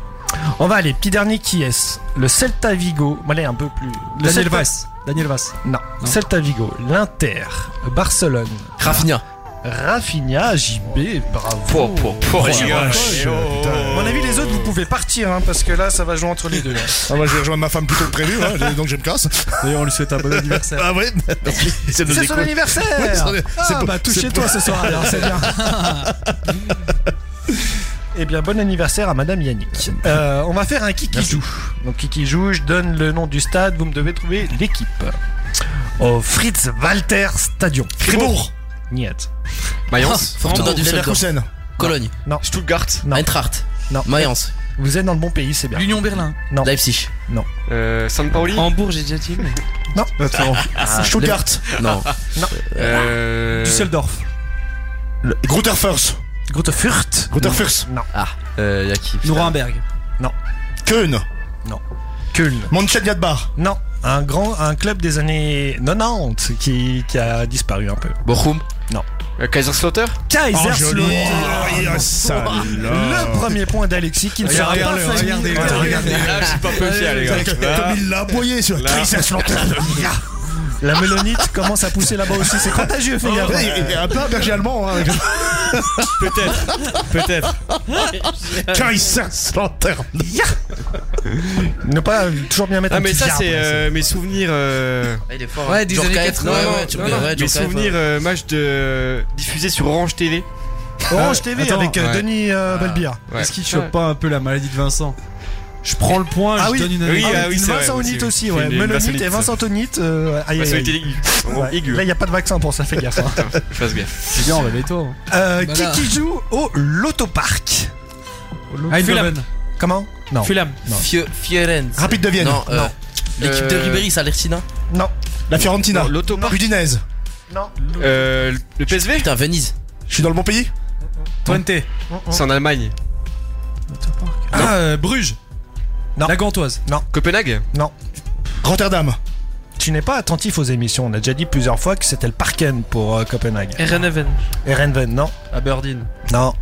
[SPEAKER 3] On va aller, petit dernier qui est Le Celta Vigo. Bon, allez, un peu plus. Le
[SPEAKER 1] Daniel
[SPEAKER 3] Celta-
[SPEAKER 1] Vass. Daniel Vass.
[SPEAKER 3] Non. Celta Vigo, l'Inter, Barcelone,
[SPEAKER 8] Rafinha.
[SPEAKER 3] Rafinha, JB, bravo.
[SPEAKER 5] Po,
[SPEAKER 3] Oh,
[SPEAKER 5] po, po,
[SPEAKER 3] Ouais,
[SPEAKER 5] Géo.
[SPEAKER 3] ouais,
[SPEAKER 5] Géo.
[SPEAKER 3] À mon avis, les autres, vous pouvez partir, hein, parce que là, ça va jouer entre les deux. là.
[SPEAKER 2] Ah, Moi je vais rejoindre ma femme plutôt que prévu, hein, j'ai- donc je me casse.
[SPEAKER 1] D'ailleurs, on lui souhaite un bon anniversaire.
[SPEAKER 2] Ah oui, merci. C'est de nous
[SPEAKER 3] C'est son
[SPEAKER 2] écouter.
[SPEAKER 3] anniversaire
[SPEAKER 2] Ouais, c'est son- c'est
[SPEAKER 3] Ah,
[SPEAKER 2] pour-
[SPEAKER 3] bah,
[SPEAKER 2] c'est
[SPEAKER 3] touchez-toi ce soir, alors, c'est bien. Eh bien, bon anniversaire à Madame Yannick. Euh, on va faire un qui qui joue. Donc, qui qui joue, je donne le nom du stade, vous me devez trouver l'équipe. Au Fritz Walter Stadion.
[SPEAKER 2] Fribourg
[SPEAKER 3] Niet.
[SPEAKER 5] Mayence.
[SPEAKER 8] Fortuna du
[SPEAKER 2] Leverkusen
[SPEAKER 8] Cologne.
[SPEAKER 5] Stuttgart.
[SPEAKER 3] Non.
[SPEAKER 8] Eintracht.
[SPEAKER 3] Non.
[SPEAKER 8] Mayence.
[SPEAKER 3] Vous êtes dans le bon pays, c'est bien.
[SPEAKER 7] L'Union Berlin.
[SPEAKER 3] Non.
[SPEAKER 8] Leipzig.
[SPEAKER 5] Euh, San Paoli.
[SPEAKER 3] Oh.
[SPEAKER 4] Hambourg, j'ai déjà dit, mais.
[SPEAKER 3] Bah, Ah,
[SPEAKER 2] Stuttgart
[SPEAKER 8] Non.
[SPEAKER 5] Euh,
[SPEAKER 1] Düsseldorf.
[SPEAKER 2] Grutterfürst
[SPEAKER 3] Grotefurt.
[SPEAKER 2] Grutterfürst
[SPEAKER 8] Euh, y a qui putain
[SPEAKER 1] Nuremberg.
[SPEAKER 2] Köln
[SPEAKER 3] Köln.
[SPEAKER 2] Mönchengladbach
[SPEAKER 3] Non, un grand un club des années 90 qui, qui a disparu un peu.
[SPEAKER 8] Bochum.
[SPEAKER 3] Non.
[SPEAKER 5] Euh, Kaiserslautern
[SPEAKER 2] Oh,
[SPEAKER 3] Kaiserslautern.
[SPEAKER 5] Le
[SPEAKER 3] Le premier point d'Alexis qui ne sera pas
[SPEAKER 5] Regardez-le,
[SPEAKER 3] failli.
[SPEAKER 5] regardez-le, regardez-le.
[SPEAKER 3] Ah,
[SPEAKER 5] Là, Ah, je suis pas peu fier, les gars. Là.
[SPEAKER 3] il l'a aboyé sur
[SPEAKER 5] Là.
[SPEAKER 3] Kaiserslautern. La mélonite commence à pousser là-bas aussi, c'est contagieux, fais gaffe.
[SPEAKER 2] Ouais, il y a un peu un berger allemand. Hein.
[SPEAKER 5] Peut-être, peut-être.
[SPEAKER 2] Kaiserslautern.
[SPEAKER 3] Ne pas euh, toujours bien mettre
[SPEAKER 5] Ah
[SPEAKER 3] un
[SPEAKER 5] mais
[SPEAKER 3] petit
[SPEAKER 5] ça
[SPEAKER 3] ya
[SPEAKER 5] c'est
[SPEAKER 3] après,
[SPEAKER 5] euh, mes souvenirs. euh,
[SPEAKER 8] Il est fort, hein. Ouais, des Djorkaeff, années 80,
[SPEAKER 5] Non,
[SPEAKER 8] ouais,
[SPEAKER 5] non,
[SPEAKER 8] ouais, tu
[SPEAKER 5] non,
[SPEAKER 8] regardes, ouais,
[SPEAKER 5] mes
[SPEAKER 8] Djorkaeff,
[SPEAKER 5] souvenirs euh, match de diffusé sur Orange TV.
[SPEAKER 3] Orange TV avec euh, Denis euh, Belbir.
[SPEAKER 5] Ouais.
[SPEAKER 1] Est-ce qu'il chope pas un peu la maladie de Vincent Je prends le point,
[SPEAKER 3] Ah
[SPEAKER 1] je
[SPEAKER 3] oui,
[SPEAKER 1] donne une
[SPEAKER 3] oui,
[SPEAKER 1] année.
[SPEAKER 3] ah oui, c'est vrai,
[SPEAKER 1] Vincent
[SPEAKER 3] Vincent
[SPEAKER 1] Onit
[SPEAKER 3] Onite aussi, ouais.
[SPEAKER 1] Une- une
[SPEAKER 3] Melonite
[SPEAKER 1] Vincent
[SPEAKER 3] et
[SPEAKER 1] Onite,
[SPEAKER 3] Vincent Onite. euh, aïe, aïe,
[SPEAKER 5] Vincent
[SPEAKER 3] aïe.
[SPEAKER 5] Onite, il est
[SPEAKER 3] Ouais.
[SPEAKER 5] aigu.
[SPEAKER 3] Là, il n'y a pas de vaccin pour ça, fais gaffe. hein.
[SPEAKER 5] Fais gaffe.
[SPEAKER 1] C'est bien, on réveille toi.
[SPEAKER 3] Euh, qui
[SPEAKER 1] Voilà.
[SPEAKER 3] qui joue au Lotopark
[SPEAKER 1] Eindhoven.
[SPEAKER 3] Comment Non.
[SPEAKER 4] Fulham.
[SPEAKER 8] Fio- Fiorenz.
[SPEAKER 2] Rapide de Vienne.
[SPEAKER 8] Non, euh,
[SPEAKER 2] Non.
[SPEAKER 8] l'équipe de
[SPEAKER 2] Euh,
[SPEAKER 8] Ribéry, Salertina.
[SPEAKER 3] Non.
[SPEAKER 2] La Fiorentina. Udinese.
[SPEAKER 3] Non.
[SPEAKER 5] Euh, le PSV
[SPEAKER 8] Putain, Venise.
[SPEAKER 2] Je suis dans le bon pays
[SPEAKER 1] Twente.
[SPEAKER 5] C'est en Allemagne.
[SPEAKER 1] Ah, euh, Bruges.
[SPEAKER 3] Non.
[SPEAKER 1] La Gantoise.
[SPEAKER 5] Copenhague.
[SPEAKER 3] Non.
[SPEAKER 2] Rotterdam.
[SPEAKER 3] Tu n'es pas attentif aux émissions. On a déjà dit plusieurs fois que c'était le Parken pour euh, Copenhague.
[SPEAKER 4] Ereneven.
[SPEAKER 3] Erenven, non
[SPEAKER 1] Aberdeen.
[SPEAKER 3] Non.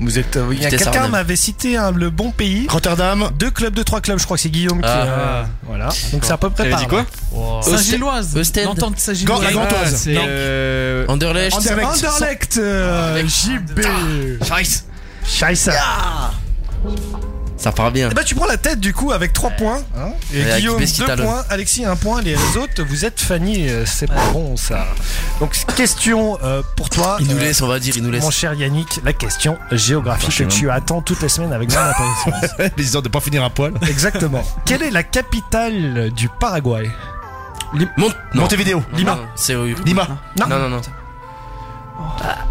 [SPEAKER 3] Vous êtes. euh, il y a
[SPEAKER 8] J'étais
[SPEAKER 3] Quelqu'un
[SPEAKER 8] Sarnem.
[SPEAKER 3] m'avait cité hein, le bon pays.
[SPEAKER 2] Rotterdam.
[SPEAKER 3] Deux clubs, deux, trois clubs. Je crois que c'est Guillaume qui.
[SPEAKER 8] Ah.
[SPEAKER 3] euh, voilà. Donc c'est à peu près
[SPEAKER 5] T'avais
[SPEAKER 3] par
[SPEAKER 5] dit
[SPEAKER 3] là.
[SPEAKER 5] quoi
[SPEAKER 8] Saint-Gilloise. Eusted.
[SPEAKER 2] Gand-
[SPEAKER 7] L'entente
[SPEAKER 2] la
[SPEAKER 7] Saint-Gilloise.
[SPEAKER 5] Ah,
[SPEAKER 2] Gantoise.
[SPEAKER 5] c'est euh,
[SPEAKER 8] Anderlecht.
[SPEAKER 2] Anderlecht.
[SPEAKER 3] Anderlecht. euh, JB.
[SPEAKER 5] Scheiss.
[SPEAKER 3] Scheisse.
[SPEAKER 8] Ça part bien.
[SPEAKER 3] Eh ben, tu prends la tête du coup avec 3 points. hein. et
[SPEAKER 8] Avec
[SPEAKER 3] Guillaume
[SPEAKER 8] Bessie
[SPEAKER 3] 2
[SPEAKER 8] Talon.
[SPEAKER 3] points, Alexis 1 point, les autres vous êtes Fanny, euh, c'est pas bon ça. Donc question euh, pour toi.
[SPEAKER 8] Il nous
[SPEAKER 3] euh,
[SPEAKER 8] laisse, on va dire, il nous laisse.
[SPEAKER 3] Mon cher Yannick, la question géographique que tu attends toutes les semaines avec moi.
[SPEAKER 2] Les histoires de pas finir à poil.
[SPEAKER 3] Exactement. Quelle est la capitale du Paraguay
[SPEAKER 8] Mon- non.
[SPEAKER 2] Montevideo.
[SPEAKER 8] Lima. C'est oui.
[SPEAKER 2] Lima.
[SPEAKER 3] Non.
[SPEAKER 8] Non, non, non.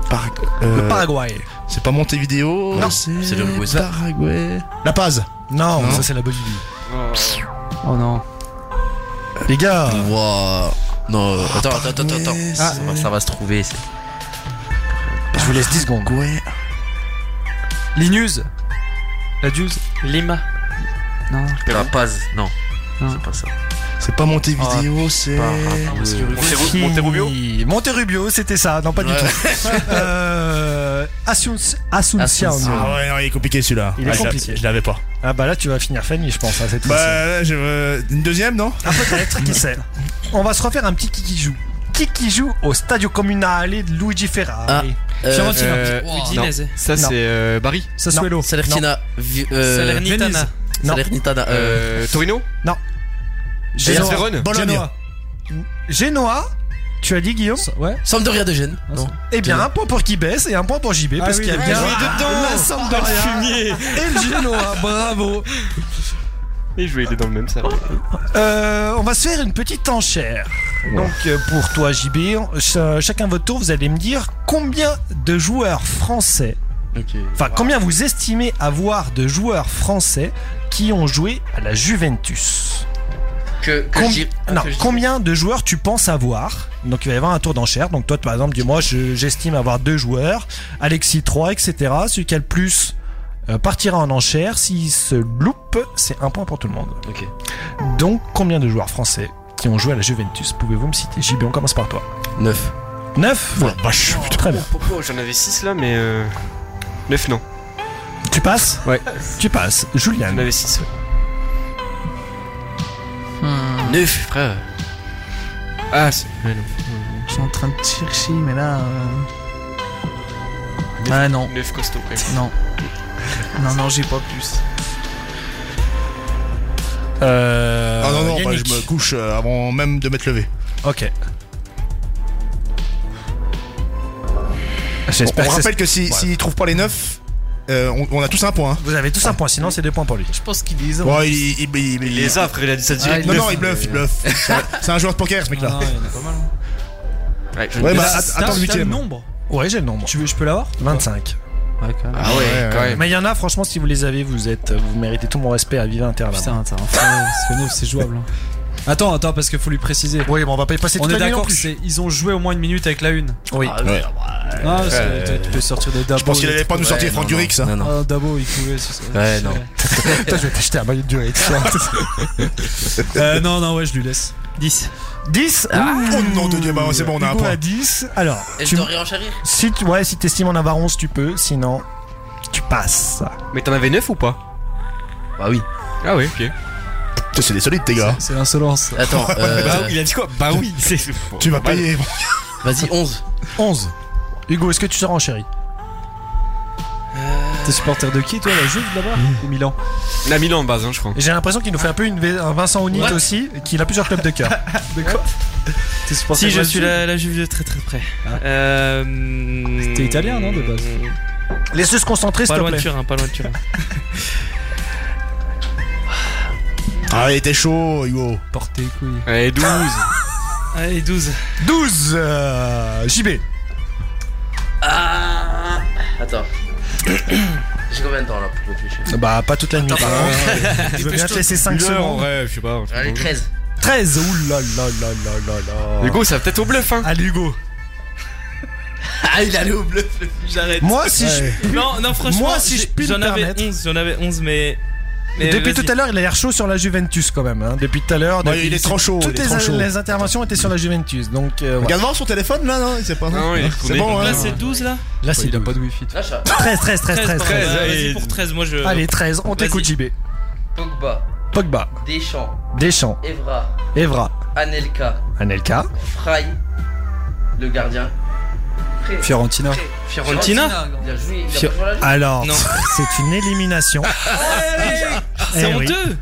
[SPEAKER 2] Par-
[SPEAKER 3] Le
[SPEAKER 2] euh,
[SPEAKER 3] Paraguay.
[SPEAKER 2] C'est pas Montevideo.
[SPEAKER 8] Non, c'est le Uruguay.
[SPEAKER 2] Paraguay. La Paz.
[SPEAKER 3] Non, ça c'est la Bolivie.
[SPEAKER 1] Oh non.
[SPEAKER 3] Les gars,
[SPEAKER 8] Wow. Non, euh, attends, attends, attends, attends. Ça, va, ça va se trouver. c'est-
[SPEAKER 3] je vous laisse 10 secondes.
[SPEAKER 1] Linus. La Juice.
[SPEAKER 4] Lima.
[SPEAKER 1] Non.
[SPEAKER 8] La Paz, non.
[SPEAKER 1] Non.
[SPEAKER 8] C'est pas ça.
[SPEAKER 2] C'est pas
[SPEAKER 3] Ah,
[SPEAKER 2] Montevideo, c'est.
[SPEAKER 3] Fini.
[SPEAKER 5] Monterubio
[SPEAKER 3] Monterubio, c'était ça. Non, pas du
[SPEAKER 8] Ouais.
[SPEAKER 3] tout. Euh, Asunc- Asuncion.
[SPEAKER 8] Asuncion.
[SPEAKER 2] Ah ouais, non, il est compliqué celui-là.
[SPEAKER 3] Il est
[SPEAKER 2] Ah, je l'a-
[SPEAKER 3] compliqué.
[SPEAKER 2] Je l'avais pas.
[SPEAKER 3] Ah bah là, tu vas finir Fanny, je pense. hein, cette fois-ci.
[SPEAKER 2] Bah, je veux- une deuxième, non
[SPEAKER 3] Ah, peut-être, qui sait. On va se refaire un petit qui qui joue. Qui qui joue au Stadio Comunale de Luigi
[SPEAKER 1] Ah,
[SPEAKER 3] Ferrari
[SPEAKER 8] Euh,
[SPEAKER 5] Euh, non,
[SPEAKER 4] Udinese.
[SPEAKER 5] ça
[SPEAKER 3] Non.
[SPEAKER 5] c'est euh, Barry.
[SPEAKER 3] Sassuolo.
[SPEAKER 8] Salernitana. vi- euh,
[SPEAKER 4] Salernitana.
[SPEAKER 3] Non.
[SPEAKER 8] Salernitana. euh,
[SPEAKER 5] Euh, Torino.
[SPEAKER 3] Génoa.
[SPEAKER 5] Hellas Vérone.
[SPEAKER 2] Bologne.
[SPEAKER 3] Génoa, tu as dit Guillaume
[SPEAKER 1] Ouais.
[SPEAKER 8] Sampdoria de Gênes.
[SPEAKER 1] Ah,
[SPEAKER 8] Non.
[SPEAKER 3] Eh bien, un point pour qui baisse et un point pour JB
[SPEAKER 1] Ah
[SPEAKER 3] parce
[SPEAKER 1] oui,
[SPEAKER 3] qu'il y a
[SPEAKER 1] oui,
[SPEAKER 3] bien
[SPEAKER 1] oui.
[SPEAKER 3] la
[SPEAKER 1] Ah,
[SPEAKER 3] Sampdoria et le Genoa. Bravo.
[SPEAKER 5] Et je vais aller dans le même salle.
[SPEAKER 3] Euh, on va se faire une petite enchère. Donc euh, pour toi JB, on- ch- euh, chacun votre tour, vous allez me dire combien de joueurs français,
[SPEAKER 8] Ok.
[SPEAKER 3] enfin combien vous estimez avoir de joueurs français qui ont joué à la Juventus.
[SPEAKER 8] Que, que
[SPEAKER 3] Com-
[SPEAKER 8] je dis-
[SPEAKER 3] non,
[SPEAKER 8] que je dis-
[SPEAKER 3] combien de joueurs tu penses avoir Donc il va y avoir un tour d'enchère. Donc toi par exemple, dis-moi, je- j'estime avoir deux joueurs, Alexis 3, etc. Celui qui a le plus euh, partira en enchère. S'il se loupe, c'est un point pour tout le monde.
[SPEAKER 8] Ok.
[SPEAKER 3] Donc, combien de joueurs français qui ont joué à la Juventus pouvez-vous me citer JB, on commence par toi.
[SPEAKER 8] 9.
[SPEAKER 3] 9
[SPEAKER 2] Oh la vache.
[SPEAKER 3] Très bien.
[SPEAKER 5] Pourquoi oh, j'en avais 6 là mais euh... 9 non.
[SPEAKER 3] Tu passes
[SPEAKER 5] Ouais.
[SPEAKER 3] Tu passes. Julien.
[SPEAKER 5] J'en avais 6 ouais.
[SPEAKER 7] Hmm,
[SPEAKER 8] 9, frère.
[SPEAKER 5] Ah c'est
[SPEAKER 7] Je suis en train de chercher, mais là. euh, Ah non,
[SPEAKER 5] 9 costaud quand même.
[SPEAKER 7] non. Non, non, j'ai pas plus.
[SPEAKER 3] Euh,
[SPEAKER 2] Ah non, non, bah,
[SPEAKER 3] Yannick.
[SPEAKER 2] je me couche euh, avant même de m'être levé.
[SPEAKER 3] Ok.
[SPEAKER 2] On,
[SPEAKER 3] J'espère
[SPEAKER 2] on
[SPEAKER 3] que c'est-
[SPEAKER 2] rappelle que s'il si,
[SPEAKER 3] Voilà.
[SPEAKER 2] s'il trouve pas les 9, on, on a tous un point. hein.
[SPEAKER 3] Vous avez tous un point, sinon c'est deux points pour lui.
[SPEAKER 7] Je pense qu'il les a.
[SPEAKER 2] Ouais, il, il- il-
[SPEAKER 5] Il
[SPEAKER 2] il-
[SPEAKER 5] les a frère, il a dit ça direct.
[SPEAKER 7] Ah,
[SPEAKER 2] Non,
[SPEAKER 7] il
[SPEAKER 2] non,
[SPEAKER 7] bluffe.
[SPEAKER 2] il bluffe, il bluffe. C'est un- C'est un joueur de poker, ce mec-là.
[SPEAKER 1] il y en a pas mal.
[SPEAKER 5] Ouais, je-
[SPEAKER 2] Ouais, bah,
[SPEAKER 1] T'as-
[SPEAKER 2] att-
[SPEAKER 1] t'as-
[SPEAKER 2] attends
[SPEAKER 1] t'as
[SPEAKER 2] le
[SPEAKER 1] ben, le
[SPEAKER 2] huitième.
[SPEAKER 1] nombre.
[SPEAKER 3] Ouais, j'ai le nombre.
[SPEAKER 1] Tu veux, je peux l'avoir
[SPEAKER 3] 25.
[SPEAKER 1] Ouais, quand même.
[SPEAKER 5] Ah ouais, quand même.
[SPEAKER 3] Mais il y en a, franchement, si vous les avez, vous êtes, vous méritez tout mon respect à Viva Interval.
[SPEAKER 1] Putain, t'as un frère, parce que nous, c'est jouable. hein. Attends, attends, parce qu'il faut lui préciser.
[SPEAKER 3] Oui, bon, on va pas y passer
[SPEAKER 1] On
[SPEAKER 3] toute
[SPEAKER 1] est
[SPEAKER 3] la nuit non
[SPEAKER 1] d'accord,
[SPEAKER 3] plus.
[SPEAKER 1] c'est- ils ont joué au moins une minute avec la une.
[SPEAKER 3] Oui.
[SPEAKER 2] Ouais.
[SPEAKER 1] Ah, c'est- tu- tu peux sortir de Dabo.
[SPEAKER 2] Je pense qu'il allait pas nous sortir
[SPEAKER 8] Ouais,
[SPEAKER 2] Franck
[SPEAKER 8] non,
[SPEAKER 2] Durix. hein. ça.
[SPEAKER 8] Non, non.
[SPEAKER 1] Ah, Dabo, il pouvait. ce serait-
[SPEAKER 8] Ouais, non.
[SPEAKER 3] Putain, je vais t'acheter un maillot de durée.
[SPEAKER 1] Euh, non, non, ouais, je lui laisse.
[SPEAKER 4] 10.
[SPEAKER 3] 10
[SPEAKER 2] Ah. Oh non, de Dieu, bah, c'est bon, on a un
[SPEAKER 3] Hugo
[SPEAKER 2] point.
[SPEAKER 3] à 10. Alors,
[SPEAKER 8] Et
[SPEAKER 3] tu-
[SPEAKER 8] je dois réenchérir
[SPEAKER 3] si tu ouais, si t'estimes en avoir 11, tu peux, sinon tu passes.
[SPEAKER 5] Mais t'en avais 9 ou pas
[SPEAKER 8] Bah oui.
[SPEAKER 5] Ah oui, ok.
[SPEAKER 2] Putain, C'est des solides, tes gars.
[SPEAKER 1] C'est l'insolence.
[SPEAKER 8] Attends, euh,
[SPEAKER 2] Bah oui,
[SPEAKER 5] Il a dit quoi Bah oui, c'est.
[SPEAKER 2] Tu vas payer.
[SPEAKER 8] vas-y, 11.
[SPEAKER 3] 11. Hugo, est-ce que tu seras en chérie
[SPEAKER 1] T'es supporter de qui, toi, la Juve là-bas Ou Milan
[SPEAKER 5] La Milan en base, hein, je crois.
[SPEAKER 3] J'ai l'impression qu'il nous fait un peu une, V- un Vincent Ounit
[SPEAKER 1] What
[SPEAKER 3] aussi, qu'il a plusieurs clubs de cœur.
[SPEAKER 1] T'es supporter
[SPEAKER 4] Si,
[SPEAKER 1] de
[SPEAKER 4] je
[SPEAKER 1] la
[SPEAKER 4] suis
[SPEAKER 1] Juve
[SPEAKER 4] la, la juve de très très près.
[SPEAKER 1] Ah.
[SPEAKER 4] Euh,
[SPEAKER 1] C'était italien, non, de base
[SPEAKER 3] Laisse-le se concentrer, s'il
[SPEAKER 4] Pas
[SPEAKER 3] te
[SPEAKER 4] loin de
[SPEAKER 3] plaît.
[SPEAKER 4] Turin, pas loin de Turin.
[SPEAKER 2] Ah, il était chaud, Hugo.
[SPEAKER 1] Porter couilles.
[SPEAKER 5] Allez, 12.
[SPEAKER 4] Allez, 12.
[SPEAKER 3] 12 euh, JB.
[SPEAKER 8] Ah Attends. J'ai combien de temps là pour réfléchir
[SPEAKER 3] Bah, pas toute la nuit. par contre. Je veux bien te laisser 5
[SPEAKER 5] Une heure, en
[SPEAKER 3] secondes.
[SPEAKER 5] vrai, je sais pas.
[SPEAKER 8] Allez, 13.
[SPEAKER 3] 13 Ouh là là là là là là.
[SPEAKER 5] Hugo, ça va peut-être au bluff, hein.
[SPEAKER 3] Allez, Hugo.
[SPEAKER 8] Ah, il allait au bluff, le plus, j'arrête.
[SPEAKER 3] Moi, si je.
[SPEAKER 4] Non, non, franchement,
[SPEAKER 3] Moi, si
[SPEAKER 4] j'ai-
[SPEAKER 3] je puis me
[SPEAKER 4] j'en avais
[SPEAKER 3] permettre.
[SPEAKER 4] 11, j'en avais 11, mais. mais
[SPEAKER 3] depuis
[SPEAKER 4] vas-y.
[SPEAKER 3] tout à l'heure, il a l'air chaud sur la Juventus quand même. hein. Depuis tout à l'heure,
[SPEAKER 2] Bah,
[SPEAKER 3] depuis-
[SPEAKER 2] il est trop chaud,
[SPEAKER 3] Toutes
[SPEAKER 2] il est
[SPEAKER 3] les,
[SPEAKER 2] trop chaud.
[SPEAKER 3] les interventions étaient sur la Juventus, donc euh, voilà.
[SPEAKER 2] Regarde voir son téléphone là, non C'est pas
[SPEAKER 5] Non, il est
[SPEAKER 2] C'est
[SPEAKER 5] retourné.
[SPEAKER 2] bon,
[SPEAKER 4] Là,
[SPEAKER 2] hein.
[SPEAKER 4] c'est 12 là
[SPEAKER 3] là c'est
[SPEAKER 1] Il a pas de wifi.
[SPEAKER 8] Là, je-
[SPEAKER 3] 13, 13, 13, 13,
[SPEAKER 4] pardon,
[SPEAKER 3] 13.
[SPEAKER 4] bah,
[SPEAKER 5] et-
[SPEAKER 4] Vas-y pour 13, moi je.
[SPEAKER 3] Allez, 13, on t'écoute JB.
[SPEAKER 8] Pogba,
[SPEAKER 3] Pogba,
[SPEAKER 8] Deschamps,
[SPEAKER 3] Deschamps,
[SPEAKER 8] Evra,
[SPEAKER 3] Evra,
[SPEAKER 8] Anelka,
[SPEAKER 3] Anelka,
[SPEAKER 8] Fry, le gardien. Pré-
[SPEAKER 1] Fiorentina.
[SPEAKER 8] Pré-
[SPEAKER 4] Fiorentina
[SPEAKER 8] Il a joué, il a pas
[SPEAKER 4] Fio-
[SPEAKER 8] joué à la Juve.
[SPEAKER 3] Alors,
[SPEAKER 4] Non.
[SPEAKER 3] c'est une élimination.
[SPEAKER 4] C'est
[SPEAKER 3] Eh oui.
[SPEAKER 4] honteux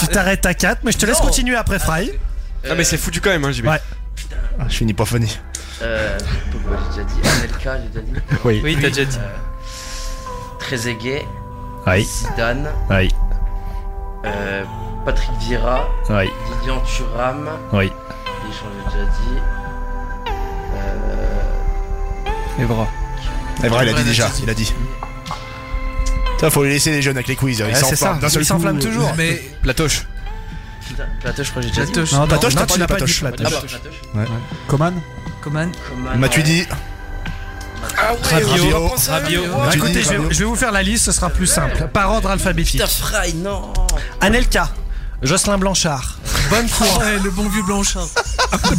[SPEAKER 3] Tu t'arrêtes à 4, mais je te laisse
[SPEAKER 8] Non.
[SPEAKER 3] continuer après Fry.
[SPEAKER 5] Ah, mais c'est foutu quand même, hein, JB.
[SPEAKER 3] Ouais.
[SPEAKER 2] Ah, Je finis pas funny.
[SPEAKER 8] Euh, Pogba, j'ai déjà dit. Anelka, j'ai déjà dit.
[SPEAKER 4] Oui, t'as déjà dit.
[SPEAKER 8] Euh, Trezeguet,
[SPEAKER 3] Oui,
[SPEAKER 8] Zidane,
[SPEAKER 3] oui,
[SPEAKER 8] euh, Patrick Vieira,
[SPEAKER 3] oui,
[SPEAKER 8] Didier Thuram,
[SPEAKER 3] oui.
[SPEAKER 8] Deschamps, j'ai déjà dit. Euh,
[SPEAKER 1] Evra.
[SPEAKER 2] C'est vrai, il a dit déjà, il a dit. Ça, faut les laisser les jeunes avec les quiz. Ils
[SPEAKER 3] Ouais, Eh, c'est ça,
[SPEAKER 2] s'enflamment d'un seul
[SPEAKER 3] ils s'enflamment
[SPEAKER 2] coup.
[SPEAKER 3] toujours.
[SPEAKER 7] Mais
[SPEAKER 5] Platoche.
[SPEAKER 8] putain, Plateau, je crois que j'ai déjà dit.
[SPEAKER 7] Platoche,
[SPEAKER 3] Non,
[SPEAKER 2] Platoche, t'as pas
[SPEAKER 3] non, tu
[SPEAKER 2] dit
[SPEAKER 3] n'as pas dit
[SPEAKER 2] Platoche.
[SPEAKER 8] Ah
[SPEAKER 3] Platoche.
[SPEAKER 8] bah, Platoche.
[SPEAKER 1] Coman
[SPEAKER 7] Coman.
[SPEAKER 8] Coman,
[SPEAKER 2] Matuidi,
[SPEAKER 4] Rabiot.
[SPEAKER 5] Ah
[SPEAKER 2] Rabiot,
[SPEAKER 4] Rabiot.
[SPEAKER 2] Matuidi,
[SPEAKER 3] Bon, Bah, écoutez, je vais,
[SPEAKER 2] Rabiot.
[SPEAKER 3] je vais vous faire la liste, ce sera plus simple. Par ordre alphabétique.
[SPEAKER 8] Putain, Fry, non
[SPEAKER 3] Anelka, Jocelyn Blanchard, Bonne Cour,
[SPEAKER 7] Ouais, le bon vieux Blanchard.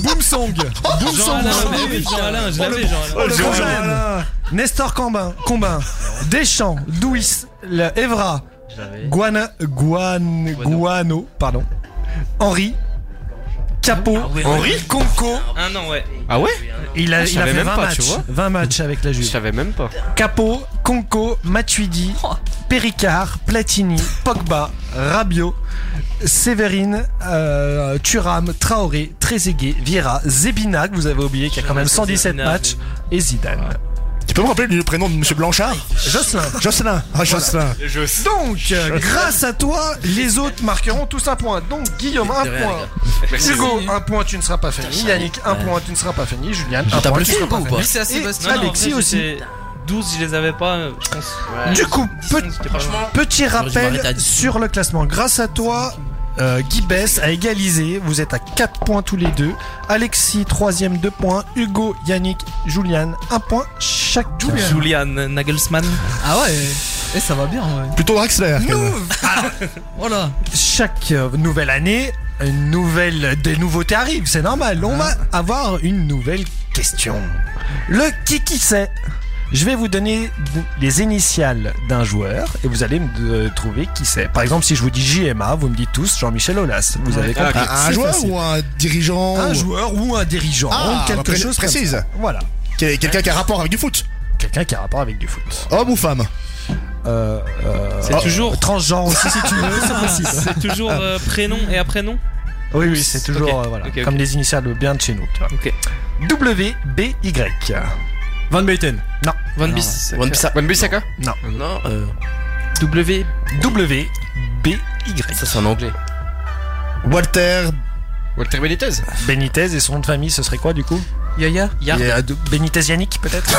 [SPEAKER 3] Boomsong,
[SPEAKER 4] Jean-Alain, bah oui, Jean-Alain, je l'avais, Jean-Alain.
[SPEAKER 3] Le Combin, Nestor Combin, Combin, Deschamps, Douis, le Evra,
[SPEAKER 8] J'avais.
[SPEAKER 3] Guana, Guan, Guano, pardon, Henri, Capo, Henri, Conco.
[SPEAKER 4] Un an, ouais.
[SPEAKER 5] Ah ouais
[SPEAKER 3] Il a,
[SPEAKER 5] je
[SPEAKER 3] il a
[SPEAKER 5] savais
[SPEAKER 3] fait
[SPEAKER 5] même
[SPEAKER 3] 20
[SPEAKER 5] pas, tu
[SPEAKER 3] matchs,
[SPEAKER 5] vois.
[SPEAKER 3] 20 matchs avec la
[SPEAKER 5] Je
[SPEAKER 3] Juve.
[SPEAKER 5] savais même pas.
[SPEAKER 3] Capo, Conco, Matuidi, Péricard, Platini, Pogba, Rabiot, Séverine, euh, Thuram, Traoré, Trezeguet, Vieira, Zebina, que vous avez oublié, qui a quand même 117
[SPEAKER 4] Zebina,
[SPEAKER 3] matchs, et Zidane.
[SPEAKER 2] Tu peux me rappeler le prénom de Monsieur Blanchard
[SPEAKER 3] Jocelyn.
[SPEAKER 2] Jocelyn. Ah, Jocelyn.
[SPEAKER 3] Donc, euh, grâce à toi, les autres marqueront tous un point. Donc, Guillaume, un
[SPEAKER 8] De rien,
[SPEAKER 3] point. Hugo, un point, tu ne seras pas fini. Yannick, un point, tu ne seras pas fini. Julien, un
[SPEAKER 8] T'as
[SPEAKER 3] point,
[SPEAKER 8] plus
[SPEAKER 3] tu ne
[SPEAKER 8] fait
[SPEAKER 3] seras
[SPEAKER 8] ou
[SPEAKER 3] pas
[SPEAKER 8] pas
[SPEAKER 3] fini.
[SPEAKER 7] Lui, c'est à
[SPEAKER 3] Et
[SPEAKER 7] Sébastien.
[SPEAKER 4] Non, non,
[SPEAKER 3] Alexis
[SPEAKER 4] après,
[SPEAKER 3] aussi.
[SPEAKER 4] j'étais 12, je les avais pas, euh, je pense.
[SPEAKER 8] Ouais.
[SPEAKER 3] Du coup,
[SPEAKER 4] 10,
[SPEAKER 3] peut-
[SPEAKER 4] 11, j'étais pas loin.
[SPEAKER 3] petit
[SPEAKER 8] je m'arrête à
[SPEAKER 3] rappel
[SPEAKER 8] dix.
[SPEAKER 3] sur le classement. Grâce à toi, euh, Guy Bess a égalisé. Vous êtes à 4 points tous les deux. Alexis, troisième, 2 points. Hugo, Yannick, Julian, 1 point chaque
[SPEAKER 4] Julian Nagelsmann.
[SPEAKER 7] Ah ouais. Et ça va bien, ouais.
[SPEAKER 2] Plutôt Draxler. quand même.
[SPEAKER 7] Voilà.
[SPEAKER 3] chaque euh, nouvelle année, une nouvelle, des nouveautés arrivent, c'est normal. On va avoir une nouvelle question. Le qui qui sait Je vais vous donner d- les initiales d'un joueur et vous allez me de- trouver qui c'est. Par exemple, si je vous dis JMA, vous me dites tous Jean-Michel Aulas. Vous avez compris.
[SPEAKER 2] Un- Ah, Un
[SPEAKER 3] C'est
[SPEAKER 2] joueur
[SPEAKER 3] facile.
[SPEAKER 2] ou un dirigeant
[SPEAKER 3] un
[SPEAKER 2] ou-
[SPEAKER 3] joueur ou un dirigeant,
[SPEAKER 2] Oh. Ah,
[SPEAKER 3] quelque
[SPEAKER 2] pré-
[SPEAKER 3] chose comme
[SPEAKER 2] précise.
[SPEAKER 3] ça. Voilà,
[SPEAKER 2] Quel- Quelqu'un qui a un rapport avec du foot
[SPEAKER 3] quelqu'un qui a rapport avec du foot.
[SPEAKER 2] Homme ou femme
[SPEAKER 3] Euh, euh,
[SPEAKER 4] C'est toujours,
[SPEAKER 3] transgenre aussi si tu veux, c'est possible.
[SPEAKER 4] c'est toujours euh, prénom et après nom
[SPEAKER 3] Oui, oui, c'est toujours
[SPEAKER 4] Ok,
[SPEAKER 3] euh, voilà,
[SPEAKER 4] ok, ok.
[SPEAKER 3] comme les initiales bien de chez nous. Tu vois.
[SPEAKER 4] Ok.
[SPEAKER 3] W B Y.
[SPEAKER 1] Van Beyten.
[SPEAKER 4] Van Bis.
[SPEAKER 8] One Piece.
[SPEAKER 5] One Bissaka
[SPEAKER 8] Non, euh,
[SPEAKER 4] W.
[SPEAKER 3] W B Y.
[SPEAKER 8] ça c'est en anglais.
[SPEAKER 2] Walter.
[SPEAKER 5] Walter Benitez
[SPEAKER 3] Benitez et son nom de famille, ce serait quoi du coup
[SPEAKER 7] Yaya.
[SPEAKER 4] Yard.
[SPEAKER 2] Et, euh,
[SPEAKER 3] Benitez Yannick peut-être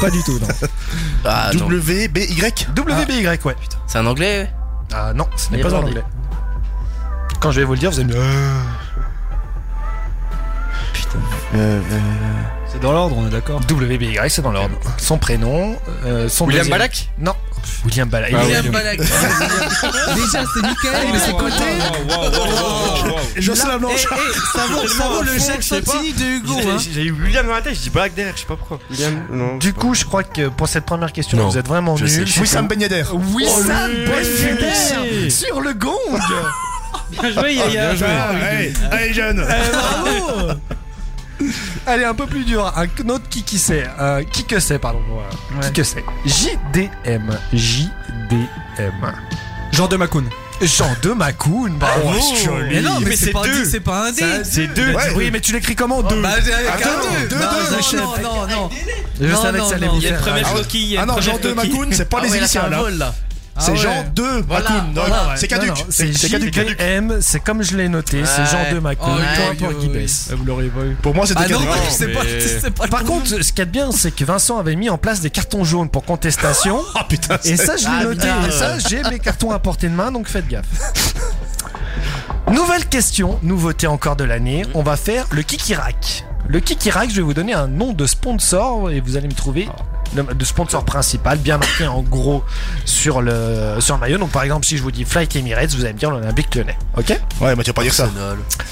[SPEAKER 3] Pas du tout non.
[SPEAKER 8] Ah non,
[SPEAKER 2] W, B, Y
[SPEAKER 3] W B Y ouais.
[SPEAKER 8] c'est en anglais
[SPEAKER 3] Ah non, ce n'est pas en
[SPEAKER 8] Irlandais.
[SPEAKER 3] anglais. Quand je vais vous le dire, vous allez me dire, euh,
[SPEAKER 1] C'est dans l'ordre, on est d'accord
[SPEAKER 3] W B Y, c'est dans l'ordre. Son prénom, euh, son
[SPEAKER 5] William
[SPEAKER 3] deuxième-
[SPEAKER 5] Balak
[SPEAKER 3] Non, William Balak.
[SPEAKER 7] Ah, William Balak. Déjà, c'est Michael, mais
[SPEAKER 3] Ah
[SPEAKER 7] c'est côté.
[SPEAKER 1] Oh,
[SPEAKER 9] Jocelyn Blanche.
[SPEAKER 7] Eh, eh, ça vaut- ça vaut le Jacques Santini de Hugo. hein.
[SPEAKER 5] J'ai eu William dans la tête, je dis Balak derrière, je sais pas pourquoi. William, non.
[SPEAKER 3] Du coup, je crois que pour cette première question,
[SPEAKER 5] Non.
[SPEAKER 3] vous êtes vraiment
[SPEAKER 5] Je sais,
[SPEAKER 3] nuls.
[SPEAKER 5] je sais Wissam pas. Ben Yedder.
[SPEAKER 3] Wissam
[SPEAKER 5] Olé.
[SPEAKER 3] Ben Yedder sur le gong.
[SPEAKER 4] Bien joué, Yaya.
[SPEAKER 2] Ah, Allez, allez, jeune.
[SPEAKER 3] bravo. Allez, un peu plus dur. Un autre qui qui sait. Un qui que c'est, pardon. Ouais. Qui que c'est. JDM. JDM. Jean de Macoun. Jean de Macoun,
[SPEAKER 5] Ah,
[SPEAKER 3] bravo.
[SPEAKER 7] Oh, mais non, mais, c'est pas un dé, c'est pas un dé.
[SPEAKER 3] Ouais, Oh, Oui, mais tu l'écris comment deux
[SPEAKER 7] Bah, c'est avec
[SPEAKER 3] Attends,
[SPEAKER 7] un deux.
[SPEAKER 3] deux,
[SPEAKER 7] Non,
[SPEAKER 3] deux,
[SPEAKER 7] non,
[SPEAKER 3] j'achète.
[SPEAKER 7] non, non, non.
[SPEAKER 3] Je
[SPEAKER 7] Non,
[SPEAKER 3] savais que
[SPEAKER 7] non,
[SPEAKER 3] ça allait
[SPEAKER 7] non.
[SPEAKER 3] vous
[SPEAKER 7] Il y a
[SPEAKER 3] faire.
[SPEAKER 7] le premier
[SPEAKER 3] Ah ouais.
[SPEAKER 7] coquille, il y a
[SPEAKER 2] Ah
[SPEAKER 7] le
[SPEAKER 2] non,
[SPEAKER 7] premier
[SPEAKER 2] Jean de
[SPEAKER 7] coquille.
[SPEAKER 2] Macoun, c'est pas
[SPEAKER 7] Ah
[SPEAKER 2] les
[SPEAKER 7] ouais, là,
[SPEAKER 2] initiales.
[SPEAKER 7] c'est un
[SPEAKER 2] hein.
[SPEAKER 7] vol, là. Ah
[SPEAKER 2] C'est
[SPEAKER 7] ouais.
[SPEAKER 2] Jean de
[SPEAKER 7] Voilà,
[SPEAKER 2] Macoun. non,
[SPEAKER 7] voilà.
[SPEAKER 2] C'est
[SPEAKER 3] Non,
[SPEAKER 2] Caduc.
[SPEAKER 3] non, C'est
[SPEAKER 2] Caduc.
[SPEAKER 3] JDM, c'est comme je l'ai noté, c'est Jean de Macoun,
[SPEAKER 7] Ouais.
[SPEAKER 3] toi pour
[SPEAKER 7] Ouais,
[SPEAKER 3] Guy
[SPEAKER 7] ouais.
[SPEAKER 3] Bess.
[SPEAKER 1] Vous l'aurez pas eu.
[SPEAKER 2] Pour moi, c'était
[SPEAKER 7] Ah non,
[SPEAKER 2] Caduc.
[SPEAKER 7] je sais pas, je sais pas.
[SPEAKER 3] Par contre, ce qu'il y a de bien, c'est que Vincent avait mis en place des cartons jaunes pour contestation.
[SPEAKER 2] Ah putain.
[SPEAKER 3] Et ça, je
[SPEAKER 7] Ah,
[SPEAKER 3] l'ai noté.
[SPEAKER 7] putain,
[SPEAKER 3] Et ça, j'ai mes cartons à portée de main, donc faites gaffe. Nouvelle question, nouveauté encore de l'année.
[SPEAKER 7] Mm.
[SPEAKER 3] On va faire le Kikirak. Le Kikirak, je vais vous donner un nom de sponsor et vous allez me trouver le- de sponsor principal, bien marqué en gros sur le, sur le maillot. Donc par exemple, si je vous dis Flight Emirates, vous allez me dire l'Olympique Lyonnais. Ok
[SPEAKER 2] Ouais, mais tu vas pas dire ça.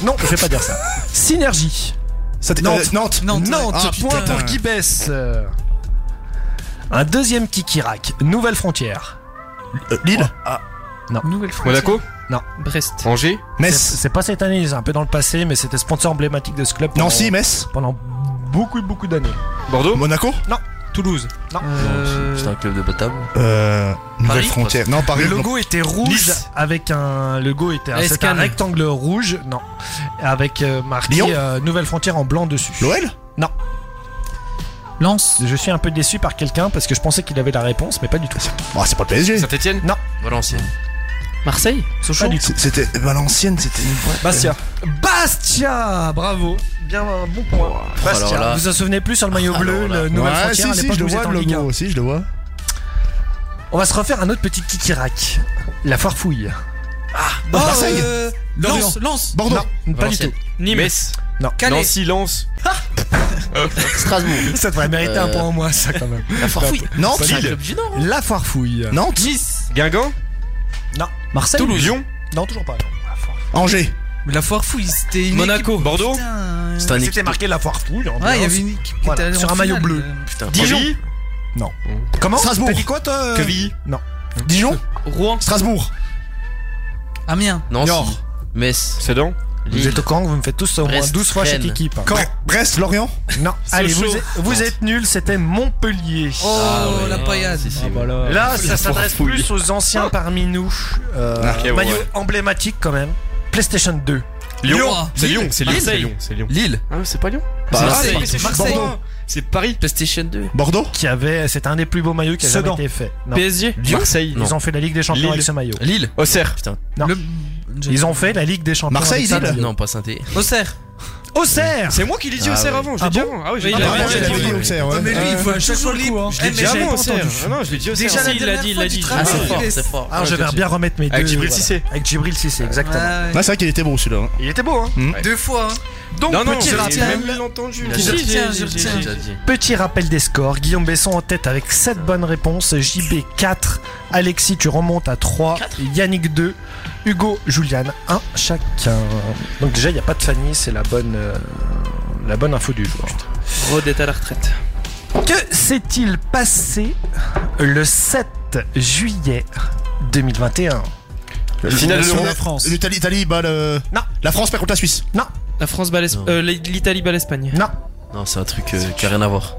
[SPEAKER 3] Non, je vais pas dire ça. Synergie.
[SPEAKER 2] Ça t'est-
[SPEAKER 3] Nantes.
[SPEAKER 2] euh, Nantes.
[SPEAKER 7] Nantes,
[SPEAKER 3] Nantes,
[SPEAKER 2] Ah,
[SPEAKER 3] point
[SPEAKER 2] putain.
[SPEAKER 3] pour qui baisse. Un deuxième Kikirak, nouvelle frontière.
[SPEAKER 2] Euh, Lille.
[SPEAKER 7] Nouvelle fois.
[SPEAKER 5] Monaco
[SPEAKER 4] Brest.
[SPEAKER 5] Angers
[SPEAKER 3] C'est
[SPEAKER 2] Metz.
[SPEAKER 3] c'est pas cette année, c'est un peu dans le passé, mais c'était sponsor emblématique de ce club pendant,
[SPEAKER 2] Nancy, Metz.
[SPEAKER 3] pendant beaucoup, beaucoup d'années.
[SPEAKER 5] Bordeaux
[SPEAKER 2] Monaco.
[SPEAKER 1] Toulouse.
[SPEAKER 7] Euh,
[SPEAKER 8] C'est un club de potable.
[SPEAKER 2] Euh, Nouvelle
[SPEAKER 8] Paris
[SPEAKER 2] frontière. Ah, Non, Paris.
[SPEAKER 3] Le logo était rouge
[SPEAKER 2] Nice.
[SPEAKER 3] avec un logo était un-
[SPEAKER 7] Ah,
[SPEAKER 3] c'était un
[SPEAKER 7] SCAN.
[SPEAKER 3] rectangle rouge, non, avec euh, marqué
[SPEAKER 2] Lyon
[SPEAKER 3] euh, Nouvelle Frontière en blanc dessus.
[SPEAKER 2] L'OL.
[SPEAKER 7] Lance.
[SPEAKER 3] Je suis un peu déçu par quelqu'un parce que je pensais qu'il avait la réponse, mais pas du tout.
[SPEAKER 2] Ah, c'est pas le PSG.
[SPEAKER 5] Saint-Etienne
[SPEAKER 8] Valenciennes.
[SPEAKER 4] Marseille
[SPEAKER 3] Sochaux
[SPEAKER 2] C'est- C'était Valenciennes, c'était une boîte.
[SPEAKER 1] Bastia.
[SPEAKER 3] Bastia, bravo, bien un bon point. Bastia,
[SPEAKER 8] Oh, alors là. Ah,
[SPEAKER 3] vous vous en souvenez plus sur le maillot bleu,
[SPEAKER 8] Alors là.
[SPEAKER 3] le Nouvelle
[SPEAKER 2] ouais,
[SPEAKER 3] Frontière,
[SPEAKER 2] si,
[SPEAKER 3] à
[SPEAKER 2] si,
[SPEAKER 3] l'époque
[SPEAKER 2] je le
[SPEAKER 3] où vous
[SPEAKER 2] vois,
[SPEAKER 3] êtes en
[SPEAKER 2] le
[SPEAKER 3] Ligue 1.
[SPEAKER 2] logo aussi, je le vois.
[SPEAKER 3] On va se refaire un autre petit kikirac. La foirefouille. Ah,
[SPEAKER 7] Oh,
[SPEAKER 2] Marseille.
[SPEAKER 7] euh, Lance, Lance.
[SPEAKER 2] Bordeaux.
[SPEAKER 3] Non, pas du
[SPEAKER 8] Valenciennes.
[SPEAKER 3] tout.
[SPEAKER 4] Nîmes.
[SPEAKER 5] Metz
[SPEAKER 7] Calais.
[SPEAKER 5] Nancy, Lens
[SPEAKER 8] Strasbourg.
[SPEAKER 3] Ça devrait mériter un
[SPEAKER 8] Euh,
[SPEAKER 3] point en moins, ça quand même.
[SPEAKER 8] La farfouille.
[SPEAKER 2] Nantes.
[SPEAKER 8] C'est un
[SPEAKER 2] Lille.
[SPEAKER 8] club du Nord.
[SPEAKER 3] La foirefouille.
[SPEAKER 2] Nantes.
[SPEAKER 7] Nice.
[SPEAKER 5] Guingamp
[SPEAKER 3] Marseille.
[SPEAKER 5] Toulouse Lyon
[SPEAKER 3] Non, toujours pas. non.
[SPEAKER 2] Angers.
[SPEAKER 7] Mais la foire fouille, c'était une
[SPEAKER 4] Monaco.
[SPEAKER 7] équipe-
[SPEAKER 5] Bordeaux
[SPEAKER 7] Putain.
[SPEAKER 8] C'est un
[SPEAKER 3] C'était marqué la foirefouille. en
[SPEAKER 7] Ouais, il y
[SPEAKER 3] blanc.
[SPEAKER 7] avait une équipe qui
[SPEAKER 3] Voilà,
[SPEAKER 7] était allée
[SPEAKER 3] sur
[SPEAKER 7] en
[SPEAKER 3] un maillot
[SPEAKER 7] finale,
[SPEAKER 3] bleu.
[SPEAKER 7] euh,
[SPEAKER 8] Putain.
[SPEAKER 5] Dijon
[SPEAKER 3] Comment
[SPEAKER 2] Strasbourg.
[SPEAKER 3] T'as dit quoi toi euh
[SPEAKER 5] Quevilly
[SPEAKER 2] Dijon.
[SPEAKER 4] Rouen.
[SPEAKER 2] Strasbourg.
[SPEAKER 7] Amiens.
[SPEAKER 8] Nancy.
[SPEAKER 2] Nord.
[SPEAKER 8] Metz.
[SPEAKER 5] Sedan
[SPEAKER 3] Vous
[SPEAKER 8] Lille.
[SPEAKER 3] êtes au courant que vous me faites tous au moins
[SPEAKER 8] Brest,
[SPEAKER 3] 12 fois chaque
[SPEAKER 8] Rennes.
[SPEAKER 3] équipe. hein.
[SPEAKER 2] Bre- Brest, Lorient.
[SPEAKER 3] Non, allez, vous, êtes- vous êtes nuls, c'était Montpellier.
[SPEAKER 7] Oh,
[SPEAKER 8] ouais.
[SPEAKER 7] la paillade.
[SPEAKER 8] Ah, Si, si.
[SPEAKER 4] bah.
[SPEAKER 3] Là, ça s'adresse
[SPEAKER 8] fourfouille.
[SPEAKER 3] plus aux anciens parmi nous. Euh,
[SPEAKER 5] Ok, ouais,
[SPEAKER 3] maillot
[SPEAKER 5] ouais.
[SPEAKER 3] emblématique quand même. PlayStation 2.
[SPEAKER 7] Lyon.
[SPEAKER 5] C'est Lyon, c'est Lyon, c'est
[SPEAKER 4] Marseille.
[SPEAKER 5] Lyon, c'est Lyon.
[SPEAKER 8] Lille. Bah,
[SPEAKER 5] Ah, c'est pas Lyon
[SPEAKER 7] Marseille.
[SPEAKER 5] Ah, mais c'est
[SPEAKER 7] Marseille.
[SPEAKER 5] Bordeaux. C'est Paris
[SPEAKER 8] PlayStation 2.
[SPEAKER 2] Bordeaux.
[SPEAKER 3] qui avait, c'était un des plus beaux maillots qui a jamais
[SPEAKER 1] Sedan.
[SPEAKER 3] été fait. Non.
[SPEAKER 4] PSG.
[SPEAKER 8] Ah
[SPEAKER 5] Marseille
[SPEAKER 3] Ils ont fait la Ligue des Champions
[SPEAKER 5] Lille.
[SPEAKER 3] avec ce maillot.
[SPEAKER 8] Lille.
[SPEAKER 5] Auxerre
[SPEAKER 3] Non.
[SPEAKER 7] Le-
[SPEAKER 3] Ils ont fait la Ligue des Champions.
[SPEAKER 2] Marseille,
[SPEAKER 3] avec ça.
[SPEAKER 2] Lille.
[SPEAKER 8] Non, pas Saint-Étienne.
[SPEAKER 7] Auxerre.
[SPEAKER 3] Auxerre
[SPEAKER 5] C'est moi qui l'ai dit
[SPEAKER 8] Ah
[SPEAKER 5] Auxerre
[SPEAKER 8] ouais.
[SPEAKER 5] avant, je l'ai dit avant Ah oui, je l'ai
[SPEAKER 4] Oui,
[SPEAKER 5] dit
[SPEAKER 4] il a
[SPEAKER 5] avant.
[SPEAKER 4] raison,
[SPEAKER 5] Je
[SPEAKER 2] j'ai
[SPEAKER 5] l'ai
[SPEAKER 4] il
[SPEAKER 5] dit
[SPEAKER 2] dit
[SPEAKER 5] avant.
[SPEAKER 2] Auxerre,
[SPEAKER 7] Non,
[SPEAKER 2] ouais.
[SPEAKER 7] mais lui, il
[SPEAKER 2] Ouais.
[SPEAKER 7] faut à chaque fois le coup. hein.
[SPEAKER 5] Je
[SPEAKER 7] Eh,
[SPEAKER 5] l'ai
[SPEAKER 7] mais
[SPEAKER 5] dit
[SPEAKER 7] j'avais
[SPEAKER 5] avant
[SPEAKER 7] pas
[SPEAKER 5] Auxerre
[SPEAKER 7] entendu.
[SPEAKER 5] Ah non, je l'ai dit
[SPEAKER 7] Déjà,
[SPEAKER 5] Auxerre
[SPEAKER 7] la
[SPEAKER 5] avant.
[SPEAKER 7] dernière
[SPEAKER 8] dit, il
[SPEAKER 7] fois,
[SPEAKER 8] l'a
[SPEAKER 7] tu
[SPEAKER 8] dit.
[SPEAKER 7] te
[SPEAKER 8] Ah, c'est
[SPEAKER 7] rappelles,
[SPEAKER 8] fort,
[SPEAKER 7] les-
[SPEAKER 8] c'est fort.
[SPEAKER 3] Ah, j'aimerais bien remettre mes deux.
[SPEAKER 5] Avec Djibril
[SPEAKER 3] voilà.
[SPEAKER 5] Cissé
[SPEAKER 3] Avec Djibril Cissé, exactement.
[SPEAKER 7] Ouais,
[SPEAKER 2] Ouais, c'est vrai qu'il était beau celui-là. hein.
[SPEAKER 3] Il était beau, hein
[SPEAKER 7] ouais. Deux fois. hein.
[SPEAKER 5] Donc,
[SPEAKER 7] Non, non,
[SPEAKER 5] petit
[SPEAKER 7] je l'ai
[SPEAKER 5] rappel.
[SPEAKER 7] même
[SPEAKER 5] entendu.
[SPEAKER 7] Je
[SPEAKER 4] J'ai-
[SPEAKER 7] retiens, je
[SPEAKER 4] j'ai- j'ai-
[SPEAKER 7] retiens.
[SPEAKER 4] j'ai-
[SPEAKER 3] Petit rappel des scores. Guillaume Besson en tête avec 7 bonnes réponses. JB 4. Alexis, tu remontes à 3. Yannick 2. Hugo, Julian 1 chacun. Donc déjà, il n'y a pas de Fanny, c'est la bonne, euh, la bonne info du jour.
[SPEAKER 4] Rod est à la retraite.
[SPEAKER 3] Que s'est-il passé le 7 juillet 2021
[SPEAKER 5] Le final de
[SPEAKER 2] Sur
[SPEAKER 5] l'Euro.
[SPEAKER 2] la France. L'Italie, l'Italie bat le.
[SPEAKER 3] Non.
[SPEAKER 2] La France perd contre la Suisse.
[SPEAKER 4] La France bat l'Espagne.
[SPEAKER 8] Non.
[SPEAKER 4] euh, L'Italie bat l'Espagne.
[SPEAKER 3] Non,
[SPEAKER 8] Non, c'est un truc euh, qui a rien à voir.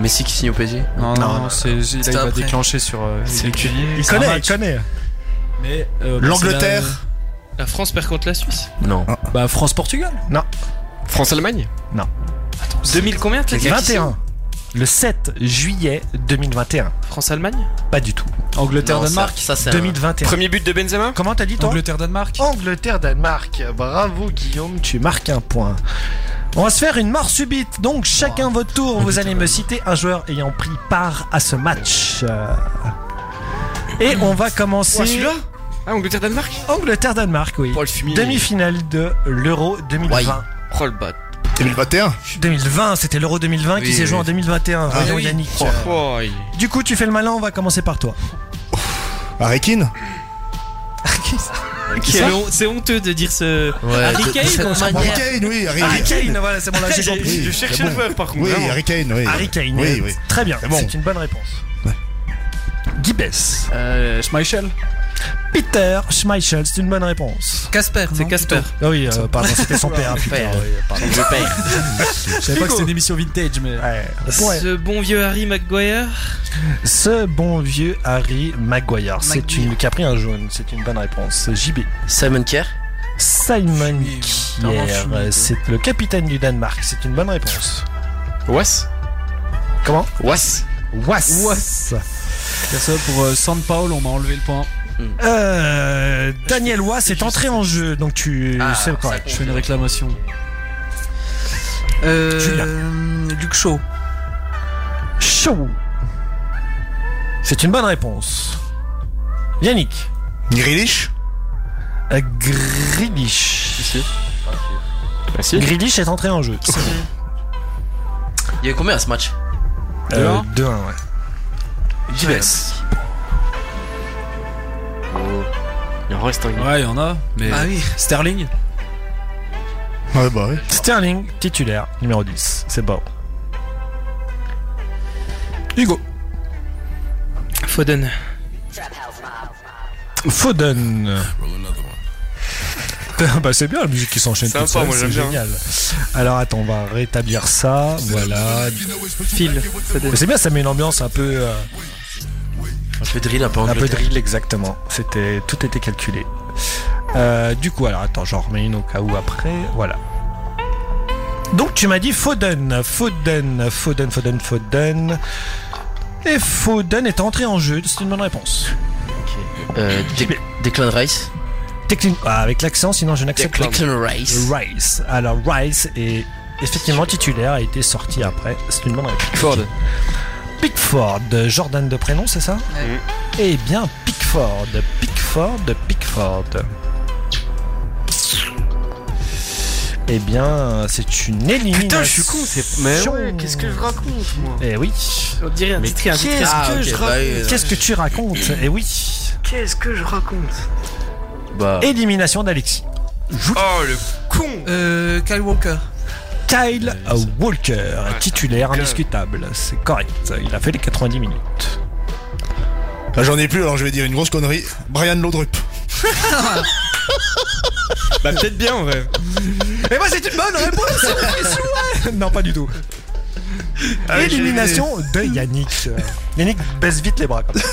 [SPEAKER 8] Messi qui signe au PSG.
[SPEAKER 1] Non,
[SPEAKER 3] Non,
[SPEAKER 1] non,
[SPEAKER 3] non.
[SPEAKER 1] non, c'est là, il
[SPEAKER 7] C'était
[SPEAKER 1] va
[SPEAKER 7] après.
[SPEAKER 1] déclencher sur. euh, les cuisines.
[SPEAKER 3] il
[SPEAKER 1] C'est un
[SPEAKER 3] connaît, il
[SPEAKER 1] match.
[SPEAKER 3] connaît.
[SPEAKER 1] Mais, euh, bah,
[SPEAKER 2] L'Angleterre.
[SPEAKER 4] La France perd contre la Suisse.
[SPEAKER 8] Non.
[SPEAKER 1] c'est la- Bah, France-Portugal.
[SPEAKER 5] France-Allemagne
[SPEAKER 4] 2000 combien t'as dit
[SPEAKER 3] 21. Le 7 juillet 2021.
[SPEAKER 4] France-Allemagne
[SPEAKER 3] Pas du tout.
[SPEAKER 1] Angleterre-Danemark.
[SPEAKER 8] Ça, c'est un-
[SPEAKER 3] 2021.
[SPEAKER 5] Premier but de Benzema
[SPEAKER 3] Comment t'as dit toi Oh,
[SPEAKER 1] Angleterre-Danemark.
[SPEAKER 3] Angleterre-Danemark. Bravo Guillaume, tu marques un point. On va se faire une mort subite, donc chacun votre tour, vous allez me citer un joueur ayant pris part à ce match. Euh, Et on va
[SPEAKER 5] Ah,
[SPEAKER 3] commencer
[SPEAKER 5] celui-là Ah, Angleterre-Danemark
[SPEAKER 3] Angleterre-Danemark, oui.
[SPEAKER 5] Oh, le fumier.
[SPEAKER 3] Demi-finale de l'Euro 2020.
[SPEAKER 8] Oh le bat.
[SPEAKER 2] 2021.
[SPEAKER 3] 2020, c'était l'Euro 2020 qui
[SPEAKER 8] Oui,
[SPEAKER 3] s'est joué
[SPEAKER 8] oui.
[SPEAKER 3] en 2021. Voyons,
[SPEAKER 7] oui.
[SPEAKER 3] Yannick.
[SPEAKER 5] Ah Oh, oh, il-
[SPEAKER 3] Du coup, tu fais le malin, on va commencer par toi.
[SPEAKER 2] Arekin
[SPEAKER 5] Ah,
[SPEAKER 4] C'est hon- c'est honteux de dire ce. Harry Kane, on se comprend.
[SPEAKER 2] Harry Kane, oui,
[SPEAKER 3] Ah,
[SPEAKER 2] Harry,
[SPEAKER 4] Harry Kane, voilà, c'est bon, là, j'ai
[SPEAKER 2] Oui,
[SPEAKER 4] compris. Je
[SPEAKER 2] c'est
[SPEAKER 4] cherchais
[SPEAKER 2] bon.
[SPEAKER 4] le verbe, par contre,
[SPEAKER 2] Oui,
[SPEAKER 4] vraiment.
[SPEAKER 2] Harry Kane, oui.
[SPEAKER 3] Harry Kane,
[SPEAKER 2] oui, oui.
[SPEAKER 3] Très bien,
[SPEAKER 2] C'est bon.
[SPEAKER 3] c'est une bonne réponse. Gibbes.
[SPEAKER 1] Schmeichel.
[SPEAKER 3] Peter Schmeichel, c'est une bonne réponse.
[SPEAKER 7] Casper,
[SPEAKER 3] c'est Casper. Ah oui, euh, pardon, c'était son père. Peter,
[SPEAKER 7] Père.
[SPEAKER 3] oui, pardon.
[SPEAKER 7] Je perds.
[SPEAKER 1] Je savais pas que c'était une émission vintage, mais.
[SPEAKER 3] Ouais.
[SPEAKER 4] Ce bon vieux Harry Maguire.
[SPEAKER 3] Ce bon vieux Harry Maguire, c'est une qui a pris un jaune, c'est une bonne réponse. JB.
[SPEAKER 8] Simon Kier.
[SPEAKER 3] Simon
[SPEAKER 8] vraiment
[SPEAKER 3] Kier,
[SPEAKER 8] fumé,
[SPEAKER 3] c'est le capitaine du Danemark, c'est une bonne réponse. Was Comment
[SPEAKER 5] Was.
[SPEAKER 3] Was.
[SPEAKER 1] Personne pour euh, San Paul, on m'a enlevé le point.
[SPEAKER 3] Euh, Daniel Wass est entré en jeu, donc tu c'est correct.
[SPEAKER 1] Je fais une réclamation.
[SPEAKER 7] Euh, Luc Shaw.
[SPEAKER 3] Shaw. C'est une bonne réponse. Yannick.
[SPEAKER 2] Grealish
[SPEAKER 3] euh, Grealish. Grealish est entré en jeu.
[SPEAKER 8] Il y a eu combien à ce match
[SPEAKER 3] Euh,
[SPEAKER 8] 2-1.
[SPEAKER 3] 2-1, ouais.
[SPEAKER 8] Gibbs.
[SPEAKER 5] Il en reste un.
[SPEAKER 1] Ouais, il y en a, mais.
[SPEAKER 7] Ah oui.
[SPEAKER 1] Sterling
[SPEAKER 2] Ouais, bah oui.
[SPEAKER 3] Sterling, titulaire, numéro 10. C'est bon. Hugo.
[SPEAKER 4] Foden.
[SPEAKER 3] Foden. bah c'est bien la musique qui s'enchaîne
[SPEAKER 4] Sympa,
[SPEAKER 3] toute seule,
[SPEAKER 4] moi, j'aime
[SPEAKER 3] c'est
[SPEAKER 4] bien.
[SPEAKER 3] génial. Alors attends, on va rétablir ça, voilà.
[SPEAKER 4] Phil.
[SPEAKER 3] Mais C'est bien, ça met une ambiance un peu euh,
[SPEAKER 8] Un peu drill, un peu
[SPEAKER 3] un peu
[SPEAKER 8] Angleterre.
[SPEAKER 3] drill exactement. C'était tout était calculé. Euh, du coup, alors attends, j'en remets une au cas où après, voilà. Donc tu m'as dit Foden, Foden, Foden, Foden, Foden. Et Foden est entré en jeu, c'est une bonne réponse.
[SPEAKER 8] Euh, Dec- Declan Rice.
[SPEAKER 3] Declan- ah, avec l'accent, sinon je n'accepte pas.
[SPEAKER 8] Declan Rice.
[SPEAKER 3] Rice. Alors Rice est effectivement titulaire, a été sorti après. C'est une bonne réponse.
[SPEAKER 5] Ford.
[SPEAKER 3] Pickford, Jordan de prénom, c'est ça Eh bien, Pickford, Pickford, Pickford. Eh bien, c'est une élimination.
[SPEAKER 5] Putain, je suis con, c'est. Mais ouais, qu'est-ce que je raconte, moi
[SPEAKER 3] Eh oui.
[SPEAKER 4] On dirait un
[SPEAKER 5] Mais
[SPEAKER 4] titre, un titre.
[SPEAKER 5] qu'est-ce
[SPEAKER 4] Ah,
[SPEAKER 5] que
[SPEAKER 4] ok,
[SPEAKER 5] je
[SPEAKER 4] bah oui,
[SPEAKER 5] raconte
[SPEAKER 3] Qu'est-ce que tu racontes Eh oui.
[SPEAKER 5] Qu'est-ce que je raconte
[SPEAKER 8] Bah.
[SPEAKER 3] Élimination d'Alexis.
[SPEAKER 5] Oh le con
[SPEAKER 7] Euh, Kyle Walker.
[SPEAKER 3] Kyle Walker, titulaire indiscutable. C'est correct. Il a fait les 90 minutes.
[SPEAKER 2] Là, Ah, j'en ai plus, alors je vais dire une grosse connerie. Brian Laudrup.
[SPEAKER 5] Bah peut-être bien en vrai.
[SPEAKER 3] Et moi, c'est une bonne réponse Non, pas du tout.
[SPEAKER 1] Ah
[SPEAKER 3] Élimination de Yannick. Euh, Yannick baisse vite les bras. Comme ça.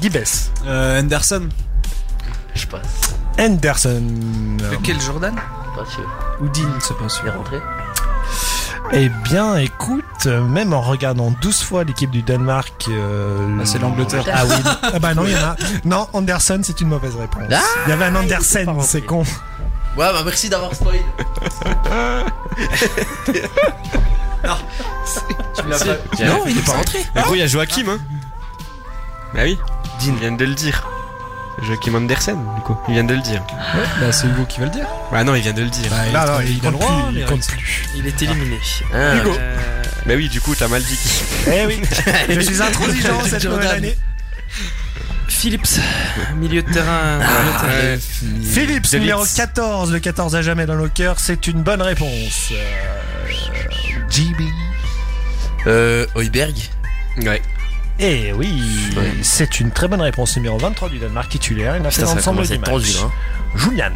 [SPEAKER 3] Guy baisse.
[SPEAKER 1] Euh, Henderson
[SPEAKER 8] Je sais pas.
[SPEAKER 3] Anderson.
[SPEAKER 7] Lequel Euh, Jordan
[SPEAKER 8] Pas sûr.
[SPEAKER 1] ou Dean, c'est pas sûr.
[SPEAKER 8] Il est rentré.
[SPEAKER 3] Eh bien, écoute, euh, même en regardant 12 fois l'équipe du Danemark. euh,
[SPEAKER 1] Ah, c'est l'Angleterre.
[SPEAKER 3] Ah oui. Ah bah non, il y en a. Non, Anderson, c'est une mauvaise réponse.
[SPEAKER 8] Ah,
[SPEAKER 3] il y avait un
[SPEAKER 1] Ah,
[SPEAKER 3] Andersen, c'est con.
[SPEAKER 8] Ouais, bah merci d'avoir spoil.
[SPEAKER 7] Non, il est pas rentré.
[SPEAKER 5] Mais gros, il y a Joachim, hein Bah oui, Dean vient de le dire. Joachim Andersen, du coup, il vient de le dire.
[SPEAKER 1] Bah, c'est Hugo qui va le dire.
[SPEAKER 5] Bah non, il vient de le dire.
[SPEAKER 3] Là, là,
[SPEAKER 1] il
[SPEAKER 3] Ah, il,
[SPEAKER 1] a le
[SPEAKER 3] compte
[SPEAKER 1] droit,
[SPEAKER 3] plus,
[SPEAKER 1] les
[SPEAKER 3] il compte plus.
[SPEAKER 4] Il est éliminé.
[SPEAKER 8] Ah,
[SPEAKER 4] Hugo. Euh,
[SPEAKER 5] Bah oui, du coup, t'as mal dit.
[SPEAKER 3] Eh oui, je suis intransigeant cette nouvelle
[SPEAKER 7] Jordan.
[SPEAKER 3] année.
[SPEAKER 4] Phillips, milieu de terrain.
[SPEAKER 8] Ah,
[SPEAKER 5] Ouais.
[SPEAKER 3] Philips,
[SPEAKER 5] De
[SPEAKER 3] numéro
[SPEAKER 5] Leeds.
[SPEAKER 3] 14, le 14 à jamais dans nos cœurs, c'est une bonne réponse. JB.
[SPEAKER 8] Euh, Hoiberg.
[SPEAKER 5] Ouais.
[SPEAKER 3] Eh oui,
[SPEAKER 8] Ouais.
[SPEAKER 3] c'est une très bonne réponse, numéro 23 du Danemark titulaire. Il a fait
[SPEAKER 8] Putain, ça
[SPEAKER 3] l'ensemble
[SPEAKER 8] commence à
[SPEAKER 3] du
[SPEAKER 8] être
[SPEAKER 3] match.
[SPEAKER 8] tendu là. hein.
[SPEAKER 3] Julian.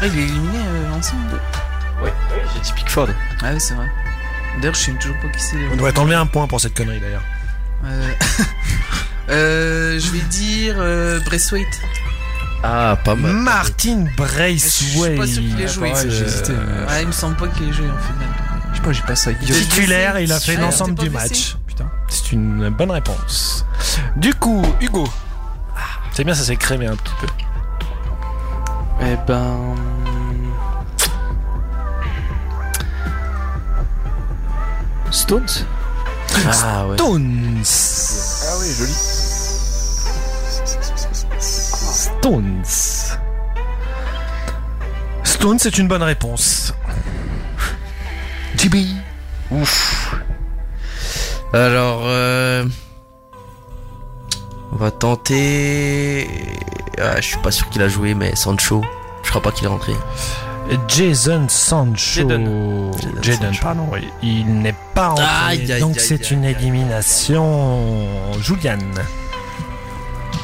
[SPEAKER 7] Ah, il est éliminé euh, l'ensemble.
[SPEAKER 5] J'ai dit Pickford.
[SPEAKER 7] Ah oui, c'est vrai. D'ailleurs, je sais toujours pas qui c'est.
[SPEAKER 3] On devrait t'enlever un point pour cette connerie d'ailleurs.
[SPEAKER 7] Euh, euh, je vais dire euh, Braithwaite.
[SPEAKER 8] Ah, pas mal.
[SPEAKER 3] Martin Braithwaite. Ah,
[SPEAKER 7] Je suis pas sûr qu'il ait joué.
[SPEAKER 1] pareil, j'ai hésité, mais-
[SPEAKER 7] Ouais, il me semble pas qu'il ait joué en final.
[SPEAKER 1] Je sais pas, j'ai pas ça.
[SPEAKER 7] était
[SPEAKER 3] Titulaire,
[SPEAKER 7] blessé.
[SPEAKER 3] il a fait
[SPEAKER 7] Ouais,
[SPEAKER 3] l'ensemble
[SPEAKER 7] t'es
[SPEAKER 3] du
[SPEAKER 7] pas blessé
[SPEAKER 3] match.
[SPEAKER 1] Putain.
[SPEAKER 3] C'est une bonne réponse. Du coup, Hugo. C'est bien, ça s'est crémé un petit peu.
[SPEAKER 4] Eh ben. Stones
[SPEAKER 8] Ah ouais.
[SPEAKER 3] Stones. Ah oui, joli. Stones. Stones, c'est une bonne réponse. Tibi.
[SPEAKER 8] Ouf. Alors, euh... On va tenter. Ah, je suis pas sûr qu'il a joué, mais Sancho. Je crois pas qu'il est rentré.
[SPEAKER 3] Jason Sancho. Jaden, pardon. oui. Il n'est pas rentré.
[SPEAKER 8] Aïe, aïe,
[SPEAKER 3] donc
[SPEAKER 8] aïe,
[SPEAKER 3] c'est une élimination. Julian.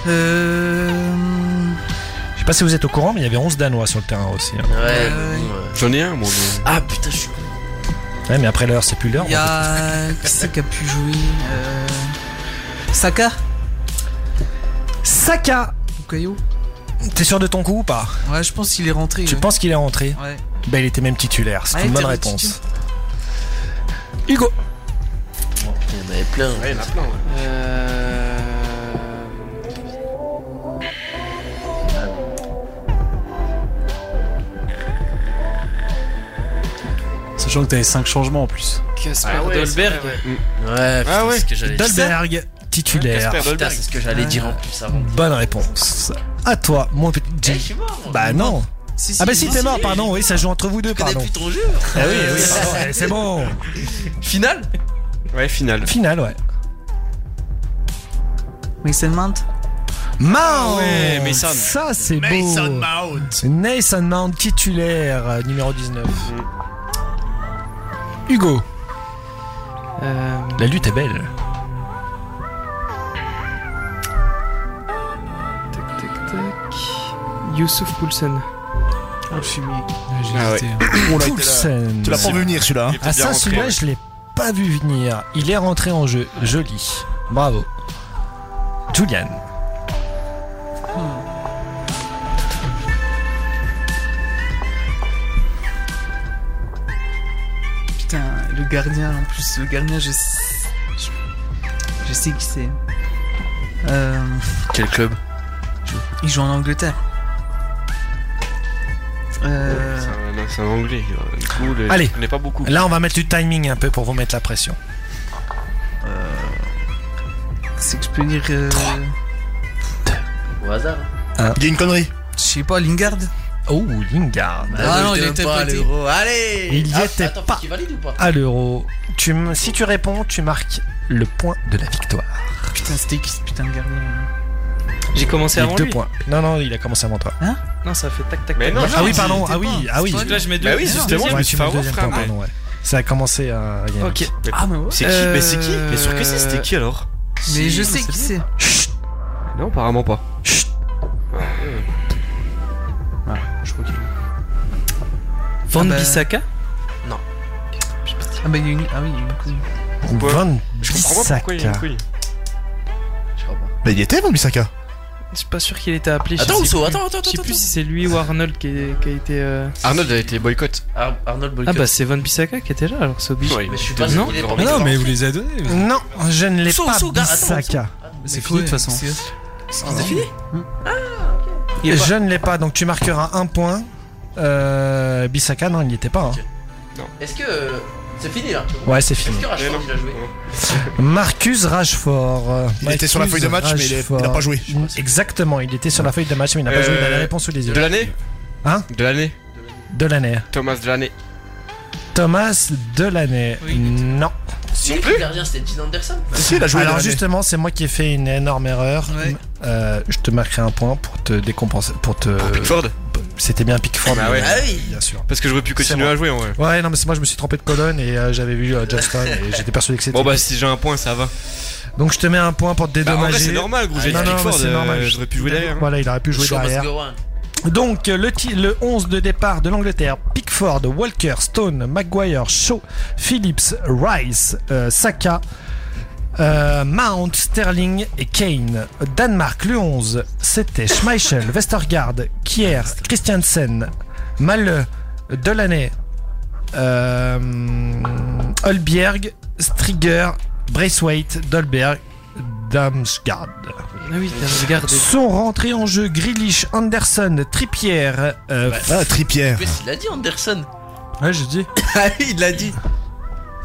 [SPEAKER 7] Euh,
[SPEAKER 3] Je sais pas si vous êtes au courant, mais il y avait 11 Danois sur le terrain aussi. hein.
[SPEAKER 5] J'en ai un, moi.
[SPEAKER 8] Euh, Ah putain, je suis.
[SPEAKER 3] Ouais, mais après l'heure, c'est plus l'heure.
[SPEAKER 7] Il y a. Qui c'est qui a pu jouer Euh, Saka
[SPEAKER 3] Saka
[SPEAKER 7] Caillou
[SPEAKER 3] T'es sûr de ton coup ou pas
[SPEAKER 7] Ouais, je pense qu'il est rentré.
[SPEAKER 3] Tu
[SPEAKER 7] ouais.
[SPEAKER 3] penses qu'il est rentré
[SPEAKER 7] Ouais.
[SPEAKER 3] Ben, il était même titulaire. C'est
[SPEAKER 7] Ah, il
[SPEAKER 3] une bonne
[SPEAKER 7] était
[SPEAKER 3] réponse.
[SPEAKER 7] titulaire.
[SPEAKER 3] Hugo.
[SPEAKER 8] Il y en avait plein.
[SPEAKER 5] Ouais, il y en a plein, ouais.
[SPEAKER 7] Euh,
[SPEAKER 9] Sachant que t'avais 5 changements en plus.
[SPEAKER 4] Casper
[SPEAKER 8] Ah ouais,
[SPEAKER 4] Dolberg.
[SPEAKER 8] c'est vrai, Ouais,
[SPEAKER 4] Ah
[SPEAKER 8] putain, c'est ce que j'allais
[SPEAKER 3] Dolberg, titulaire.
[SPEAKER 8] Putain, c'est ce que j'allais dire en plus avant.
[SPEAKER 3] Bonne réponse. À toi, mon petit J. bah non.
[SPEAKER 8] Si, si,
[SPEAKER 3] ah bah si,
[SPEAKER 8] non,
[SPEAKER 3] t'es
[SPEAKER 8] si.
[SPEAKER 3] mort, pardon. Oui, ça joue entre vous deux, pardon.
[SPEAKER 8] ton jeu
[SPEAKER 3] Ah oui, oui, pardon, ouais, c'est bon.
[SPEAKER 8] Finale
[SPEAKER 5] Ouais, finale.
[SPEAKER 3] Finale, ouais.
[SPEAKER 7] Mason Mount
[SPEAKER 3] Mount
[SPEAKER 5] ouais, Mason.
[SPEAKER 3] Ça, c'est beau.
[SPEAKER 2] Mason Mount.
[SPEAKER 3] Nathan Mount, titulaire, euh, numéro 19. Hugo.
[SPEAKER 4] Euh,
[SPEAKER 3] La lutte est belle.
[SPEAKER 4] Tac, tac. Youssouf Poulsen.
[SPEAKER 7] Oh, je suis mis.
[SPEAKER 5] Ah ouais.
[SPEAKER 2] On l'a été là.
[SPEAKER 3] Poulsen.
[SPEAKER 2] Tu l'as pas vu venir celui-là. hein.
[SPEAKER 3] Ah ça, celui-là, je l'ai pas vu venir. Il est rentré en jeu. Joli. Bravo. Julian.
[SPEAKER 7] Putain, le gardien, en plus, le gardien, je sais. Je, je sais qui c'est. Euh,
[SPEAKER 8] Quel club
[SPEAKER 7] il joue en Angleterre. Euh,
[SPEAKER 5] C'est un- C'est un anglais. euh, Du coup, le-
[SPEAKER 3] Allez.
[SPEAKER 5] je connais pas beaucoup.
[SPEAKER 3] Là, on va mettre du timing un peu pour vous mettre la pression.
[SPEAKER 7] c'est que je peux dire. euh,
[SPEAKER 8] Au hasard
[SPEAKER 2] Il y a une connerie.
[SPEAKER 7] je sais pas, Lingard
[SPEAKER 3] Oh, Lingard.
[SPEAKER 8] Bah,
[SPEAKER 7] Ah non, il était
[SPEAKER 8] pas à
[SPEAKER 7] prêté.
[SPEAKER 8] l'Euro. Allez
[SPEAKER 3] Il y
[SPEAKER 8] Ah,
[SPEAKER 3] était
[SPEAKER 8] attends, faut
[SPEAKER 3] pas.
[SPEAKER 8] qu'il valide ou pas
[SPEAKER 3] À l'euro. Tu, m- si tu réponds, tu marques le point de la victoire.
[SPEAKER 7] Putain, c'était qui ce putain de gardien là
[SPEAKER 4] J'ai commencé
[SPEAKER 3] Les
[SPEAKER 4] avant
[SPEAKER 3] deux
[SPEAKER 4] lui.
[SPEAKER 3] points. Non, non, il a commencé avant toi.
[SPEAKER 4] Non, ça fait tac tac
[SPEAKER 5] Mais
[SPEAKER 4] tac.
[SPEAKER 5] non,
[SPEAKER 3] ah oui, pardon.
[SPEAKER 7] il était
[SPEAKER 3] Ah oui,
[SPEAKER 7] pas.
[SPEAKER 3] ah oui.
[SPEAKER 7] C'est
[SPEAKER 4] Donc là, je mets deux.
[SPEAKER 5] Bah oui,
[SPEAKER 4] Ah,
[SPEAKER 5] justement,
[SPEAKER 4] deuxième.
[SPEAKER 5] mais
[SPEAKER 3] Ouais,
[SPEAKER 5] tu
[SPEAKER 3] tu
[SPEAKER 5] fais
[SPEAKER 3] mets le
[SPEAKER 5] avoir,
[SPEAKER 3] deuxième
[SPEAKER 5] frère,
[SPEAKER 3] point, pardon, ouais. Ça a commencé à. Yannick.
[SPEAKER 4] Ok.
[SPEAKER 7] Ah, mais ouais.
[SPEAKER 5] C'est qui Mais c'est qui Mais sur que c'est
[SPEAKER 4] Euh,
[SPEAKER 5] C'était qui alors
[SPEAKER 7] Mais
[SPEAKER 4] Si,
[SPEAKER 7] je
[SPEAKER 4] on
[SPEAKER 7] sais
[SPEAKER 4] sait
[SPEAKER 7] qui
[SPEAKER 4] bien.
[SPEAKER 7] c'est.
[SPEAKER 5] Non, apparemment pas.
[SPEAKER 4] Van
[SPEAKER 7] Ah bah-
[SPEAKER 4] Bissaka
[SPEAKER 7] Ah, bah, il y a une. Ah oui, il y a une couille.
[SPEAKER 5] Pourquoi
[SPEAKER 3] Van
[SPEAKER 5] Je comprends pas pourquoi il y a une
[SPEAKER 3] Bissaka.
[SPEAKER 5] couille.
[SPEAKER 8] Je crois pas.
[SPEAKER 2] Mais il y était Van Bissaka.
[SPEAKER 4] Je suis pas sûr qu'il était appelé. je
[SPEAKER 8] Attends,
[SPEAKER 4] sais
[SPEAKER 8] Ousso,
[SPEAKER 4] plus.
[SPEAKER 8] attends, attends,
[SPEAKER 4] Je sais
[SPEAKER 8] attends.
[SPEAKER 4] plus si c'est lui ou Arnold qui, est- qui a été. euh,
[SPEAKER 5] Arnold a été boycott.
[SPEAKER 8] Ar- Arnold
[SPEAKER 4] Ah
[SPEAKER 8] Boycott.
[SPEAKER 4] bah c'est Van Bissaka qui était là alors, c'est obligé.
[SPEAKER 8] mais je suis pas sûr qu'il est
[SPEAKER 1] Mais
[SPEAKER 8] parmi
[SPEAKER 1] non,
[SPEAKER 8] les
[SPEAKER 1] mais
[SPEAKER 8] grands.
[SPEAKER 1] vous les a donnés.
[SPEAKER 3] Non, je ne l'ai
[SPEAKER 8] Sous,
[SPEAKER 3] pas.
[SPEAKER 8] sous, garde, attends,
[SPEAKER 3] Bissaka.
[SPEAKER 1] C'est
[SPEAKER 7] Mais
[SPEAKER 1] fini de toute
[SPEAKER 7] ouais,
[SPEAKER 1] façon.
[SPEAKER 7] c'est-
[SPEAKER 8] C'est fini
[SPEAKER 4] Il est pas-
[SPEAKER 3] Je ne l'ai pas, donc tu marqueras un point. Euh, Bissaka, non, il n'y était pas. hein.
[SPEAKER 8] Ok. Est-ce que. euh, C'est fini là
[SPEAKER 3] Ouais, c'est
[SPEAKER 8] Est-ce
[SPEAKER 3] fini.
[SPEAKER 8] que Rashford il a joué
[SPEAKER 3] Marcus Rashford. euh,
[SPEAKER 2] Il était sur la feuille de match, mais il est- il a pas joué.
[SPEAKER 3] Rashford. Exactement, il était sur la feuille de match, mais il n'a pas
[SPEAKER 5] Euh,
[SPEAKER 3] joué. Il a la réponse sous les
[SPEAKER 5] De
[SPEAKER 3] yeux.
[SPEAKER 5] l'année
[SPEAKER 3] Hein
[SPEAKER 5] De l'année.
[SPEAKER 3] De l'année.
[SPEAKER 5] Thomas de l'année.
[SPEAKER 3] Thomas Delaney. non.
[SPEAKER 8] Celui qui est gardien c'était Dean Anderson
[SPEAKER 2] Si, il a joué.
[SPEAKER 3] Alors
[SPEAKER 2] l'année.
[SPEAKER 3] justement, c'est moi qui ai fait une énorme erreur.
[SPEAKER 7] Ouais.
[SPEAKER 3] Euh, je te marquerai un point pour te décompenser. Pour te.
[SPEAKER 5] Pickford
[SPEAKER 3] C'était bien Pickford.
[SPEAKER 5] Bah ouais.
[SPEAKER 8] Ah oui
[SPEAKER 3] Bien sûr.
[SPEAKER 5] Parce que j'aurais pu continuer à jouer en vrai.
[SPEAKER 3] Ouais, non, mais c'est moi, je me suis trompé de colonne et euh, j'avais vu euh, Johnston et j'étais persuadé que c'était.
[SPEAKER 5] Bon bah si j'ai un point ça va.
[SPEAKER 3] Donc je te mets un point pour te
[SPEAKER 5] Bah en vrai
[SPEAKER 3] dédommager.
[SPEAKER 5] c'est normal gros, j'ai
[SPEAKER 3] Ah, Non,
[SPEAKER 5] dit
[SPEAKER 3] non, mais
[SPEAKER 5] Pickford,
[SPEAKER 3] c'est
[SPEAKER 5] euh,
[SPEAKER 3] normal.
[SPEAKER 5] j'aurais pu jouer derrière. hein.
[SPEAKER 3] Voilà, il aurait pu jouer
[SPEAKER 8] Show must
[SPEAKER 3] derrière.
[SPEAKER 8] go on.
[SPEAKER 3] Donc euh, le, ti- le 11 de départ de l'Angleterre, Pickford, Walker, Stone, Maguire, Shaw, Phillips, Rice, euh, Saka, euh, Mount, Sterling et Kane. Danemark, le 11, c'était Schmeichel, Westergaard, Kier, Christiansen, Malle, Delaney, euh, Holberg, Strigger, Braithwaite, Dolberg, Damsgaard
[SPEAKER 4] Ah oui, t'as regardé.
[SPEAKER 3] sont rentrés en jeu Grealish, Anderson, Trippier. euh,
[SPEAKER 2] Ah, Tripierre.
[SPEAKER 8] Mais il a dit Anderson
[SPEAKER 1] Ouais, j'ai dit.
[SPEAKER 8] Ah oui, il l'a dit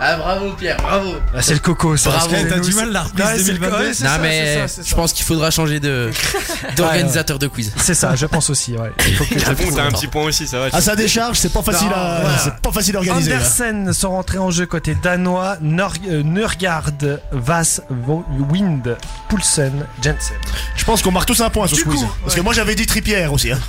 [SPEAKER 8] Ah bravo Pierre, bravo.
[SPEAKER 3] Ah, c'est le coco, ça.
[SPEAKER 8] Bravo.
[SPEAKER 3] Parce que t'as du mal,
[SPEAKER 8] la
[SPEAKER 3] reprise 2022.
[SPEAKER 8] Non
[SPEAKER 3] c'est ça, c'est
[SPEAKER 8] mais
[SPEAKER 3] ça, c'est
[SPEAKER 8] je pense qu'il faudra changer de d'organisateur de quiz.
[SPEAKER 3] C'est ça, je pense aussi, ouais. Il faut que je-
[SPEAKER 5] Bon, t'as un petit point aussi, ça va.
[SPEAKER 3] Ah,
[SPEAKER 2] À sa Ah, décharge, c'est pas facile
[SPEAKER 3] Non,
[SPEAKER 2] à,
[SPEAKER 3] voilà.
[SPEAKER 2] c'est pas facile à organiser. là.
[SPEAKER 3] Andersen sont rentrés en jeu côté danois, Nor- euh, Nørgaard, Vas, Vo- Wind, Poulsen, Jensen.
[SPEAKER 2] Je pense qu'on marque tous un point sur ce quiz. Parce que moi j'avais dit tripière aussi. Hein.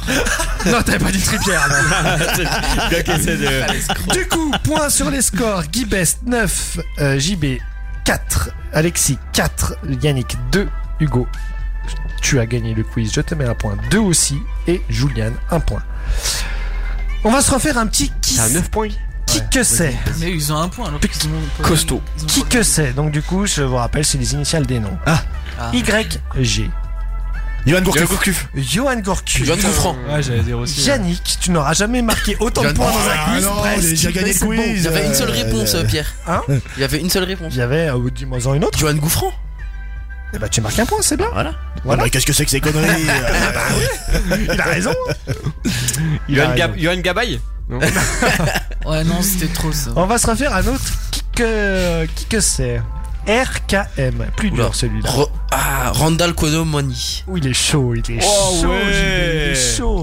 [SPEAKER 3] Non, t'avais pas dit tripière.
[SPEAKER 5] Le gars qui essaie de-
[SPEAKER 3] Ah, Du coup, point sur les scores. Guy Best 9, euh, JB 4, Alexis 4, Yannick 2, Hugo. Tu as gagné le quiz, je te mets un point. 2 aussi, et Julian 1 point. On va se refaire un petit qui,
[SPEAKER 5] T'as 9 points
[SPEAKER 3] qui que c'est.
[SPEAKER 7] Mais ils ont un point alors qu'ils ont.
[SPEAKER 5] Costaud.
[SPEAKER 7] ils ont-
[SPEAKER 3] Qui que c'est. Donc du coup, je vous rappelle, c'est les initiales des noms.
[SPEAKER 7] Ah.
[SPEAKER 3] YG.
[SPEAKER 2] Johan Gourcuff.
[SPEAKER 3] Johan Gourcuff.
[SPEAKER 8] Johan Gourcuff.
[SPEAKER 9] Ouais, j'allais dire aussi. ouais.
[SPEAKER 3] Yannick, tu n'auras jamais marqué autant de
[SPEAKER 8] Johan-
[SPEAKER 3] points dans un
[SPEAKER 2] Ah
[SPEAKER 3] quiz.
[SPEAKER 2] non,
[SPEAKER 3] Brest.
[SPEAKER 2] j'ai gagné le
[SPEAKER 3] C'est bon.
[SPEAKER 2] quiz.
[SPEAKER 8] Il y avait une seule
[SPEAKER 2] Euh,
[SPEAKER 8] réponse,
[SPEAKER 2] euh,
[SPEAKER 8] euh, Pierre.
[SPEAKER 3] Hein
[SPEAKER 8] Il y avait une seule réponse.
[SPEAKER 3] Il y avait, euh, dis-moi en une autre.
[SPEAKER 8] Johan Gouffran.
[SPEAKER 3] Eh ben, tu marques un point, c'est bien.
[SPEAKER 8] Voilà.
[SPEAKER 2] Non, mais qu'est-ce que c'est que ces conneries euh,
[SPEAKER 3] Il a raison. Il a
[SPEAKER 5] Johan,
[SPEAKER 3] raison.
[SPEAKER 5] Gab- Johan Gabay
[SPEAKER 7] Ouais, non, c'était trop ça.
[SPEAKER 3] On va se refaire un autre euh, qui que, qui que c'est. RKM. Plus
[SPEAKER 8] Oula.
[SPEAKER 3] dur celui-là.
[SPEAKER 8] Ro- ah, Randall Kodomani.
[SPEAKER 3] Oh, il est chaud, il est
[SPEAKER 5] Oh,
[SPEAKER 3] chaud,
[SPEAKER 5] ouais.
[SPEAKER 3] JB, il est chaud.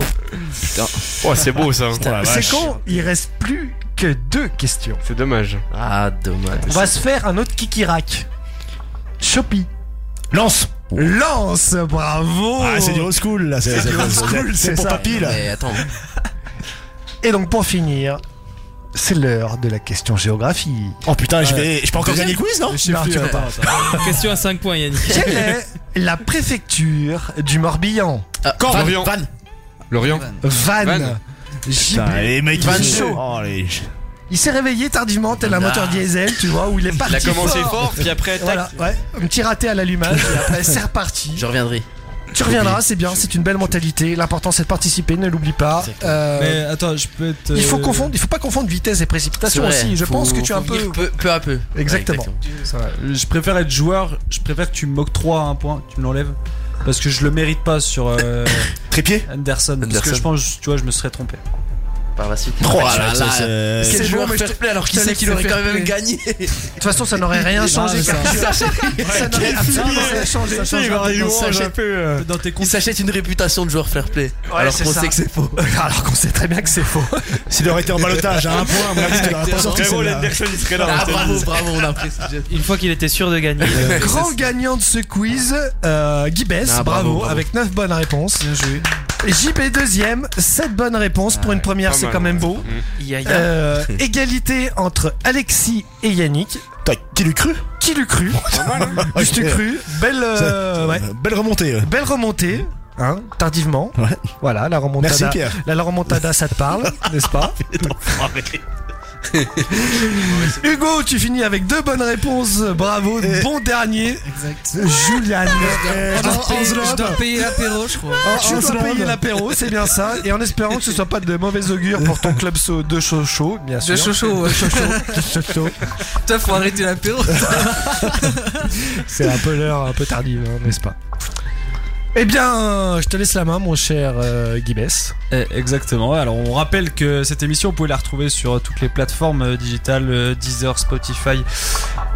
[SPEAKER 5] Oh, c'est beau ça.
[SPEAKER 8] Putain.
[SPEAKER 3] C'est hein. con, il reste plus que deux questions.
[SPEAKER 5] C'est dommage.
[SPEAKER 8] Ah, dommage.
[SPEAKER 3] On va se faire un autre kikirak. Chopi.
[SPEAKER 2] Lance
[SPEAKER 3] Lance, bravo.
[SPEAKER 2] Ah, c'est du old school là. C'est du old
[SPEAKER 3] school, c'est
[SPEAKER 2] pour
[SPEAKER 3] ça.
[SPEAKER 2] papy là.
[SPEAKER 8] Mais attends.
[SPEAKER 3] Et donc pour finir, c'est l'heure de la question géographie.
[SPEAKER 2] Oh putain, je vais, je peux encore gagner le quiz non
[SPEAKER 9] Je sais
[SPEAKER 3] Non,
[SPEAKER 9] plus,
[SPEAKER 3] tu vas
[SPEAKER 9] attends,
[SPEAKER 3] pas.
[SPEAKER 9] attends.
[SPEAKER 7] Question à 5 points, Yannick.
[SPEAKER 3] Quelle est la préfecture du Morbihan
[SPEAKER 8] Ah,
[SPEAKER 5] Caen,
[SPEAKER 8] Van-
[SPEAKER 5] Lorient.
[SPEAKER 8] Van-
[SPEAKER 5] Lorient.
[SPEAKER 3] Vannes.
[SPEAKER 5] Vannes.
[SPEAKER 3] Gibraltar.
[SPEAKER 2] Putain, les mecs ils
[SPEAKER 3] Van
[SPEAKER 2] sont-
[SPEAKER 3] Shaw.
[SPEAKER 2] Oh, les-
[SPEAKER 3] Il s'est réveillé tardivement tel un
[SPEAKER 8] Nah.
[SPEAKER 3] moteur diesel, tu vois, où il est parti
[SPEAKER 5] Il a commencé
[SPEAKER 3] fort.
[SPEAKER 5] fort, puis après, tac.
[SPEAKER 3] Voilà, ouais, un petit raté à l'allumage et après c'est reparti.
[SPEAKER 8] Je reviendrai.
[SPEAKER 3] Tu reviendras, c'est bien, c'est une belle mentalité. L'important c'est de participer, ne l'oublie pas. Euh,
[SPEAKER 9] Mais attends, je peux euh, te.
[SPEAKER 3] il faut confondre, il faut pas confondre vitesse et précipitation
[SPEAKER 8] C'est vrai,
[SPEAKER 3] aussi. Je
[SPEAKER 8] faut-
[SPEAKER 3] pense que tu as un
[SPEAKER 8] faut
[SPEAKER 3] peu.
[SPEAKER 8] venir peu. Peu à peu.
[SPEAKER 3] Exactement.
[SPEAKER 9] Je préfère être joueur, je préfère que tu m'octroies un point, tu me l'enlèves. Parce que je le mérite pas sur euh,
[SPEAKER 2] Trépied
[SPEAKER 9] Anderson, Parce que
[SPEAKER 8] Anderson.
[SPEAKER 9] je pense, tu vois, je me serais trompé.
[SPEAKER 8] Par la suite.
[SPEAKER 2] Oh là
[SPEAKER 8] Ah là là.
[SPEAKER 2] là, c'est-
[SPEAKER 8] Quel joueur
[SPEAKER 3] mais je te-
[SPEAKER 8] fair play alors qui
[SPEAKER 7] je te
[SPEAKER 8] sait
[SPEAKER 7] laisse
[SPEAKER 8] qu'il aurait
[SPEAKER 7] le
[SPEAKER 8] quand
[SPEAKER 7] fair
[SPEAKER 8] même
[SPEAKER 7] play.
[SPEAKER 8] gagné
[SPEAKER 3] De toute façon, ça n'aurait rien changé.
[SPEAKER 9] mais ça-
[SPEAKER 3] car tu- ça n'aurait absolument rien changé.
[SPEAKER 8] Il s'achète-
[SPEAKER 9] Dans tes comptes,
[SPEAKER 8] il s'achète une réputation de joueur fair play.
[SPEAKER 3] Ouais,
[SPEAKER 8] alors
[SPEAKER 3] c'est
[SPEAKER 8] qu'on
[SPEAKER 3] ça.
[SPEAKER 8] sait que c'est faux.
[SPEAKER 3] Alors qu'on sait très bien que c'est faux.
[SPEAKER 2] S'il aurait été en balotage
[SPEAKER 3] Ah,
[SPEAKER 2] à un point, à mon avis, tu l'aurais pas sorti.
[SPEAKER 5] Frérot,
[SPEAKER 2] celle-là.
[SPEAKER 5] l'Henderson, il serait là.
[SPEAKER 8] Ah,
[SPEAKER 5] je te le
[SPEAKER 8] bravo,
[SPEAKER 5] dis.
[SPEAKER 8] bravo, on a pris ce jet.
[SPEAKER 4] Une fois qu'il était sûr de gagner.
[SPEAKER 3] Grand gagnant de ce quiz, euh, Guy Bess,
[SPEAKER 8] Ah, bravo,
[SPEAKER 3] bravo,
[SPEAKER 8] bravo.
[SPEAKER 3] avec 9 bonnes réponses.
[SPEAKER 7] Bien joué.
[SPEAKER 3] JP deuxième, 7 bonnes réponses. Pour une première,
[SPEAKER 5] pas mal,
[SPEAKER 3] c'est
[SPEAKER 5] hein. Mm.
[SPEAKER 3] quand même beau.
[SPEAKER 7] Y'a y'a.
[SPEAKER 3] Euh, égalité entre Alexis et Yannick.
[SPEAKER 2] T'as qui l'eût cru
[SPEAKER 3] Qui l'eût cru Juste
[SPEAKER 2] Ok.
[SPEAKER 3] cru. Belle, euh, ouais.
[SPEAKER 2] Belle remontée. ouais.
[SPEAKER 3] Belle remontée. Hein, tardivement.
[SPEAKER 2] Ouais.
[SPEAKER 3] Voilà, la remontada.
[SPEAKER 2] Merci Pierre.
[SPEAKER 3] La, la remontada, ça te parle, n'est-ce pas Hugo, tu finis avec deux bonnes réponses. Bravo, bon dernier.
[SPEAKER 7] Exact.
[SPEAKER 3] Julian.
[SPEAKER 7] Je dois payer- je dois
[SPEAKER 3] Enslab.
[SPEAKER 7] payer l'apéro, je crois.
[SPEAKER 3] Tu dois
[SPEAKER 2] Enslab.
[SPEAKER 3] payer l'apéro, c'est bien ça. Et en espérant que ce soit pas de mauvais augure pour ton club so- de chocho, bien sûr.
[SPEAKER 7] De chocho, ouais, chocho.
[SPEAKER 3] De chocho.
[SPEAKER 7] Putain, faut arrêter l'apéro.
[SPEAKER 3] C'est un peu l'heure un peu tardive, hein, n'est-ce pas Eh bien, je te laisse la main, mon cher euh, Guy Bess.
[SPEAKER 9] Eh, Exactement. ouais. Alors, on rappelle que cette émission, vous pouvez la retrouver sur toutes les plateformes euh, digitales, euh, Deezer, Spotify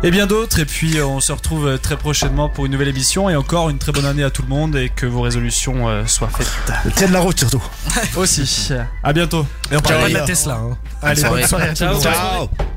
[SPEAKER 9] et bien d'autres. Et puis, euh, on se retrouve euh, très prochainement pour une nouvelle émission. Et encore une très bonne année à tout le monde et que vos résolutions euh, soient faites
[SPEAKER 2] Tiens de la route surtout.
[SPEAKER 9] aussi. À bientôt.
[SPEAKER 3] Et on parle pas
[SPEAKER 8] Ciao,
[SPEAKER 3] de
[SPEAKER 8] les
[SPEAKER 3] la
[SPEAKER 8] gars.
[SPEAKER 3] Tesla. hein. Allez,
[SPEAKER 8] soirée.
[SPEAKER 3] bonne soirée à tout le monde.
[SPEAKER 2] Ah, Ciao.